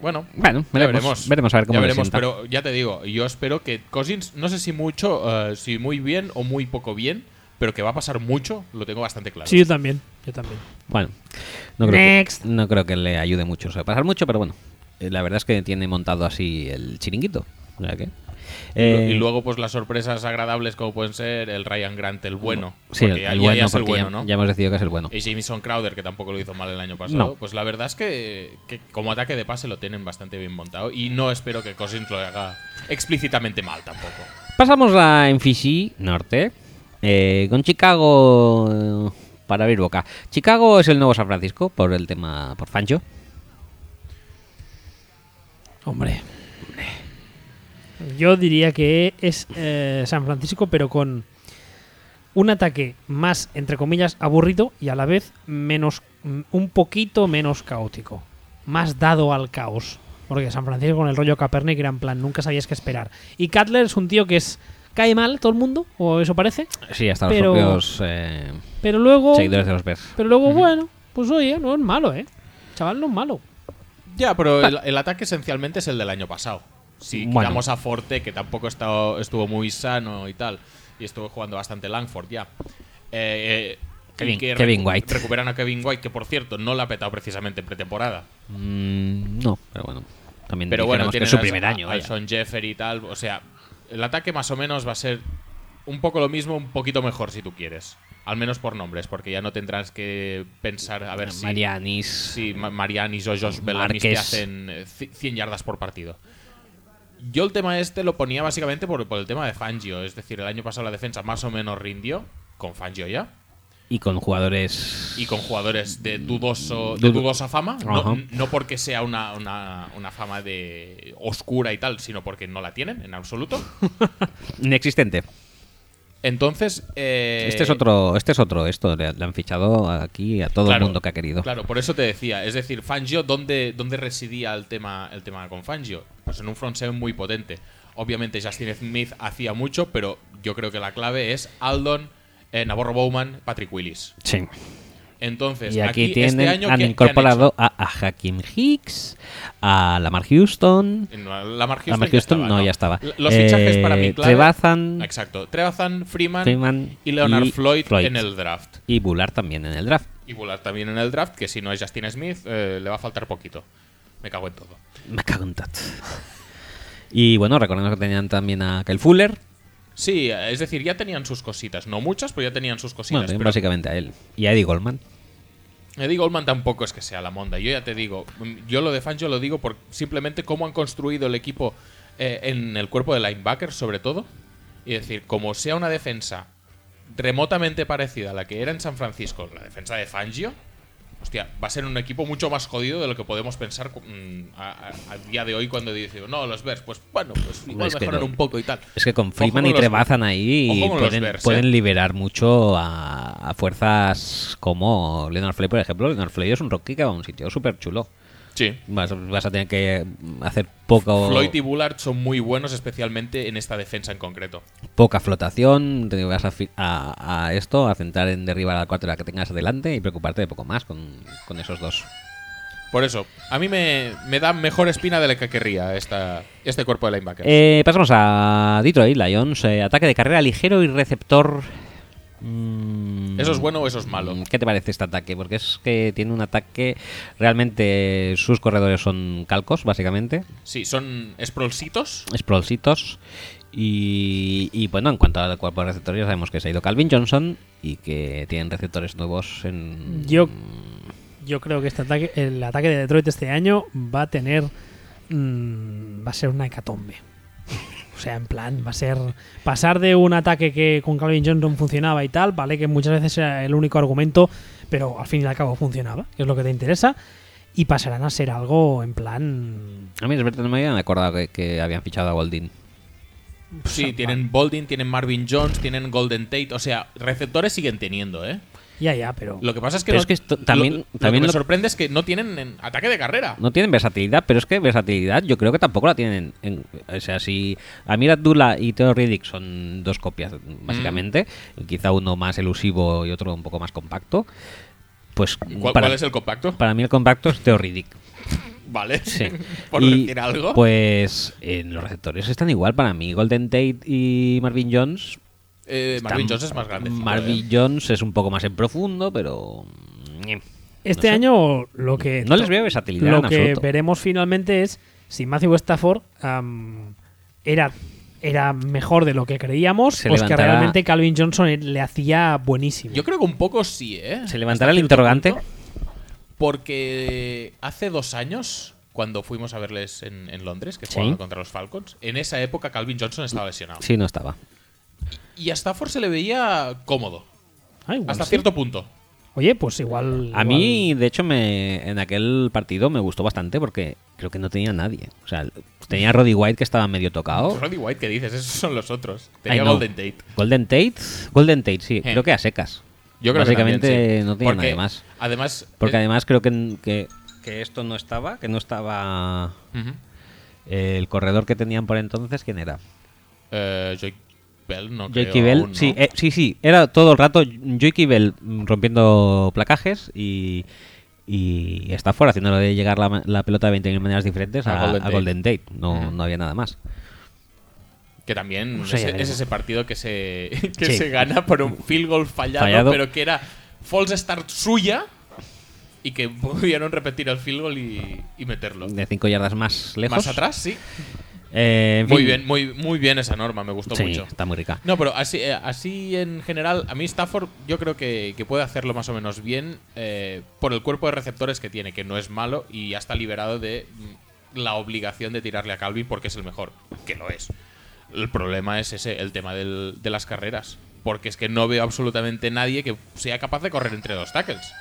Speaker 3: bueno,
Speaker 2: Bueno,
Speaker 3: ya
Speaker 2: veremos, veremos. a ver cómo
Speaker 3: Ya
Speaker 2: le
Speaker 3: veremos,
Speaker 2: sienta.
Speaker 3: pero ya te digo, yo espero que Cousins, no sé si mucho, eh, si muy bien o muy poco bien, pero que va a pasar mucho, lo tengo bastante claro.
Speaker 1: Sí, yo también, yo también.
Speaker 2: Bueno, no creo, que,
Speaker 1: Next.
Speaker 2: no creo que le ayude mucho o sea, pasar mucho, pero bueno, eh, la verdad es que tiene montado así el chiringuito. O sea que, eh,
Speaker 3: y luego, pues las sorpresas agradables como pueden ser el Ryan Grant, el bueno.
Speaker 2: sí, el,
Speaker 3: porque ya-
Speaker 2: el
Speaker 3: ya-
Speaker 2: bueno,
Speaker 3: ya es el
Speaker 2: porque ya-
Speaker 3: bueno, ¿no? Eh.
Speaker 2: ya hemos decidido que es el bueno.
Speaker 3: Y Jameson Crowder, que tampoco lo hizo mal el año pasado.
Speaker 2: No.
Speaker 3: Pues la verdad es que, que como ataque de pase lo tienen bastante bien montado. Y no espero que Cousins lo haga explícitamente mal tampoco.
Speaker 2: Pasamos a NFC Norte eh, con Chicago eh, para abrir boca. Chicago es el nuevo San Francisco por el tema por Fancho.
Speaker 1: Hombre. Yo diría que es eh, San Francisco, pero con un ataque más, entre comillas, aburrido y a la vez menos, mm, un poquito menos caótico. Más dado al caos. Porque San Francisco con el rollo Capernic era en plan, nunca sabías qué esperar. Y Cutler es un tío que es cae mal todo el mundo, o eso parece,
Speaker 2: Sí, hasta
Speaker 1: Pero-
Speaker 2: los propios eh,
Speaker 1: pero luego...
Speaker 2: seguidores de los Bears.
Speaker 1: Pero luego, bueno, pues oye, no es malo, ¿eh? Chaval, no es malo.
Speaker 3: Ya, pero el, el ataque esencialmente es el del año pasado. Si
Speaker 2: Bueno.
Speaker 3: quitamos a Forte, que tampoco estado- estuvo muy sano y tal, y estuvo jugando bastante Langford ya. Eh, eh, y
Speaker 2: Kevin-
Speaker 3: recu-
Speaker 2: Kevin White.
Speaker 3: Recuperan a Kevin White, que por cierto no la ha petado precisamente en pretemporada.
Speaker 2: Mm, no, pero bueno. También
Speaker 3: Pero bueno,
Speaker 2: dijéramos que
Speaker 3: tiene
Speaker 2: es su primer año. vaya.
Speaker 3: Son Jeffery y tal. O sea, el ataque más o menos va a ser un poco lo mismo, un poquito mejor si tú quieres. Al menos por nombres, porque ya no tendrás que pensar a ver si,
Speaker 2: Marianis.
Speaker 3: si Ma- Marianis o Josh Bellanis te
Speaker 2: Márquez.
Speaker 3: hacen eh, ci- 100 yardas por partido. Yo el tema este lo ponía básicamente por, por el tema de Fangio. Es decir, el año pasado la defensa más o menos rindió con Fangio ya.
Speaker 2: y con jugadores.
Speaker 3: y con jugadores de dudoso de
Speaker 2: Dudo-
Speaker 3: dudosa fama
Speaker 2: Ajá.
Speaker 3: no, no porque sea una, una- una fama de oscura y tal sino porque no la tienen en absoluto
Speaker 2: Inexistente.
Speaker 3: entonces eh,
Speaker 2: este es otro, este es otro, esto le, le han fichado aquí a todo
Speaker 3: claro,
Speaker 2: el mundo que ha querido.
Speaker 3: claro por eso te decía es decir Fangio dónde dónde residía el tema el tema con Fangio pues en un front seven muy potente obviamente Justin Smith hacía mucho pero yo creo que la clave es Aldon eh, Navarro Bowman Patrick Willis
Speaker 2: Sí.
Speaker 3: entonces
Speaker 2: Y aquí,
Speaker 3: este
Speaker 2: tienen,
Speaker 3: año, ¿qué-
Speaker 2: han
Speaker 3: qué
Speaker 2: incorporado a, a Hakim Hicks, a Lamar Houston.
Speaker 3: En La Lamar Houston,
Speaker 2: Lamar
Speaker 3: ya
Speaker 2: Houston
Speaker 3: estaba,
Speaker 2: no, ya estaba.
Speaker 3: L- Los fichajes
Speaker 2: Eh,
Speaker 3: para mí clave-
Speaker 2: Trevathan.
Speaker 3: Exacto. Trevathan, Freeman,
Speaker 2: Freeman
Speaker 3: y Leonard
Speaker 2: y
Speaker 3: Floyd,
Speaker 2: Floyd.
Speaker 3: en el draft.
Speaker 2: Y Bular también en el draft.
Speaker 3: Y Bullard también en el draft, que si no es Justin Smith, eh, le va a faltar poquito. Me cago en todo.
Speaker 2: Me cago en tat. Y bueno, recordemos que tenían también a Kyle Fuller.
Speaker 3: Sí, es decir, ya tenían sus cositas. No muchas, pero ya tenían sus
Speaker 2: bueno,
Speaker 3: cositas.
Speaker 2: también
Speaker 3: pero
Speaker 2: básicamente a él. Y a Eddie Goldman.
Speaker 3: Eddie Goldman tampoco es que sea la monda. Yo ya te digo, mm, yo lo de Fangio lo digo por simplemente cómo han construido el equipo eh, en el cuerpo de linebackers, sobre todo. Y decir, como sea una defensa remotamente parecida a la que era en San Francisco, la defensa de Fangio, hostia, va a ser un equipo mucho más jodido de lo que podemos pensar cu- mm, a, a- a día de hoy cuando dice, no, los Bears, pues bueno, pues igual
Speaker 2: Es que
Speaker 3: mejoran
Speaker 2: no.
Speaker 3: un poco y tal.
Speaker 2: Es que con
Speaker 3: Ojo
Speaker 2: Freeman y
Speaker 3: los-
Speaker 2: Trebazan
Speaker 3: ojo
Speaker 2: ahí
Speaker 3: con los
Speaker 2: pueden,
Speaker 3: Bears,
Speaker 2: pueden
Speaker 3: eh.
Speaker 2: liberar mucho a, a fuerzas como Leonard Floyd, por ejemplo. Leonard Floyd es un rookie que va a un sitio súper chulo.
Speaker 3: Sí.
Speaker 2: Vas, vas a tener que hacer poco,
Speaker 3: Floyd y Bullard son muy buenos, especialmente en esta defensa en concreto.
Speaker 2: poca flotación, te vas a, fi- a- a esto, a centrar en derribar al cuatro que tengas delante y preocuparte de poco más con, con esos dos.
Speaker 3: Por eso, a mí me, me da mejor espina de la que querría esta, este cuerpo de linebackers.
Speaker 2: Eh, pasamos a Detroit Lions, eh, ataque de carrera ligero y receptor. Mm,
Speaker 3: ¿Eso es bueno o eso es malo?
Speaker 2: ¿Qué te parece este ataque? Porque es que tiene un ataque. Realmente sus corredores son calcos, básicamente.
Speaker 3: Sí, son esprolsitos.
Speaker 2: Sprawlsitos. Y, y bueno, en cuanto al cuerpo de receptores, ya sabemos que se ha ido Calvin Johnson y que tienen receptores nuevos en.
Speaker 1: Yo, yo creo que este ataque, el ataque de Detroit este año va a tener. mm, va a ser una hecatombe. O sea, en plan, va a ser. Pasar de un ataque que con Calvin Johnson funcionaba y tal, vale, que muchas veces era el único argumento, pero al fin y al cabo funcionaba, que es lo que te interesa. Y pasarán a ser algo en plan.
Speaker 2: A mí es verdad, no me habían acordado que, que habían fichado a Goldin.
Speaker 3: Sí, tienen Bolding, tienen Marvin Jones, tienen Golden Tate. O sea, receptores siguen teniendo, ¿eh?
Speaker 1: Ya, ya, pero.
Speaker 3: Lo que pasa es que,
Speaker 2: Pero
Speaker 3: no-
Speaker 2: es que esto-
Speaker 3: lo-
Speaker 2: también-
Speaker 3: lo,
Speaker 2: también
Speaker 3: que me
Speaker 2: lo-
Speaker 3: sorprende es que no tienen en ataque de carrera.
Speaker 2: No tienen versatilidad, pero es que versatilidad yo creo que tampoco la tienen. en- o sea, si Amir Abdullah y Theo Riddick son dos copias,
Speaker 3: Mm.
Speaker 2: básicamente, quizá uno más elusivo y otro un poco más compacto, pues
Speaker 3: ¿Cuál,
Speaker 2: para,
Speaker 3: cuál es el compacto?
Speaker 2: para mí el compacto es Theo Riddick.
Speaker 3: Vale.
Speaker 2: Sí.
Speaker 3: Por
Speaker 2: Y,
Speaker 3: decir algo.
Speaker 2: Pues en los receptores están igual para mí. Golden Tate y Marvin Jones.
Speaker 3: Eh, Marvin
Speaker 2: están-
Speaker 3: Jones es más ¿eh? grande.
Speaker 2: Marvin Jones es un poco más en profundo, pero.
Speaker 1: Este
Speaker 2: no sé.
Speaker 1: año lo que.
Speaker 2: No les veo versatilidad
Speaker 1: Lo
Speaker 2: en
Speaker 1: que
Speaker 2: absoluto.
Speaker 1: veremos finalmente es si Matthew Stafford am, era, era mejor de lo que creíamos
Speaker 2: Se
Speaker 1: o es que
Speaker 2: levantará-
Speaker 1: realmente Calvin Johnson le hacía buenísimo.
Speaker 3: Yo creo que un poco sí, ¿eh?
Speaker 2: Se levantará el
Speaker 3: Hasta cierto
Speaker 2: interrogante.
Speaker 3: punto. Porque hace dos años, cuando fuimos a verles en, en Londres, que
Speaker 2: Sí.
Speaker 3: jugaban contra los Falcons, en esa época Calvin Johnson estaba lesionado.
Speaker 2: Sí, no estaba.
Speaker 3: Y a Stafford se le veía cómodo,
Speaker 1: Ah, igual
Speaker 3: hasta
Speaker 1: sí.
Speaker 3: cierto punto.
Speaker 1: Oye, pues igual.
Speaker 2: A
Speaker 1: igual-
Speaker 2: mí, de hecho, me, en aquel partido me gustó bastante porque creo que no tenía nadie. O sea, tenía a Roddy White que estaba medio tocado.
Speaker 3: Roddy White, ¿qué dices? Esos son los otros.
Speaker 2: Ay,
Speaker 3: Tenía
Speaker 2: no.
Speaker 3: Golden Tate.
Speaker 2: Golden Tate. Golden Tate, sí.
Speaker 3: Eh.
Speaker 2: Creo que a secas.
Speaker 3: Yo creo
Speaker 2: Básicamente
Speaker 3: que también, sí.
Speaker 2: no tenía
Speaker 3: Porque
Speaker 2: nadie más.
Speaker 3: Además,
Speaker 2: Porque
Speaker 3: eh,
Speaker 2: además creo que, que, que esto no estaba, que no estaba
Speaker 3: ujú.
Speaker 2: eh, el corredor que tenían por entonces. ¿Quién era?
Speaker 3: Eh, Jake Bell, no creo
Speaker 2: Joey Bell.
Speaker 3: aún, ¿no?
Speaker 2: Sí, eh, sí, sí. Era todo el rato Joey Bell mm, rompiendo placajes y... Y está fuera, haciéndolo de llegar la, ma- la pelota de 20.000 maneras diferentes a,
Speaker 3: A
Speaker 2: a
Speaker 3: Golden
Speaker 2: Golden,
Speaker 3: Tate.
Speaker 2: Tate. No,
Speaker 3: Ujú.
Speaker 2: no había nada más.
Speaker 3: Que también
Speaker 2: No sé,
Speaker 3: es,
Speaker 2: ya veremos.
Speaker 3: es ese partido que se, que
Speaker 2: Sí.
Speaker 3: se gana por un field goal fallado,
Speaker 2: Fallado.
Speaker 3: pero que era false start suya y que pudieron repetir el field goal y, y meterlo.
Speaker 2: De 5 yardas más lejos.
Speaker 3: Más atrás, sí.
Speaker 2: Eh, en
Speaker 3: Muy
Speaker 2: fin.
Speaker 3: bien, muy, muy bien esa norma, me gustó
Speaker 2: Sí,
Speaker 3: mucho.
Speaker 2: está muy rica.
Speaker 3: No, pero así, eh, así en general, a mí Stafford yo creo que, que puede hacerlo más o menos bien eh, por el cuerpo de receptores que tiene, que no es malo y ya está liberado de mm, la obligación de tirarle a Calvin porque es el mejor, que lo es. El problema es ese, el tema del- de las carreras. porque es que no veo absolutamente nadie que sea capaz de correr entre dos tackles.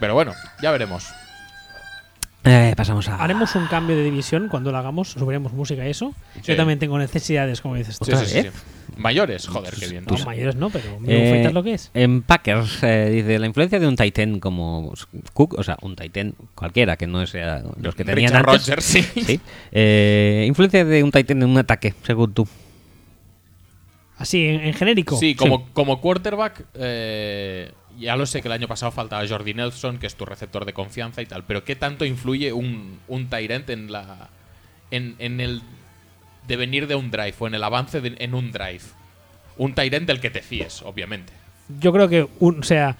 Speaker 3: Pero bueno, ya veremos.
Speaker 2: Eh, pasamos a.
Speaker 1: Haremos un cambio de división cuando lo hagamos, subiremos música y eso. Yo
Speaker 3: Sí.
Speaker 1: también tengo necesidades, como dices tú.
Speaker 3: Sí, sí, sí, sí. Mayores, joder, qué bien.
Speaker 1: No, mayores no, pero me
Speaker 2: Pues, Eh,
Speaker 1: bufetas lo que es.
Speaker 2: En Packers eh, dice la influencia de un Titan como Cook, o sea, un Titan cualquiera que no sea los que tenían
Speaker 3: Richard
Speaker 2: antes.
Speaker 3: Rodgers, sí.
Speaker 2: Sí. Eh, influencia de un Titan en un ataque, según tú.
Speaker 1: Así, en, en genérico.
Speaker 3: Sí, como, como quarterback, eh, ya lo sé que el año pasado faltaba Jordi Nelson, que es tu receptor de confianza y tal, pero ¿qué tanto influye un, un tight end en, la, en, en el devenir de un drive o en el avance de- en un drive? Un tight end del que te fíes, obviamente.
Speaker 1: Yo creo que, un, o sea,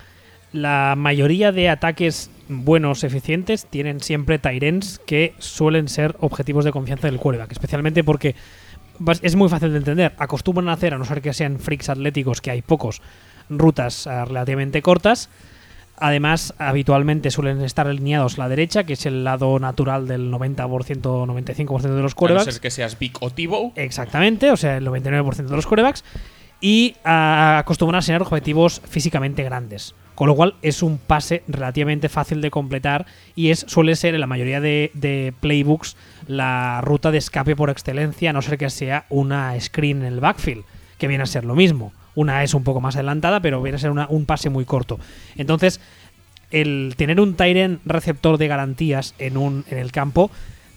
Speaker 1: la mayoría de ataques buenos, eficientes, tienen siempre Tyrens que suelen ser objetivos de confianza del quarterback, especialmente porque vas- es muy fácil de entender. Acostumbran a hacer, a no ser que sean freaks atléticos, que hay pocos, rutas ah, relativamente cortas. Además, habitualmente suelen estar alineados la derecha, que es el lado natural del 90%, 95% de los
Speaker 3: A no
Speaker 1: quarterbacks.
Speaker 3: ser que seas Vic o Tebow.
Speaker 1: Eh, Exactamente, o sea, el 99% de los corebacks. Y ah, acostumbran a ser objetivos físicamente grandes. Con lo cual es un pase relativamente fácil de completar y es, suele ser en la mayoría de, de playbooks la ruta de escape por excelencia, a no ser que sea una screen en el backfield, que viene a ser lo mismo. Una es un poco más adelantada, pero viene a ser una- un pase muy corto. Entonces, el tener un Tyren receptor de garantías en, un, en el campo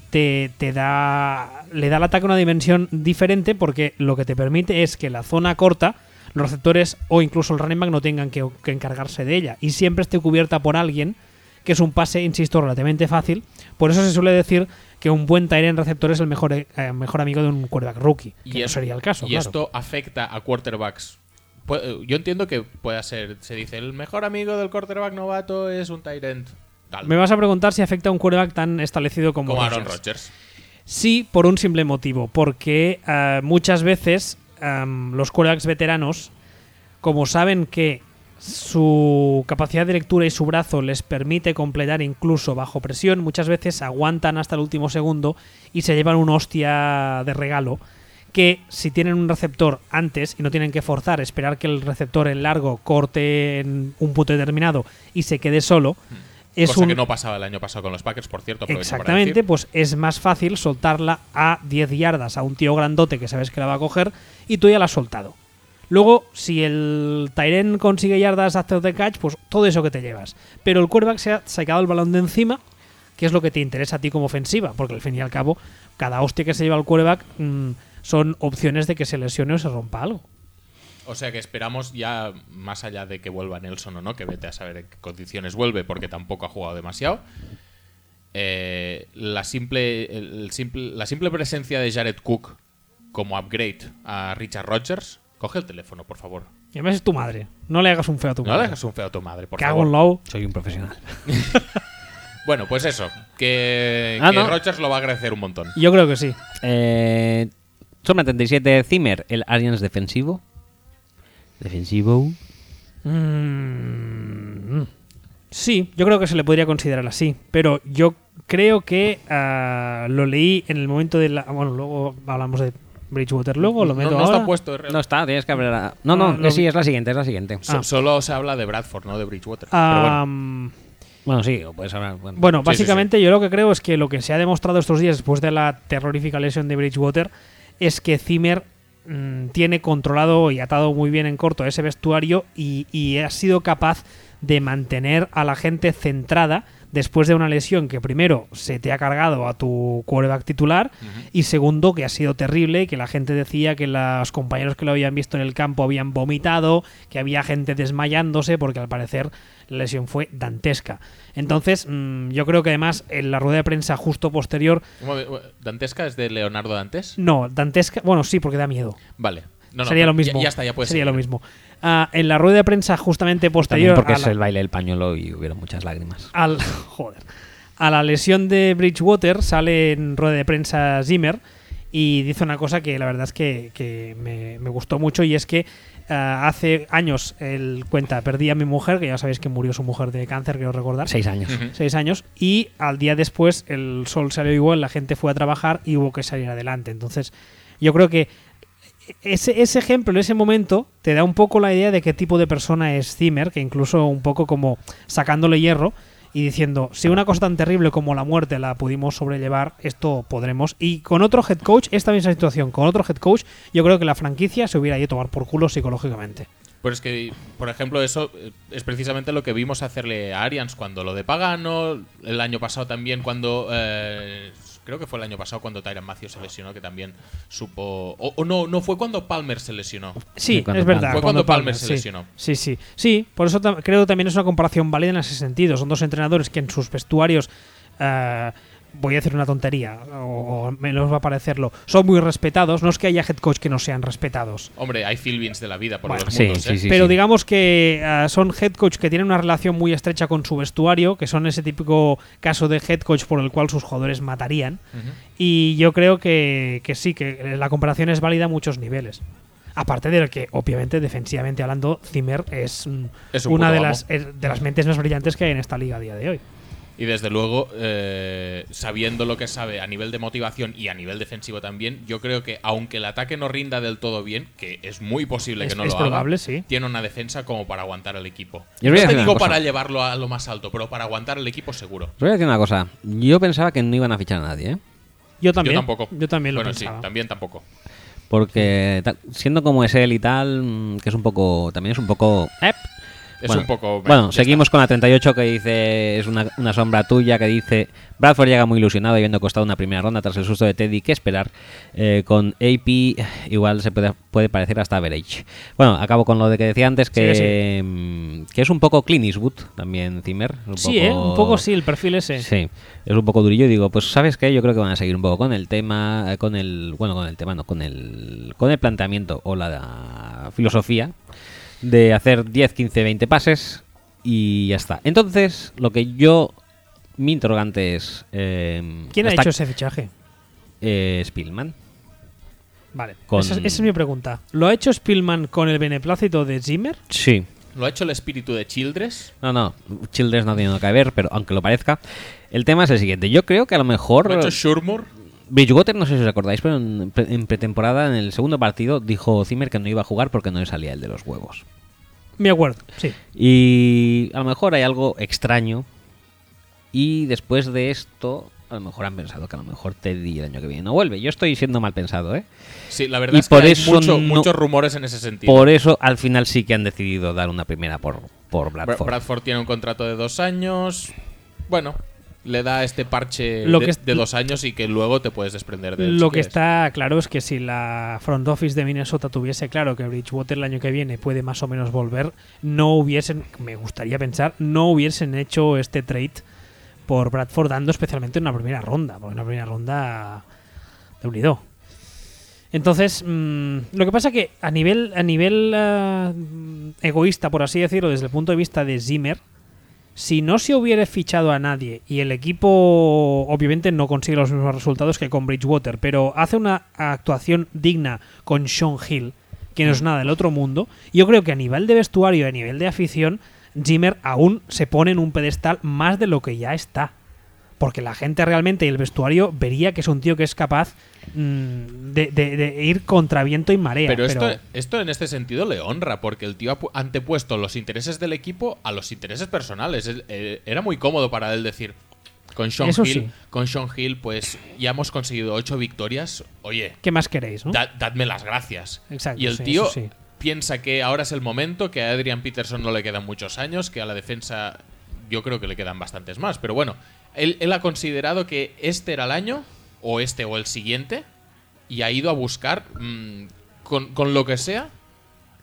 Speaker 1: te, te da le da al ataque una dimensión diferente porque lo que te permite es que la zona corta los receptores o incluso el running back no tengan que, que encargarse de ella y siempre esté cubierta por alguien que es un pase, insisto, relativamente fácil. Por eso se suele decir que un buen Tyren receptor es el mejor, eh, mejor amigo de un quarterback rookie. que no
Speaker 3: es-
Speaker 1: sería el caso.
Speaker 3: Y
Speaker 1: claro.
Speaker 3: esto afecta a quarterbacks. Pu- eh, Yo entiendo que pueda ser, se dice, el mejor amigo del quarterback novato es un tight end. Tal,
Speaker 1: Me vas a preguntar si afecta a un quarterback tan establecido como,
Speaker 3: como Aaron
Speaker 1: Rodgers.
Speaker 3: Rodgers.
Speaker 1: Sí, por un simple motivo, porque eh, muchas veces em, los quarterbacks veteranos, como saben que su capacidad de lectura y su brazo les permite completar incluso bajo presión, muchas veces aguantan hasta el último segundo y se llevan un hostia de regalo que si tienen un receptor antes y no tienen que forzar, esperar que el receptor en largo corte en un punto determinado y se quede solo, es
Speaker 3: Mm. cosa
Speaker 1: un
Speaker 3: que no pasaba el año pasado con los Packers, por cierto. aprovecho para
Speaker 1: Exactamente,
Speaker 3: decir.
Speaker 1: pues es más fácil soltarla a 10 yardas a un tío grandote que sabes que la va a coger y tú ya la has soltado. Luego, si el Tyren consigue yardas after the catch, pues todo eso que te llevas. Pero el quarterback se ha sacado el balón de encima, que es lo que te interesa a ti como ofensiva, porque al fin y al cabo, cada hostia que se lleva el quarterback mm, son opciones de que se lesione o se rompa algo.
Speaker 3: O sea que esperamos ya, más allá de que vuelva Nelson o no, que vete a saber en qué condiciones vuelve, porque tampoco ha jugado demasiado. eh, la, simple, el- el simple, la simple presencia de Jared Cook como upgrade a Richard Rodgers. Coge el teléfono, por favor.
Speaker 1: Y además es tu madre. No le hagas un feo a tu
Speaker 3: No
Speaker 1: madre.
Speaker 3: le hagas un feo a tu madre, por
Speaker 1: Cago en
Speaker 3: favor.
Speaker 1: low.
Speaker 2: Soy un profesional.
Speaker 3: Bueno, pues eso. Que,
Speaker 2: Ah,
Speaker 3: que
Speaker 2: no.
Speaker 3: Rodgers lo va a agradecer un montón.
Speaker 1: Yo creo que sí.
Speaker 2: Eh, Sombra 37, Zimmer, el Arians defensivo. Defensivo.
Speaker 1: Mm, sí, yo creo que se le podría considerar así, pero yo creo que ah, lo leí en el momento de la... ah, Bueno, luego hablamos de Bridgewater, luego lo
Speaker 3: No-
Speaker 1: meto
Speaker 3: no,
Speaker 1: ahora.
Speaker 3: está puesto. es real.
Speaker 2: No está, tienes que hablar. a- No,
Speaker 1: Ah, No,
Speaker 2: no, eh,
Speaker 1: lo-
Speaker 2: sí, es la siguiente, es la siguiente.
Speaker 3: So-
Speaker 1: ah.
Speaker 3: Solo se habla de Bradford, no de Bridgewater. Pero bueno.
Speaker 1: Ah,
Speaker 2: Bueno, sí, o puedes hablar. Bueno,
Speaker 1: Bueno,
Speaker 3: Sí, sí,
Speaker 1: básicamente yo lo que creo es que lo que se ha demostrado estos días después de la terrorífica lesión de Bridgewater es que Zimmer mm, tiene controlado y atado muy bien en corto ese vestuario y, y ha sido capaz de mantener a la gente centrada después de una lesión que primero se te ha cargado a tu quarterback titular y segundo que ha sido terrible y que la gente decía que los compañeros que lo habían visto en el campo habían vomitado, que había gente desmayándose porque al parecer la lesión fue dantesca. Entonces mm, yo creo que además en la rueda de prensa justo posterior,
Speaker 3: Un momen- eh, ¿Dantesca es de Leonardo Dantes?
Speaker 1: no, dantesca, bueno sí porque da miedo.
Speaker 3: Vale. No, no,
Speaker 1: sería
Speaker 3: pero
Speaker 1: lo mismo.
Speaker 3: Ya, ya está, ya puedes
Speaker 1: Sería lo
Speaker 3: seguir.
Speaker 1: mismo. Ah, en la rueda de prensa justamente
Speaker 2: también
Speaker 1: posterior
Speaker 2: porque
Speaker 1: a
Speaker 2: es
Speaker 1: la-
Speaker 2: el baile del pañuelo y hubieron muchas lágrimas.
Speaker 1: al joder, a la lesión de Bridgewater sale en rueda de prensa Zimmer y dice una cosa que la verdad es que, que me, me gustó mucho y es que ah, hace años él cuenta perdí a mi mujer que ya sabéis que murió su mujer de cáncer quiero recordar
Speaker 2: Seis años.
Speaker 1: seis años y al día después el sol salió igual, la gente fue a trabajar y hubo que salir adelante. Entonces, yo creo que ese, ese ejemplo, ese momento, te da un poco la idea de qué tipo de persona es Zimmer, que incluso un poco como sacándole hierro y diciendo, si una cosa tan terrible como la muerte la pudimos sobrellevar, esto podremos. Y con otro head coach, esta misma situación, con otro head coach, yo creo que la franquicia se hubiera ido a tomar por culo psicológicamente.
Speaker 3: Pues es que, por ejemplo, eso eh, es precisamente lo que vimos hacerle a Arians cuando lo de Pagano, el año pasado también cuando... eh, creo que fue el año pasado cuando Tyran Macio se lesionó, que también supo... O, o no, no, fue cuando Palmer se lesionó.
Speaker 1: Sí,
Speaker 2: Sí, cuando
Speaker 1: es verdad.
Speaker 2: Palmer.
Speaker 3: Fue cuando Palmer se
Speaker 1: sí.
Speaker 3: lesionó.
Speaker 1: Sí, sí. Sí, por eso tam- creo que también es una comparación válida en ese sentido. Son dos entrenadores que en sus vestuarios. eh, voy a decir una tontería, o, o me los va a parecerlo. Son muy respetados. No es que haya head coach que no sean respetados.
Speaker 3: Hombre, hay Philbins de la vida por
Speaker 1: Bueno,
Speaker 3: los
Speaker 2: sí,
Speaker 3: mundos, ¿eh?
Speaker 2: sí, sí.
Speaker 1: Pero digamos que ah, son head coach que tienen una relación muy estrecha con su vestuario, que son ese típico caso de head coach por el cual sus jugadores matarían.
Speaker 3: Ujú.
Speaker 1: Y yo creo que, que sí, que la comparación es válida a muchos niveles. Aparte de que, obviamente, defensivamente hablando, Zimmer es, mm,
Speaker 3: Es un
Speaker 1: una
Speaker 3: puto
Speaker 1: de
Speaker 3: amo.
Speaker 1: las, es de las mentes más brillantes que hay en esta liga a día de hoy.
Speaker 3: Y desde luego, eh, sabiendo lo que sabe a nivel de motivación y a nivel defensivo también, yo creo que aunque el ataque no rinda del todo bien, que es muy posible que
Speaker 1: Es-
Speaker 3: no
Speaker 1: es
Speaker 3: lo haga,
Speaker 1: probable, sí.
Speaker 3: tiene una defensa como para aguantar al equipo.
Speaker 2: Y os voy a
Speaker 3: No te
Speaker 2: decir una
Speaker 3: digo
Speaker 2: cosa.
Speaker 3: para llevarlo a lo más alto, pero para aguantar al equipo seguro.
Speaker 2: Os voy a decir una cosa. Yo pensaba que no iban a fichar a nadie, ¿eh?
Speaker 1: Yo también.
Speaker 3: yo tampoco.
Speaker 1: también lo
Speaker 3: bueno,
Speaker 1: pensaba.
Speaker 3: sí, también tampoco.
Speaker 2: Porque ta- siendo como es él y tal, mm, que es un poco. También es un poco. ep.
Speaker 3: Es un poco-
Speaker 2: Bueno,
Speaker 3: ya
Speaker 2: seguimos con la 38 que dice. Es una, una sombra tuya que dice. Bradford llega muy ilusionado habiendo costado una primera ronda tras el susto de Teddy. ¿Qué esperar? Eh, con AP igual se puede, puede parecer hasta average. Bueno, acabo con lo de que decía antes que.
Speaker 1: Sí,
Speaker 2: mm, Que es un poco Clint Eastwood también, Zimmer. Un
Speaker 1: Sí, ¿eh? Un poco sí, el perfil ese.
Speaker 2: Sí, es un poco durillo. y Digo, pues sabes qué, yo creo que van a seguir un poco con el tema, eh, con el, bueno, con el tema, no, con el, con el planteamiento o la, la filosofía de hacer 10, 15, 20 pases y ya está. Entonces, lo que yo, mi interrogante es, eh,
Speaker 1: ¿Quién ha
Speaker 2: está-
Speaker 1: hecho ese fichaje?
Speaker 2: eh, Spielman.
Speaker 1: Vale.
Speaker 2: Con-
Speaker 1: Esa, es- esa es mi pregunta. ¿Lo ha hecho Spillman con el beneplácito de Zimmer?
Speaker 2: Sí.
Speaker 3: Lo ha hecho el espíritu de Childress.
Speaker 2: No, no, Childress no tiene nada que ver, pero aunque lo parezca, el tema es el siguiente. Yo creo que a lo mejor...
Speaker 3: Lo ha hecho Shurmur.
Speaker 2: Bridgewater, no sé si os acordáis, pero en, pre- en pretemporada, en el segundo partido, dijo Zimmer que no iba a jugar porque no le salía el de los huevos.
Speaker 1: Me acuerdo, sí.
Speaker 2: Y a lo mejor hay algo extraño. Y después de esto, a lo mejor han pensado que a lo mejor Teddy el año que viene no vuelve. Yo estoy siendo mal pensado, ¿eh?
Speaker 3: Sí, la verdad
Speaker 2: Y
Speaker 3: es que
Speaker 2: por
Speaker 3: hay
Speaker 2: eso
Speaker 3: mucho-
Speaker 2: no-
Speaker 3: muchos rumores en ese sentido.
Speaker 2: Por eso al final sí que han decidido dar una primera por, por Bradford.
Speaker 3: Bradford. tiene un contrato de dos años. Bueno, le da este parche
Speaker 1: Lo
Speaker 3: de,
Speaker 1: que es-
Speaker 3: de dos años y que luego te puedes desprender de él. si
Speaker 1: Lo que
Speaker 3: quieres.
Speaker 1: está claro es que si la front office de Minnesota tuviese claro que Bridgewater el año que viene puede más o menos volver, no hubiesen, me gustaría pensar, no hubiesen hecho este trade por Bradford dando especialmente una primera ronda, porque una primera ronda de unido. Entonces, mm, lo que pasa que a nivel, a nivel ah, mm, egoísta, por así decirlo, desde el punto de vista de Zimmer, si no se hubiera fichado a nadie y el equipo obviamente no consigue los mismos resultados que con Bridgewater, pero hace una actuación digna con Sean Hill, que no es nada del otro mundo, yo creo que a nivel de vestuario y a nivel de afición, Zimmer aún se pone en un pedestal más de lo que ya está. Porque la gente realmente y el vestuario vería que es un tío que es capaz mm, de, de- de ir contra viento y marea.
Speaker 3: Pero
Speaker 1: Pero,
Speaker 3: esto, esto en este sentido le honra, porque el tío ha pu- antepuesto los intereses del equipo a los intereses personales. Él- eh, Era muy cómodo para él decir, con Sean,
Speaker 1: Eso
Speaker 3: Hill,
Speaker 1: sí.
Speaker 3: con Sean Hill, pues ya hemos conseguido ocho victorias, oye,
Speaker 1: ¿Qué más queréis? ¿no?
Speaker 3: da- dadme las gracias.
Speaker 1: Exacto,
Speaker 3: y el
Speaker 1: sí,
Speaker 3: tío
Speaker 1: eso sí.
Speaker 3: piensa que ahora es el momento, que a Adrian Peterson no le quedan muchos años, que a la defensa yo creo que le quedan bastantes más. Pero bueno, él, él ha considerado que este era el año, o este o el siguiente, y ha ido a buscar mm, con, con lo que sea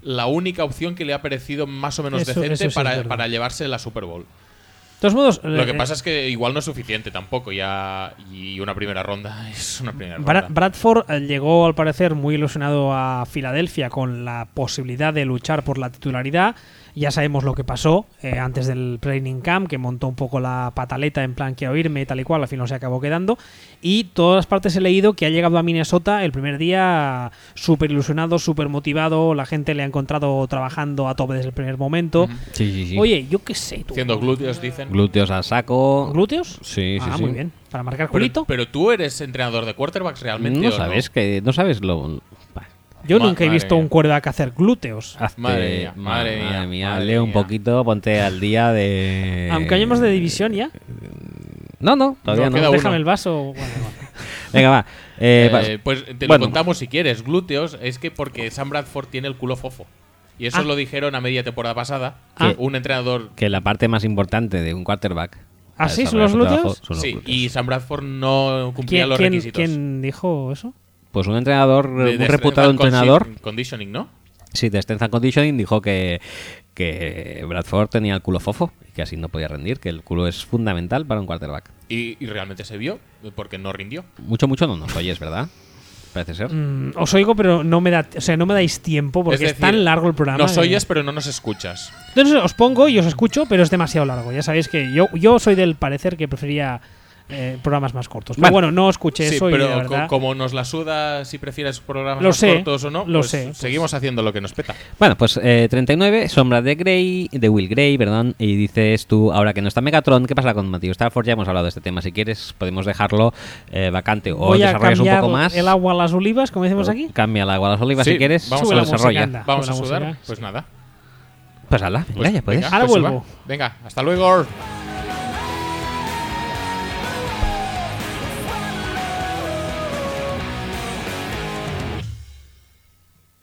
Speaker 3: la única opción que le ha parecido más o menos
Speaker 1: Eso-
Speaker 3: decente
Speaker 1: eso sí es
Speaker 3: para,
Speaker 1: verdad.
Speaker 3: para llevarse la Super Bowl.
Speaker 1: De todos modos,
Speaker 3: Lo que
Speaker 1: eh,
Speaker 3: pasa es que igual no es suficiente tampoco, ya y una primera ronda es una primera
Speaker 1: Bra-
Speaker 3: ronda.
Speaker 1: Bradford eh, llegó al parecer muy ilusionado a Filadelfia con la posibilidad de luchar por la titularidad. Ya sabemos lo que pasó eh, antes del training camp, que montó un poco la pataleta en plan quiero irme y tal y cual, al final se acabó quedando. Y todas las partes he leído que ha llegado a Minnesota el primer día súper ilusionado, súper motivado, la gente le ha encontrado trabajando a tope desde el primer momento.
Speaker 2: Sí, sí, sí.
Speaker 1: Oye, yo qué sé, tú.
Speaker 3: Haciendo glúteos, dicen.
Speaker 2: Glúteos al saco.
Speaker 1: ¿Glúteos?
Speaker 2: Sí, sí,
Speaker 1: Ah,
Speaker 2: sí.
Speaker 1: muy bien. Para marcar
Speaker 3: Pero-
Speaker 1: culito.
Speaker 3: Pero, tú eres entrenador de quarterbacks realmente.
Speaker 2: no
Speaker 3: ¿o
Speaker 2: sabes que no sabes lo. bah,
Speaker 1: Yo
Speaker 3: Ma-
Speaker 1: nunca he
Speaker 3: madre
Speaker 1: visto
Speaker 3: mía.
Speaker 1: un cuerda que hacer glúteos.
Speaker 2: Hazte-
Speaker 3: Madre mía,
Speaker 2: ma-
Speaker 3: madre mía, madre
Speaker 2: Leo un
Speaker 3: mía.
Speaker 2: poquito, ponte al día de.
Speaker 1: Aunque cambiemos de división ya.
Speaker 2: No, no, Eh, todavía
Speaker 3: No,
Speaker 2: no.
Speaker 3: queda uno.
Speaker 1: Déjame el vaso. Bueno, bueno.
Speaker 2: Venga, va. Eh,
Speaker 3: Eh,
Speaker 2: va-
Speaker 3: pues te lo
Speaker 2: bueno.
Speaker 3: contamos si quieres. Glúteos es que porque Sam Bradford tiene el culo fofo. Y eso
Speaker 1: Ah.
Speaker 3: lo dijeron a media temporada pasada.
Speaker 2: Ah.
Speaker 3: Un entrenador.
Speaker 2: que la parte más importante de un quarterback.
Speaker 1: ¿Ah,
Speaker 2: para
Speaker 1: sí? ¿Son los
Speaker 2: desarrollar su trabajo
Speaker 1: glúteos?
Speaker 2: son los
Speaker 3: sí,
Speaker 2: glúteos.
Speaker 3: y Sam Bradford no cumplía
Speaker 1: ¿Quién,
Speaker 3: los
Speaker 1: quién-
Speaker 3: requisitos.
Speaker 1: quién dijo eso?
Speaker 2: Pues un entrenador,
Speaker 3: De- de
Speaker 2: un
Speaker 3: strength
Speaker 2: reputado
Speaker 3: and condi-
Speaker 2: entrenador,
Speaker 3: Conditioning, ¿no?
Speaker 2: sí, de Strength and Conditioning, dijo que, que Bradford tenía el culo fofo y que así no podía rendir, que el culo es fundamental para un quarterback.
Speaker 3: Y, y realmente se vio, porque no rindió.
Speaker 2: Mucho, mucho no nos oyes, ¿verdad? Parece ser.
Speaker 1: Mm, os oigo, pero no me, da, o sea, no me dais tiempo porque es,
Speaker 3: decir,
Speaker 1: tan largo el programa.
Speaker 3: Nos
Speaker 1: que-
Speaker 3: oyes, pero no nos escuchas.
Speaker 1: Entonces os pongo y os escucho, pero es demasiado largo. Ya sabéis que yo, yo soy del parecer que prefería eh, programas más cortos. Pero
Speaker 2: Vale.
Speaker 1: bueno, no escuché
Speaker 3: sí,
Speaker 1: eso y la
Speaker 3: pero co-
Speaker 1: verdad.
Speaker 3: como nos la suda si prefieres programas
Speaker 1: Lo
Speaker 3: más
Speaker 1: sé,
Speaker 3: cortos o no,
Speaker 1: lo
Speaker 3: pues
Speaker 1: sé, pues-
Speaker 3: seguimos haciendo lo que nos peta.
Speaker 2: Bueno, pues eh, 39, Sombra de Grey, de Will Grey, perdón, y dices tú, ahora que no está Megatron, ¿qué pasa con Matthew Stafford? Ya hemos hablado de este tema, si quieres podemos dejarlo eh, vacante o
Speaker 1: Voy a
Speaker 2: desarrollas un
Speaker 1: cambiar
Speaker 2: poco más.
Speaker 1: el agua a las olivas, como decimos aquí.
Speaker 2: Cambia el agua a las olivas
Speaker 3: Sí,
Speaker 2: si quieres,
Speaker 3: vamos
Speaker 2: o lo
Speaker 3: a la música,
Speaker 2: desarrolla.
Speaker 1: anda.
Speaker 3: Vamos
Speaker 1: Con
Speaker 3: a
Speaker 1: la
Speaker 3: sudar,
Speaker 1: música,
Speaker 3: pues
Speaker 1: sí.
Speaker 3: nada.
Speaker 2: Pues ala, venga,
Speaker 3: Pues,
Speaker 2: ya puedes.
Speaker 3: venga,
Speaker 1: Ahora
Speaker 3: pues se
Speaker 1: vuelvo.
Speaker 3: va. Venga, hasta luego.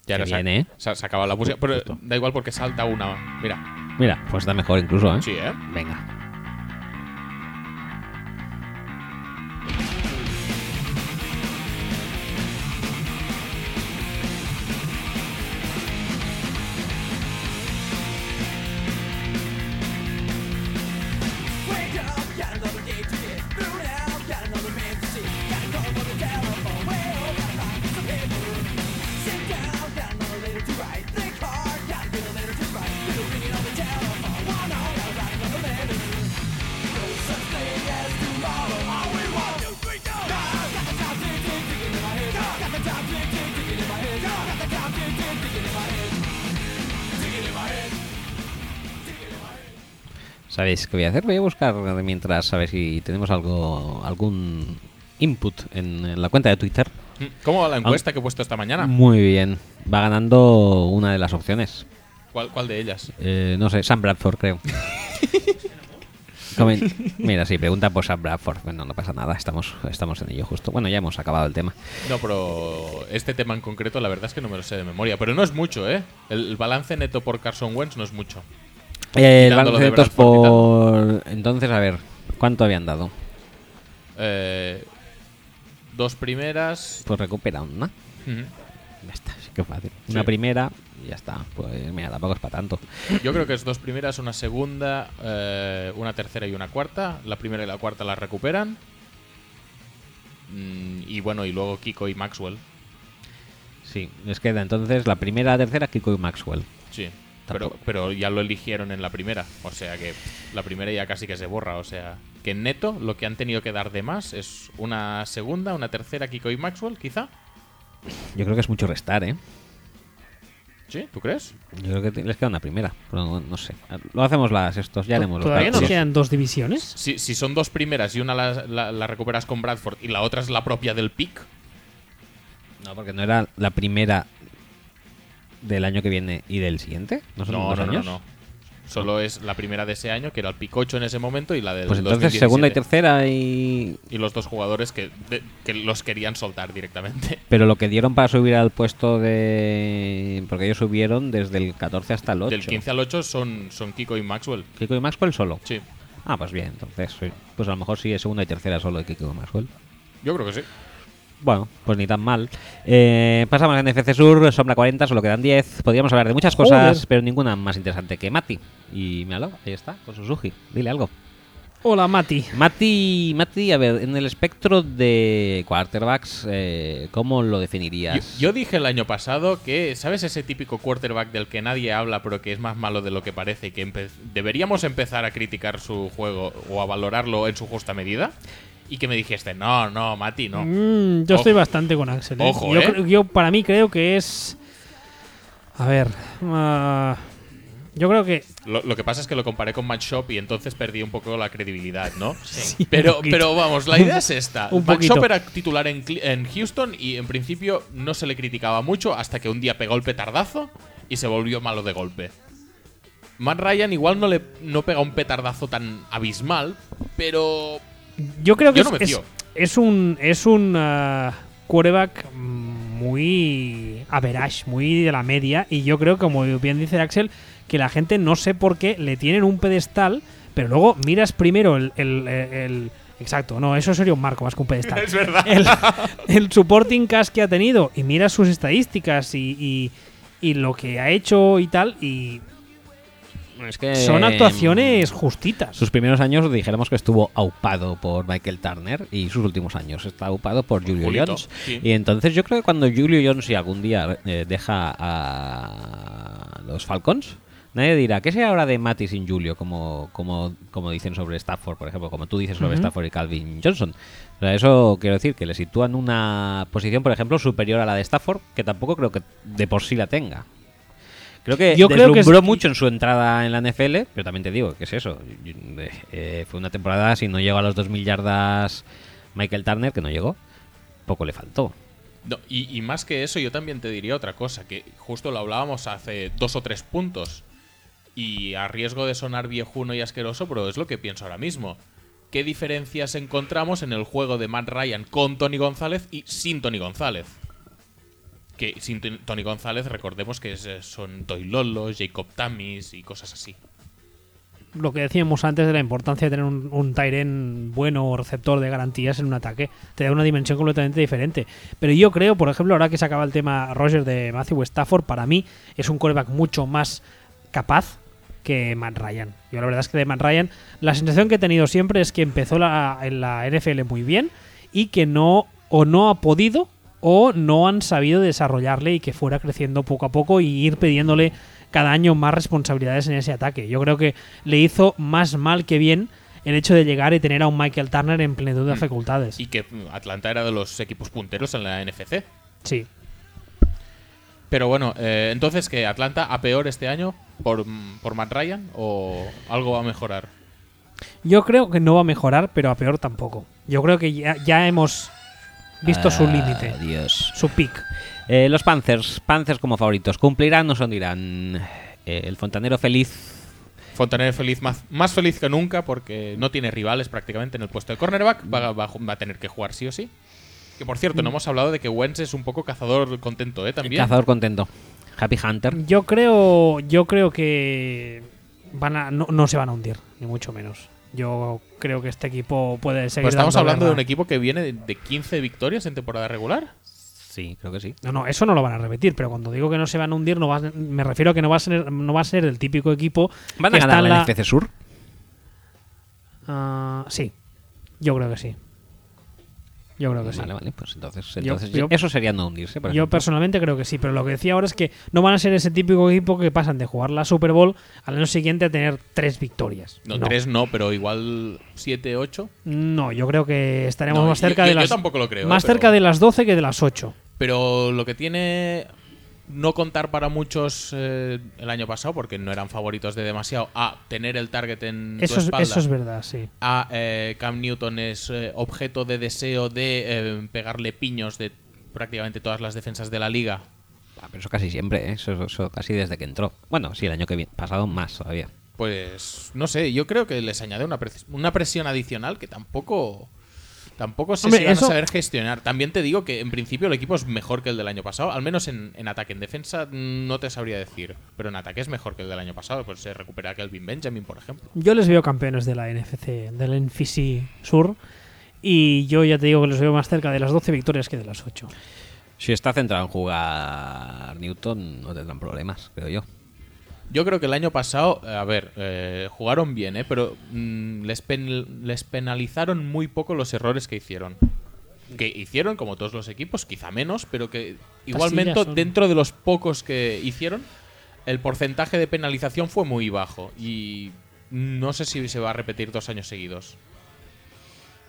Speaker 3: Ya
Speaker 2: Qué
Speaker 3: no se, ha-
Speaker 2: bien, ¿eh?
Speaker 3: se, ha- se ha acabado la música, pero
Speaker 2: Justo.
Speaker 3: da igual porque salta una. Mira,
Speaker 2: Mira, pues está mejor incluso, ¿eh?
Speaker 3: sí, ¿eh?
Speaker 2: Venga. ¿Sabéis qué voy a hacer? Voy a buscar de mientras, a ver si tenemos algo, algún input en la cuenta de Twitter.
Speaker 3: ¿Cómo va la encuesta que he puesto esta mañana?
Speaker 2: Muy bien. Va ganando una de las opciones.
Speaker 3: ¿Cuál, cuál de ellas?
Speaker 2: Eh, no sé, Sam Bradford, creo. Comen- Mira, sí, pregunta por Sam Bradford. Bueno, no pasa nada, estamos, estamos en ello justo. Bueno, ya hemos acabado el tema.
Speaker 3: No, pero este tema en concreto, la verdad es que no me lo sé de memoria. Pero no es mucho, ¿eh? El, el balance neto por Carson Wentz no es mucho.
Speaker 2: Eh, El
Speaker 3: Quitándolo
Speaker 2: balance
Speaker 3: de
Speaker 2: de votos
Speaker 3: Bradford
Speaker 2: por... Entonces, a ver, ¿cuánto habían dado?
Speaker 3: Eh, dos primeras.
Speaker 2: Pues recupera una.
Speaker 3: Ujú.
Speaker 2: Ya está, sí que fácil. Una
Speaker 3: Sí.
Speaker 2: primera, y ya está. Pues mira, tampoco es para tanto.
Speaker 3: Yo creo que es dos primeras, una segunda, eh, una tercera y una cuarta. La primera y la cuarta las recuperan. Mm, y bueno, y luego Kiko y Maxwell.
Speaker 2: Sí, les queda entonces la primera, la tercera, Kiko y Maxwell.
Speaker 3: Sí. Pero,
Speaker 2: Tampoco.
Speaker 3: pero ya lo eligieron en la primera. O sea que la primera ya casi que se borra. O sea que en neto lo que han tenido que dar de más es una segunda, una tercera, Kiko y Maxwell, quizá.
Speaker 2: Yo creo que es mucho restar, ¿eh?
Speaker 3: ¿Sí? ¿Tú crees?
Speaker 2: Yo creo que te- les queda una primera, pero no, no sé. Lo hacemos las estos, ya haremos los
Speaker 1: Todavía nos
Speaker 2: cálculos.
Speaker 1: quedan dos divisiones.
Speaker 3: Si, si son dos primeras y una la, la- la recuperas con Bradford y la otra es la propia del pick.
Speaker 2: No, porque no era la primera del año que viene y del siguiente. No, son
Speaker 3: No,
Speaker 2: dos
Speaker 3: no, no,
Speaker 2: años?
Speaker 3: no. Solo es la primera de ese año, que era el pick 8 en ese momento, y la del
Speaker 2: Pues entonces
Speaker 3: 2017.
Speaker 2: segunda y tercera y...
Speaker 3: Y los dos jugadores que, de- que los querían soltar directamente.
Speaker 2: Pero lo que dieron para subir al puesto de... Porque ellos subieron desde el 14 hasta el 8.
Speaker 3: Del 15 al 8 son, son Kiko y Maxwell.
Speaker 2: Kiko y Maxwell solo.
Speaker 3: Sí,
Speaker 2: Ah, pues bien, entonces... sí. Pues a lo mejor sí es segunda y tercera solo de Kiko y Maxwell.
Speaker 3: yo creo que sí.
Speaker 2: Bueno, pues ni tan mal. Eh, pasamos a NFC Sur, Sombra 40, solo quedan 10. Podríamos hablar de muchas cosas,
Speaker 1: Joder.
Speaker 2: pero ninguna más interesante que Mati. Y míralo, ahí está, con Suzuki. Dile algo.
Speaker 1: Hola, Mati.
Speaker 2: Mati, Mati, a ver, en el espectro de quarterbacks, eh, ¿cómo lo
Speaker 3: Yo,
Speaker 2: definirías?
Speaker 3: yo dije el año pasado que, ¿sabes ese típico quarterback del que nadie habla, pero que es más malo de lo que parece? y Que empe- deberíamos empezar a criticar su juego o a valorarlo en su justa medida. Y que me dijiste, no, no, Mati, no.
Speaker 1: Mm, yo
Speaker 3: Ojo.
Speaker 1: estoy bastante con Axel. ¿eh?
Speaker 3: Ojo,
Speaker 1: yo,
Speaker 3: ¿eh?
Speaker 1: creo- yo para mí creo que es. A ver. ah, Yo creo que
Speaker 3: Lo, lo que pasa es que lo comparé con Match Shop y entonces perdí un poco la credibilidad, ¿no? pero,
Speaker 1: un poquito.
Speaker 3: pero vamos, la idea es esta.
Speaker 1: Un
Speaker 3: Match
Speaker 1: poquito.
Speaker 3: Shop era titular en, Cli- en Houston y en principio no se le criticaba mucho hasta que un día pegó el petardazo y se volvió malo de golpe. Matt Ryan igual no le no pega un petardazo tan abismal, pero
Speaker 1: Yo creo que
Speaker 3: Yo no
Speaker 1: es,
Speaker 3: me
Speaker 1: es-
Speaker 3: fío.
Speaker 1: es un es un ah, quarterback mm, muy average, muy de la media y yo creo como bien dice Axel que la gente no sé por qué le tienen un pedestal, pero luego miras primero el, el- el- exacto, no, eso sería un marco más que un pedestal.
Speaker 3: es verdad.
Speaker 1: el, el supporting cast que ha tenido y mira sus estadísticas y, y- y lo que ha hecho y tal y
Speaker 2: Es que,
Speaker 1: son
Speaker 2: eh,
Speaker 1: actuaciones justitas.
Speaker 2: Sus primeros años dijéramos que estuvo aupado por Michael Turner y sus últimos años está aupado por Julio
Speaker 3: Julito,
Speaker 2: Jones.
Speaker 3: sí.
Speaker 2: Y entonces yo creo que cuando Julio Jones si algún día eh, deja a los Falcons, nadie dirá, ¿qué será ahora de Matty sin Julio? Como, como, como dicen sobre Stafford, por ejemplo, como tú dices sobre Stafford y Calvin Johnson. O sea, eso quiero decir que le sitúan una posición, por ejemplo, superior a la de Stafford, que tampoco creo que de por sí la tenga. Creo que
Speaker 1: Yo creo que
Speaker 2: deslumbró
Speaker 1: es-
Speaker 2: mucho en su entrada en la NFL, pero también te digo que es eso. Y- y- eh, fue una temporada, si no llegó a los 2.000 yardas Michael Turner, que no llegó, poco le faltó.
Speaker 3: No, y, y más que eso, yo también te diría otra cosa, que justo lo hablábamos hace dos o tres puntos. Y a riesgo de sonar viejuno y asqueroso, pero es lo que pienso ahora mismo. ¿Qué diferencias encontramos en el juego de Matt Ryan con Tony González y sin Tony González? Que sin Tony- Tony González recordemos que es, eh, son Toy Lolo, Jacob Tamis y cosas así.
Speaker 1: lo que decíamos antes de la importancia de tener un, un tight end bueno o receptor de garantías en un ataque. Te da una dimensión completamente diferente. Pero yo creo, por ejemplo, ahora que se acaba el tema Roger de Matthew Stafford, para mí es un coreback mucho más capaz que Matt Ryan. Yo la verdad es que de Matt Ryan, la sensación que he tenido siempre es que empezó la, en la NFL muy bien y que no o no ha podido o no han sabido desarrollarle y que fuera creciendo poco a poco y ir pidiéndole cada año más responsabilidades en ese ataque. Yo creo que le hizo más mal que bien el hecho de llegar y tener a un Michael Turner en plenitud de facultades.
Speaker 3: Mm. Y que mm, Atlanta era de los equipos punteros en la NFC.
Speaker 1: Sí.
Speaker 3: Pero bueno, eh, entonces que Atlanta a peor este año por, mm, por Matt Ryan o algo va a mejorar.
Speaker 1: Yo creo que no va a mejorar, pero a peor tampoco. Yo creo que ya, ya hemos visto su límite,
Speaker 2: Ah, Adiós.
Speaker 1: su pick.
Speaker 2: Eh, los Panthers, Panthers como favoritos, ¿cumplirán o son dirán? Eh, el fontanero feliz.
Speaker 3: Fontaner feliz, más, más feliz que nunca porque no tiene rivales prácticamente en el puesto de cornerback. Va, va- va a tener que jugar sí o sí. Que por cierto, no hemos hablado de que Wentz es un poco cazador contento, ¿eh? También.
Speaker 2: Cazador contento. Happy Hunter.
Speaker 1: Yo creo, yo creo que van a, no, no se van a hundir, ni mucho menos. Yo creo que este equipo puede seguir.
Speaker 3: Pero Pues estamos
Speaker 1: dando
Speaker 3: hablando de
Speaker 1: guerra.
Speaker 3: un equipo que viene de- de 15 victorias en temporada regular.
Speaker 2: Sí, creo que sí.
Speaker 1: No, no, eso no lo van a repetir, pero cuando digo que no se van a hundir, no va a- me refiero a que no va a ser, no va a ser el típico equipo.
Speaker 2: ¿Van
Speaker 1: que
Speaker 2: a
Speaker 1: está
Speaker 2: ganar
Speaker 1: en
Speaker 2: la,
Speaker 1: la-
Speaker 2: NFC Sur?
Speaker 1: Ah, sí, yo creo que sí. Yo creo que sí.
Speaker 2: Vale, vale, pues entonces,
Speaker 1: Yo-
Speaker 2: entonces
Speaker 1: yo-
Speaker 2: eso sería no hundirse. por
Speaker 1: Yo
Speaker 2: ejemplo.
Speaker 1: personalmente creo que sí, pero lo que decía ahora es que no van a ser ese típico equipo que pasan de jugar la Super Bowl al año siguiente a tener tres victorias.
Speaker 3: No, tres no, pero igual 7, 8.
Speaker 1: No, yo creo que estaremos
Speaker 3: No,
Speaker 1: más
Speaker 3: yo-
Speaker 1: cerca
Speaker 3: yo-
Speaker 1: de
Speaker 3: yo
Speaker 1: las
Speaker 3: tampoco lo creo,
Speaker 1: más
Speaker 3: eh, pero-
Speaker 1: cerca de las 12 que de las 8.
Speaker 3: Pero lo que tiene no contar para muchos eh, el año pasado, porque no eran favoritos de demasiado, a tener el target en tu
Speaker 1: Eso es,
Speaker 3: espalda.
Speaker 1: eso es verdad, sí.
Speaker 3: a eh, Cam Newton es eh, objeto de deseo de eh, pegarle piños de prácticamente todas las defensas de la liga.
Speaker 2: Ah, pero eso casi siempre, ¿eh? eso, eso casi desde que entró. Bueno, sí, el año que viene, pasado más todavía.
Speaker 3: Pues no sé, yo creo que les añade una, pres- una presión adicional que tampoco tampoco sé
Speaker 1: Hombre,
Speaker 3: si van
Speaker 1: eso-
Speaker 3: a saber gestionar. También te digo que en principio el equipo es mejor que el del año pasado, al menos en, en ataque. En defensa mm, no te sabría decir, pero en ataque es mejor que el del año pasado, pues se recupera Kelvin Benjamin, por ejemplo.
Speaker 1: Yo les veo campeones de la NFC, del NFC Sur. Y yo ya te digo que los veo más cerca de las 12 victorias que de las 8.
Speaker 2: Si está centrado en jugar Newton, no tendrán problemas, creo yo.
Speaker 3: Yo creo que el año pasado, eh, a ver, eh, jugaron bien, ¿eh? pero mm, les, pen- les penalizaron muy poco los errores que hicieron. Que hicieron, como todos los equipos, quizá menos, pero que igualmente
Speaker 1: Pastillas son.
Speaker 3: dentro de los pocos que hicieron, el porcentaje de penalización fue muy bajo. Y no sé si se va a repetir dos años seguidos.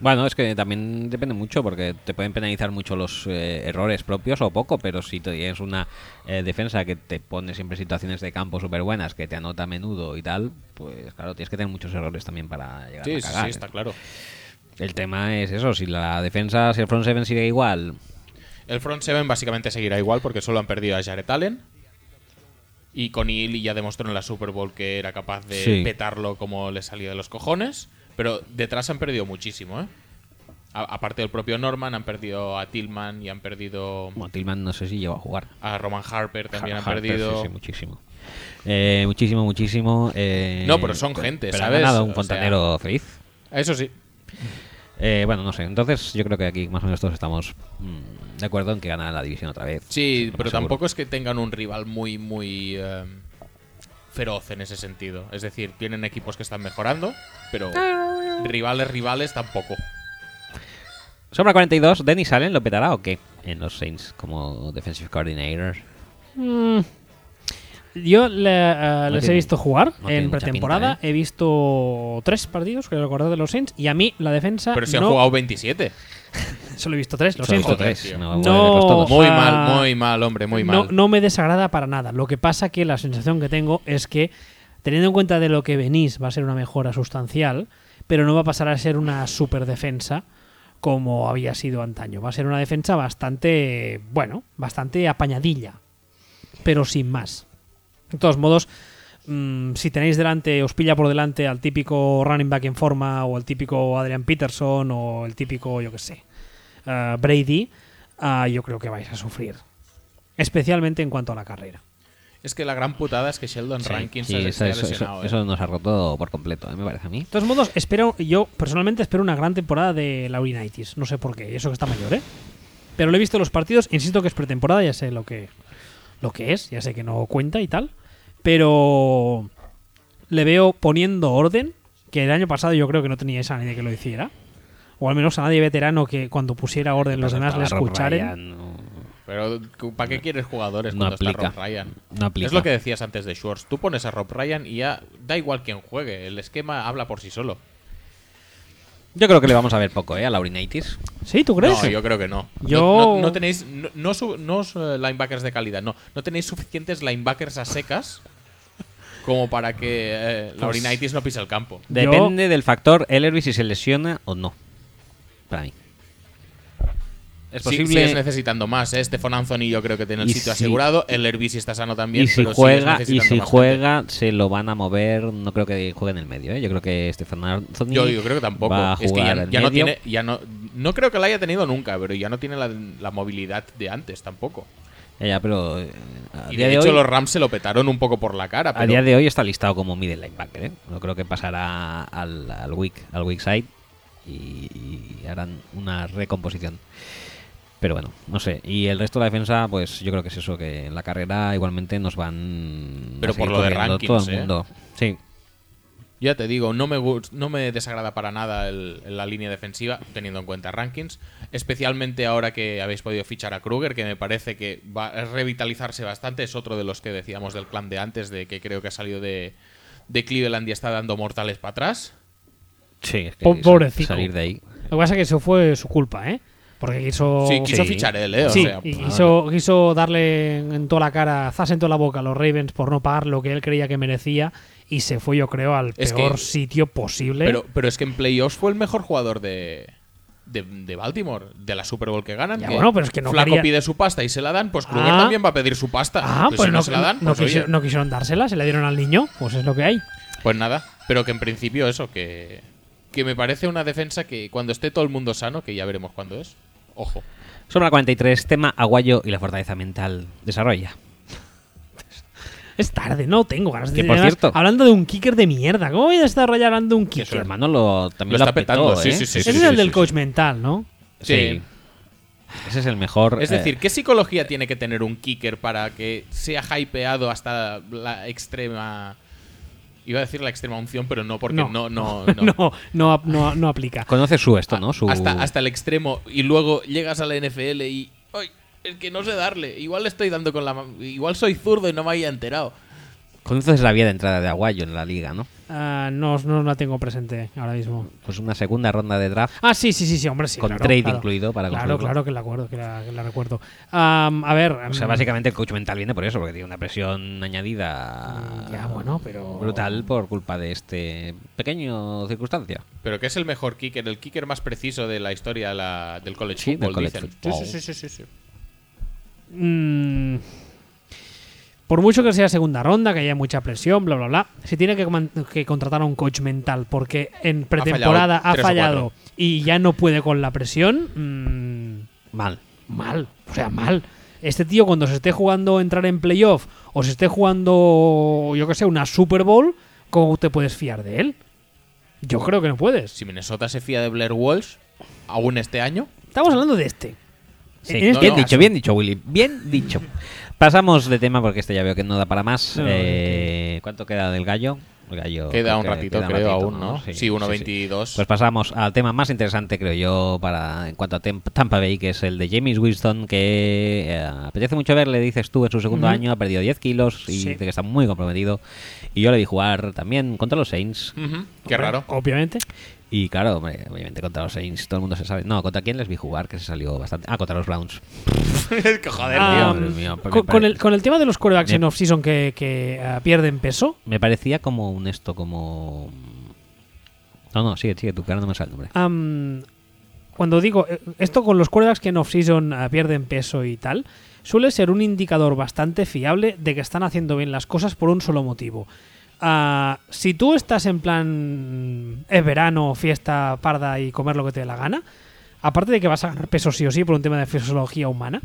Speaker 2: Bueno, es que también depende mucho porque te pueden penalizar mucho los eh, errores propios o poco, pero si tienes una eh, defensa que te pone siempre en situaciones de campo súper buenas, que te anota a menudo y tal, pues claro, tienes que tener muchos errores también para llegar
Speaker 3: Sí,
Speaker 2: a
Speaker 3: sí,
Speaker 2: cagar. eh.
Speaker 3: sí, está claro.
Speaker 2: El tema es eso, si la defensa, si el front seven sigue igual,
Speaker 3: El front seven básicamente seguirá igual porque solo han perdido a Jared Allen. Y con Ili ya demostró en la Super Bowl que era capaz de
Speaker 2: Sí.
Speaker 3: petarlo como le salía de los cojones. Pero detrás han perdido muchísimo, ¿eh? A- aparte del propio Norman, han perdido a Tillman y han perdido
Speaker 2: bueno, Tillman no sé si lleva a jugar.
Speaker 3: a Roman Harper, también han
Speaker 2: Har- Harper,
Speaker 3: perdido.
Speaker 2: sí, sí, muchísimo. Eh, muchísimo, muchísimo. eh,
Speaker 3: No, pero son gente,
Speaker 2: pero
Speaker 3: ¿sabes?
Speaker 2: Ha ganado un
Speaker 3: O
Speaker 2: fontanero feliz.
Speaker 3: Eso sí.
Speaker 2: Eh, bueno, no sé. Entonces, yo creo que aquí más o menos todos estamos mm, de acuerdo en que gana la división otra vez.
Speaker 3: Sí,
Speaker 2: Lo más
Speaker 3: pero
Speaker 2: seguro.
Speaker 3: tampoco es que tengan un rival muy, muy eh, feroz en ese sentido. Es decir, tienen equipos que están mejorando, pero rivales, rivales tampoco.
Speaker 2: Sombra 42, ¿Dennis Allen lo petará o qué? En los Saints como defensive coordinator.
Speaker 1: Yo la- eh,
Speaker 2: No
Speaker 1: les he
Speaker 2: tiene-
Speaker 1: visto jugar
Speaker 2: no tiene
Speaker 1: en
Speaker 2: mucha
Speaker 1: pretemporada.
Speaker 2: pinta, ¿eh?
Speaker 1: He visto tres partidos, creo recordar, de los Saints. Y a mí la defensa.
Speaker 3: Pero si
Speaker 1: no,
Speaker 3: han jugado 27.
Speaker 1: Solo he visto tres, lo
Speaker 2: Solo he
Speaker 1: siento.
Speaker 2: visto
Speaker 3: Joder,
Speaker 2: tres,
Speaker 3: tío.
Speaker 2: no,
Speaker 1: No,
Speaker 2: bueno, verlos todos.
Speaker 3: Muy
Speaker 1: Ah.
Speaker 3: mal, muy mal, hombre, muy
Speaker 1: no,
Speaker 3: mal.
Speaker 1: no me desagrada para nada. Lo que pasa que la sensación que tengo es que, teniendo en cuenta de lo que venís, va a ser una mejora sustancial, pero no va a pasar a ser una super defensa como había sido antaño. Va a ser una defensa bastante, bueno, bastante apañadilla, pero sin más. De todos modos, mm, si tenéis delante, os pilla por delante al típico running back en forma o al típico Adrian Peterson o el típico, yo que sé, eh, Brady, ah, yo creo que vais a sufrir. Especialmente en cuanto a la carrera.
Speaker 3: Es que la gran putada es que Sheldon
Speaker 2: Sí,
Speaker 3: Rankins
Speaker 2: sí,
Speaker 3: se
Speaker 2: eso,
Speaker 3: ha
Speaker 2: eso- eso-
Speaker 3: lesionado. ¿eh?
Speaker 2: eso nos ha roto por completo, eh, me parece a mí.
Speaker 1: De todos modos, espero, yo personalmente espero una gran temporada de Laurinaitis. No sé por qué, y eso que está mayor, ¿eh? Pero lo he visto en los partidos, insisto que es pretemporada, ya sé lo que, lo que es, ya sé que no cuenta y tal. Pero le veo poniendo orden, que el año pasado yo creo que no teníais a nadie que lo hiciera. O al menos a nadie veterano que cuando pusiera orden los demás le
Speaker 2: Rob
Speaker 1: escucharen.
Speaker 2: Ryan, no,
Speaker 3: Pero ¿para qué quieres jugadores
Speaker 2: No
Speaker 3: cuando
Speaker 2: aplica.
Speaker 3: está Rob Ryan?
Speaker 2: No aplica.
Speaker 3: Es lo que decías antes de Schwartz. Tú pones a Rob Ryan y ya da igual quién juegue. El esquema habla por sí solo.
Speaker 2: Yo creo que le vamos a ver poco, ¿eh? A Laurinaitis.
Speaker 1: Sí, ¿tú crees?
Speaker 3: No, yo creo que no.
Speaker 1: Yo-
Speaker 3: No, no- no tenéis. No, no su- no os, eh, linebackers de calidad, no. No tenéis suficientes linebackers a secas como para que eh,
Speaker 2: Pues
Speaker 3: Laurinaitis no pise el campo.
Speaker 1: Yo-
Speaker 2: Depende del factor Ellerby si se lesiona o no. Para mí. Es
Speaker 3: Sí-
Speaker 2: posible.
Speaker 3: sigues necesitando más, ¿eh? Stephon Anthony yo creo que tiene el
Speaker 2: Y
Speaker 3: sitio
Speaker 2: si-
Speaker 3: asegurado. El Herbie si está sano también.
Speaker 2: y si
Speaker 3: pero sigues
Speaker 2: juega, y
Speaker 3: necesitando
Speaker 2: si
Speaker 3: más
Speaker 2: juega, se lo van a mover. No creo que juegue en el medio, ¿eh? Yo creo que Stefan Anthony.
Speaker 3: gente. Yo, yo creo que tampoco.
Speaker 2: Va a
Speaker 3: es que
Speaker 2: jugar
Speaker 3: ya,
Speaker 2: al
Speaker 3: ya no
Speaker 2: medio.
Speaker 3: tiene. Ya no, no creo que la haya tenido nunca, pero ya no tiene la, la movilidad de antes tampoco.
Speaker 2: Ya, ya, pero. eh, a
Speaker 3: Y
Speaker 2: día
Speaker 3: de,
Speaker 2: de
Speaker 3: hecho,
Speaker 2: hoy-
Speaker 3: los Rams se lo petaron un poco por la cara.
Speaker 2: A
Speaker 3: Pero
Speaker 2: día de hoy está listado como middle linebacker. ¿eh? No creo que pasará al, al weak al weak side y, y harán una recomposición. Pero bueno, no sé. Y el resto de la defensa, pues yo creo que es eso, que en la carrera igualmente nos van. a
Speaker 3: Pero por
Speaker 2: seguir
Speaker 3: lo de
Speaker 2: corriendo
Speaker 3: rankings,
Speaker 2: todo el
Speaker 3: ¿eh?
Speaker 2: mundo. Sí.
Speaker 3: Ya te digo, no me, gust- no me desagrada para nada el- la línea defensiva, teniendo en cuenta rankings. Especialmente ahora que habéis podido fichar a Kruger, que me parece que va a revitalizarse bastante. Es otro de los que decíamos del clan de antes, de que creo que ha salido de, de Cleveland y está dando mortales para atrás.
Speaker 2: Sí, es que
Speaker 1: Po-
Speaker 2: sa-
Speaker 1: pobrecito.
Speaker 2: salir de ahí.
Speaker 1: Lo que pasa es que eso fue su culpa, ¿eh? Porque quiso...
Speaker 3: Sí, quiso
Speaker 2: sí.
Speaker 3: fichar él, ¿eh? O
Speaker 1: Sí,
Speaker 3: sea,
Speaker 1: y
Speaker 2: ah,
Speaker 1: quiso, quiso darle en toda la cara, zas en toda la boca a los Ravens por no pagar lo que él creía que merecía y se fue, yo creo, al
Speaker 3: Es que-
Speaker 1: peor sitio posible.
Speaker 3: pero, pero es que en playoffs fue el mejor jugador de, de, de Baltimore, de la Super Bowl que ganan.
Speaker 1: Ya,
Speaker 3: que
Speaker 1: bueno, pero es que no
Speaker 3: Flaco
Speaker 1: quería-
Speaker 3: pide su pasta y se la dan, pues Kruger
Speaker 1: Ah.
Speaker 3: también va a pedir su pasta.
Speaker 1: ah,
Speaker 3: Pues
Speaker 1: pues
Speaker 3: si
Speaker 1: no,
Speaker 3: no, se la dan,
Speaker 1: no
Speaker 3: pues, oye.
Speaker 1: quisieron, no quisieron dársela, se la dieron al niño, pues es lo que hay.
Speaker 3: Pues nada, pero que en principio eso, que, que me parece una defensa que cuando esté todo el mundo sano, que ya veremos cuándo es, ojo.
Speaker 2: Sombra 43, tema aguayo y la fortaleza mental. Desarrolla.
Speaker 1: Es tarde, no tengo ganas de
Speaker 2: Que, por
Speaker 1: además,
Speaker 2: cierto-
Speaker 1: Hablando de un kicker de mierda, ¿cómo voy a estar hablando de un
Speaker 2: Que su
Speaker 1: kicker?
Speaker 2: hermano lo, también
Speaker 3: Lo
Speaker 2: lo,
Speaker 3: está
Speaker 2: petó,
Speaker 3: petando, sí,
Speaker 2: ¿eh?
Speaker 3: sí,
Speaker 1: Ese
Speaker 3: sí,
Speaker 1: es
Speaker 3: sí,
Speaker 1: el
Speaker 3: sí,
Speaker 1: del
Speaker 3: sí,
Speaker 1: coach mental, ¿no?
Speaker 2: Sí. Ese es el mejor.
Speaker 3: Es
Speaker 2: eh,
Speaker 3: decir, ¿qué psicología tiene que tener un kicker para que sea hypeado hasta la extrema... Iba a decir la extrema unción, pero no, porque
Speaker 1: No.
Speaker 3: no, no, no.
Speaker 1: No, no, no, no aplica.
Speaker 2: Conoce su esto, ¿no? Su...
Speaker 3: Hasta, hasta el extremo y luego llegas a la NFL y... ¡Ay! Es que no sé darle. Igual le estoy dando con la... ma- Igual soy zurdo y no me había enterado.
Speaker 2: Corinto es la vía de entrada de Aguayo en la liga, ¿no?
Speaker 1: Ah, no, no la tengo presente ahora mismo.
Speaker 2: Pues una segunda ronda de draft
Speaker 1: Ah, sí, sí, sí, sí hombre, sí.
Speaker 2: con
Speaker 1: claro,
Speaker 2: trade
Speaker 1: claro.
Speaker 2: incluido para
Speaker 1: Claro,
Speaker 2: construirlo.
Speaker 1: claro que la, acuerdo, que la, que la recuerdo. Am, a ver. mm,
Speaker 2: O sea,
Speaker 1: am,
Speaker 2: básicamente el coach mental viene por eso, porque tiene una presión añadida
Speaker 1: Mm, Ya, bueno, pero-
Speaker 2: brutal por culpa de este pequeño circunstancia.
Speaker 3: Pero que es el mejor kicker, el kicker más preciso de la historia la- del college
Speaker 2: Sí, del
Speaker 3: football,
Speaker 2: college
Speaker 3: dicen.
Speaker 2: football.
Speaker 3: Sí, sí, sí, sí, sí.
Speaker 1: mm, por mucho que sea segunda ronda, que haya mucha presión, bla, bla, bla, se tiene que, man- que contratar a un coach mental porque en pretemporada ha
Speaker 3: tres o
Speaker 1: fallado,
Speaker 3: cuatro.
Speaker 1: y ya no puede con la presión. mm,
Speaker 2: Mal.
Speaker 1: mal, o sea, mal. Este tío cuando se esté jugando entrar en playoff o se esté jugando, yo que sé, una Super Bowl, ¿cómo te puedes fiar de él? Yo creo que no puedes.
Speaker 3: Si Minnesota se fía de Blair Walsh, aún este año,
Speaker 1: Estamos hablando de este.
Speaker 2: Sí,
Speaker 1: En este
Speaker 2: bien
Speaker 3: no,
Speaker 2: dicho,
Speaker 3: así.
Speaker 2: bien dicho, Willy. Bien dicho. Pasamos de tema porque este ya veo que no da para más.
Speaker 1: No, no,
Speaker 2: Eh, ¿Cuánto queda del gallo? El gallo
Speaker 3: queda
Speaker 2: creo
Speaker 3: un
Speaker 2: que-
Speaker 3: ratito,
Speaker 2: queda un
Speaker 3: creo,
Speaker 2: ratito,
Speaker 3: aún, ¿no? Sí,
Speaker 2: sí.
Speaker 3: 1.22.
Speaker 2: Pues pasamos al tema más interesante, creo yo, para en cuanto a tem- Tampa Bay, que es el de James Winston, que eh, apetece mucho verle, dices tú, en su segundo
Speaker 1: Ujú.
Speaker 2: año ha perdido 10 kilos y
Speaker 1: Sí.
Speaker 2: dice que está muy comprometido. Y yo le vi jugar también contra los Saints.
Speaker 3: Ujú, Qué raro.
Speaker 1: Obviamente.
Speaker 2: Y claro, hombre, obviamente contra los Saints todo el mundo se sabe. No, ¿contra quién les vi jugar? Que se salió bastante. Ah, contra los Browns.
Speaker 3: Joder,
Speaker 2: Ah,
Speaker 1: Am,
Speaker 2: Dios mío, pues me
Speaker 1: con, con el,
Speaker 2: parece-
Speaker 1: con el tema de los quarterbacks
Speaker 2: Me-
Speaker 1: en off-season que, que, ah, pierden peso.
Speaker 2: Me parecía como un esto, como. No, no, sigue, sigue, tú, que ahora no me sale el nombre.
Speaker 1: am, cuando digo eh, esto con los quarterbacks que en off-season ah, pierden peso y tal, suele ser un indicador bastante fiable de que están haciendo bien las cosas por un solo motivo. Ah, si tú estás en plan mm, es verano, fiesta parda y comer lo que te dé la gana, aparte de que vas a ganar peso sí o sí por un tema de fisiología humana,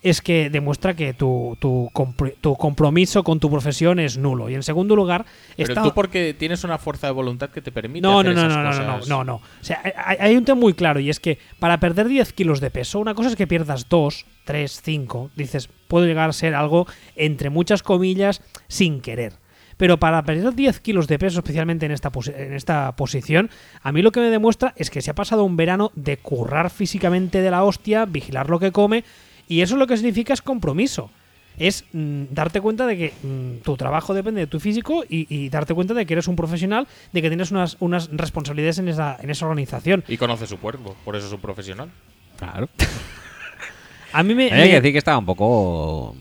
Speaker 1: es que demuestra que tu, tu compr- tu compromiso con tu profesión es nulo. Y en segundo lugar,
Speaker 3: Pero
Speaker 1: está-
Speaker 3: tú porque tienes una fuerza de voluntad que te permite
Speaker 1: no,
Speaker 3: hacer
Speaker 1: no, no,
Speaker 3: esas
Speaker 1: no, no, no, no,
Speaker 3: cosas.
Speaker 1: no, no. O sea, hay, hay un tema muy claro y es que para perder 10 kilos de peso, una cosa es que pierdas 2, 3, 5, dices, puedo llegar a ser algo entre muchas comillas sin querer. Pero para perder 10 kilos de peso, especialmente en esta, posi- en esta posición, a mí lo que me demuestra es que se ha pasado un verano de currar físicamente de la hostia, vigilar lo que come, y eso lo que significa es compromiso es mm, darte cuenta de que mm, tu trabajo depende de tu físico y, y darte cuenta de que eres un profesional, de que tienes unas, unas responsabilidades en esa, en esa organización.
Speaker 3: Y conoce su cuerpo, por eso es un profesional.
Speaker 2: Claro.
Speaker 1: A mí me...
Speaker 2: Hay que
Speaker 1: me-
Speaker 2: decir que estaba un poco.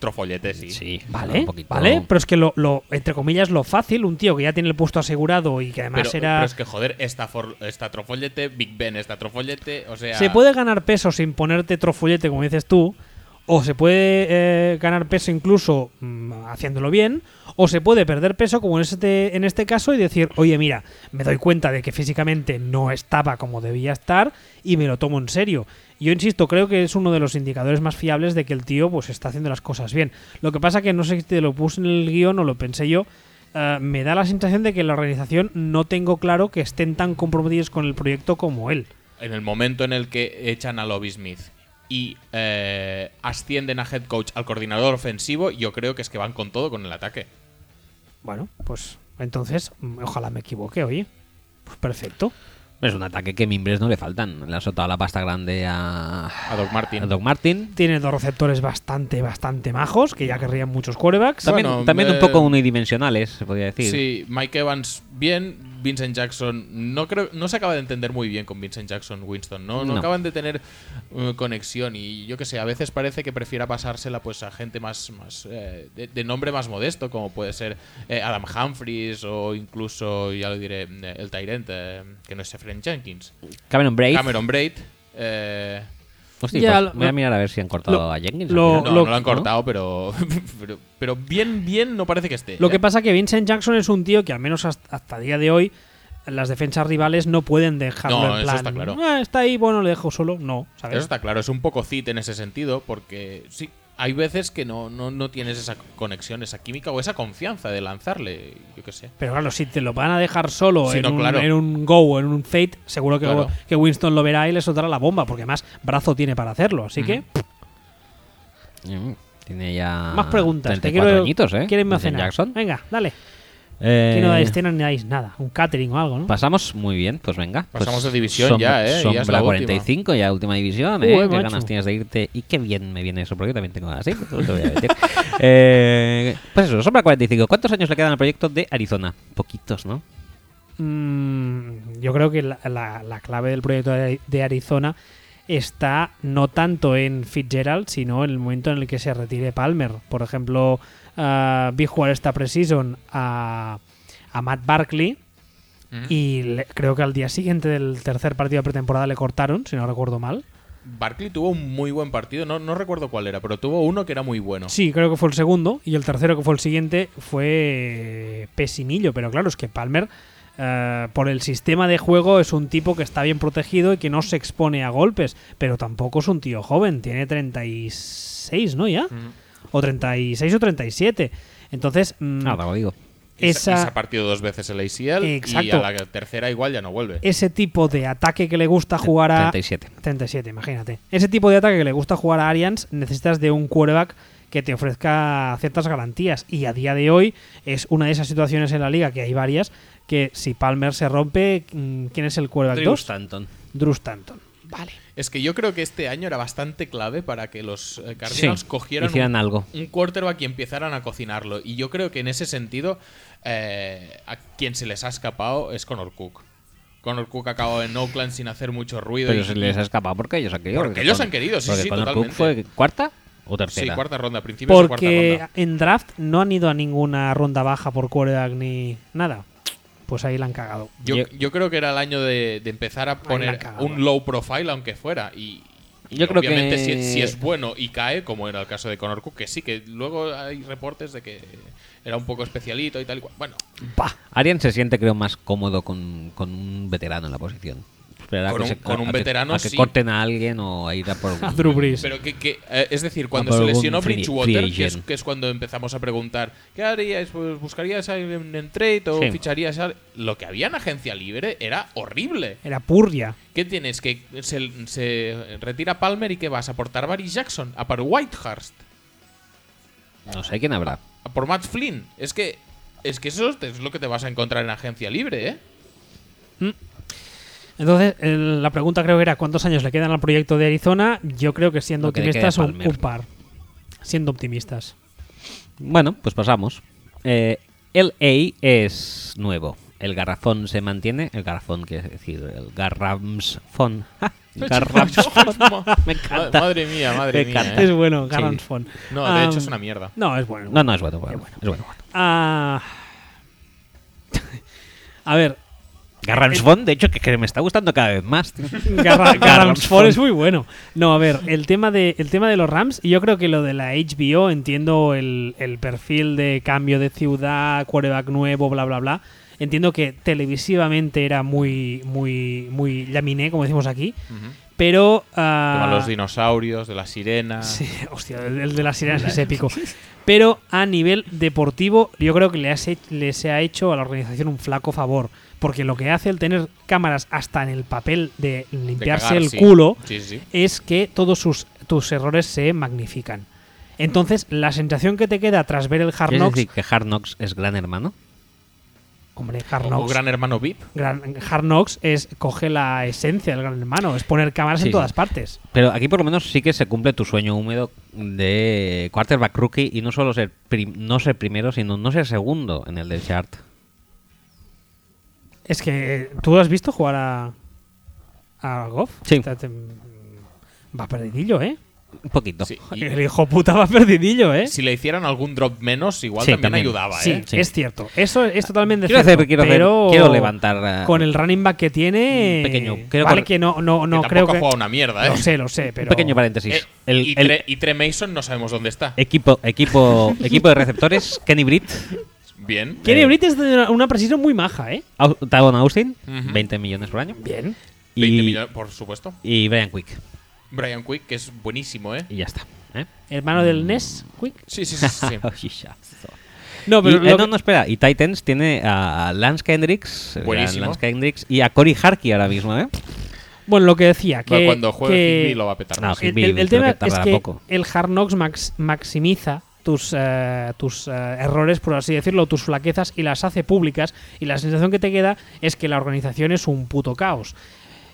Speaker 3: Trofollete, sí.
Speaker 2: Sí,
Speaker 1: Vale,
Speaker 2: un poquito-
Speaker 1: vale, pero es que lo, lo- entre comillas, lo fácil, un tío que ya tiene el puesto asegurado y que además
Speaker 3: Pero,
Speaker 1: era...
Speaker 3: pero es que, joder, esta, for- esta trofollete, Big Ben, esta trofollete, o sea...
Speaker 1: Se puede ganar peso sin ponerte trofollete, como dices tú, o se puede eh, ganar peso incluso mm, haciéndolo bien, o se puede perder peso, como en este, en este caso, y decir, oye, mira, me doy cuenta de que físicamente no estaba como debía estar y me lo tomo en serio. Yo insisto, creo que es uno de los indicadores más fiables de que el tío pues está haciendo las cosas bien. Lo que pasa que no sé si te lo puse en el guión o lo pensé yo, eh, me da la sensación de que la organización no tengo claro que estén tan comprometidos con el proyecto como él.
Speaker 3: En el momento en el que echan a Lobby Smith y eh, ascienden a head coach al coordinador ofensivo, yo creo que es que van con todo con el ataque.
Speaker 1: Bueno, pues entonces, mm, ojalá me equivoque, oye. Pues perfecto.
Speaker 2: Es un ataque que mimbres no le faltan. Le ha soltado la pasta grande a,
Speaker 3: A Doc Martin.
Speaker 2: a Doc Martin.
Speaker 1: Tiene dos receptores bastante, bastante majos, que ya querrían muchos quarterbacks.
Speaker 2: También,
Speaker 3: Bueno,
Speaker 2: también
Speaker 3: eh,
Speaker 2: un poco unidimensionales, se podría decir.
Speaker 3: Sí, Mike Evans bien, Vincent Jackson no creo, no se acaba de entender muy bien con Vincent Jackson Winston, no, no,
Speaker 2: No.
Speaker 3: acaban de tener eh, conexión y yo que sé, a veces parece que prefiera pasársela pues a gente más, más eh, de, de nombre más modesto como puede ser eh, Adam Humphries o incluso ya lo diré eh, el Tyrant eh, que no es Efren Jenkins,
Speaker 2: Cameron Braid.
Speaker 3: Cameron Braid. eh,
Speaker 2: Hostia,
Speaker 1: Ya,
Speaker 2: pues
Speaker 1: lo-
Speaker 2: voy a
Speaker 1: lo-
Speaker 2: mirar a ver si han cortado
Speaker 1: lo-
Speaker 2: a Jenkins.
Speaker 1: lo-
Speaker 2: al
Speaker 3: no,
Speaker 2: final.
Speaker 3: no lo han cortado, pero, pero pero bien bien no parece que esté.
Speaker 1: Lo que
Speaker 3: ¿eh?
Speaker 1: pasa que Vincent Jackson es un tío que al menos hasta, hasta día de hoy las defensas rivales no pueden dejarlo
Speaker 3: No,
Speaker 1: en
Speaker 3: eso
Speaker 1: plan.
Speaker 3: está claro.
Speaker 1: "Ah, está ahí, bueno, le dejo solo. No, ¿sabes?
Speaker 3: Eso está claro, es un poco cit en ese sentido, porque sí, hay veces que no, no, no tienes esa conexión, esa química o esa confianza de lanzarle, yo qué sé.
Speaker 1: Pero claro, si te lo van a dejar solo
Speaker 3: Sí,
Speaker 1: en,
Speaker 3: no,
Speaker 1: un,
Speaker 3: claro.
Speaker 1: en un go o en un fate, seguro que,
Speaker 3: Claro.
Speaker 1: que Winston lo verá y le soltará la bomba, porque más brazo tiene para hacerlo. Así que,
Speaker 2: Mm, Tiene ya.
Speaker 1: más preguntas. Te
Speaker 2: 34
Speaker 1: quiero,
Speaker 2: añitos, ¿eh?
Speaker 3: Ah,
Speaker 1: ¿Quieren este. más
Speaker 3: ¿eh?
Speaker 2: Vincent
Speaker 1: cenar?
Speaker 2: Jackson.
Speaker 1: Venga, dale. Aquí no
Speaker 2: Eh,
Speaker 1: hay escena ni hay nada. Un catering o algo, ¿no?
Speaker 2: Pasamos muy bien, pues venga. pues
Speaker 3: Pasamos de división ya, ¿eh?
Speaker 2: Son
Speaker 3: Ya es
Speaker 2: la
Speaker 3: la
Speaker 2: 45, ya última división, ¿eh?
Speaker 1: Uy,
Speaker 2: qué
Speaker 1: macho.
Speaker 2: ganas tienes de irte. Y qué bien me viene eso, porque yo también tengo ganas, ¿eh? No te voy a decir. Eh, pues eso, Sombra 45. ¿Cuántos años le quedan al proyecto de Arizona? Poquitos, ¿no?
Speaker 1: Mm, yo creo que la, la- la clave del proyecto de, de Arizona está no tanto en Fitzgerald, sino en el momento en el que se retire Palmer. Por ejemplo, ah, vi jugar esta preseason a, a Matt Barkley y le- creo que al día siguiente del tercer partido de pretemporada le cortaron, si no recuerdo mal.
Speaker 3: Barkley tuvo un muy buen partido, no, no recuerdo cuál era, pero tuvo uno que era muy bueno.
Speaker 1: Sí, creo que fue el segundo. Y el tercero, que fue el siguiente, fue Pesimillo. Pero claro, es que Palmer, eh, por el sistema de juego, es un tipo que está bien protegido y que no se expone a golpes. Pero tampoco es un tío joven. Tiene 36, ¿no? ¿Ya? O 36 o 37. Entonces, mm,
Speaker 2: Nada, lo digo.
Speaker 3: Y se- y
Speaker 1: esa-
Speaker 3: se ha partido dos veces el ACL y
Speaker 1: Exacto.
Speaker 3: a la tercera igual ya no vuelve.
Speaker 1: ese tipo de ataque que le gusta jugar a,
Speaker 2: 37.
Speaker 1: 37, imagínate. Ese tipo de ataque que le gusta jugar a Arians, necesitas de un quarterback que te ofrezca ciertas garantías. Y a día de hoy es una de esas situaciones en la liga, que hay varias, que si Palmer se rompe, mm, ¿quién es el quarterback 2?
Speaker 2: Stanton.
Speaker 1: Drew Stanton. Vale.
Speaker 3: Es que yo creo que este año era bastante clave para que los eh, Cardinals
Speaker 2: Sí,
Speaker 3: cogieran
Speaker 2: hicieran
Speaker 3: un,
Speaker 2: algo.
Speaker 3: un quarterback y empezaran a cocinarlo. Y yo creo que en ese sentido, eh, a quien se les ha escapado es Connor Cook. Connor Cook ha acabado en Oakland sin hacer mucho ruido.
Speaker 2: Pero
Speaker 3: y-
Speaker 2: se les ha escapado porque ellos han querido.
Speaker 3: Porque ellos han querido, sí,
Speaker 2: porque
Speaker 3: sí,
Speaker 2: Connor Cook
Speaker 3: totalmente.
Speaker 2: fue cuarta o
Speaker 3: sí,
Speaker 2: tercera.
Speaker 3: cuarta ronda, principio de cuarta
Speaker 1: Porque
Speaker 3: ronda.
Speaker 1: en draft no han ido a ninguna ronda baja por quarterback ni nada. Pues ahí la han cagado.
Speaker 3: Yo,
Speaker 2: Yo-
Speaker 3: yo creo que era el año de, de empezar a
Speaker 1: la
Speaker 3: poner
Speaker 1: cagaba.
Speaker 3: un low profile, aunque fuera. Y, y
Speaker 2: Yo creo
Speaker 3: obviamente
Speaker 2: que-
Speaker 3: si, si es bueno y cae, como era el caso de Connor Cook, que sí, que luego hay reportes de que era un poco especialito y tal y cual. Bueno,
Speaker 1: Bah.
Speaker 2: Arian se siente, creo, más cómodo con, con un veterano en la posición. Esperar a
Speaker 3: Con
Speaker 2: que
Speaker 3: un-
Speaker 2: se-
Speaker 3: con
Speaker 2: a-
Speaker 3: un
Speaker 2: a que-
Speaker 3: veterano,
Speaker 2: a que
Speaker 3: sí.
Speaker 2: corten a alguien o a ir a por
Speaker 1: A Drew Brees.
Speaker 3: Pero que, que, eh, es decir, cuando
Speaker 2: Ah,
Speaker 3: se
Speaker 2: pero algún
Speaker 3: lesionó
Speaker 2: free-
Speaker 3: Bridgewater,
Speaker 2: free
Speaker 3: que es,
Speaker 2: agent.
Speaker 3: que es cuando empezamos a preguntar, ¿qué harías? Pues, ¿Buscarías a alguien en trade o
Speaker 2: Sí.
Speaker 3: ficharías a... Lo que había en agencia libre era horrible.
Speaker 1: Era Purria.
Speaker 3: ¿Qué tienes? Que se, se retira Palmer y ¿qué vas? ¿A por Tarvary Jackson? ¿A por Whitehurst?
Speaker 2: No sé quién habrá.
Speaker 3: ¿A por Matt Flynn? Es que, es que eso es lo que te vas a encontrar en agencia libre, ¿eh?
Speaker 1: Entonces, el- la pregunta creo que era cuántos años le quedan al proyecto de Arizona. Yo creo que siendo
Speaker 2: Lo que le
Speaker 1: optimistas
Speaker 2: queda a
Speaker 1: un,
Speaker 2: Palmer.
Speaker 1: un par. Siendo optimistas.
Speaker 2: Bueno, pues pasamos. Eh, LA es nuevo. El garrafón se mantiene. El garrafón, quiere decir, el garramsfón. ¡Ja! Garramsfón. Me
Speaker 3: Ma-
Speaker 2: encanta.
Speaker 3: madre mía, madre
Speaker 2: Me
Speaker 3: mía.
Speaker 2: encanta. Um, ah.
Speaker 3: ¿eh?
Speaker 1: Es bueno,
Speaker 2: Sí.
Speaker 1: Garant Fon.
Speaker 3: No, de
Speaker 1: Am,
Speaker 3: hecho es una mierda.
Speaker 1: No, es bueno.
Speaker 2: No, no, es bueno. bueno, Es bueno. bueno.
Speaker 1: Ah. a ver,
Speaker 2: Garramsfón, de hecho, que, que me está gustando cada vez más. tío.
Speaker 1: Garra- Garrams
Speaker 2: Garramsfon.
Speaker 1: Ford es muy bueno. No, a ver, el tema de, el tema de los Rams, y yo creo que lo de la HBO, entiendo el, el perfil de cambio de ciudad, quarterback nuevo, bla, bla, bla. Entiendo que televisivamente era muy, muy, muy laminé, como decimos aquí,
Speaker 3: Ujú.
Speaker 1: pero...
Speaker 3: Como
Speaker 1: ah,
Speaker 3: los dinosaurios, de la sirena.
Speaker 1: Sí, hostia, el, el de las sirenas es épico. Pero a nivel deportivo, yo creo que le, has he- le se ha hecho a la organización un flaco favor. Porque lo que hace el tener cámaras hasta en el papel de
Speaker 3: de
Speaker 1: limpiarse
Speaker 3: cagar,
Speaker 1: el
Speaker 3: sí.
Speaker 1: culo
Speaker 3: Sí, sí, sí.
Speaker 1: es que todos sus, tus errores se magnifican. Entonces, la sensación que te queda tras ver el Hard
Speaker 2: ¿Quieres
Speaker 1: Knocks.
Speaker 2: decir que Hard Knocks es gran hermano?
Speaker 1: Hombre, Hard
Speaker 3: O
Speaker 1: Knocks.
Speaker 3: Gran Hermano VIP.
Speaker 1: Gran- Hard Knocks es, coge la esencia del gran hermano, es poner cámaras
Speaker 2: Sí,
Speaker 1: en todas
Speaker 2: sí.
Speaker 1: partes.
Speaker 2: Pero aquí por lo menos sí que se cumple tu sueño húmedo de quarterback rookie y no solo ser prim- no ser primero, sino no ser segundo en el del chart.
Speaker 1: Es que tú has visto jugar a. a Goff.
Speaker 2: Sí.
Speaker 1: Está- te- va perdidillo, ¿eh?
Speaker 2: Un poquito.
Speaker 3: Sí, y-
Speaker 1: El hijo puta va perdidillo, ¿eh?
Speaker 3: si le hicieran algún drop menos, igual
Speaker 2: Sí,
Speaker 3: también,
Speaker 2: también.
Speaker 3: ayudaba,
Speaker 1: Sí,
Speaker 3: ¿eh?
Speaker 2: Sí.
Speaker 1: es cierto. Eso es totalmente
Speaker 2: Quiero
Speaker 1: cierto.
Speaker 2: hacer- quiero hacer-
Speaker 1: pero
Speaker 2: quiero levantar, eh,
Speaker 1: Con el running back que tiene.
Speaker 2: un pequeño- creo
Speaker 1: vale
Speaker 2: que-
Speaker 1: que no, no, no
Speaker 3: que
Speaker 1: creo
Speaker 3: tampoco
Speaker 1: que.
Speaker 3: ha jugado una mierda, ¿eh?
Speaker 1: Lo sé, lo sé, pero.
Speaker 2: Un pequeño paréntesis.
Speaker 3: Eh,
Speaker 2: el E
Speaker 3: y,
Speaker 2: el
Speaker 3: Tre, y Tre Mason no sabemos dónde está.
Speaker 2: equipo, equipo, equipo de receptores, Kenny Britt,
Speaker 3: Bien.
Speaker 1: Kenny Britt es de una, una precisión muy maja, ¿eh?
Speaker 2: Au- Tavon Austin,
Speaker 3: Ujú.
Speaker 2: 20 millones por año.
Speaker 1: Bien.
Speaker 2: Y,
Speaker 3: 20 millones, por supuesto.
Speaker 2: y Brian Quick.
Speaker 3: Brian Quick, que es buenísimo, ¿eh?
Speaker 2: Y ya está. ¿eh?
Speaker 1: Hermano del Ness, Quick.
Speaker 3: Sí, sí, sí. sí.
Speaker 1: No,
Speaker 2: Y-
Speaker 1: pero.
Speaker 2: eh,
Speaker 1: lo
Speaker 2: no,
Speaker 1: que-
Speaker 2: no, espera. Y Titans tiene a a Lance Kendricks, el gran
Speaker 3: Buenísimo.
Speaker 2: Lance Kendricks y a Corey Harkey ahora mismo, ¿eh?
Speaker 1: Bueno, lo que decía, que.
Speaker 3: Bueno, Cuando juegue
Speaker 1: que-
Speaker 3: Higby lo va a petar.
Speaker 2: No,
Speaker 3: más.
Speaker 2: sí.
Speaker 1: El,
Speaker 2: Bill,
Speaker 1: el- el
Speaker 2: Ah, creo
Speaker 1: tema
Speaker 2: que
Speaker 1: es
Speaker 2: tardará
Speaker 1: que
Speaker 2: poco.
Speaker 1: el Hard Knocks max- maximiza tus, eh, tus eh, errores, por así decirlo, tus flaquezas y las hace públicas y la sensación que te queda es que la organización es un puto caos.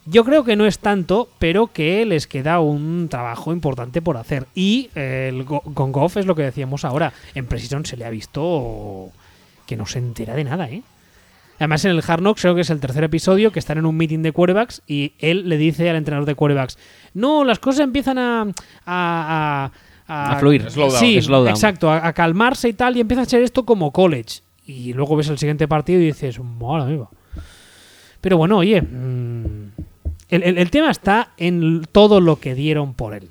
Speaker 1: Yo creo que no es tanto, pero que les queda un trabajo importante por hacer. Y eh, el Go- con Goff es lo que decíamos ahora. En Precision se le ha visto que no se entera de nada, ¿eh? Además, en el Hard Knocks, creo que es el tercer episodio, que están en un meeting de quarterbacks y él le dice al entrenador de quarterbacks: No, las cosas empiezan a. a, a-
Speaker 2: A fluir.
Speaker 3: Slow down.
Speaker 1: Sí,
Speaker 2: Slow down.
Speaker 1: exacto, a, a calmarse y tal, y empieza a hacer esto como college. Y luego ves el siguiente partido y dices: Madre mía. Pero bueno, oye, mm, el, el- el tema está en todo lo que dieron por él.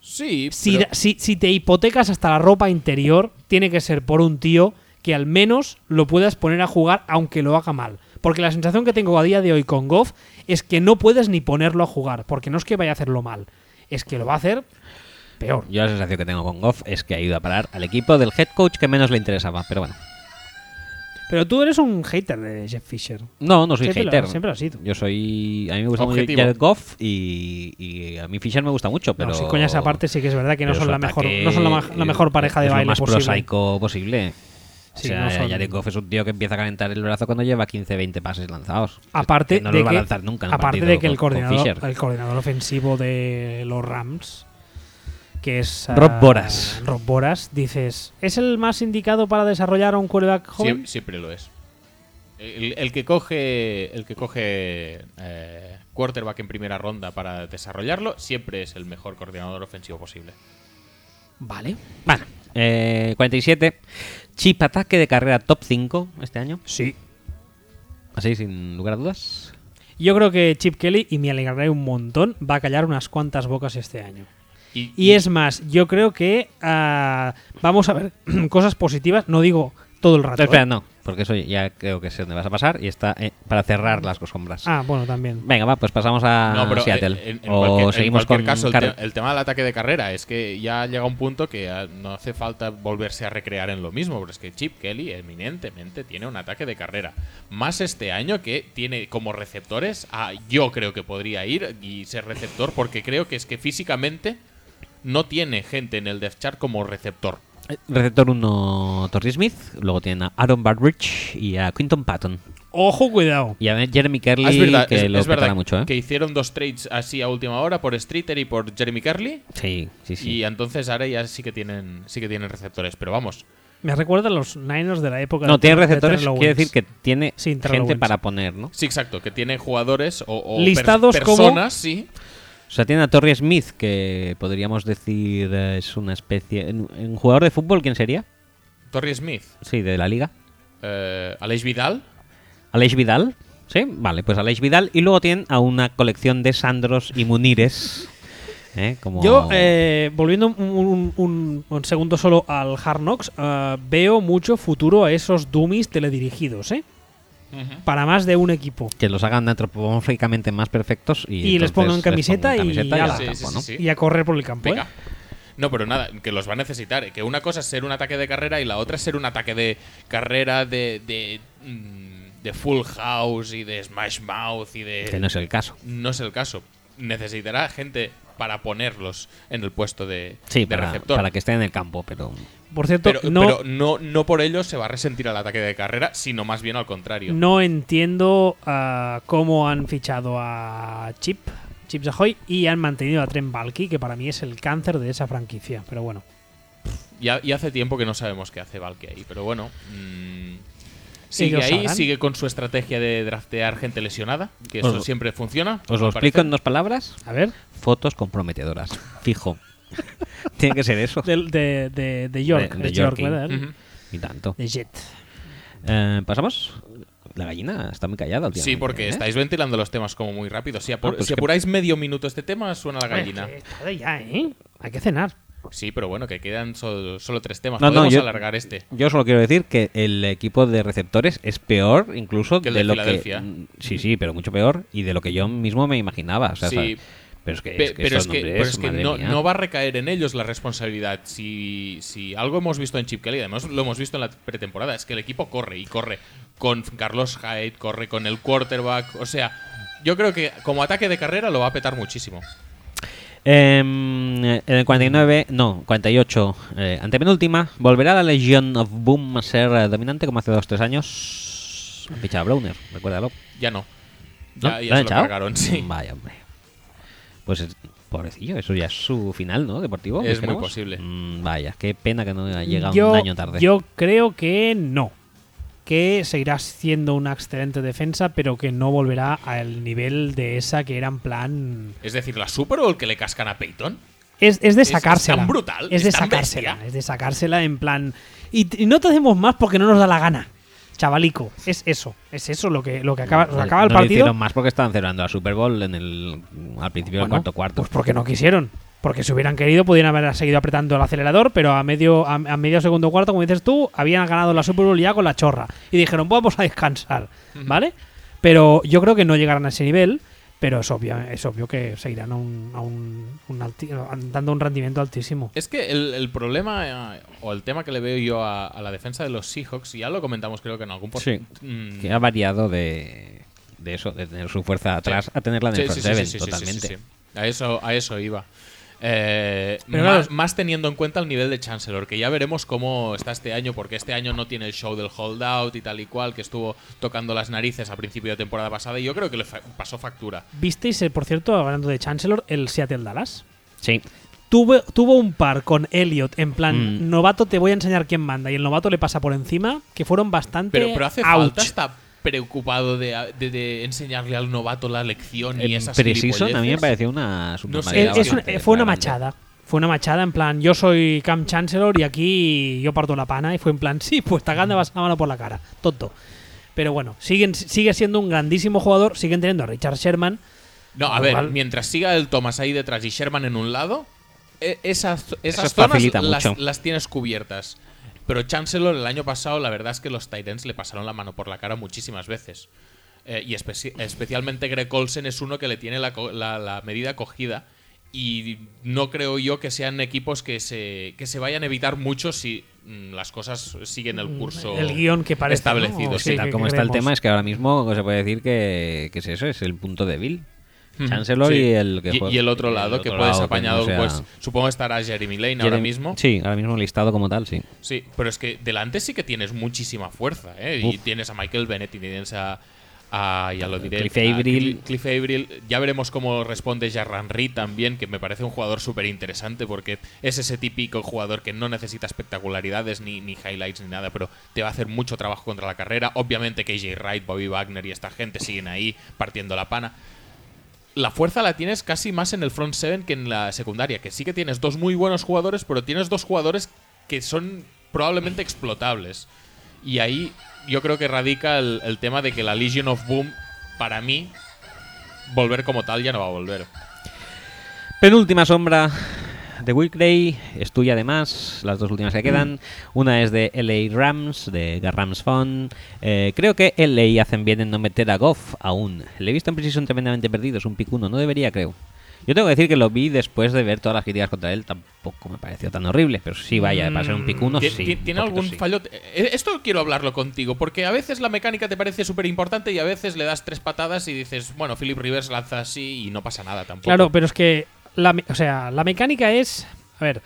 Speaker 3: Sí,
Speaker 1: Si,
Speaker 3: pero-
Speaker 1: da- si- si te hipotecas hasta la ropa interior, tiene que ser por un tío que al menos lo puedas poner a jugar aunque lo haga mal. Porque la sensación que tengo a día de hoy con Goff es que no puedes ni ponerlo a jugar, porque no es que vaya a hacerlo mal, es que lo va a hacer peor.
Speaker 2: Yo la sensación que tengo con Goff es que ha ido a parar al equipo del head coach que menos le interesaba. Pero bueno,
Speaker 1: Pero tú eres un hater de Jeff Fisher.
Speaker 2: no, no soy
Speaker 1: Siempre lo-
Speaker 2: hater.
Speaker 1: siempre lo has sido.
Speaker 2: Yo soy. A mí me gusta mucho
Speaker 3: Objetivo.
Speaker 2: Jared Goff y, y a mí Fisher me gusta mucho, pero.
Speaker 1: no, si coñas aparte sí que es verdad que no
Speaker 2: pero
Speaker 1: son,
Speaker 2: su
Speaker 1: la mejor,
Speaker 2: ataque
Speaker 1: no son la, ma- la mejor pareja de
Speaker 2: es lo
Speaker 1: baile
Speaker 2: más
Speaker 1: posible.
Speaker 2: prosaico posible.
Speaker 1: Sí,
Speaker 2: o sea,
Speaker 1: no son-
Speaker 2: Jared Goff es un tío que empieza a calentar el brazo cuando lleva 15, 20 pases lanzados.
Speaker 1: Aparte
Speaker 2: Pues Que no
Speaker 1: de
Speaker 2: los va
Speaker 1: que-
Speaker 2: a lanzar nunca. en un
Speaker 1: aparte
Speaker 2: partido
Speaker 1: de que el
Speaker 2: con- con
Speaker 1: coordinador,
Speaker 2: Fisher.
Speaker 1: el coordinador ofensivo de los Rams, que es ah,
Speaker 2: Rob Boras.
Speaker 1: Rob Boras, dices, ¿es el más indicado para desarrollar a un quarterback
Speaker 3: Sie-
Speaker 1: joven?
Speaker 3: siempre lo es. El, el que coge, el que coge eh, quarterback en primera ronda para desarrollarlo siempre es el mejor coordinador ofensivo posible.
Speaker 1: Vale.
Speaker 2: Bueno, eh, 47. Chip ataque de carrera top 5 este año.
Speaker 1: Sí.
Speaker 2: Así, sin lugar a dudas.
Speaker 1: Yo creo que Chip Kelly, y me alegraré un montón, va a callar unas cuantas bocas este año.
Speaker 3: Y,
Speaker 1: Y es más, yo creo que ah, vamos a ver cosas positivas, no digo todo el rato.
Speaker 2: No, espera,
Speaker 1: ¿eh?
Speaker 2: no, porque eso ya creo que sé dónde vas a pasar y está eh, para cerrar las sombras.
Speaker 1: Ah, bueno, también.
Speaker 2: Venga, va, pues pasamos a
Speaker 3: no, pero
Speaker 2: Seattle.
Speaker 3: eh, en, en
Speaker 2: o
Speaker 3: cualquier, en
Speaker 2: seguimos
Speaker 3: cualquier
Speaker 2: con
Speaker 3: caso, el,
Speaker 2: Carr-
Speaker 3: te- el tema del ataque de carrera es que ya llega un punto que ah, no hace falta volverse a recrear en lo mismo, pero es que Chip Kelly eminentemente tiene un ataque de carrera. Más este año que tiene como receptores a yo creo que podría ir y ser receptor porque creo que es que físicamente no tiene gente en el depth chart como receptor.
Speaker 2: Receptor 1, Torrey Smith. Luego tienen a Aaron Bardridge y a Quinton Patton.
Speaker 1: Ojo, cuidado.
Speaker 2: Y a Jeremy Kerley,
Speaker 3: Ah, es verdad,
Speaker 2: que
Speaker 3: es-
Speaker 2: lo
Speaker 3: es verdad
Speaker 2: petará mucho, ¿eh?
Speaker 3: que hicieron dos trades así a última hora por Streeter y por Jeremy Carly.
Speaker 2: Sí, sí, sí.
Speaker 3: Y entonces ahora ya sí que tienen sí que tienen receptores, pero vamos.
Speaker 1: Me recuerda a los Niners de la época
Speaker 2: no,
Speaker 1: de-
Speaker 2: tiene
Speaker 1: de
Speaker 2: receptores,
Speaker 1: Terrell
Speaker 2: quiere
Speaker 1: Owens.
Speaker 2: decir que tiene
Speaker 1: Sí, Terrell
Speaker 2: gente
Speaker 1: Owens.
Speaker 2: para poner, ¿no?
Speaker 3: Sí, exacto, que tiene jugadores o, o
Speaker 1: Listados
Speaker 3: pers-
Speaker 1: como-
Speaker 3: personas, sí.
Speaker 2: O sea, tiene a Torrey Smith, que podríamos decir eh, es una especie. ¿Un un jugador de fútbol quién sería?
Speaker 3: Torrey Smith,
Speaker 2: Sí, de la liga.
Speaker 3: eh, Aleix Vidal,
Speaker 2: Aleix Vidal. Sí, vale, pues Aleix Vidal. Y luego tienen a una colección de Sandros y Munires. ¿eh? Como...
Speaker 1: Yo, eh, volviendo un, un- un- un segundo solo al Hard Knocks, ah, veo mucho futuro a esos dummies teledirigidos, ¿eh? Para más de un equipo.
Speaker 2: Que los hagan antropomórficamente más perfectos y,
Speaker 1: Y les
Speaker 2: entonces
Speaker 1: pongan camiseta y
Speaker 2: al
Speaker 1: ala.
Speaker 3: Sí, sí, sí,
Speaker 2: ¿no?
Speaker 3: sí.
Speaker 1: Y a correr por el campo, ¿eh?
Speaker 3: venga. No, pero nada, que los va a necesitar. eh, Que una cosa es ser un ataque de carrera y la otra es ser un ataque de carrera de, de, mm, de Full House y de Smash Mouth y de
Speaker 2: Que no es el caso.
Speaker 3: No es el caso. Necesitará gente para ponerlos en el puesto de,
Speaker 2: Sí,
Speaker 3: de
Speaker 2: para,
Speaker 3: receptor.
Speaker 2: para que estén en el campo, pero
Speaker 1: Por cierto,
Speaker 3: pero, pero
Speaker 1: no,
Speaker 3: no... no, por ello se va a resentir al ataque de carrera, sino más bien al contrario.
Speaker 1: no entiendo ah, cómo han fichado a Chip, Chip Zahoy, y han mantenido a Trent Balky, que para mí es el cáncer de esa franquicia. Pero bueno,
Speaker 3: Y, ha- y hace tiempo que no sabemos qué hace Valky ahí, pero bueno. mm,
Speaker 1: Ellos
Speaker 3: sigue ahí,
Speaker 1: sabrán.
Speaker 3: sigue con su estrategia de draftear gente lesionada, que
Speaker 2: Os
Speaker 3: eso
Speaker 2: lo-
Speaker 3: siempre funciona.
Speaker 2: os lo
Speaker 3: al parecer.
Speaker 2: explico en dos palabras.
Speaker 1: a ver,
Speaker 2: Fotos comprometedoras. Fijo. Tiene que ser eso.
Speaker 1: de, de, de- de York,
Speaker 2: De-
Speaker 1: de,
Speaker 2: de
Speaker 1: York,
Speaker 2: Yorkie.
Speaker 1: ¿verdad?
Speaker 3: Ujú.
Speaker 2: Y tanto.
Speaker 1: De Jet.
Speaker 2: Eh, ¿Pasamos? La gallina está muy callada.
Speaker 3: Sí,
Speaker 2: últimamente,
Speaker 3: porque
Speaker 2: ¿eh?
Speaker 3: estáis ventilando los temas como muy rápido. Si, apur-
Speaker 2: Ah, pues
Speaker 3: si
Speaker 2: que-
Speaker 3: apuráis medio minuto este tema, suena la gallina.
Speaker 1: Oye, que- joder, ya, ¿eh? Hay que cenar.
Speaker 3: Sí, pero bueno, que quedan solo, solo tres temas.
Speaker 2: No, no,
Speaker 3: Podemos
Speaker 2: yo-
Speaker 3: alargar este.
Speaker 2: Yo solo quiero decir que el equipo de receptores es peor incluso
Speaker 3: Que el
Speaker 2: de
Speaker 3: de
Speaker 2: lo
Speaker 3: Filadelfia.
Speaker 2: que Mm, sí sí pero mucho peor y de lo que yo mismo me imaginaba o sea,
Speaker 3: Sí.
Speaker 2: ¿sabes? pero es que,
Speaker 3: Pe-
Speaker 2: es que
Speaker 3: pero es
Speaker 2: esos
Speaker 3: que, pero
Speaker 2: nombres,
Speaker 3: es que
Speaker 2: madre
Speaker 3: no,
Speaker 2: mía.
Speaker 3: no va a recaer en ellos la responsabilidad. Si, si algo hemos visto en Chip Kelly, además lo hemos visto en la pretemporada, es que el equipo corre y corre con Carlos Hyde, corre con el quarterback. O sea, yo creo que como ataque de carrera lo va a petar muchísimo.
Speaker 2: Em, en el 49, no, 48, eh, antepenúltima, ¿volverá la Legion of Boom a ser eh, dominante como hace 2-3 años? Han fichado a Browner, recuérdalo.
Speaker 3: Ya no.
Speaker 2: ¿No?
Speaker 3: Ya, ya
Speaker 2: han
Speaker 3: se lo
Speaker 2: echado? Mm,
Speaker 3: cargaron, sí.
Speaker 2: Vaya, hombre. Pues es- pobrecillo, eso ya es su final, ¿no? Deportivo.
Speaker 3: Es muy
Speaker 2: dijéramos.
Speaker 3: posible.
Speaker 2: Mm, vaya, qué pena que no haya llegado
Speaker 1: yo,
Speaker 2: un año tarde.
Speaker 1: Yo creo que no. Que seguirá siendo una excelente defensa, pero que no volverá al nivel de esa que era en plan.
Speaker 3: Es decir, la Super Bowl que le cascan a Peyton.
Speaker 1: Es, es de
Speaker 3: Es- es tan
Speaker 1: sacársela.
Speaker 3: brutal,
Speaker 1: Es, de
Speaker 3: es tan
Speaker 1: sacársela.
Speaker 3: bestia.
Speaker 1: Es de sacársela en plan. Y, t- y no te hacemos más porque no nos da la gana, chavalico. Es eso. Es eso lo que, lo que acaba, lo que
Speaker 2: No-
Speaker 1: acaba el
Speaker 2: no lo
Speaker 1: partido.
Speaker 2: hicieron más porque estaban celebrando la Super Bowl en el, al principio
Speaker 1: Bueno,
Speaker 2: del cuarto cuarto.
Speaker 1: Pues porque no quisieron. Porque si hubieran querido, podrían haber seguido apretando el acelerador, pero a medio, a, a medio segundo cuarto, como dices tú, habían ganado la Super Bowl ya con la chorra. Y dijeron, vamos a descansar, ¿vale? Pero yo creo que no llegarán a ese nivel, pero es obvio, es obvio que seguirán a un, a un- un alti- dando un rendimiento altísimo.
Speaker 3: Es que el, el problema eh, o el tema que le veo yo a, a la defensa de los Seahawks, ya lo comentamos creo que en algún
Speaker 2: Sí.
Speaker 3: mm,
Speaker 2: que ha variado de, de eso, de tener su fuerza atrás a tenerla en el
Speaker 3: Sí,
Speaker 2: front
Speaker 3: sí, sí,
Speaker 2: seven,
Speaker 3: sí, sí, sí,
Speaker 2: totalmente.
Speaker 3: sí, sí. A eso, a eso iba. Eh,
Speaker 1: Pero
Speaker 3: más,
Speaker 1: claro-
Speaker 3: más teniendo en cuenta el nivel de Chancellor, que ya veremos cómo está este año, porque este año no tiene el show del holdout y tal y cual, que estuvo tocando las narices a principio de temporada pasada, y yo creo que le fa- pasó factura.
Speaker 1: ¿Visteis, eh, por cierto, hablando de Chancellor, el Seattle Dallas?
Speaker 2: Sí.
Speaker 1: Tuvo, tuvo un par con Elliot en plan,
Speaker 2: Mm.
Speaker 1: novato te voy a enseñar quién manda, y el novato le pasa por encima, que fueron bastante...
Speaker 3: Pero, pero hace
Speaker 1: ouch.
Speaker 3: falta estar preocupado de, de- de enseñarle al novato la lección y
Speaker 2: En
Speaker 3: esas
Speaker 2: Precision Eh, a mí me
Speaker 3: gilipolleces.
Speaker 2: pareció una super
Speaker 3: No sé, eh,
Speaker 1: Es-
Speaker 3: Vale,
Speaker 1: es una-
Speaker 3: bastante,
Speaker 1: fue una
Speaker 2: machada
Speaker 1: machada. Fue una machada en plan, yo soy Camp Chancellor y aquí yo parto la pana. Y fue en plan, sí, pues tagando vas la mano por la cara. Tonto. Pero bueno, siguen, sigue siendo un grandísimo jugador. Siguen teniendo a Richard Sherman.
Speaker 3: No, a
Speaker 1: Lo
Speaker 3: ver,
Speaker 1: cual-
Speaker 3: mientras siga el Thomas ahí detrás y Sherman en un lado, e- esas, esas
Speaker 2: Eso
Speaker 3: zonas
Speaker 2: facilita
Speaker 3: las,
Speaker 2: mucho.
Speaker 3: las tienes cubiertas. Pero Chancellor el año pasado, la verdad es que los Titans le pasaron la mano por la cara muchísimas veces. Eh, y especi- especialmente Greg Olsen es uno que le tiene la, co- la- la medida cogida. Y no creo yo que sean equipos que se, que se vayan a evitar mucho si mm, las cosas siguen el curso
Speaker 1: Mm, El guión que parece. ¿no?
Speaker 3: establecido.
Speaker 1: O
Speaker 3: sí.
Speaker 1: sí,
Speaker 2: tal
Speaker 1: que
Speaker 2: como está el
Speaker 1: creemos.
Speaker 2: tema es que ahora mismo se puede decir que, que es eso, es el punto débil.
Speaker 3: Ujú,
Speaker 2: Chancellor
Speaker 3: sí.
Speaker 2: y el que
Speaker 3: y,
Speaker 2: juega-
Speaker 3: y el otro lado que puedes
Speaker 2: lado
Speaker 3: apañado,
Speaker 2: no sea-
Speaker 3: pues supongo estará Jeremy Lane ahora
Speaker 2: Jeremy-
Speaker 3: mismo.
Speaker 2: Sí, ahora mismo listado como tal, sí.
Speaker 3: Sí, pero es que delante sí que tienes muchísima fuerza, ¿eh? Y
Speaker 2: Uf.
Speaker 3: tienes a Michael Bennett y tienes a. a- ya lo diré.
Speaker 2: Cliff
Speaker 3: a
Speaker 2: Avril.
Speaker 3: Cli- Cliff Avril. Ya veremos cómo responde Jarran Reed también, que me parece un jugador súper interesante porque es ese típico jugador que no necesita espectacularidades ni, ni highlights ni nada, pero te va a hacer mucho trabajo contra la carrera. Obviamente KJ Wright, Bobby Wagner y esta gente siguen ahí partiendo la pana la fuerza la tienes casi más en el front seven que en la secundaria, que sí que tienes dos muy buenos jugadores, pero tienes dos jugadores que son probablemente explotables. Y ahí yo creo que radica el, el tema de que la Legion of Boom, para mí, volver como tal ya no va a volver.
Speaker 2: Penúltima sombra de Will Gray, es tuya además, las dos
Speaker 3: Mm.
Speaker 2: últimas que quedan. Una es de LA Rams, de The Rams Fund. Eh, creo que LA hacen bien en no meter a Goff aún. Le he visto en Precision tremendamente perdido, es un picuno, no debería, creo. Yo tengo que decir que lo vi después de ver todas las críticas contra él, tampoco me pareció tan horrible, pero sí, vaya, para ser un picuno,
Speaker 3: Ti-
Speaker 2: sí.
Speaker 3: ti-
Speaker 2: un
Speaker 3: ¿Tiene
Speaker 2: poquito
Speaker 3: algún
Speaker 2: sí.
Speaker 3: fallo? Eh, Esto quiero hablarlo contigo, porque a veces la mecánica te parece súper importante y a veces le das tres patadas y dices, bueno, Philip Rivers lanza así y no pasa nada tampoco.
Speaker 1: Claro, pero es que. La, me- o sea, la mecánica es. A ver.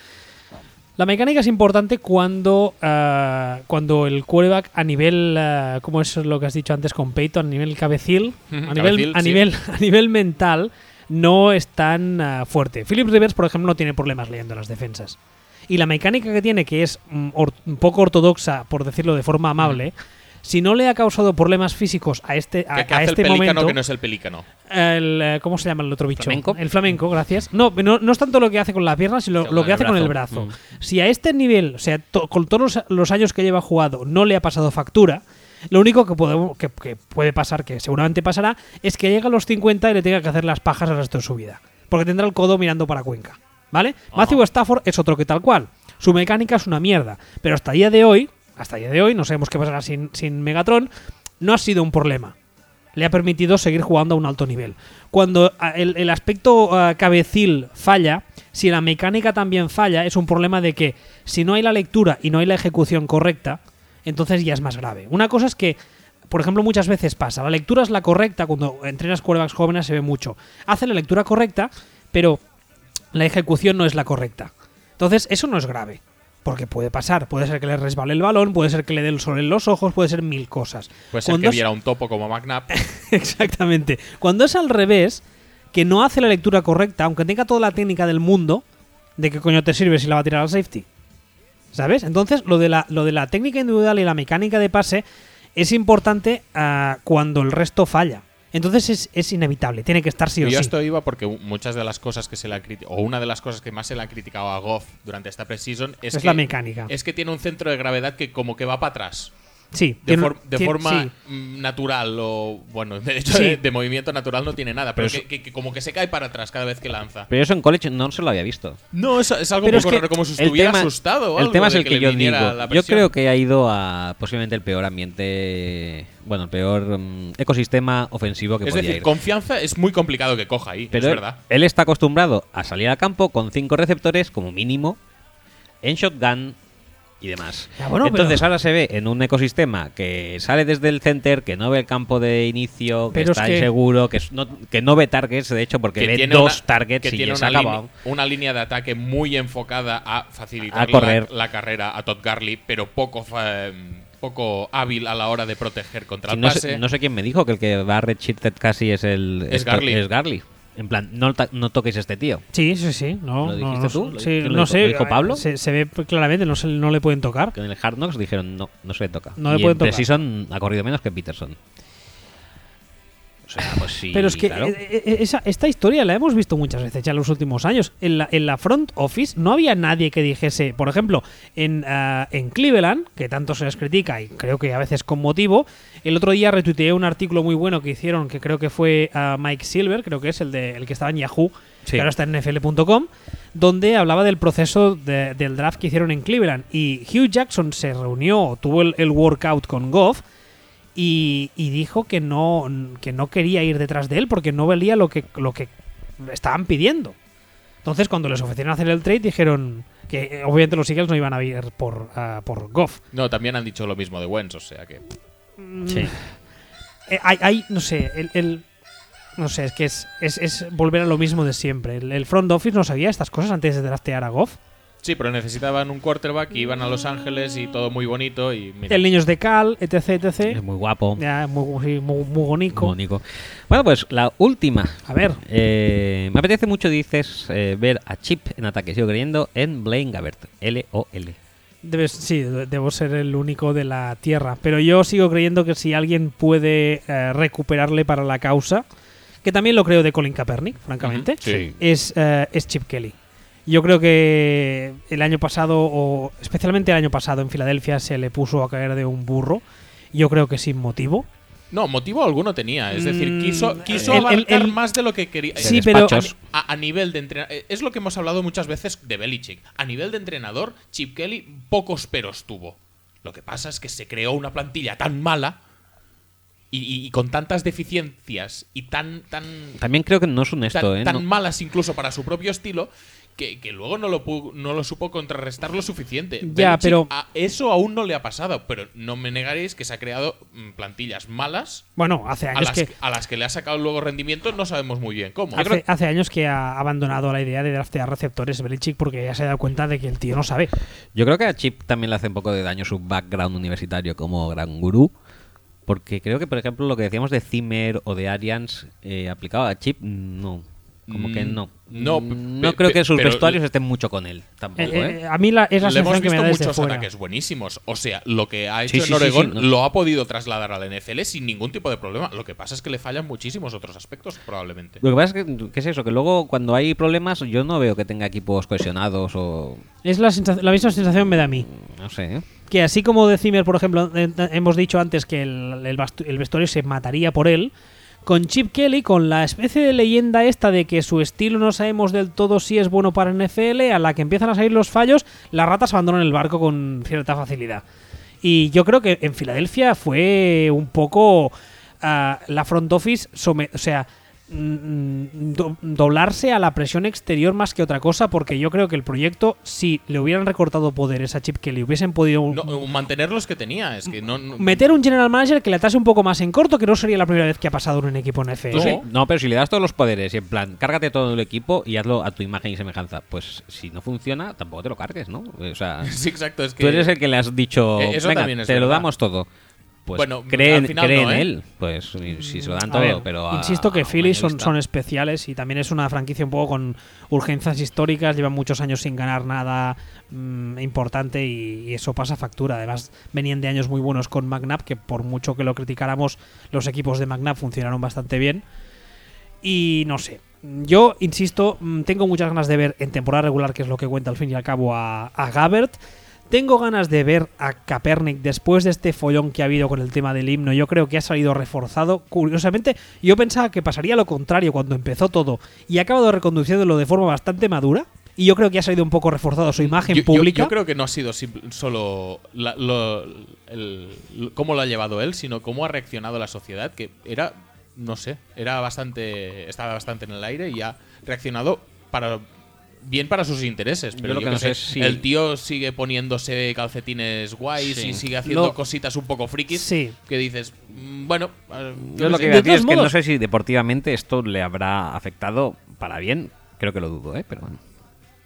Speaker 1: La mecánica es importante cuando, ah, cuando el quarterback a nivel, ah, como es lo que has dicho antes con Peyton, a nivel cabecil,
Speaker 3: Ujú,
Speaker 1: a nivel,
Speaker 3: cabecil,
Speaker 1: a
Speaker 3: sí.
Speaker 1: nivel, a nivel mental, no es tan ah, fuerte. Philip Rivers, por ejemplo, no tiene problemas leyendo las defensas. Y la mecánica que tiene, que es mm, or- un poco ortodoxa, por decirlo de forma amable, si no le ha causado problemas físicos a este, a,
Speaker 3: ¿Qué, qué
Speaker 1: a
Speaker 3: hace
Speaker 1: este
Speaker 3: el pelícano
Speaker 1: momento,
Speaker 3: que no es el pelícano?
Speaker 1: el, eh, ¿Cómo se llama el otro bicho?
Speaker 2: ¿Flamenco?
Speaker 1: El flamenco, gracias. No, no, no es tanto lo que hace con la pierna, sino lo,
Speaker 2: Sino con
Speaker 1: que
Speaker 2: el
Speaker 1: hace con el
Speaker 2: brazo. Mm.
Speaker 1: brazo. Si a este nivel, o sea, to- con todos los, los años que lleva jugado, no le ha pasado factura, lo único que, podemos, que, que puede pasar, que seguramente pasará, es que llegue a los 50 y le tenga que hacer las pajas al resto de su vida. Porque tendrá el codo mirando para Cuenca. ¿Vale? Matthew Stafford es otro que tal cual. Su mecánica es una mierda. Pero hasta día de hoy, hasta día de hoy, no sabemos qué pasará sin, sin Megatron, no ha sido un problema le ha permitido seguir jugando a un alto nivel. Cuando ah, el, el aspecto ah, cabecil falla, si la mecánica también falla, es un problema de que si no hay la lectura y no hay la ejecución correcta, entonces ya es más grave. Una cosa es que, por ejemplo, muchas veces pasa, la lectura es la correcta, cuando entrenas quarterbacks jóvenes se ve mucho. Hace la lectura correcta, pero la ejecución no es la correcta. Entonces, eso no es grave, porque puede pasar. Puede ser que le resbale el balón, puede ser que le dé el sol en los ojos, puede ser mil cosas.
Speaker 3: Puede ser
Speaker 1: Cuando
Speaker 3: que
Speaker 1: es-
Speaker 3: viera un topo como McNabb.
Speaker 1: Exactamente. Cuando es al revés, que no hace la lectura correcta, aunque tenga toda la técnica del mundo, ¿de qué coño te sirve si la va a tirar al safety? ¿Sabes? Entonces, lo de la, lo de la técnica individual y la mecánica de pase es importante ah, cuando el resto falla. Entonces es, es inevitable, tiene que estar sí o
Speaker 3: yo
Speaker 1: sí.
Speaker 3: esto iba porque muchas de las cosas que se le ha criticado, o una de las cosas que más se le ha criticado a Goff durante esta preseason es,
Speaker 1: Es
Speaker 3: que-
Speaker 1: la mecánica.
Speaker 3: Es que tiene un centro de gravedad que como que va para atrás.
Speaker 1: sí,
Speaker 3: De,
Speaker 1: tiene-
Speaker 3: for- de
Speaker 1: tiene-
Speaker 3: forma
Speaker 1: sí.
Speaker 3: mm, natural o bueno, de hecho
Speaker 1: Sí.
Speaker 3: de, de movimiento natural no tiene nada, pero,
Speaker 2: Pero
Speaker 3: que, que- que como que se cae para atrás cada vez que lanza.
Speaker 2: Pero yo eso en college no se lo había visto.
Speaker 3: No, es, es algo
Speaker 1: Pero
Speaker 3: un
Speaker 1: es
Speaker 3: poco
Speaker 1: que
Speaker 3: raro, como si estuviera asustado. o
Speaker 2: el
Speaker 3: algo
Speaker 2: tema es
Speaker 3: de
Speaker 2: el que,
Speaker 3: le
Speaker 2: yo digo.
Speaker 3: viniera la
Speaker 2: Yo
Speaker 3: presión.
Speaker 2: creo que ha ido a posiblemente el peor ambiente, bueno, el peor mm, ecosistema ofensivo que
Speaker 3: Es
Speaker 2: podía
Speaker 3: decir,
Speaker 2: ir.
Speaker 3: confianza es muy complicado que coja ahí,
Speaker 2: Pero
Speaker 3: es
Speaker 2: él-
Speaker 3: verdad.
Speaker 2: él está acostumbrado a salir al campo con cinco receptores como mínimo, en shotgun y demás.
Speaker 1: Ya, bueno,
Speaker 2: Entonces
Speaker 1: pero-
Speaker 2: ahora se ve en un ecosistema que sale desde el center, que no ve el campo de inicio, que
Speaker 1: Pero es
Speaker 2: está
Speaker 1: que-
Speaker 2: inseguro, que, es- no, que no ve targets, de hecho, porque ve dos
Speaker 3: una-
Speaker 2: targets
Speaker 3: que
Speaker 2: y
Speaker 3: tiene
Speaker 2: ya se
Speaker 3: una,
Speaker 2: ha
Speaker 3: línea-
Speaker 2: acabado.
Speaker 3: una línea de ataque muy enfocada a facilitar
Speaker 2: A correr.
Speaker 3: La, la carrera a Todd Gurley, pero poco, fa- em, poco hábil a la hora de proteger contra
Speaker 2: Sí,
Speaker 3: el
Speaker 2: no,
Speaker 3: pase.
Speaker 2: sé, no sé quién me dijo que el que va a redshifted casi es el
Speaker 3: Es Garly.
Speaker 2: es Garly. En plan, no, ta- no toquéis a este tío.
Speaker 1: Sí, sí, sí. No,
Speaker 2: ¿Lo
Speaker 1: no,
Speaker 2: dijiste
Speaker 1: no,
Speaker 2: tú? ¿Lo-
Speaker 1: sí,
Speaker 2: quién lo
Speaker 1: no
Speaker 2: dijo?
Speaker 1: sé.
Speaker 2: ¿Lo dijo Pablo?
Speaker 1: Se, se ve pues, claramente, no, se, no le pueden tocar.
Speaker 2: Que en el Hard Knocks dijeron no, no se le toca.
Speaker 1: No le
Speaker 2: y
Speaker 1: pueden
Speaker 2: en
Speaker 1: tocar.
Speaker 2: Precision ha corrido menos que Peterson. O sea, pues sí.
Speaker 1: Pero es que
Speaker 2: claro.
Speaker 1: eh, eh, eh, esa- esta historia la hemos visto muchas veces ya en los últimos años. En la, en la front office no había nadie que dijese, por ejemplo, en, ah, en Cleveland, que tanto se les critica y creo que a veces con motivo, el otro día retuiteé un artículo muy bueno que hicieron, que creo que fue a Mike Silver, creo que es el, de, el que estaba en Yahoo,
Speaker 2: Sí.
Speaker 1: que ahora está en NFL.com, donde hablaba del proceso de- del draft que hicieron en Cleveland. Y Hugh Jackson se reunió, tuvo el- el workout con Goff y, y dijo que no, que no quería ir detrás de él porque no valía lo que, lo que estaban pidiendo. Entonces, cuando les ofrecieron hacer el trade, dijeron que eh, obviamente los Eagles no iban a ir por, ah, por Goff.
Speaker 3: No, también han dicho lo mismo de Wentz, o sea que.
Speaker 2: Sí.
Speaker 1: Eh, hay, hay- no sé, el, el- no sé, es que es, es, es volver a lo mismo de siempre. El, el front office no sabía estas cosas antes de draftear a Goff.
Speaker 3: Sí, pero necesitaban un quarterback y iban a Los Ángeles y todo muy bonito y mira.
Speaker 1: El niño es de Cal, etc, etc.
Speaker 2: Es muy guapo.
Speaker 1: Ya, muy, sí, muy, muy bonico.
Speaker 2: Mónico. Bueno, pues la última.
Speaker 1: A ver.
Speaker 2: Eh, me apetece mucho, dices, eh, ver a Chip en ataque. Sigo creyendo en Blaine Gabbert. L-O-L.
Speaker 1: Debes, sí, de- debo ser el único de la Tierra. Pero yo sigo creyendo que si alguien puede eh, recuperarle para la causa, que también lo creo de Colin Kaepernick, francamente,
Speaker 3: Ujú, sí.
Speaker 1: es, eh, es Chip Kelly. Yo creo que el año pasado, o especialmente el año pasado en Filadelfia, se le puso a caer de un burro. Yo creo que sin motivo.
Speaker 3: No, motivo alguno tenía. Es decir,
Speaker 1: Mm,
Speaker 3: quiso, quiso
Speaker 1: el- el-
Speaker 3: abarcar
Speaker 1: el-
Speaker 3: más de lo que quería.
Speaker 1: Sí,
Speaker 3: Eh,
Speaker 1: pero-
Speaker 2: despachos.
Speaker 3: A, a nivel de entrenador. Es lo que hemos hablado muchas veces de Belichick. A nivel de entrenador, Chip Kelly pocos peros tuvo. Lo que pasa es que se creó una plantilla tan mala y, y- y con tantas deficiencias y tan, tan,
Speaker 2: También creo que no es
Speaker 3: tan,
Speaker 2: honesto, ¿eh?
Speaker 3: tan
Speaker 2: No-
Speaker 3: malas incluso para su propio estilo. Que, que luego no lo, pu- no lo supo contrarrestar lo suficiente.
Speaker 1: Ya,
Speaker 3: Belichick
Speaker 1: pero-
Speaker 3: a- eso aún no le ha pasado, pero no me negaréis que se ha creado mm, plantillas malas
Speaker 1: Bueno, hace
Speaker 3: a
Speaker 1: años
Speaker 3: las,
Speaker 1: que.
Speaker 3: a las que le ha sacado luego rendimiento no sabemos muy bien cómo.
Speaker 1: Hace, hace años que ha abandonado la idea de draftear receptores Belichick porque ya se ha dado cuenta de que el tío no sabe.
Speaker 2: Yo creo que a Chip también le hace un poco de daño su background universitario como gran gurú. Porque creo que, por ejemplo, lo que decíamos de Zimmer o de Arians eh, aplicado a Chip, no. Como que no.
Speaker 3: Mm,
Speaker 2: Mm,
Speaker 3: no, pe-
Speaker 2: no
Speaker 3: pe-
Speaker 2: creo que
Speaker 3: pe-
Speaker 2: sus
Speaker 3: pero-
Speaker 2: vestuarios estén mucho con él. Tampoco,
Speaker 1: Eh,
Speaker 2: ¿eh?
Speaker 1: eh, a mí la, es la
Speaker 3: le hemos
Speaker 1: sensación que me da
Speaker 3: visto
Speaker 1: desde
Speaker 3: muchos
Speaker 1: fuera.
Speaker 3: ataques buenísimos. O sea, lo que ha hecho
Speaker 2: Sí, sí,
Speaker 3: en
Speaker 2: sí,
Speaker 3: Oregón
Speaker 2: sí, no.
Speaker 3: lo ha podido trasladar a la NFL sin ningún tipo de problema. Lo que pasa es que le fallan muchísimos otros aspectos, probablemente.
Speaker 2: Lo que pasa es que, ¿qué es eso? Que luego cuando hay problemas yo no veo que tenga equipos cohesionados o...
Speaker 1: Es la, sensa- la misma sensación me da a mí.
Speaker 2: No sé, ¿eh?
Speaker 1: Que así como de Zimmer, por ejemplo, eh, hemos dicho antes que el, el bastu- el vestuario se mataría por él, con Chip Kelly, con la especie de leyenda esta de que su estilo no sabemos del todo si es bueno para NFL, a la que empiezan a salir los fallos, las ratas abandonan el barco con cierta facilidad. Y yo creo que en Filadelfia fue un poco ah, la front office, some- o sea, mm, do- doblarse a la presión exterior más que otra cosa, porque yo creo que el proyecto, si le hubieran recortado poderes a Chip Kelly, hubiesen podido
Speaker 3: No, eh, mantener los que tenía. Es que no. no-
Speaker 1: meter un general manager que le atase un poco más en corto, que no sería la primera vez que ha pasado en un equipo en FL.
Speaker 3: No.
Speaker 2: Sí, No, pero si le das todos los poderes y en plan, cárgate todo el equipo y hazlo a tu imagen y semejanza, pues si no funciona, tampoco te lo cargues, ¿no? O sea,
Speaker 3: Sí, exacto. Es que
Speaker 2: tú eres el que E-, le has dicho,
Speaker 3: Eh, eso
Speaker 2: venga, te
Speaker 3: también es
Speaker 2: lo
Speaker 3: verdad".
Speaker 2: damos todo. Pues
Speaker 3: Bueno,
Speaker 2: cree, en-
Speaker 3: al final
Speaker 2: cree
Speaker 3: no,
Speaker 2: en
Speaker 3: ¿eh?
Speaker 2: él, pues si si se lo dan
Speaker 1: A
Speaker 2: todo,
Speaker 1: ver,
Speaker 2: pero a-
Speaker 1: insisto
Speaker 2: a
Speaker 1: que
Speaker 2: un
Speaker 1: Phillies
Speaker 2: año
Speaker 1: son,
Speaker 2: vista.
Speaker 1: son especiales y también es una franquicia un poco con urgencias históricas, llevan muchos años sin ganar nada mm, importante y, y eso pasa factura. Además, venían de años muy buenos con McNabb, que por mucho que lo criticáramos, los equipos de McNabb funcionaron bastante bien. Y no sé. Yo, insisto, mm, tengo muchas ganas de ver en temporada regular, que es lo que cuenta al fin y al cabo a, a Gabbert. Tengo ganas de ver a Kaepernick después de este follón que ha habido con el tema del himno. Yo creo que ha salido reforzado. Curiosamente, yo pensaba que pasaría lo contrario cuando empezó todo y ha acabado reconduciéndolo de forma bastante madura. Y yo creo que ha salido un poco reforzado su imagen
Speaker 3: Mm, Yo- yo-
Speaker 1: pública.
Speaker 3: Yo, creo que no ha sido simple- solo la- lo- el- lo- cómo lo ha llevado él, sino cómo ha reaccionado la sociedad, que era, no sé, era bastante, estaba bastante en el aire y ha reaccionado para bien para sus intereses. Pero
Speaker 2: lo
Speaker 3: yo
Speaker 2: que
Speaker 3: qué
Speaker 2: no sé
Speaker 3: sé,
Speaker 2: es si-
Speaker 3: el tío sigue poniéndose calcetines guays
Speaker 2: Sí.
Speaker 3: y sigue haciendo
Speaker 1: Lo-
Speaker 3: cositas un poco frikis.
Speaker 1: Sí.
Speaker 3: Que dices, mm, bueno, eh,
Speaker 2: Yo lo
Speaker 3: no
Speaker 2: que
Speaker 3: sé.
Speaker 2: iba a
Speaker 1: De
Speaker 2: decir es
Speaker 1: todos
Speaker 2: que no
Speaker 1: modos-
Speaker 2: sé si deportivamente esto le habrá afectado para bien. Creo que lo dudo, ¿eh? Pero bueno.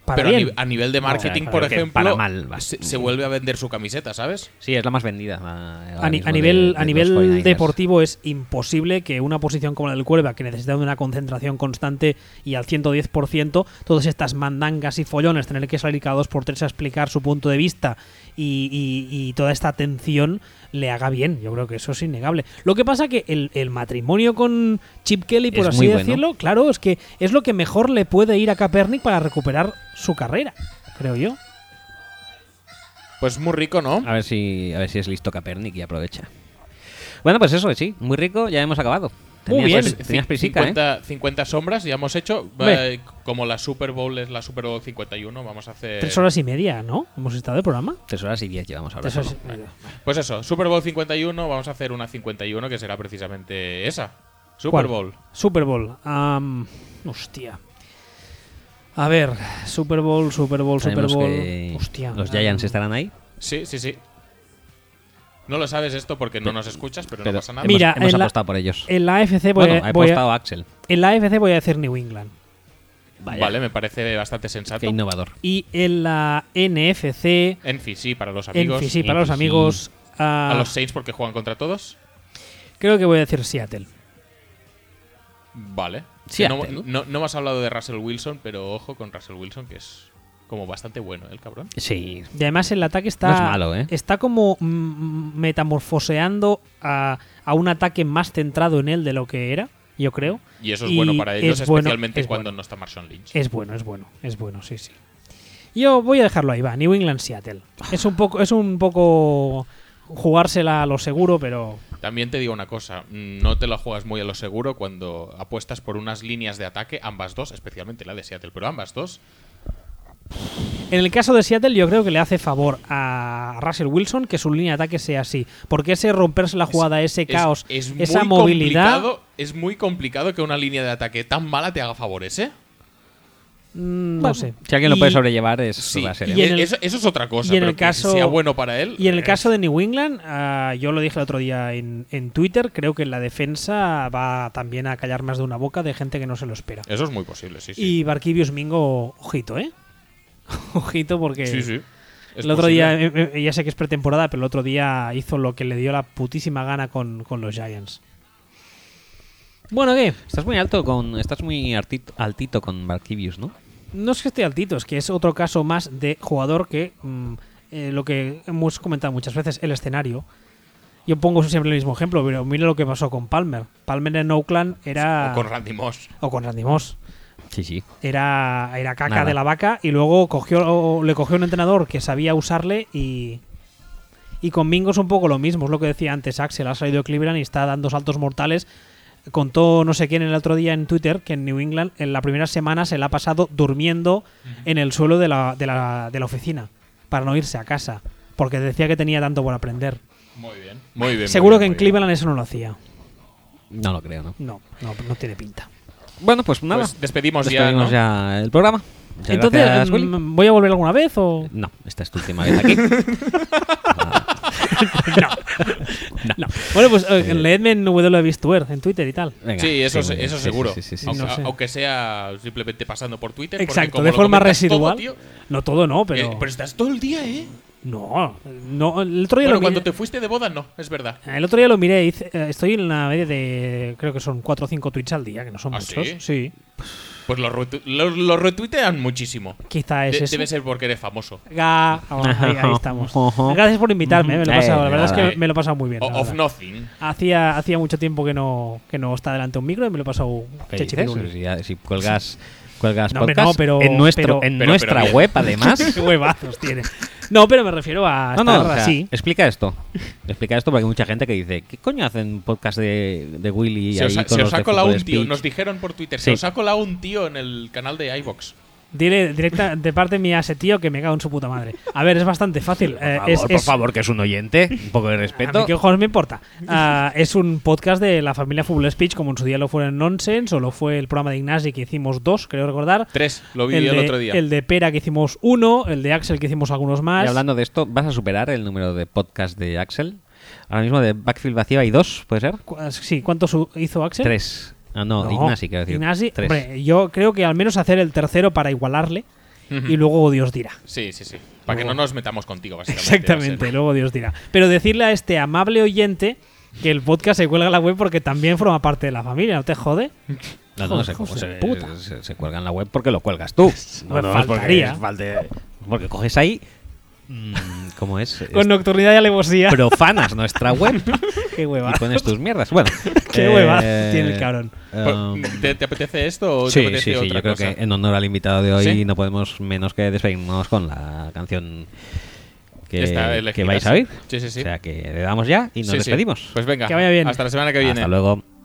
Speaker 1: Para
Speaker 3: Pero a
Speaker 1: bien.
Speaker 3: ni- a nivel de marketing,
Speaker 2: claro,
Speaker 3: por
Speaker 2: que
Speaker 3: ejemplo,
Speaker 2: para mal, va.
Speaker 3: se, se vuelve a vender su camiseta, ¿sabes?
Speaker 2: Sí, es la más vendida. la- ahora
Speaker 1: A, ni-
Speaker 2: mismo
Speaker 1: a
Speaker 2: de-
Speaker 1: nivel,
Speaker 2: de
Speaker 1: a
Speaker 2: los
Speaker 1: nivel
Speaker 2: 49ers.
Speaker 1: deportivo es imposible que una posición como la del cuerva, que necesita de una concentración constante y al 110%, todas estas mandangas y follones, tener que salir cada dos por tres a explicar su punto de vista y, y- y toda esta atención le haga bien. Yo creo que eso es innegable. Lo que pasa que el, el matrimonio con Chip Kelly, por
Speaker 2: Es
Speaker 1: así
Speaker 2: muy bueno.
Speaker 1: decirlo, claro, es que es lo que mejor le puede ir a Kaepernick para recuperar su carrera, creo yo.
Speaker 3: Pues muy rico, ¿no?
Speaker 2: A ver si, a ver si es listo Capernic y aprovecha. Bueno, pues eso, sí, muy rico, ya hemos acabado.
Speaker 1: Muy
Speaker 2: Tenías-
Speaker 1: bien.
Speaker 2: pues, tenías
Speaker 3: Cin-
Speaker 2: prisica, ¿eh?
Speaker 3: 50, 50 sombras ya hemos hecho.
Speaker 1: Hombre.
Speaker 3: Eh, como la Super Bowl es la Super Bowl 51, vamos a hacer.
Speaker 1: Tres horas y media, ¿no? Hemos estado de programa.
Speaker 2: Tres horas y diez llevamos ahora.
Speaker 1: Tres horas
Speaker 2: solo.
Speaker 1: y media.
Speaker 3: Pues eso, Super Bowl 51, vamos a hacer una 51 que será precisamente esa. Super
Speaker 1: ¿Cuál?
Speaker 3: Bowl.
Speaker 1: Super Bowl. Am, hostia. A ver, Super Bowl, Super Bowl, Super
Speaker 2: Sabemos
Speaker 1: Bowl.
Speaker 2: que
Speaker 1: Hostia.
Speaker 2: Los Giants
Speaker 1: am,
Speaker 2: estarán ahí.
Speaker 3: Sí, sí, sí. No lo sabes esto porque no nos escuchas, pero,
Speaker 2: Pero
Speaker 3: no pasa nada.
Speaker 2: hemos-
Speaker 1: Mira,
Speaker 2: hemos,
Speaker 1: en la-
Speaker 2: apostado por ellos.
Speaker 1: En la AFC voy,
Speaker 2: Bueno, ha
Speaker 1: a, voy a-
Speaker 2: apostado Axel.
Speaker 1: en la AFC voy a decir New England.
Speaker 2: Vaya,
Speaker 3: Vale, me parece bastante
Speaker 2: qué
Speaker 3: sensato.
Speaker 2: innovador.
Speaker 1: Y en la NFC,
Speaker 3: Enfi, sí, para los amigos.
Speaker 1: en sí, para los
Speaker 2: NFC.
Speaker 1: amigos, ah,
Speaker 3: A los Saints porque juegan contra todos.
Speaker 1: creo que voy a decir Seattle.
Speaker 3: Vale.
Speaker 2: Sí,
Speaker 3: Que no,
Speaker 2: hazte, ¿no?
Speaker 3: no- no hemos hablado de Russell Wilson, pero ojo con Russell Wilson, que es como bastante bueno, ¿eh, el cabrón.
Speaker 2: Sí.
Speaker 1: Y además el ataque está,
Speaker 2: No es malo, ¿eh?
Speaker 1: está como mm, metamorfoseando a, a un ataque más centrado en él de lo que era, yo creo.
Speaker 3: Y eso es
Speaker 1: Y
Speaker 3: bueno para ellos,
Speaker 1: es bueno-
Speaker 3: especialmente
Speaker 1: es
Speaker 3: cuando
Speaker 1: bueno.
Speaker 3: no está Marshawn Lynch.
Speaker 1: Es bueno, es bueno, es bueno, sí, sí. Yo voy a dejarlo ahí, va. New England Seattle. Es un poco, es un poco jugársela a lo seguro, pero
Speaker 3: También te digo una cosa, mm, no te la juegas muy a lo seguro cuando apuestas por unas líneas de ataque, ambas dos, especialmente la de Seattle, pero ambas dos.
Speaker 1: en el caso de Seattle yo creo que le hace favor a Russell Wilson que su línea de ataque sea así, porque ese romperse la jugada, ese
Speaker 3: es-
Speaker 1: caos,
Speaker 3: es
Speaker 1: esa
Speaker 3: muy
Speaker 1: movilidad,
Speaker 3: complicado- Es muy complicado que una línea de ataque tan mala te haga favores, ¿eh?
Speaker 1: mm, no sé.
Speaker 2: Si alguien lo
Speaker 1: Y-
Speaker 2: puede sobrellevar es
Speaker 3: Sí,
Speaker 2: la
Speaker 1: y
Speaker 2: serie.
Speaker 1: en el-
Speaker 3: eso, eso es otra cosa.
Speaker 1: y en
Speaker 3: pero
Speaker 1: el
Speaker 3: que
Speaker 1: caso-
Speaker 3: sea bueno para él.
Speaker 1: Y en el
Speaker 3: eh,
Speaker 1: caso de New England, ah, yo lo dije el otro día en, en Twitter, creo que la defensa va también a callar más de una boca de gente que no se lo espera.
Speaker 3: Eso es muy posible, sí, sí.
Speaker 1: Y Barquibius Mingo, ojito, ¿eh? ojito porque
Speaker 3: sí, sí. Es
Speaker 1: el otro
Speaker 3: posible.
Speaker 1: día, eh, eh, ya sé que es pretemporada, pero el otro día hizo lo que le dio la putísima gana con, con los Giants. Bueno, ¿qué?
Speaker 2: Estás muy alto con. Estás muy artito- altito con Marquivius, ¿no?
Speaker 1: No es que esté altito, es que es otro caso más de jugador que mm, eh, lo que hemos comentado muchas veces, el escenario. Yo pongo siempre el mismo ejemplo, pero mira lo que pasó con Palmer. Palmer en Oakland era.
Speaker 3: O con Randy Moss.
Speaker 1: o con Randy Moss.
Speaker 2: Sí, sí.
Speaker 1: Era, era caca
Speaker 2: Nada.
Speaker 1: de la vaca y luego cogió, le cogió un entrenador que sabía usarle y. Y con Mingo es un poco lo mismo, es lo que decía antes Axel, ha salido de Cleveland y está dando saltos mortales. Contó no sé quién el otro día en Twitter que en New England en la primera semana se la ha pasado durmiendo en el suelo de la, de la, de la oficina para no irse a casa, porque decía que tenía tanto por aprender.
Speaker 3: Muy bien. Muy bien.
Speaker 1: Seguro que en
Speaker 3: muy bien, muy bien.
Speaker 1: Cleveland eso no lo hacía.
Speaker 2: No lo creo, ¿no?
Speaker 1: No, no, no tiene pinta.
Speaker 2: Bueno, pues nada.
Speaker 3: Pues despedimos,
Speaker 2: despedimos
Speaker 3: ya, ¿no?
Speaker 2: ya el programa. Muchas
Speaker 1: Entonces,
Speaker 2: gracias, Willy.
Speaker 1: mm, ¿voy a volver alguna vez o...?
Speaker 2: No, esta es tu última vez aquí.
Speaker 1: No. No. Bueno, pues eh, leedme en WBistuer, en Twitter y tal.
Speaker 2: Venga,
Speaker 3: Sí, eso,
Speaker 2: sí,
Speaker 3: se-
Speaker 2: muy bien.
Speaker 3: eso
Speaker 2: Sí,
Speaker 3: seguro.
Speaker 2: sí, sí, sí, sí.
Speaker 3: aunque,
Speaker 1: No sé.
Speaker 3: aunque sea simplemente pasando por Twitter. porque
Speaker 1: Exacto,
Speaker 3: como
Speaker 1: de
Speaker 3: lo
Speaker 1: forma
Speaker 3: comentas todo,
Speaker 1: residual.
Speaker 3: tío,
Speaker 1: no todo, no,
Speaker 3: eh,
Speaker 1: pero...
Speaker 3: pero estás todo el día, ¿eh?
Speaker 1: No, no, el otro día
Speaker 3: Bueno,
Speaker 1: lo
Speaker 3: cuando
Speaker 1: miré,
Speaker 3: te fuiste de boda, no, es verdad.
Speaker 1: el otro día lo miré, hice- eh, estoy en la media de, creo que son 4 o 5 tweets al día, que no son
Speaker 3: ¿Ah,
Speaker 1: muchos.
Speaker 3: sí?
Speaker 1: Sí,
Speaker 3: Pues lo, retu- lo- lo retuitean muchísimo.
Speaker 1: quizá es
Speaker 3: De-
Speaker 1: eso.
Speaker 3: debe ser porque eres famoso.
Speaker 1: Ah, ahí, ahí estamos.
Speaker 2: Ujú.
Speaker 1: Gracias por invitarme, eh, me lo he
Speaker 2: Eh,
Speaker 1: pasado, la verdad es
Speaker 2: nada.
Speaker 1: que me lo he pasado muy bien.
Speaker 3: O-
Speaker 1: la verdad.
Speaker 3: of nothing.
Speaker 1: Hacía, hacía mucho tiempo que no, que no está delante de un micro y me lo he pasado
Speaker 2: ¿Qué dices?
Speaker 1: chichirul.
Speaker 2: Si, ya- si cuelgas, cuelgas
Speaker 1: No, hombre,
Speaker 2: podcast
Speaker 1: no, pero-
Speaker 2: en, nuestro,
Speaker 1: pero-
Speaker 2: en
Speaker 3: Pero-
Speaker 2: nuestra
Speaker 3: pero bien.
Speaker 2: web, además.
Speaker 1: Qué huevazos tiene. No, pero me refiero a
Speaker 2: No,
Speaker 1: estar
Speaker 2: no, o sea,
Speaker 1: así.
Speaker 2: explica esto. Explica esto porque hay mucha gente que dice, ¿qué coño hacen podcast de, de Willy
Speaker 3: Se os,
Speaker 2: ahí
Speaker 3: ha-
Speaker 2: con
Speaker 3: se
Speaker 2: los
Speaker 3: os
Speaker 2: de
Speaker 3: ha colado
Speaker 2: Fútbol
Speaker 3: un tío,
Speaker 2: Speech?"
Speaker 3: nos dijeron por Twitter,
Speaker 2: Sí.
Speaker 3: se os ha colado un tío en el canal de iVox.
Speaker 1: Dile directa de parte mía a ese tío que me cago en su puta madre. A ver, es bastante fácil.
Speaker 2: Por
Speaker 1: eh,
Speaker 2: favor,
Speaker 1: es,
Speaker 2: por
Speaker 1: es-
Speaker 2: favor, que es un oyente. Un poco de
Speaker 1: A
Speaker 2: respeto.
Speaker 1: mí qué cojones me importa. Ah, es un podcast de la familia Fútbol Speech, como en su día lo fue en Nonsense, o lo fue el programa de Ignasi que hicimos dos, creo recordar.
Speaker 3: Tres, lo vi
Speaker 1: el,
Speaker 3: el,
Speaker 1: de,
Speaker 3: otro día.
Speaker 1: el de Pera que hicimos uno, el de Axel que hicimos algunos más.
Speaker 2: Y hablando de esto, ¿vas a superar el número de podcast de Axel? Ahora mismo de Backfield Vacío hay dos, ¿puede ser?
Speaker 1: Cu- ah, Sí, ¿cuántos su- hizo Axel?
Speaker 2: Tres. Ah, no, Ignasi, quiero decir.
Speaker 1: Ignasi,
Speaker 2: Tres.
Speaker 1: hombre, yo creo que al menos hacer el tercero para igualarle
Speaker 3: Ujú.
Speaker 1: y luego Dios dirá.
Speaker 3: Sí, sí, sí. Para que no nos metamos contigo, básicamente. va a
Speaker 1: Exactamente,
Speaker 3: ser.
Speaker 1: luego Dios dirá. Pero decirle a este amable oyente que el podcast se cuelga en la web porque también forma parte de la familia, ¿no te jode?
Speaker 2: No, no, se,
Speaker 1: Hijos
Speaker 2: se-
Speaker 1: de puta.
Speaker 2: se- se cuelga en la web porque lo cuelgas tú.
Speaker 1: Me
Speaker 2: no, es porque
Speaker 1: faltaría.
Speaker 2: es falte- porque coges ahí. mm, ¿Cómo es? Es-
Speaker 1: Con nocturnidad y alevosía.
Speaker 2: profanas nuestra web
Speaker 1: Qué hueva.
Speaker 2: y pones tus mierdas. Bueno, eh,
Speaker 1: Qué hueva tiene el cabrón.
Speaker 2: um,
Speaker 3: Pues, ¿Te, te apetece esto o te
Speaker 2: sí,
Speaker 3: apetece
Speaker 2: sí, sí,
Speaker 3: otra
Speaker 2: yo creo
Speaker 3: cosa?
Speaker 2: que en honor al invitado de hoy
Speaker 3: ¿Sí?
Speaker 2: no podemos menos que despedirnos con la canción que,
Speaker 3: Está
Speaker 2: que
Speaker 3: elegida,
Speaker 2: vais
Speaker 3: sí.
Speaker 2: a oír.
Speaker 3: Sí, sí, sí.
Speaker 2: O sea que le damos ya y nos
Speaker 3: Sí, sí.
Speaker 2: despedimos.
Speaker 3: Pues venga,
Speaker 1: Que vaya bien.
Speaker 3: hasta la semana que viene.
Speaker 2: Hasta luego.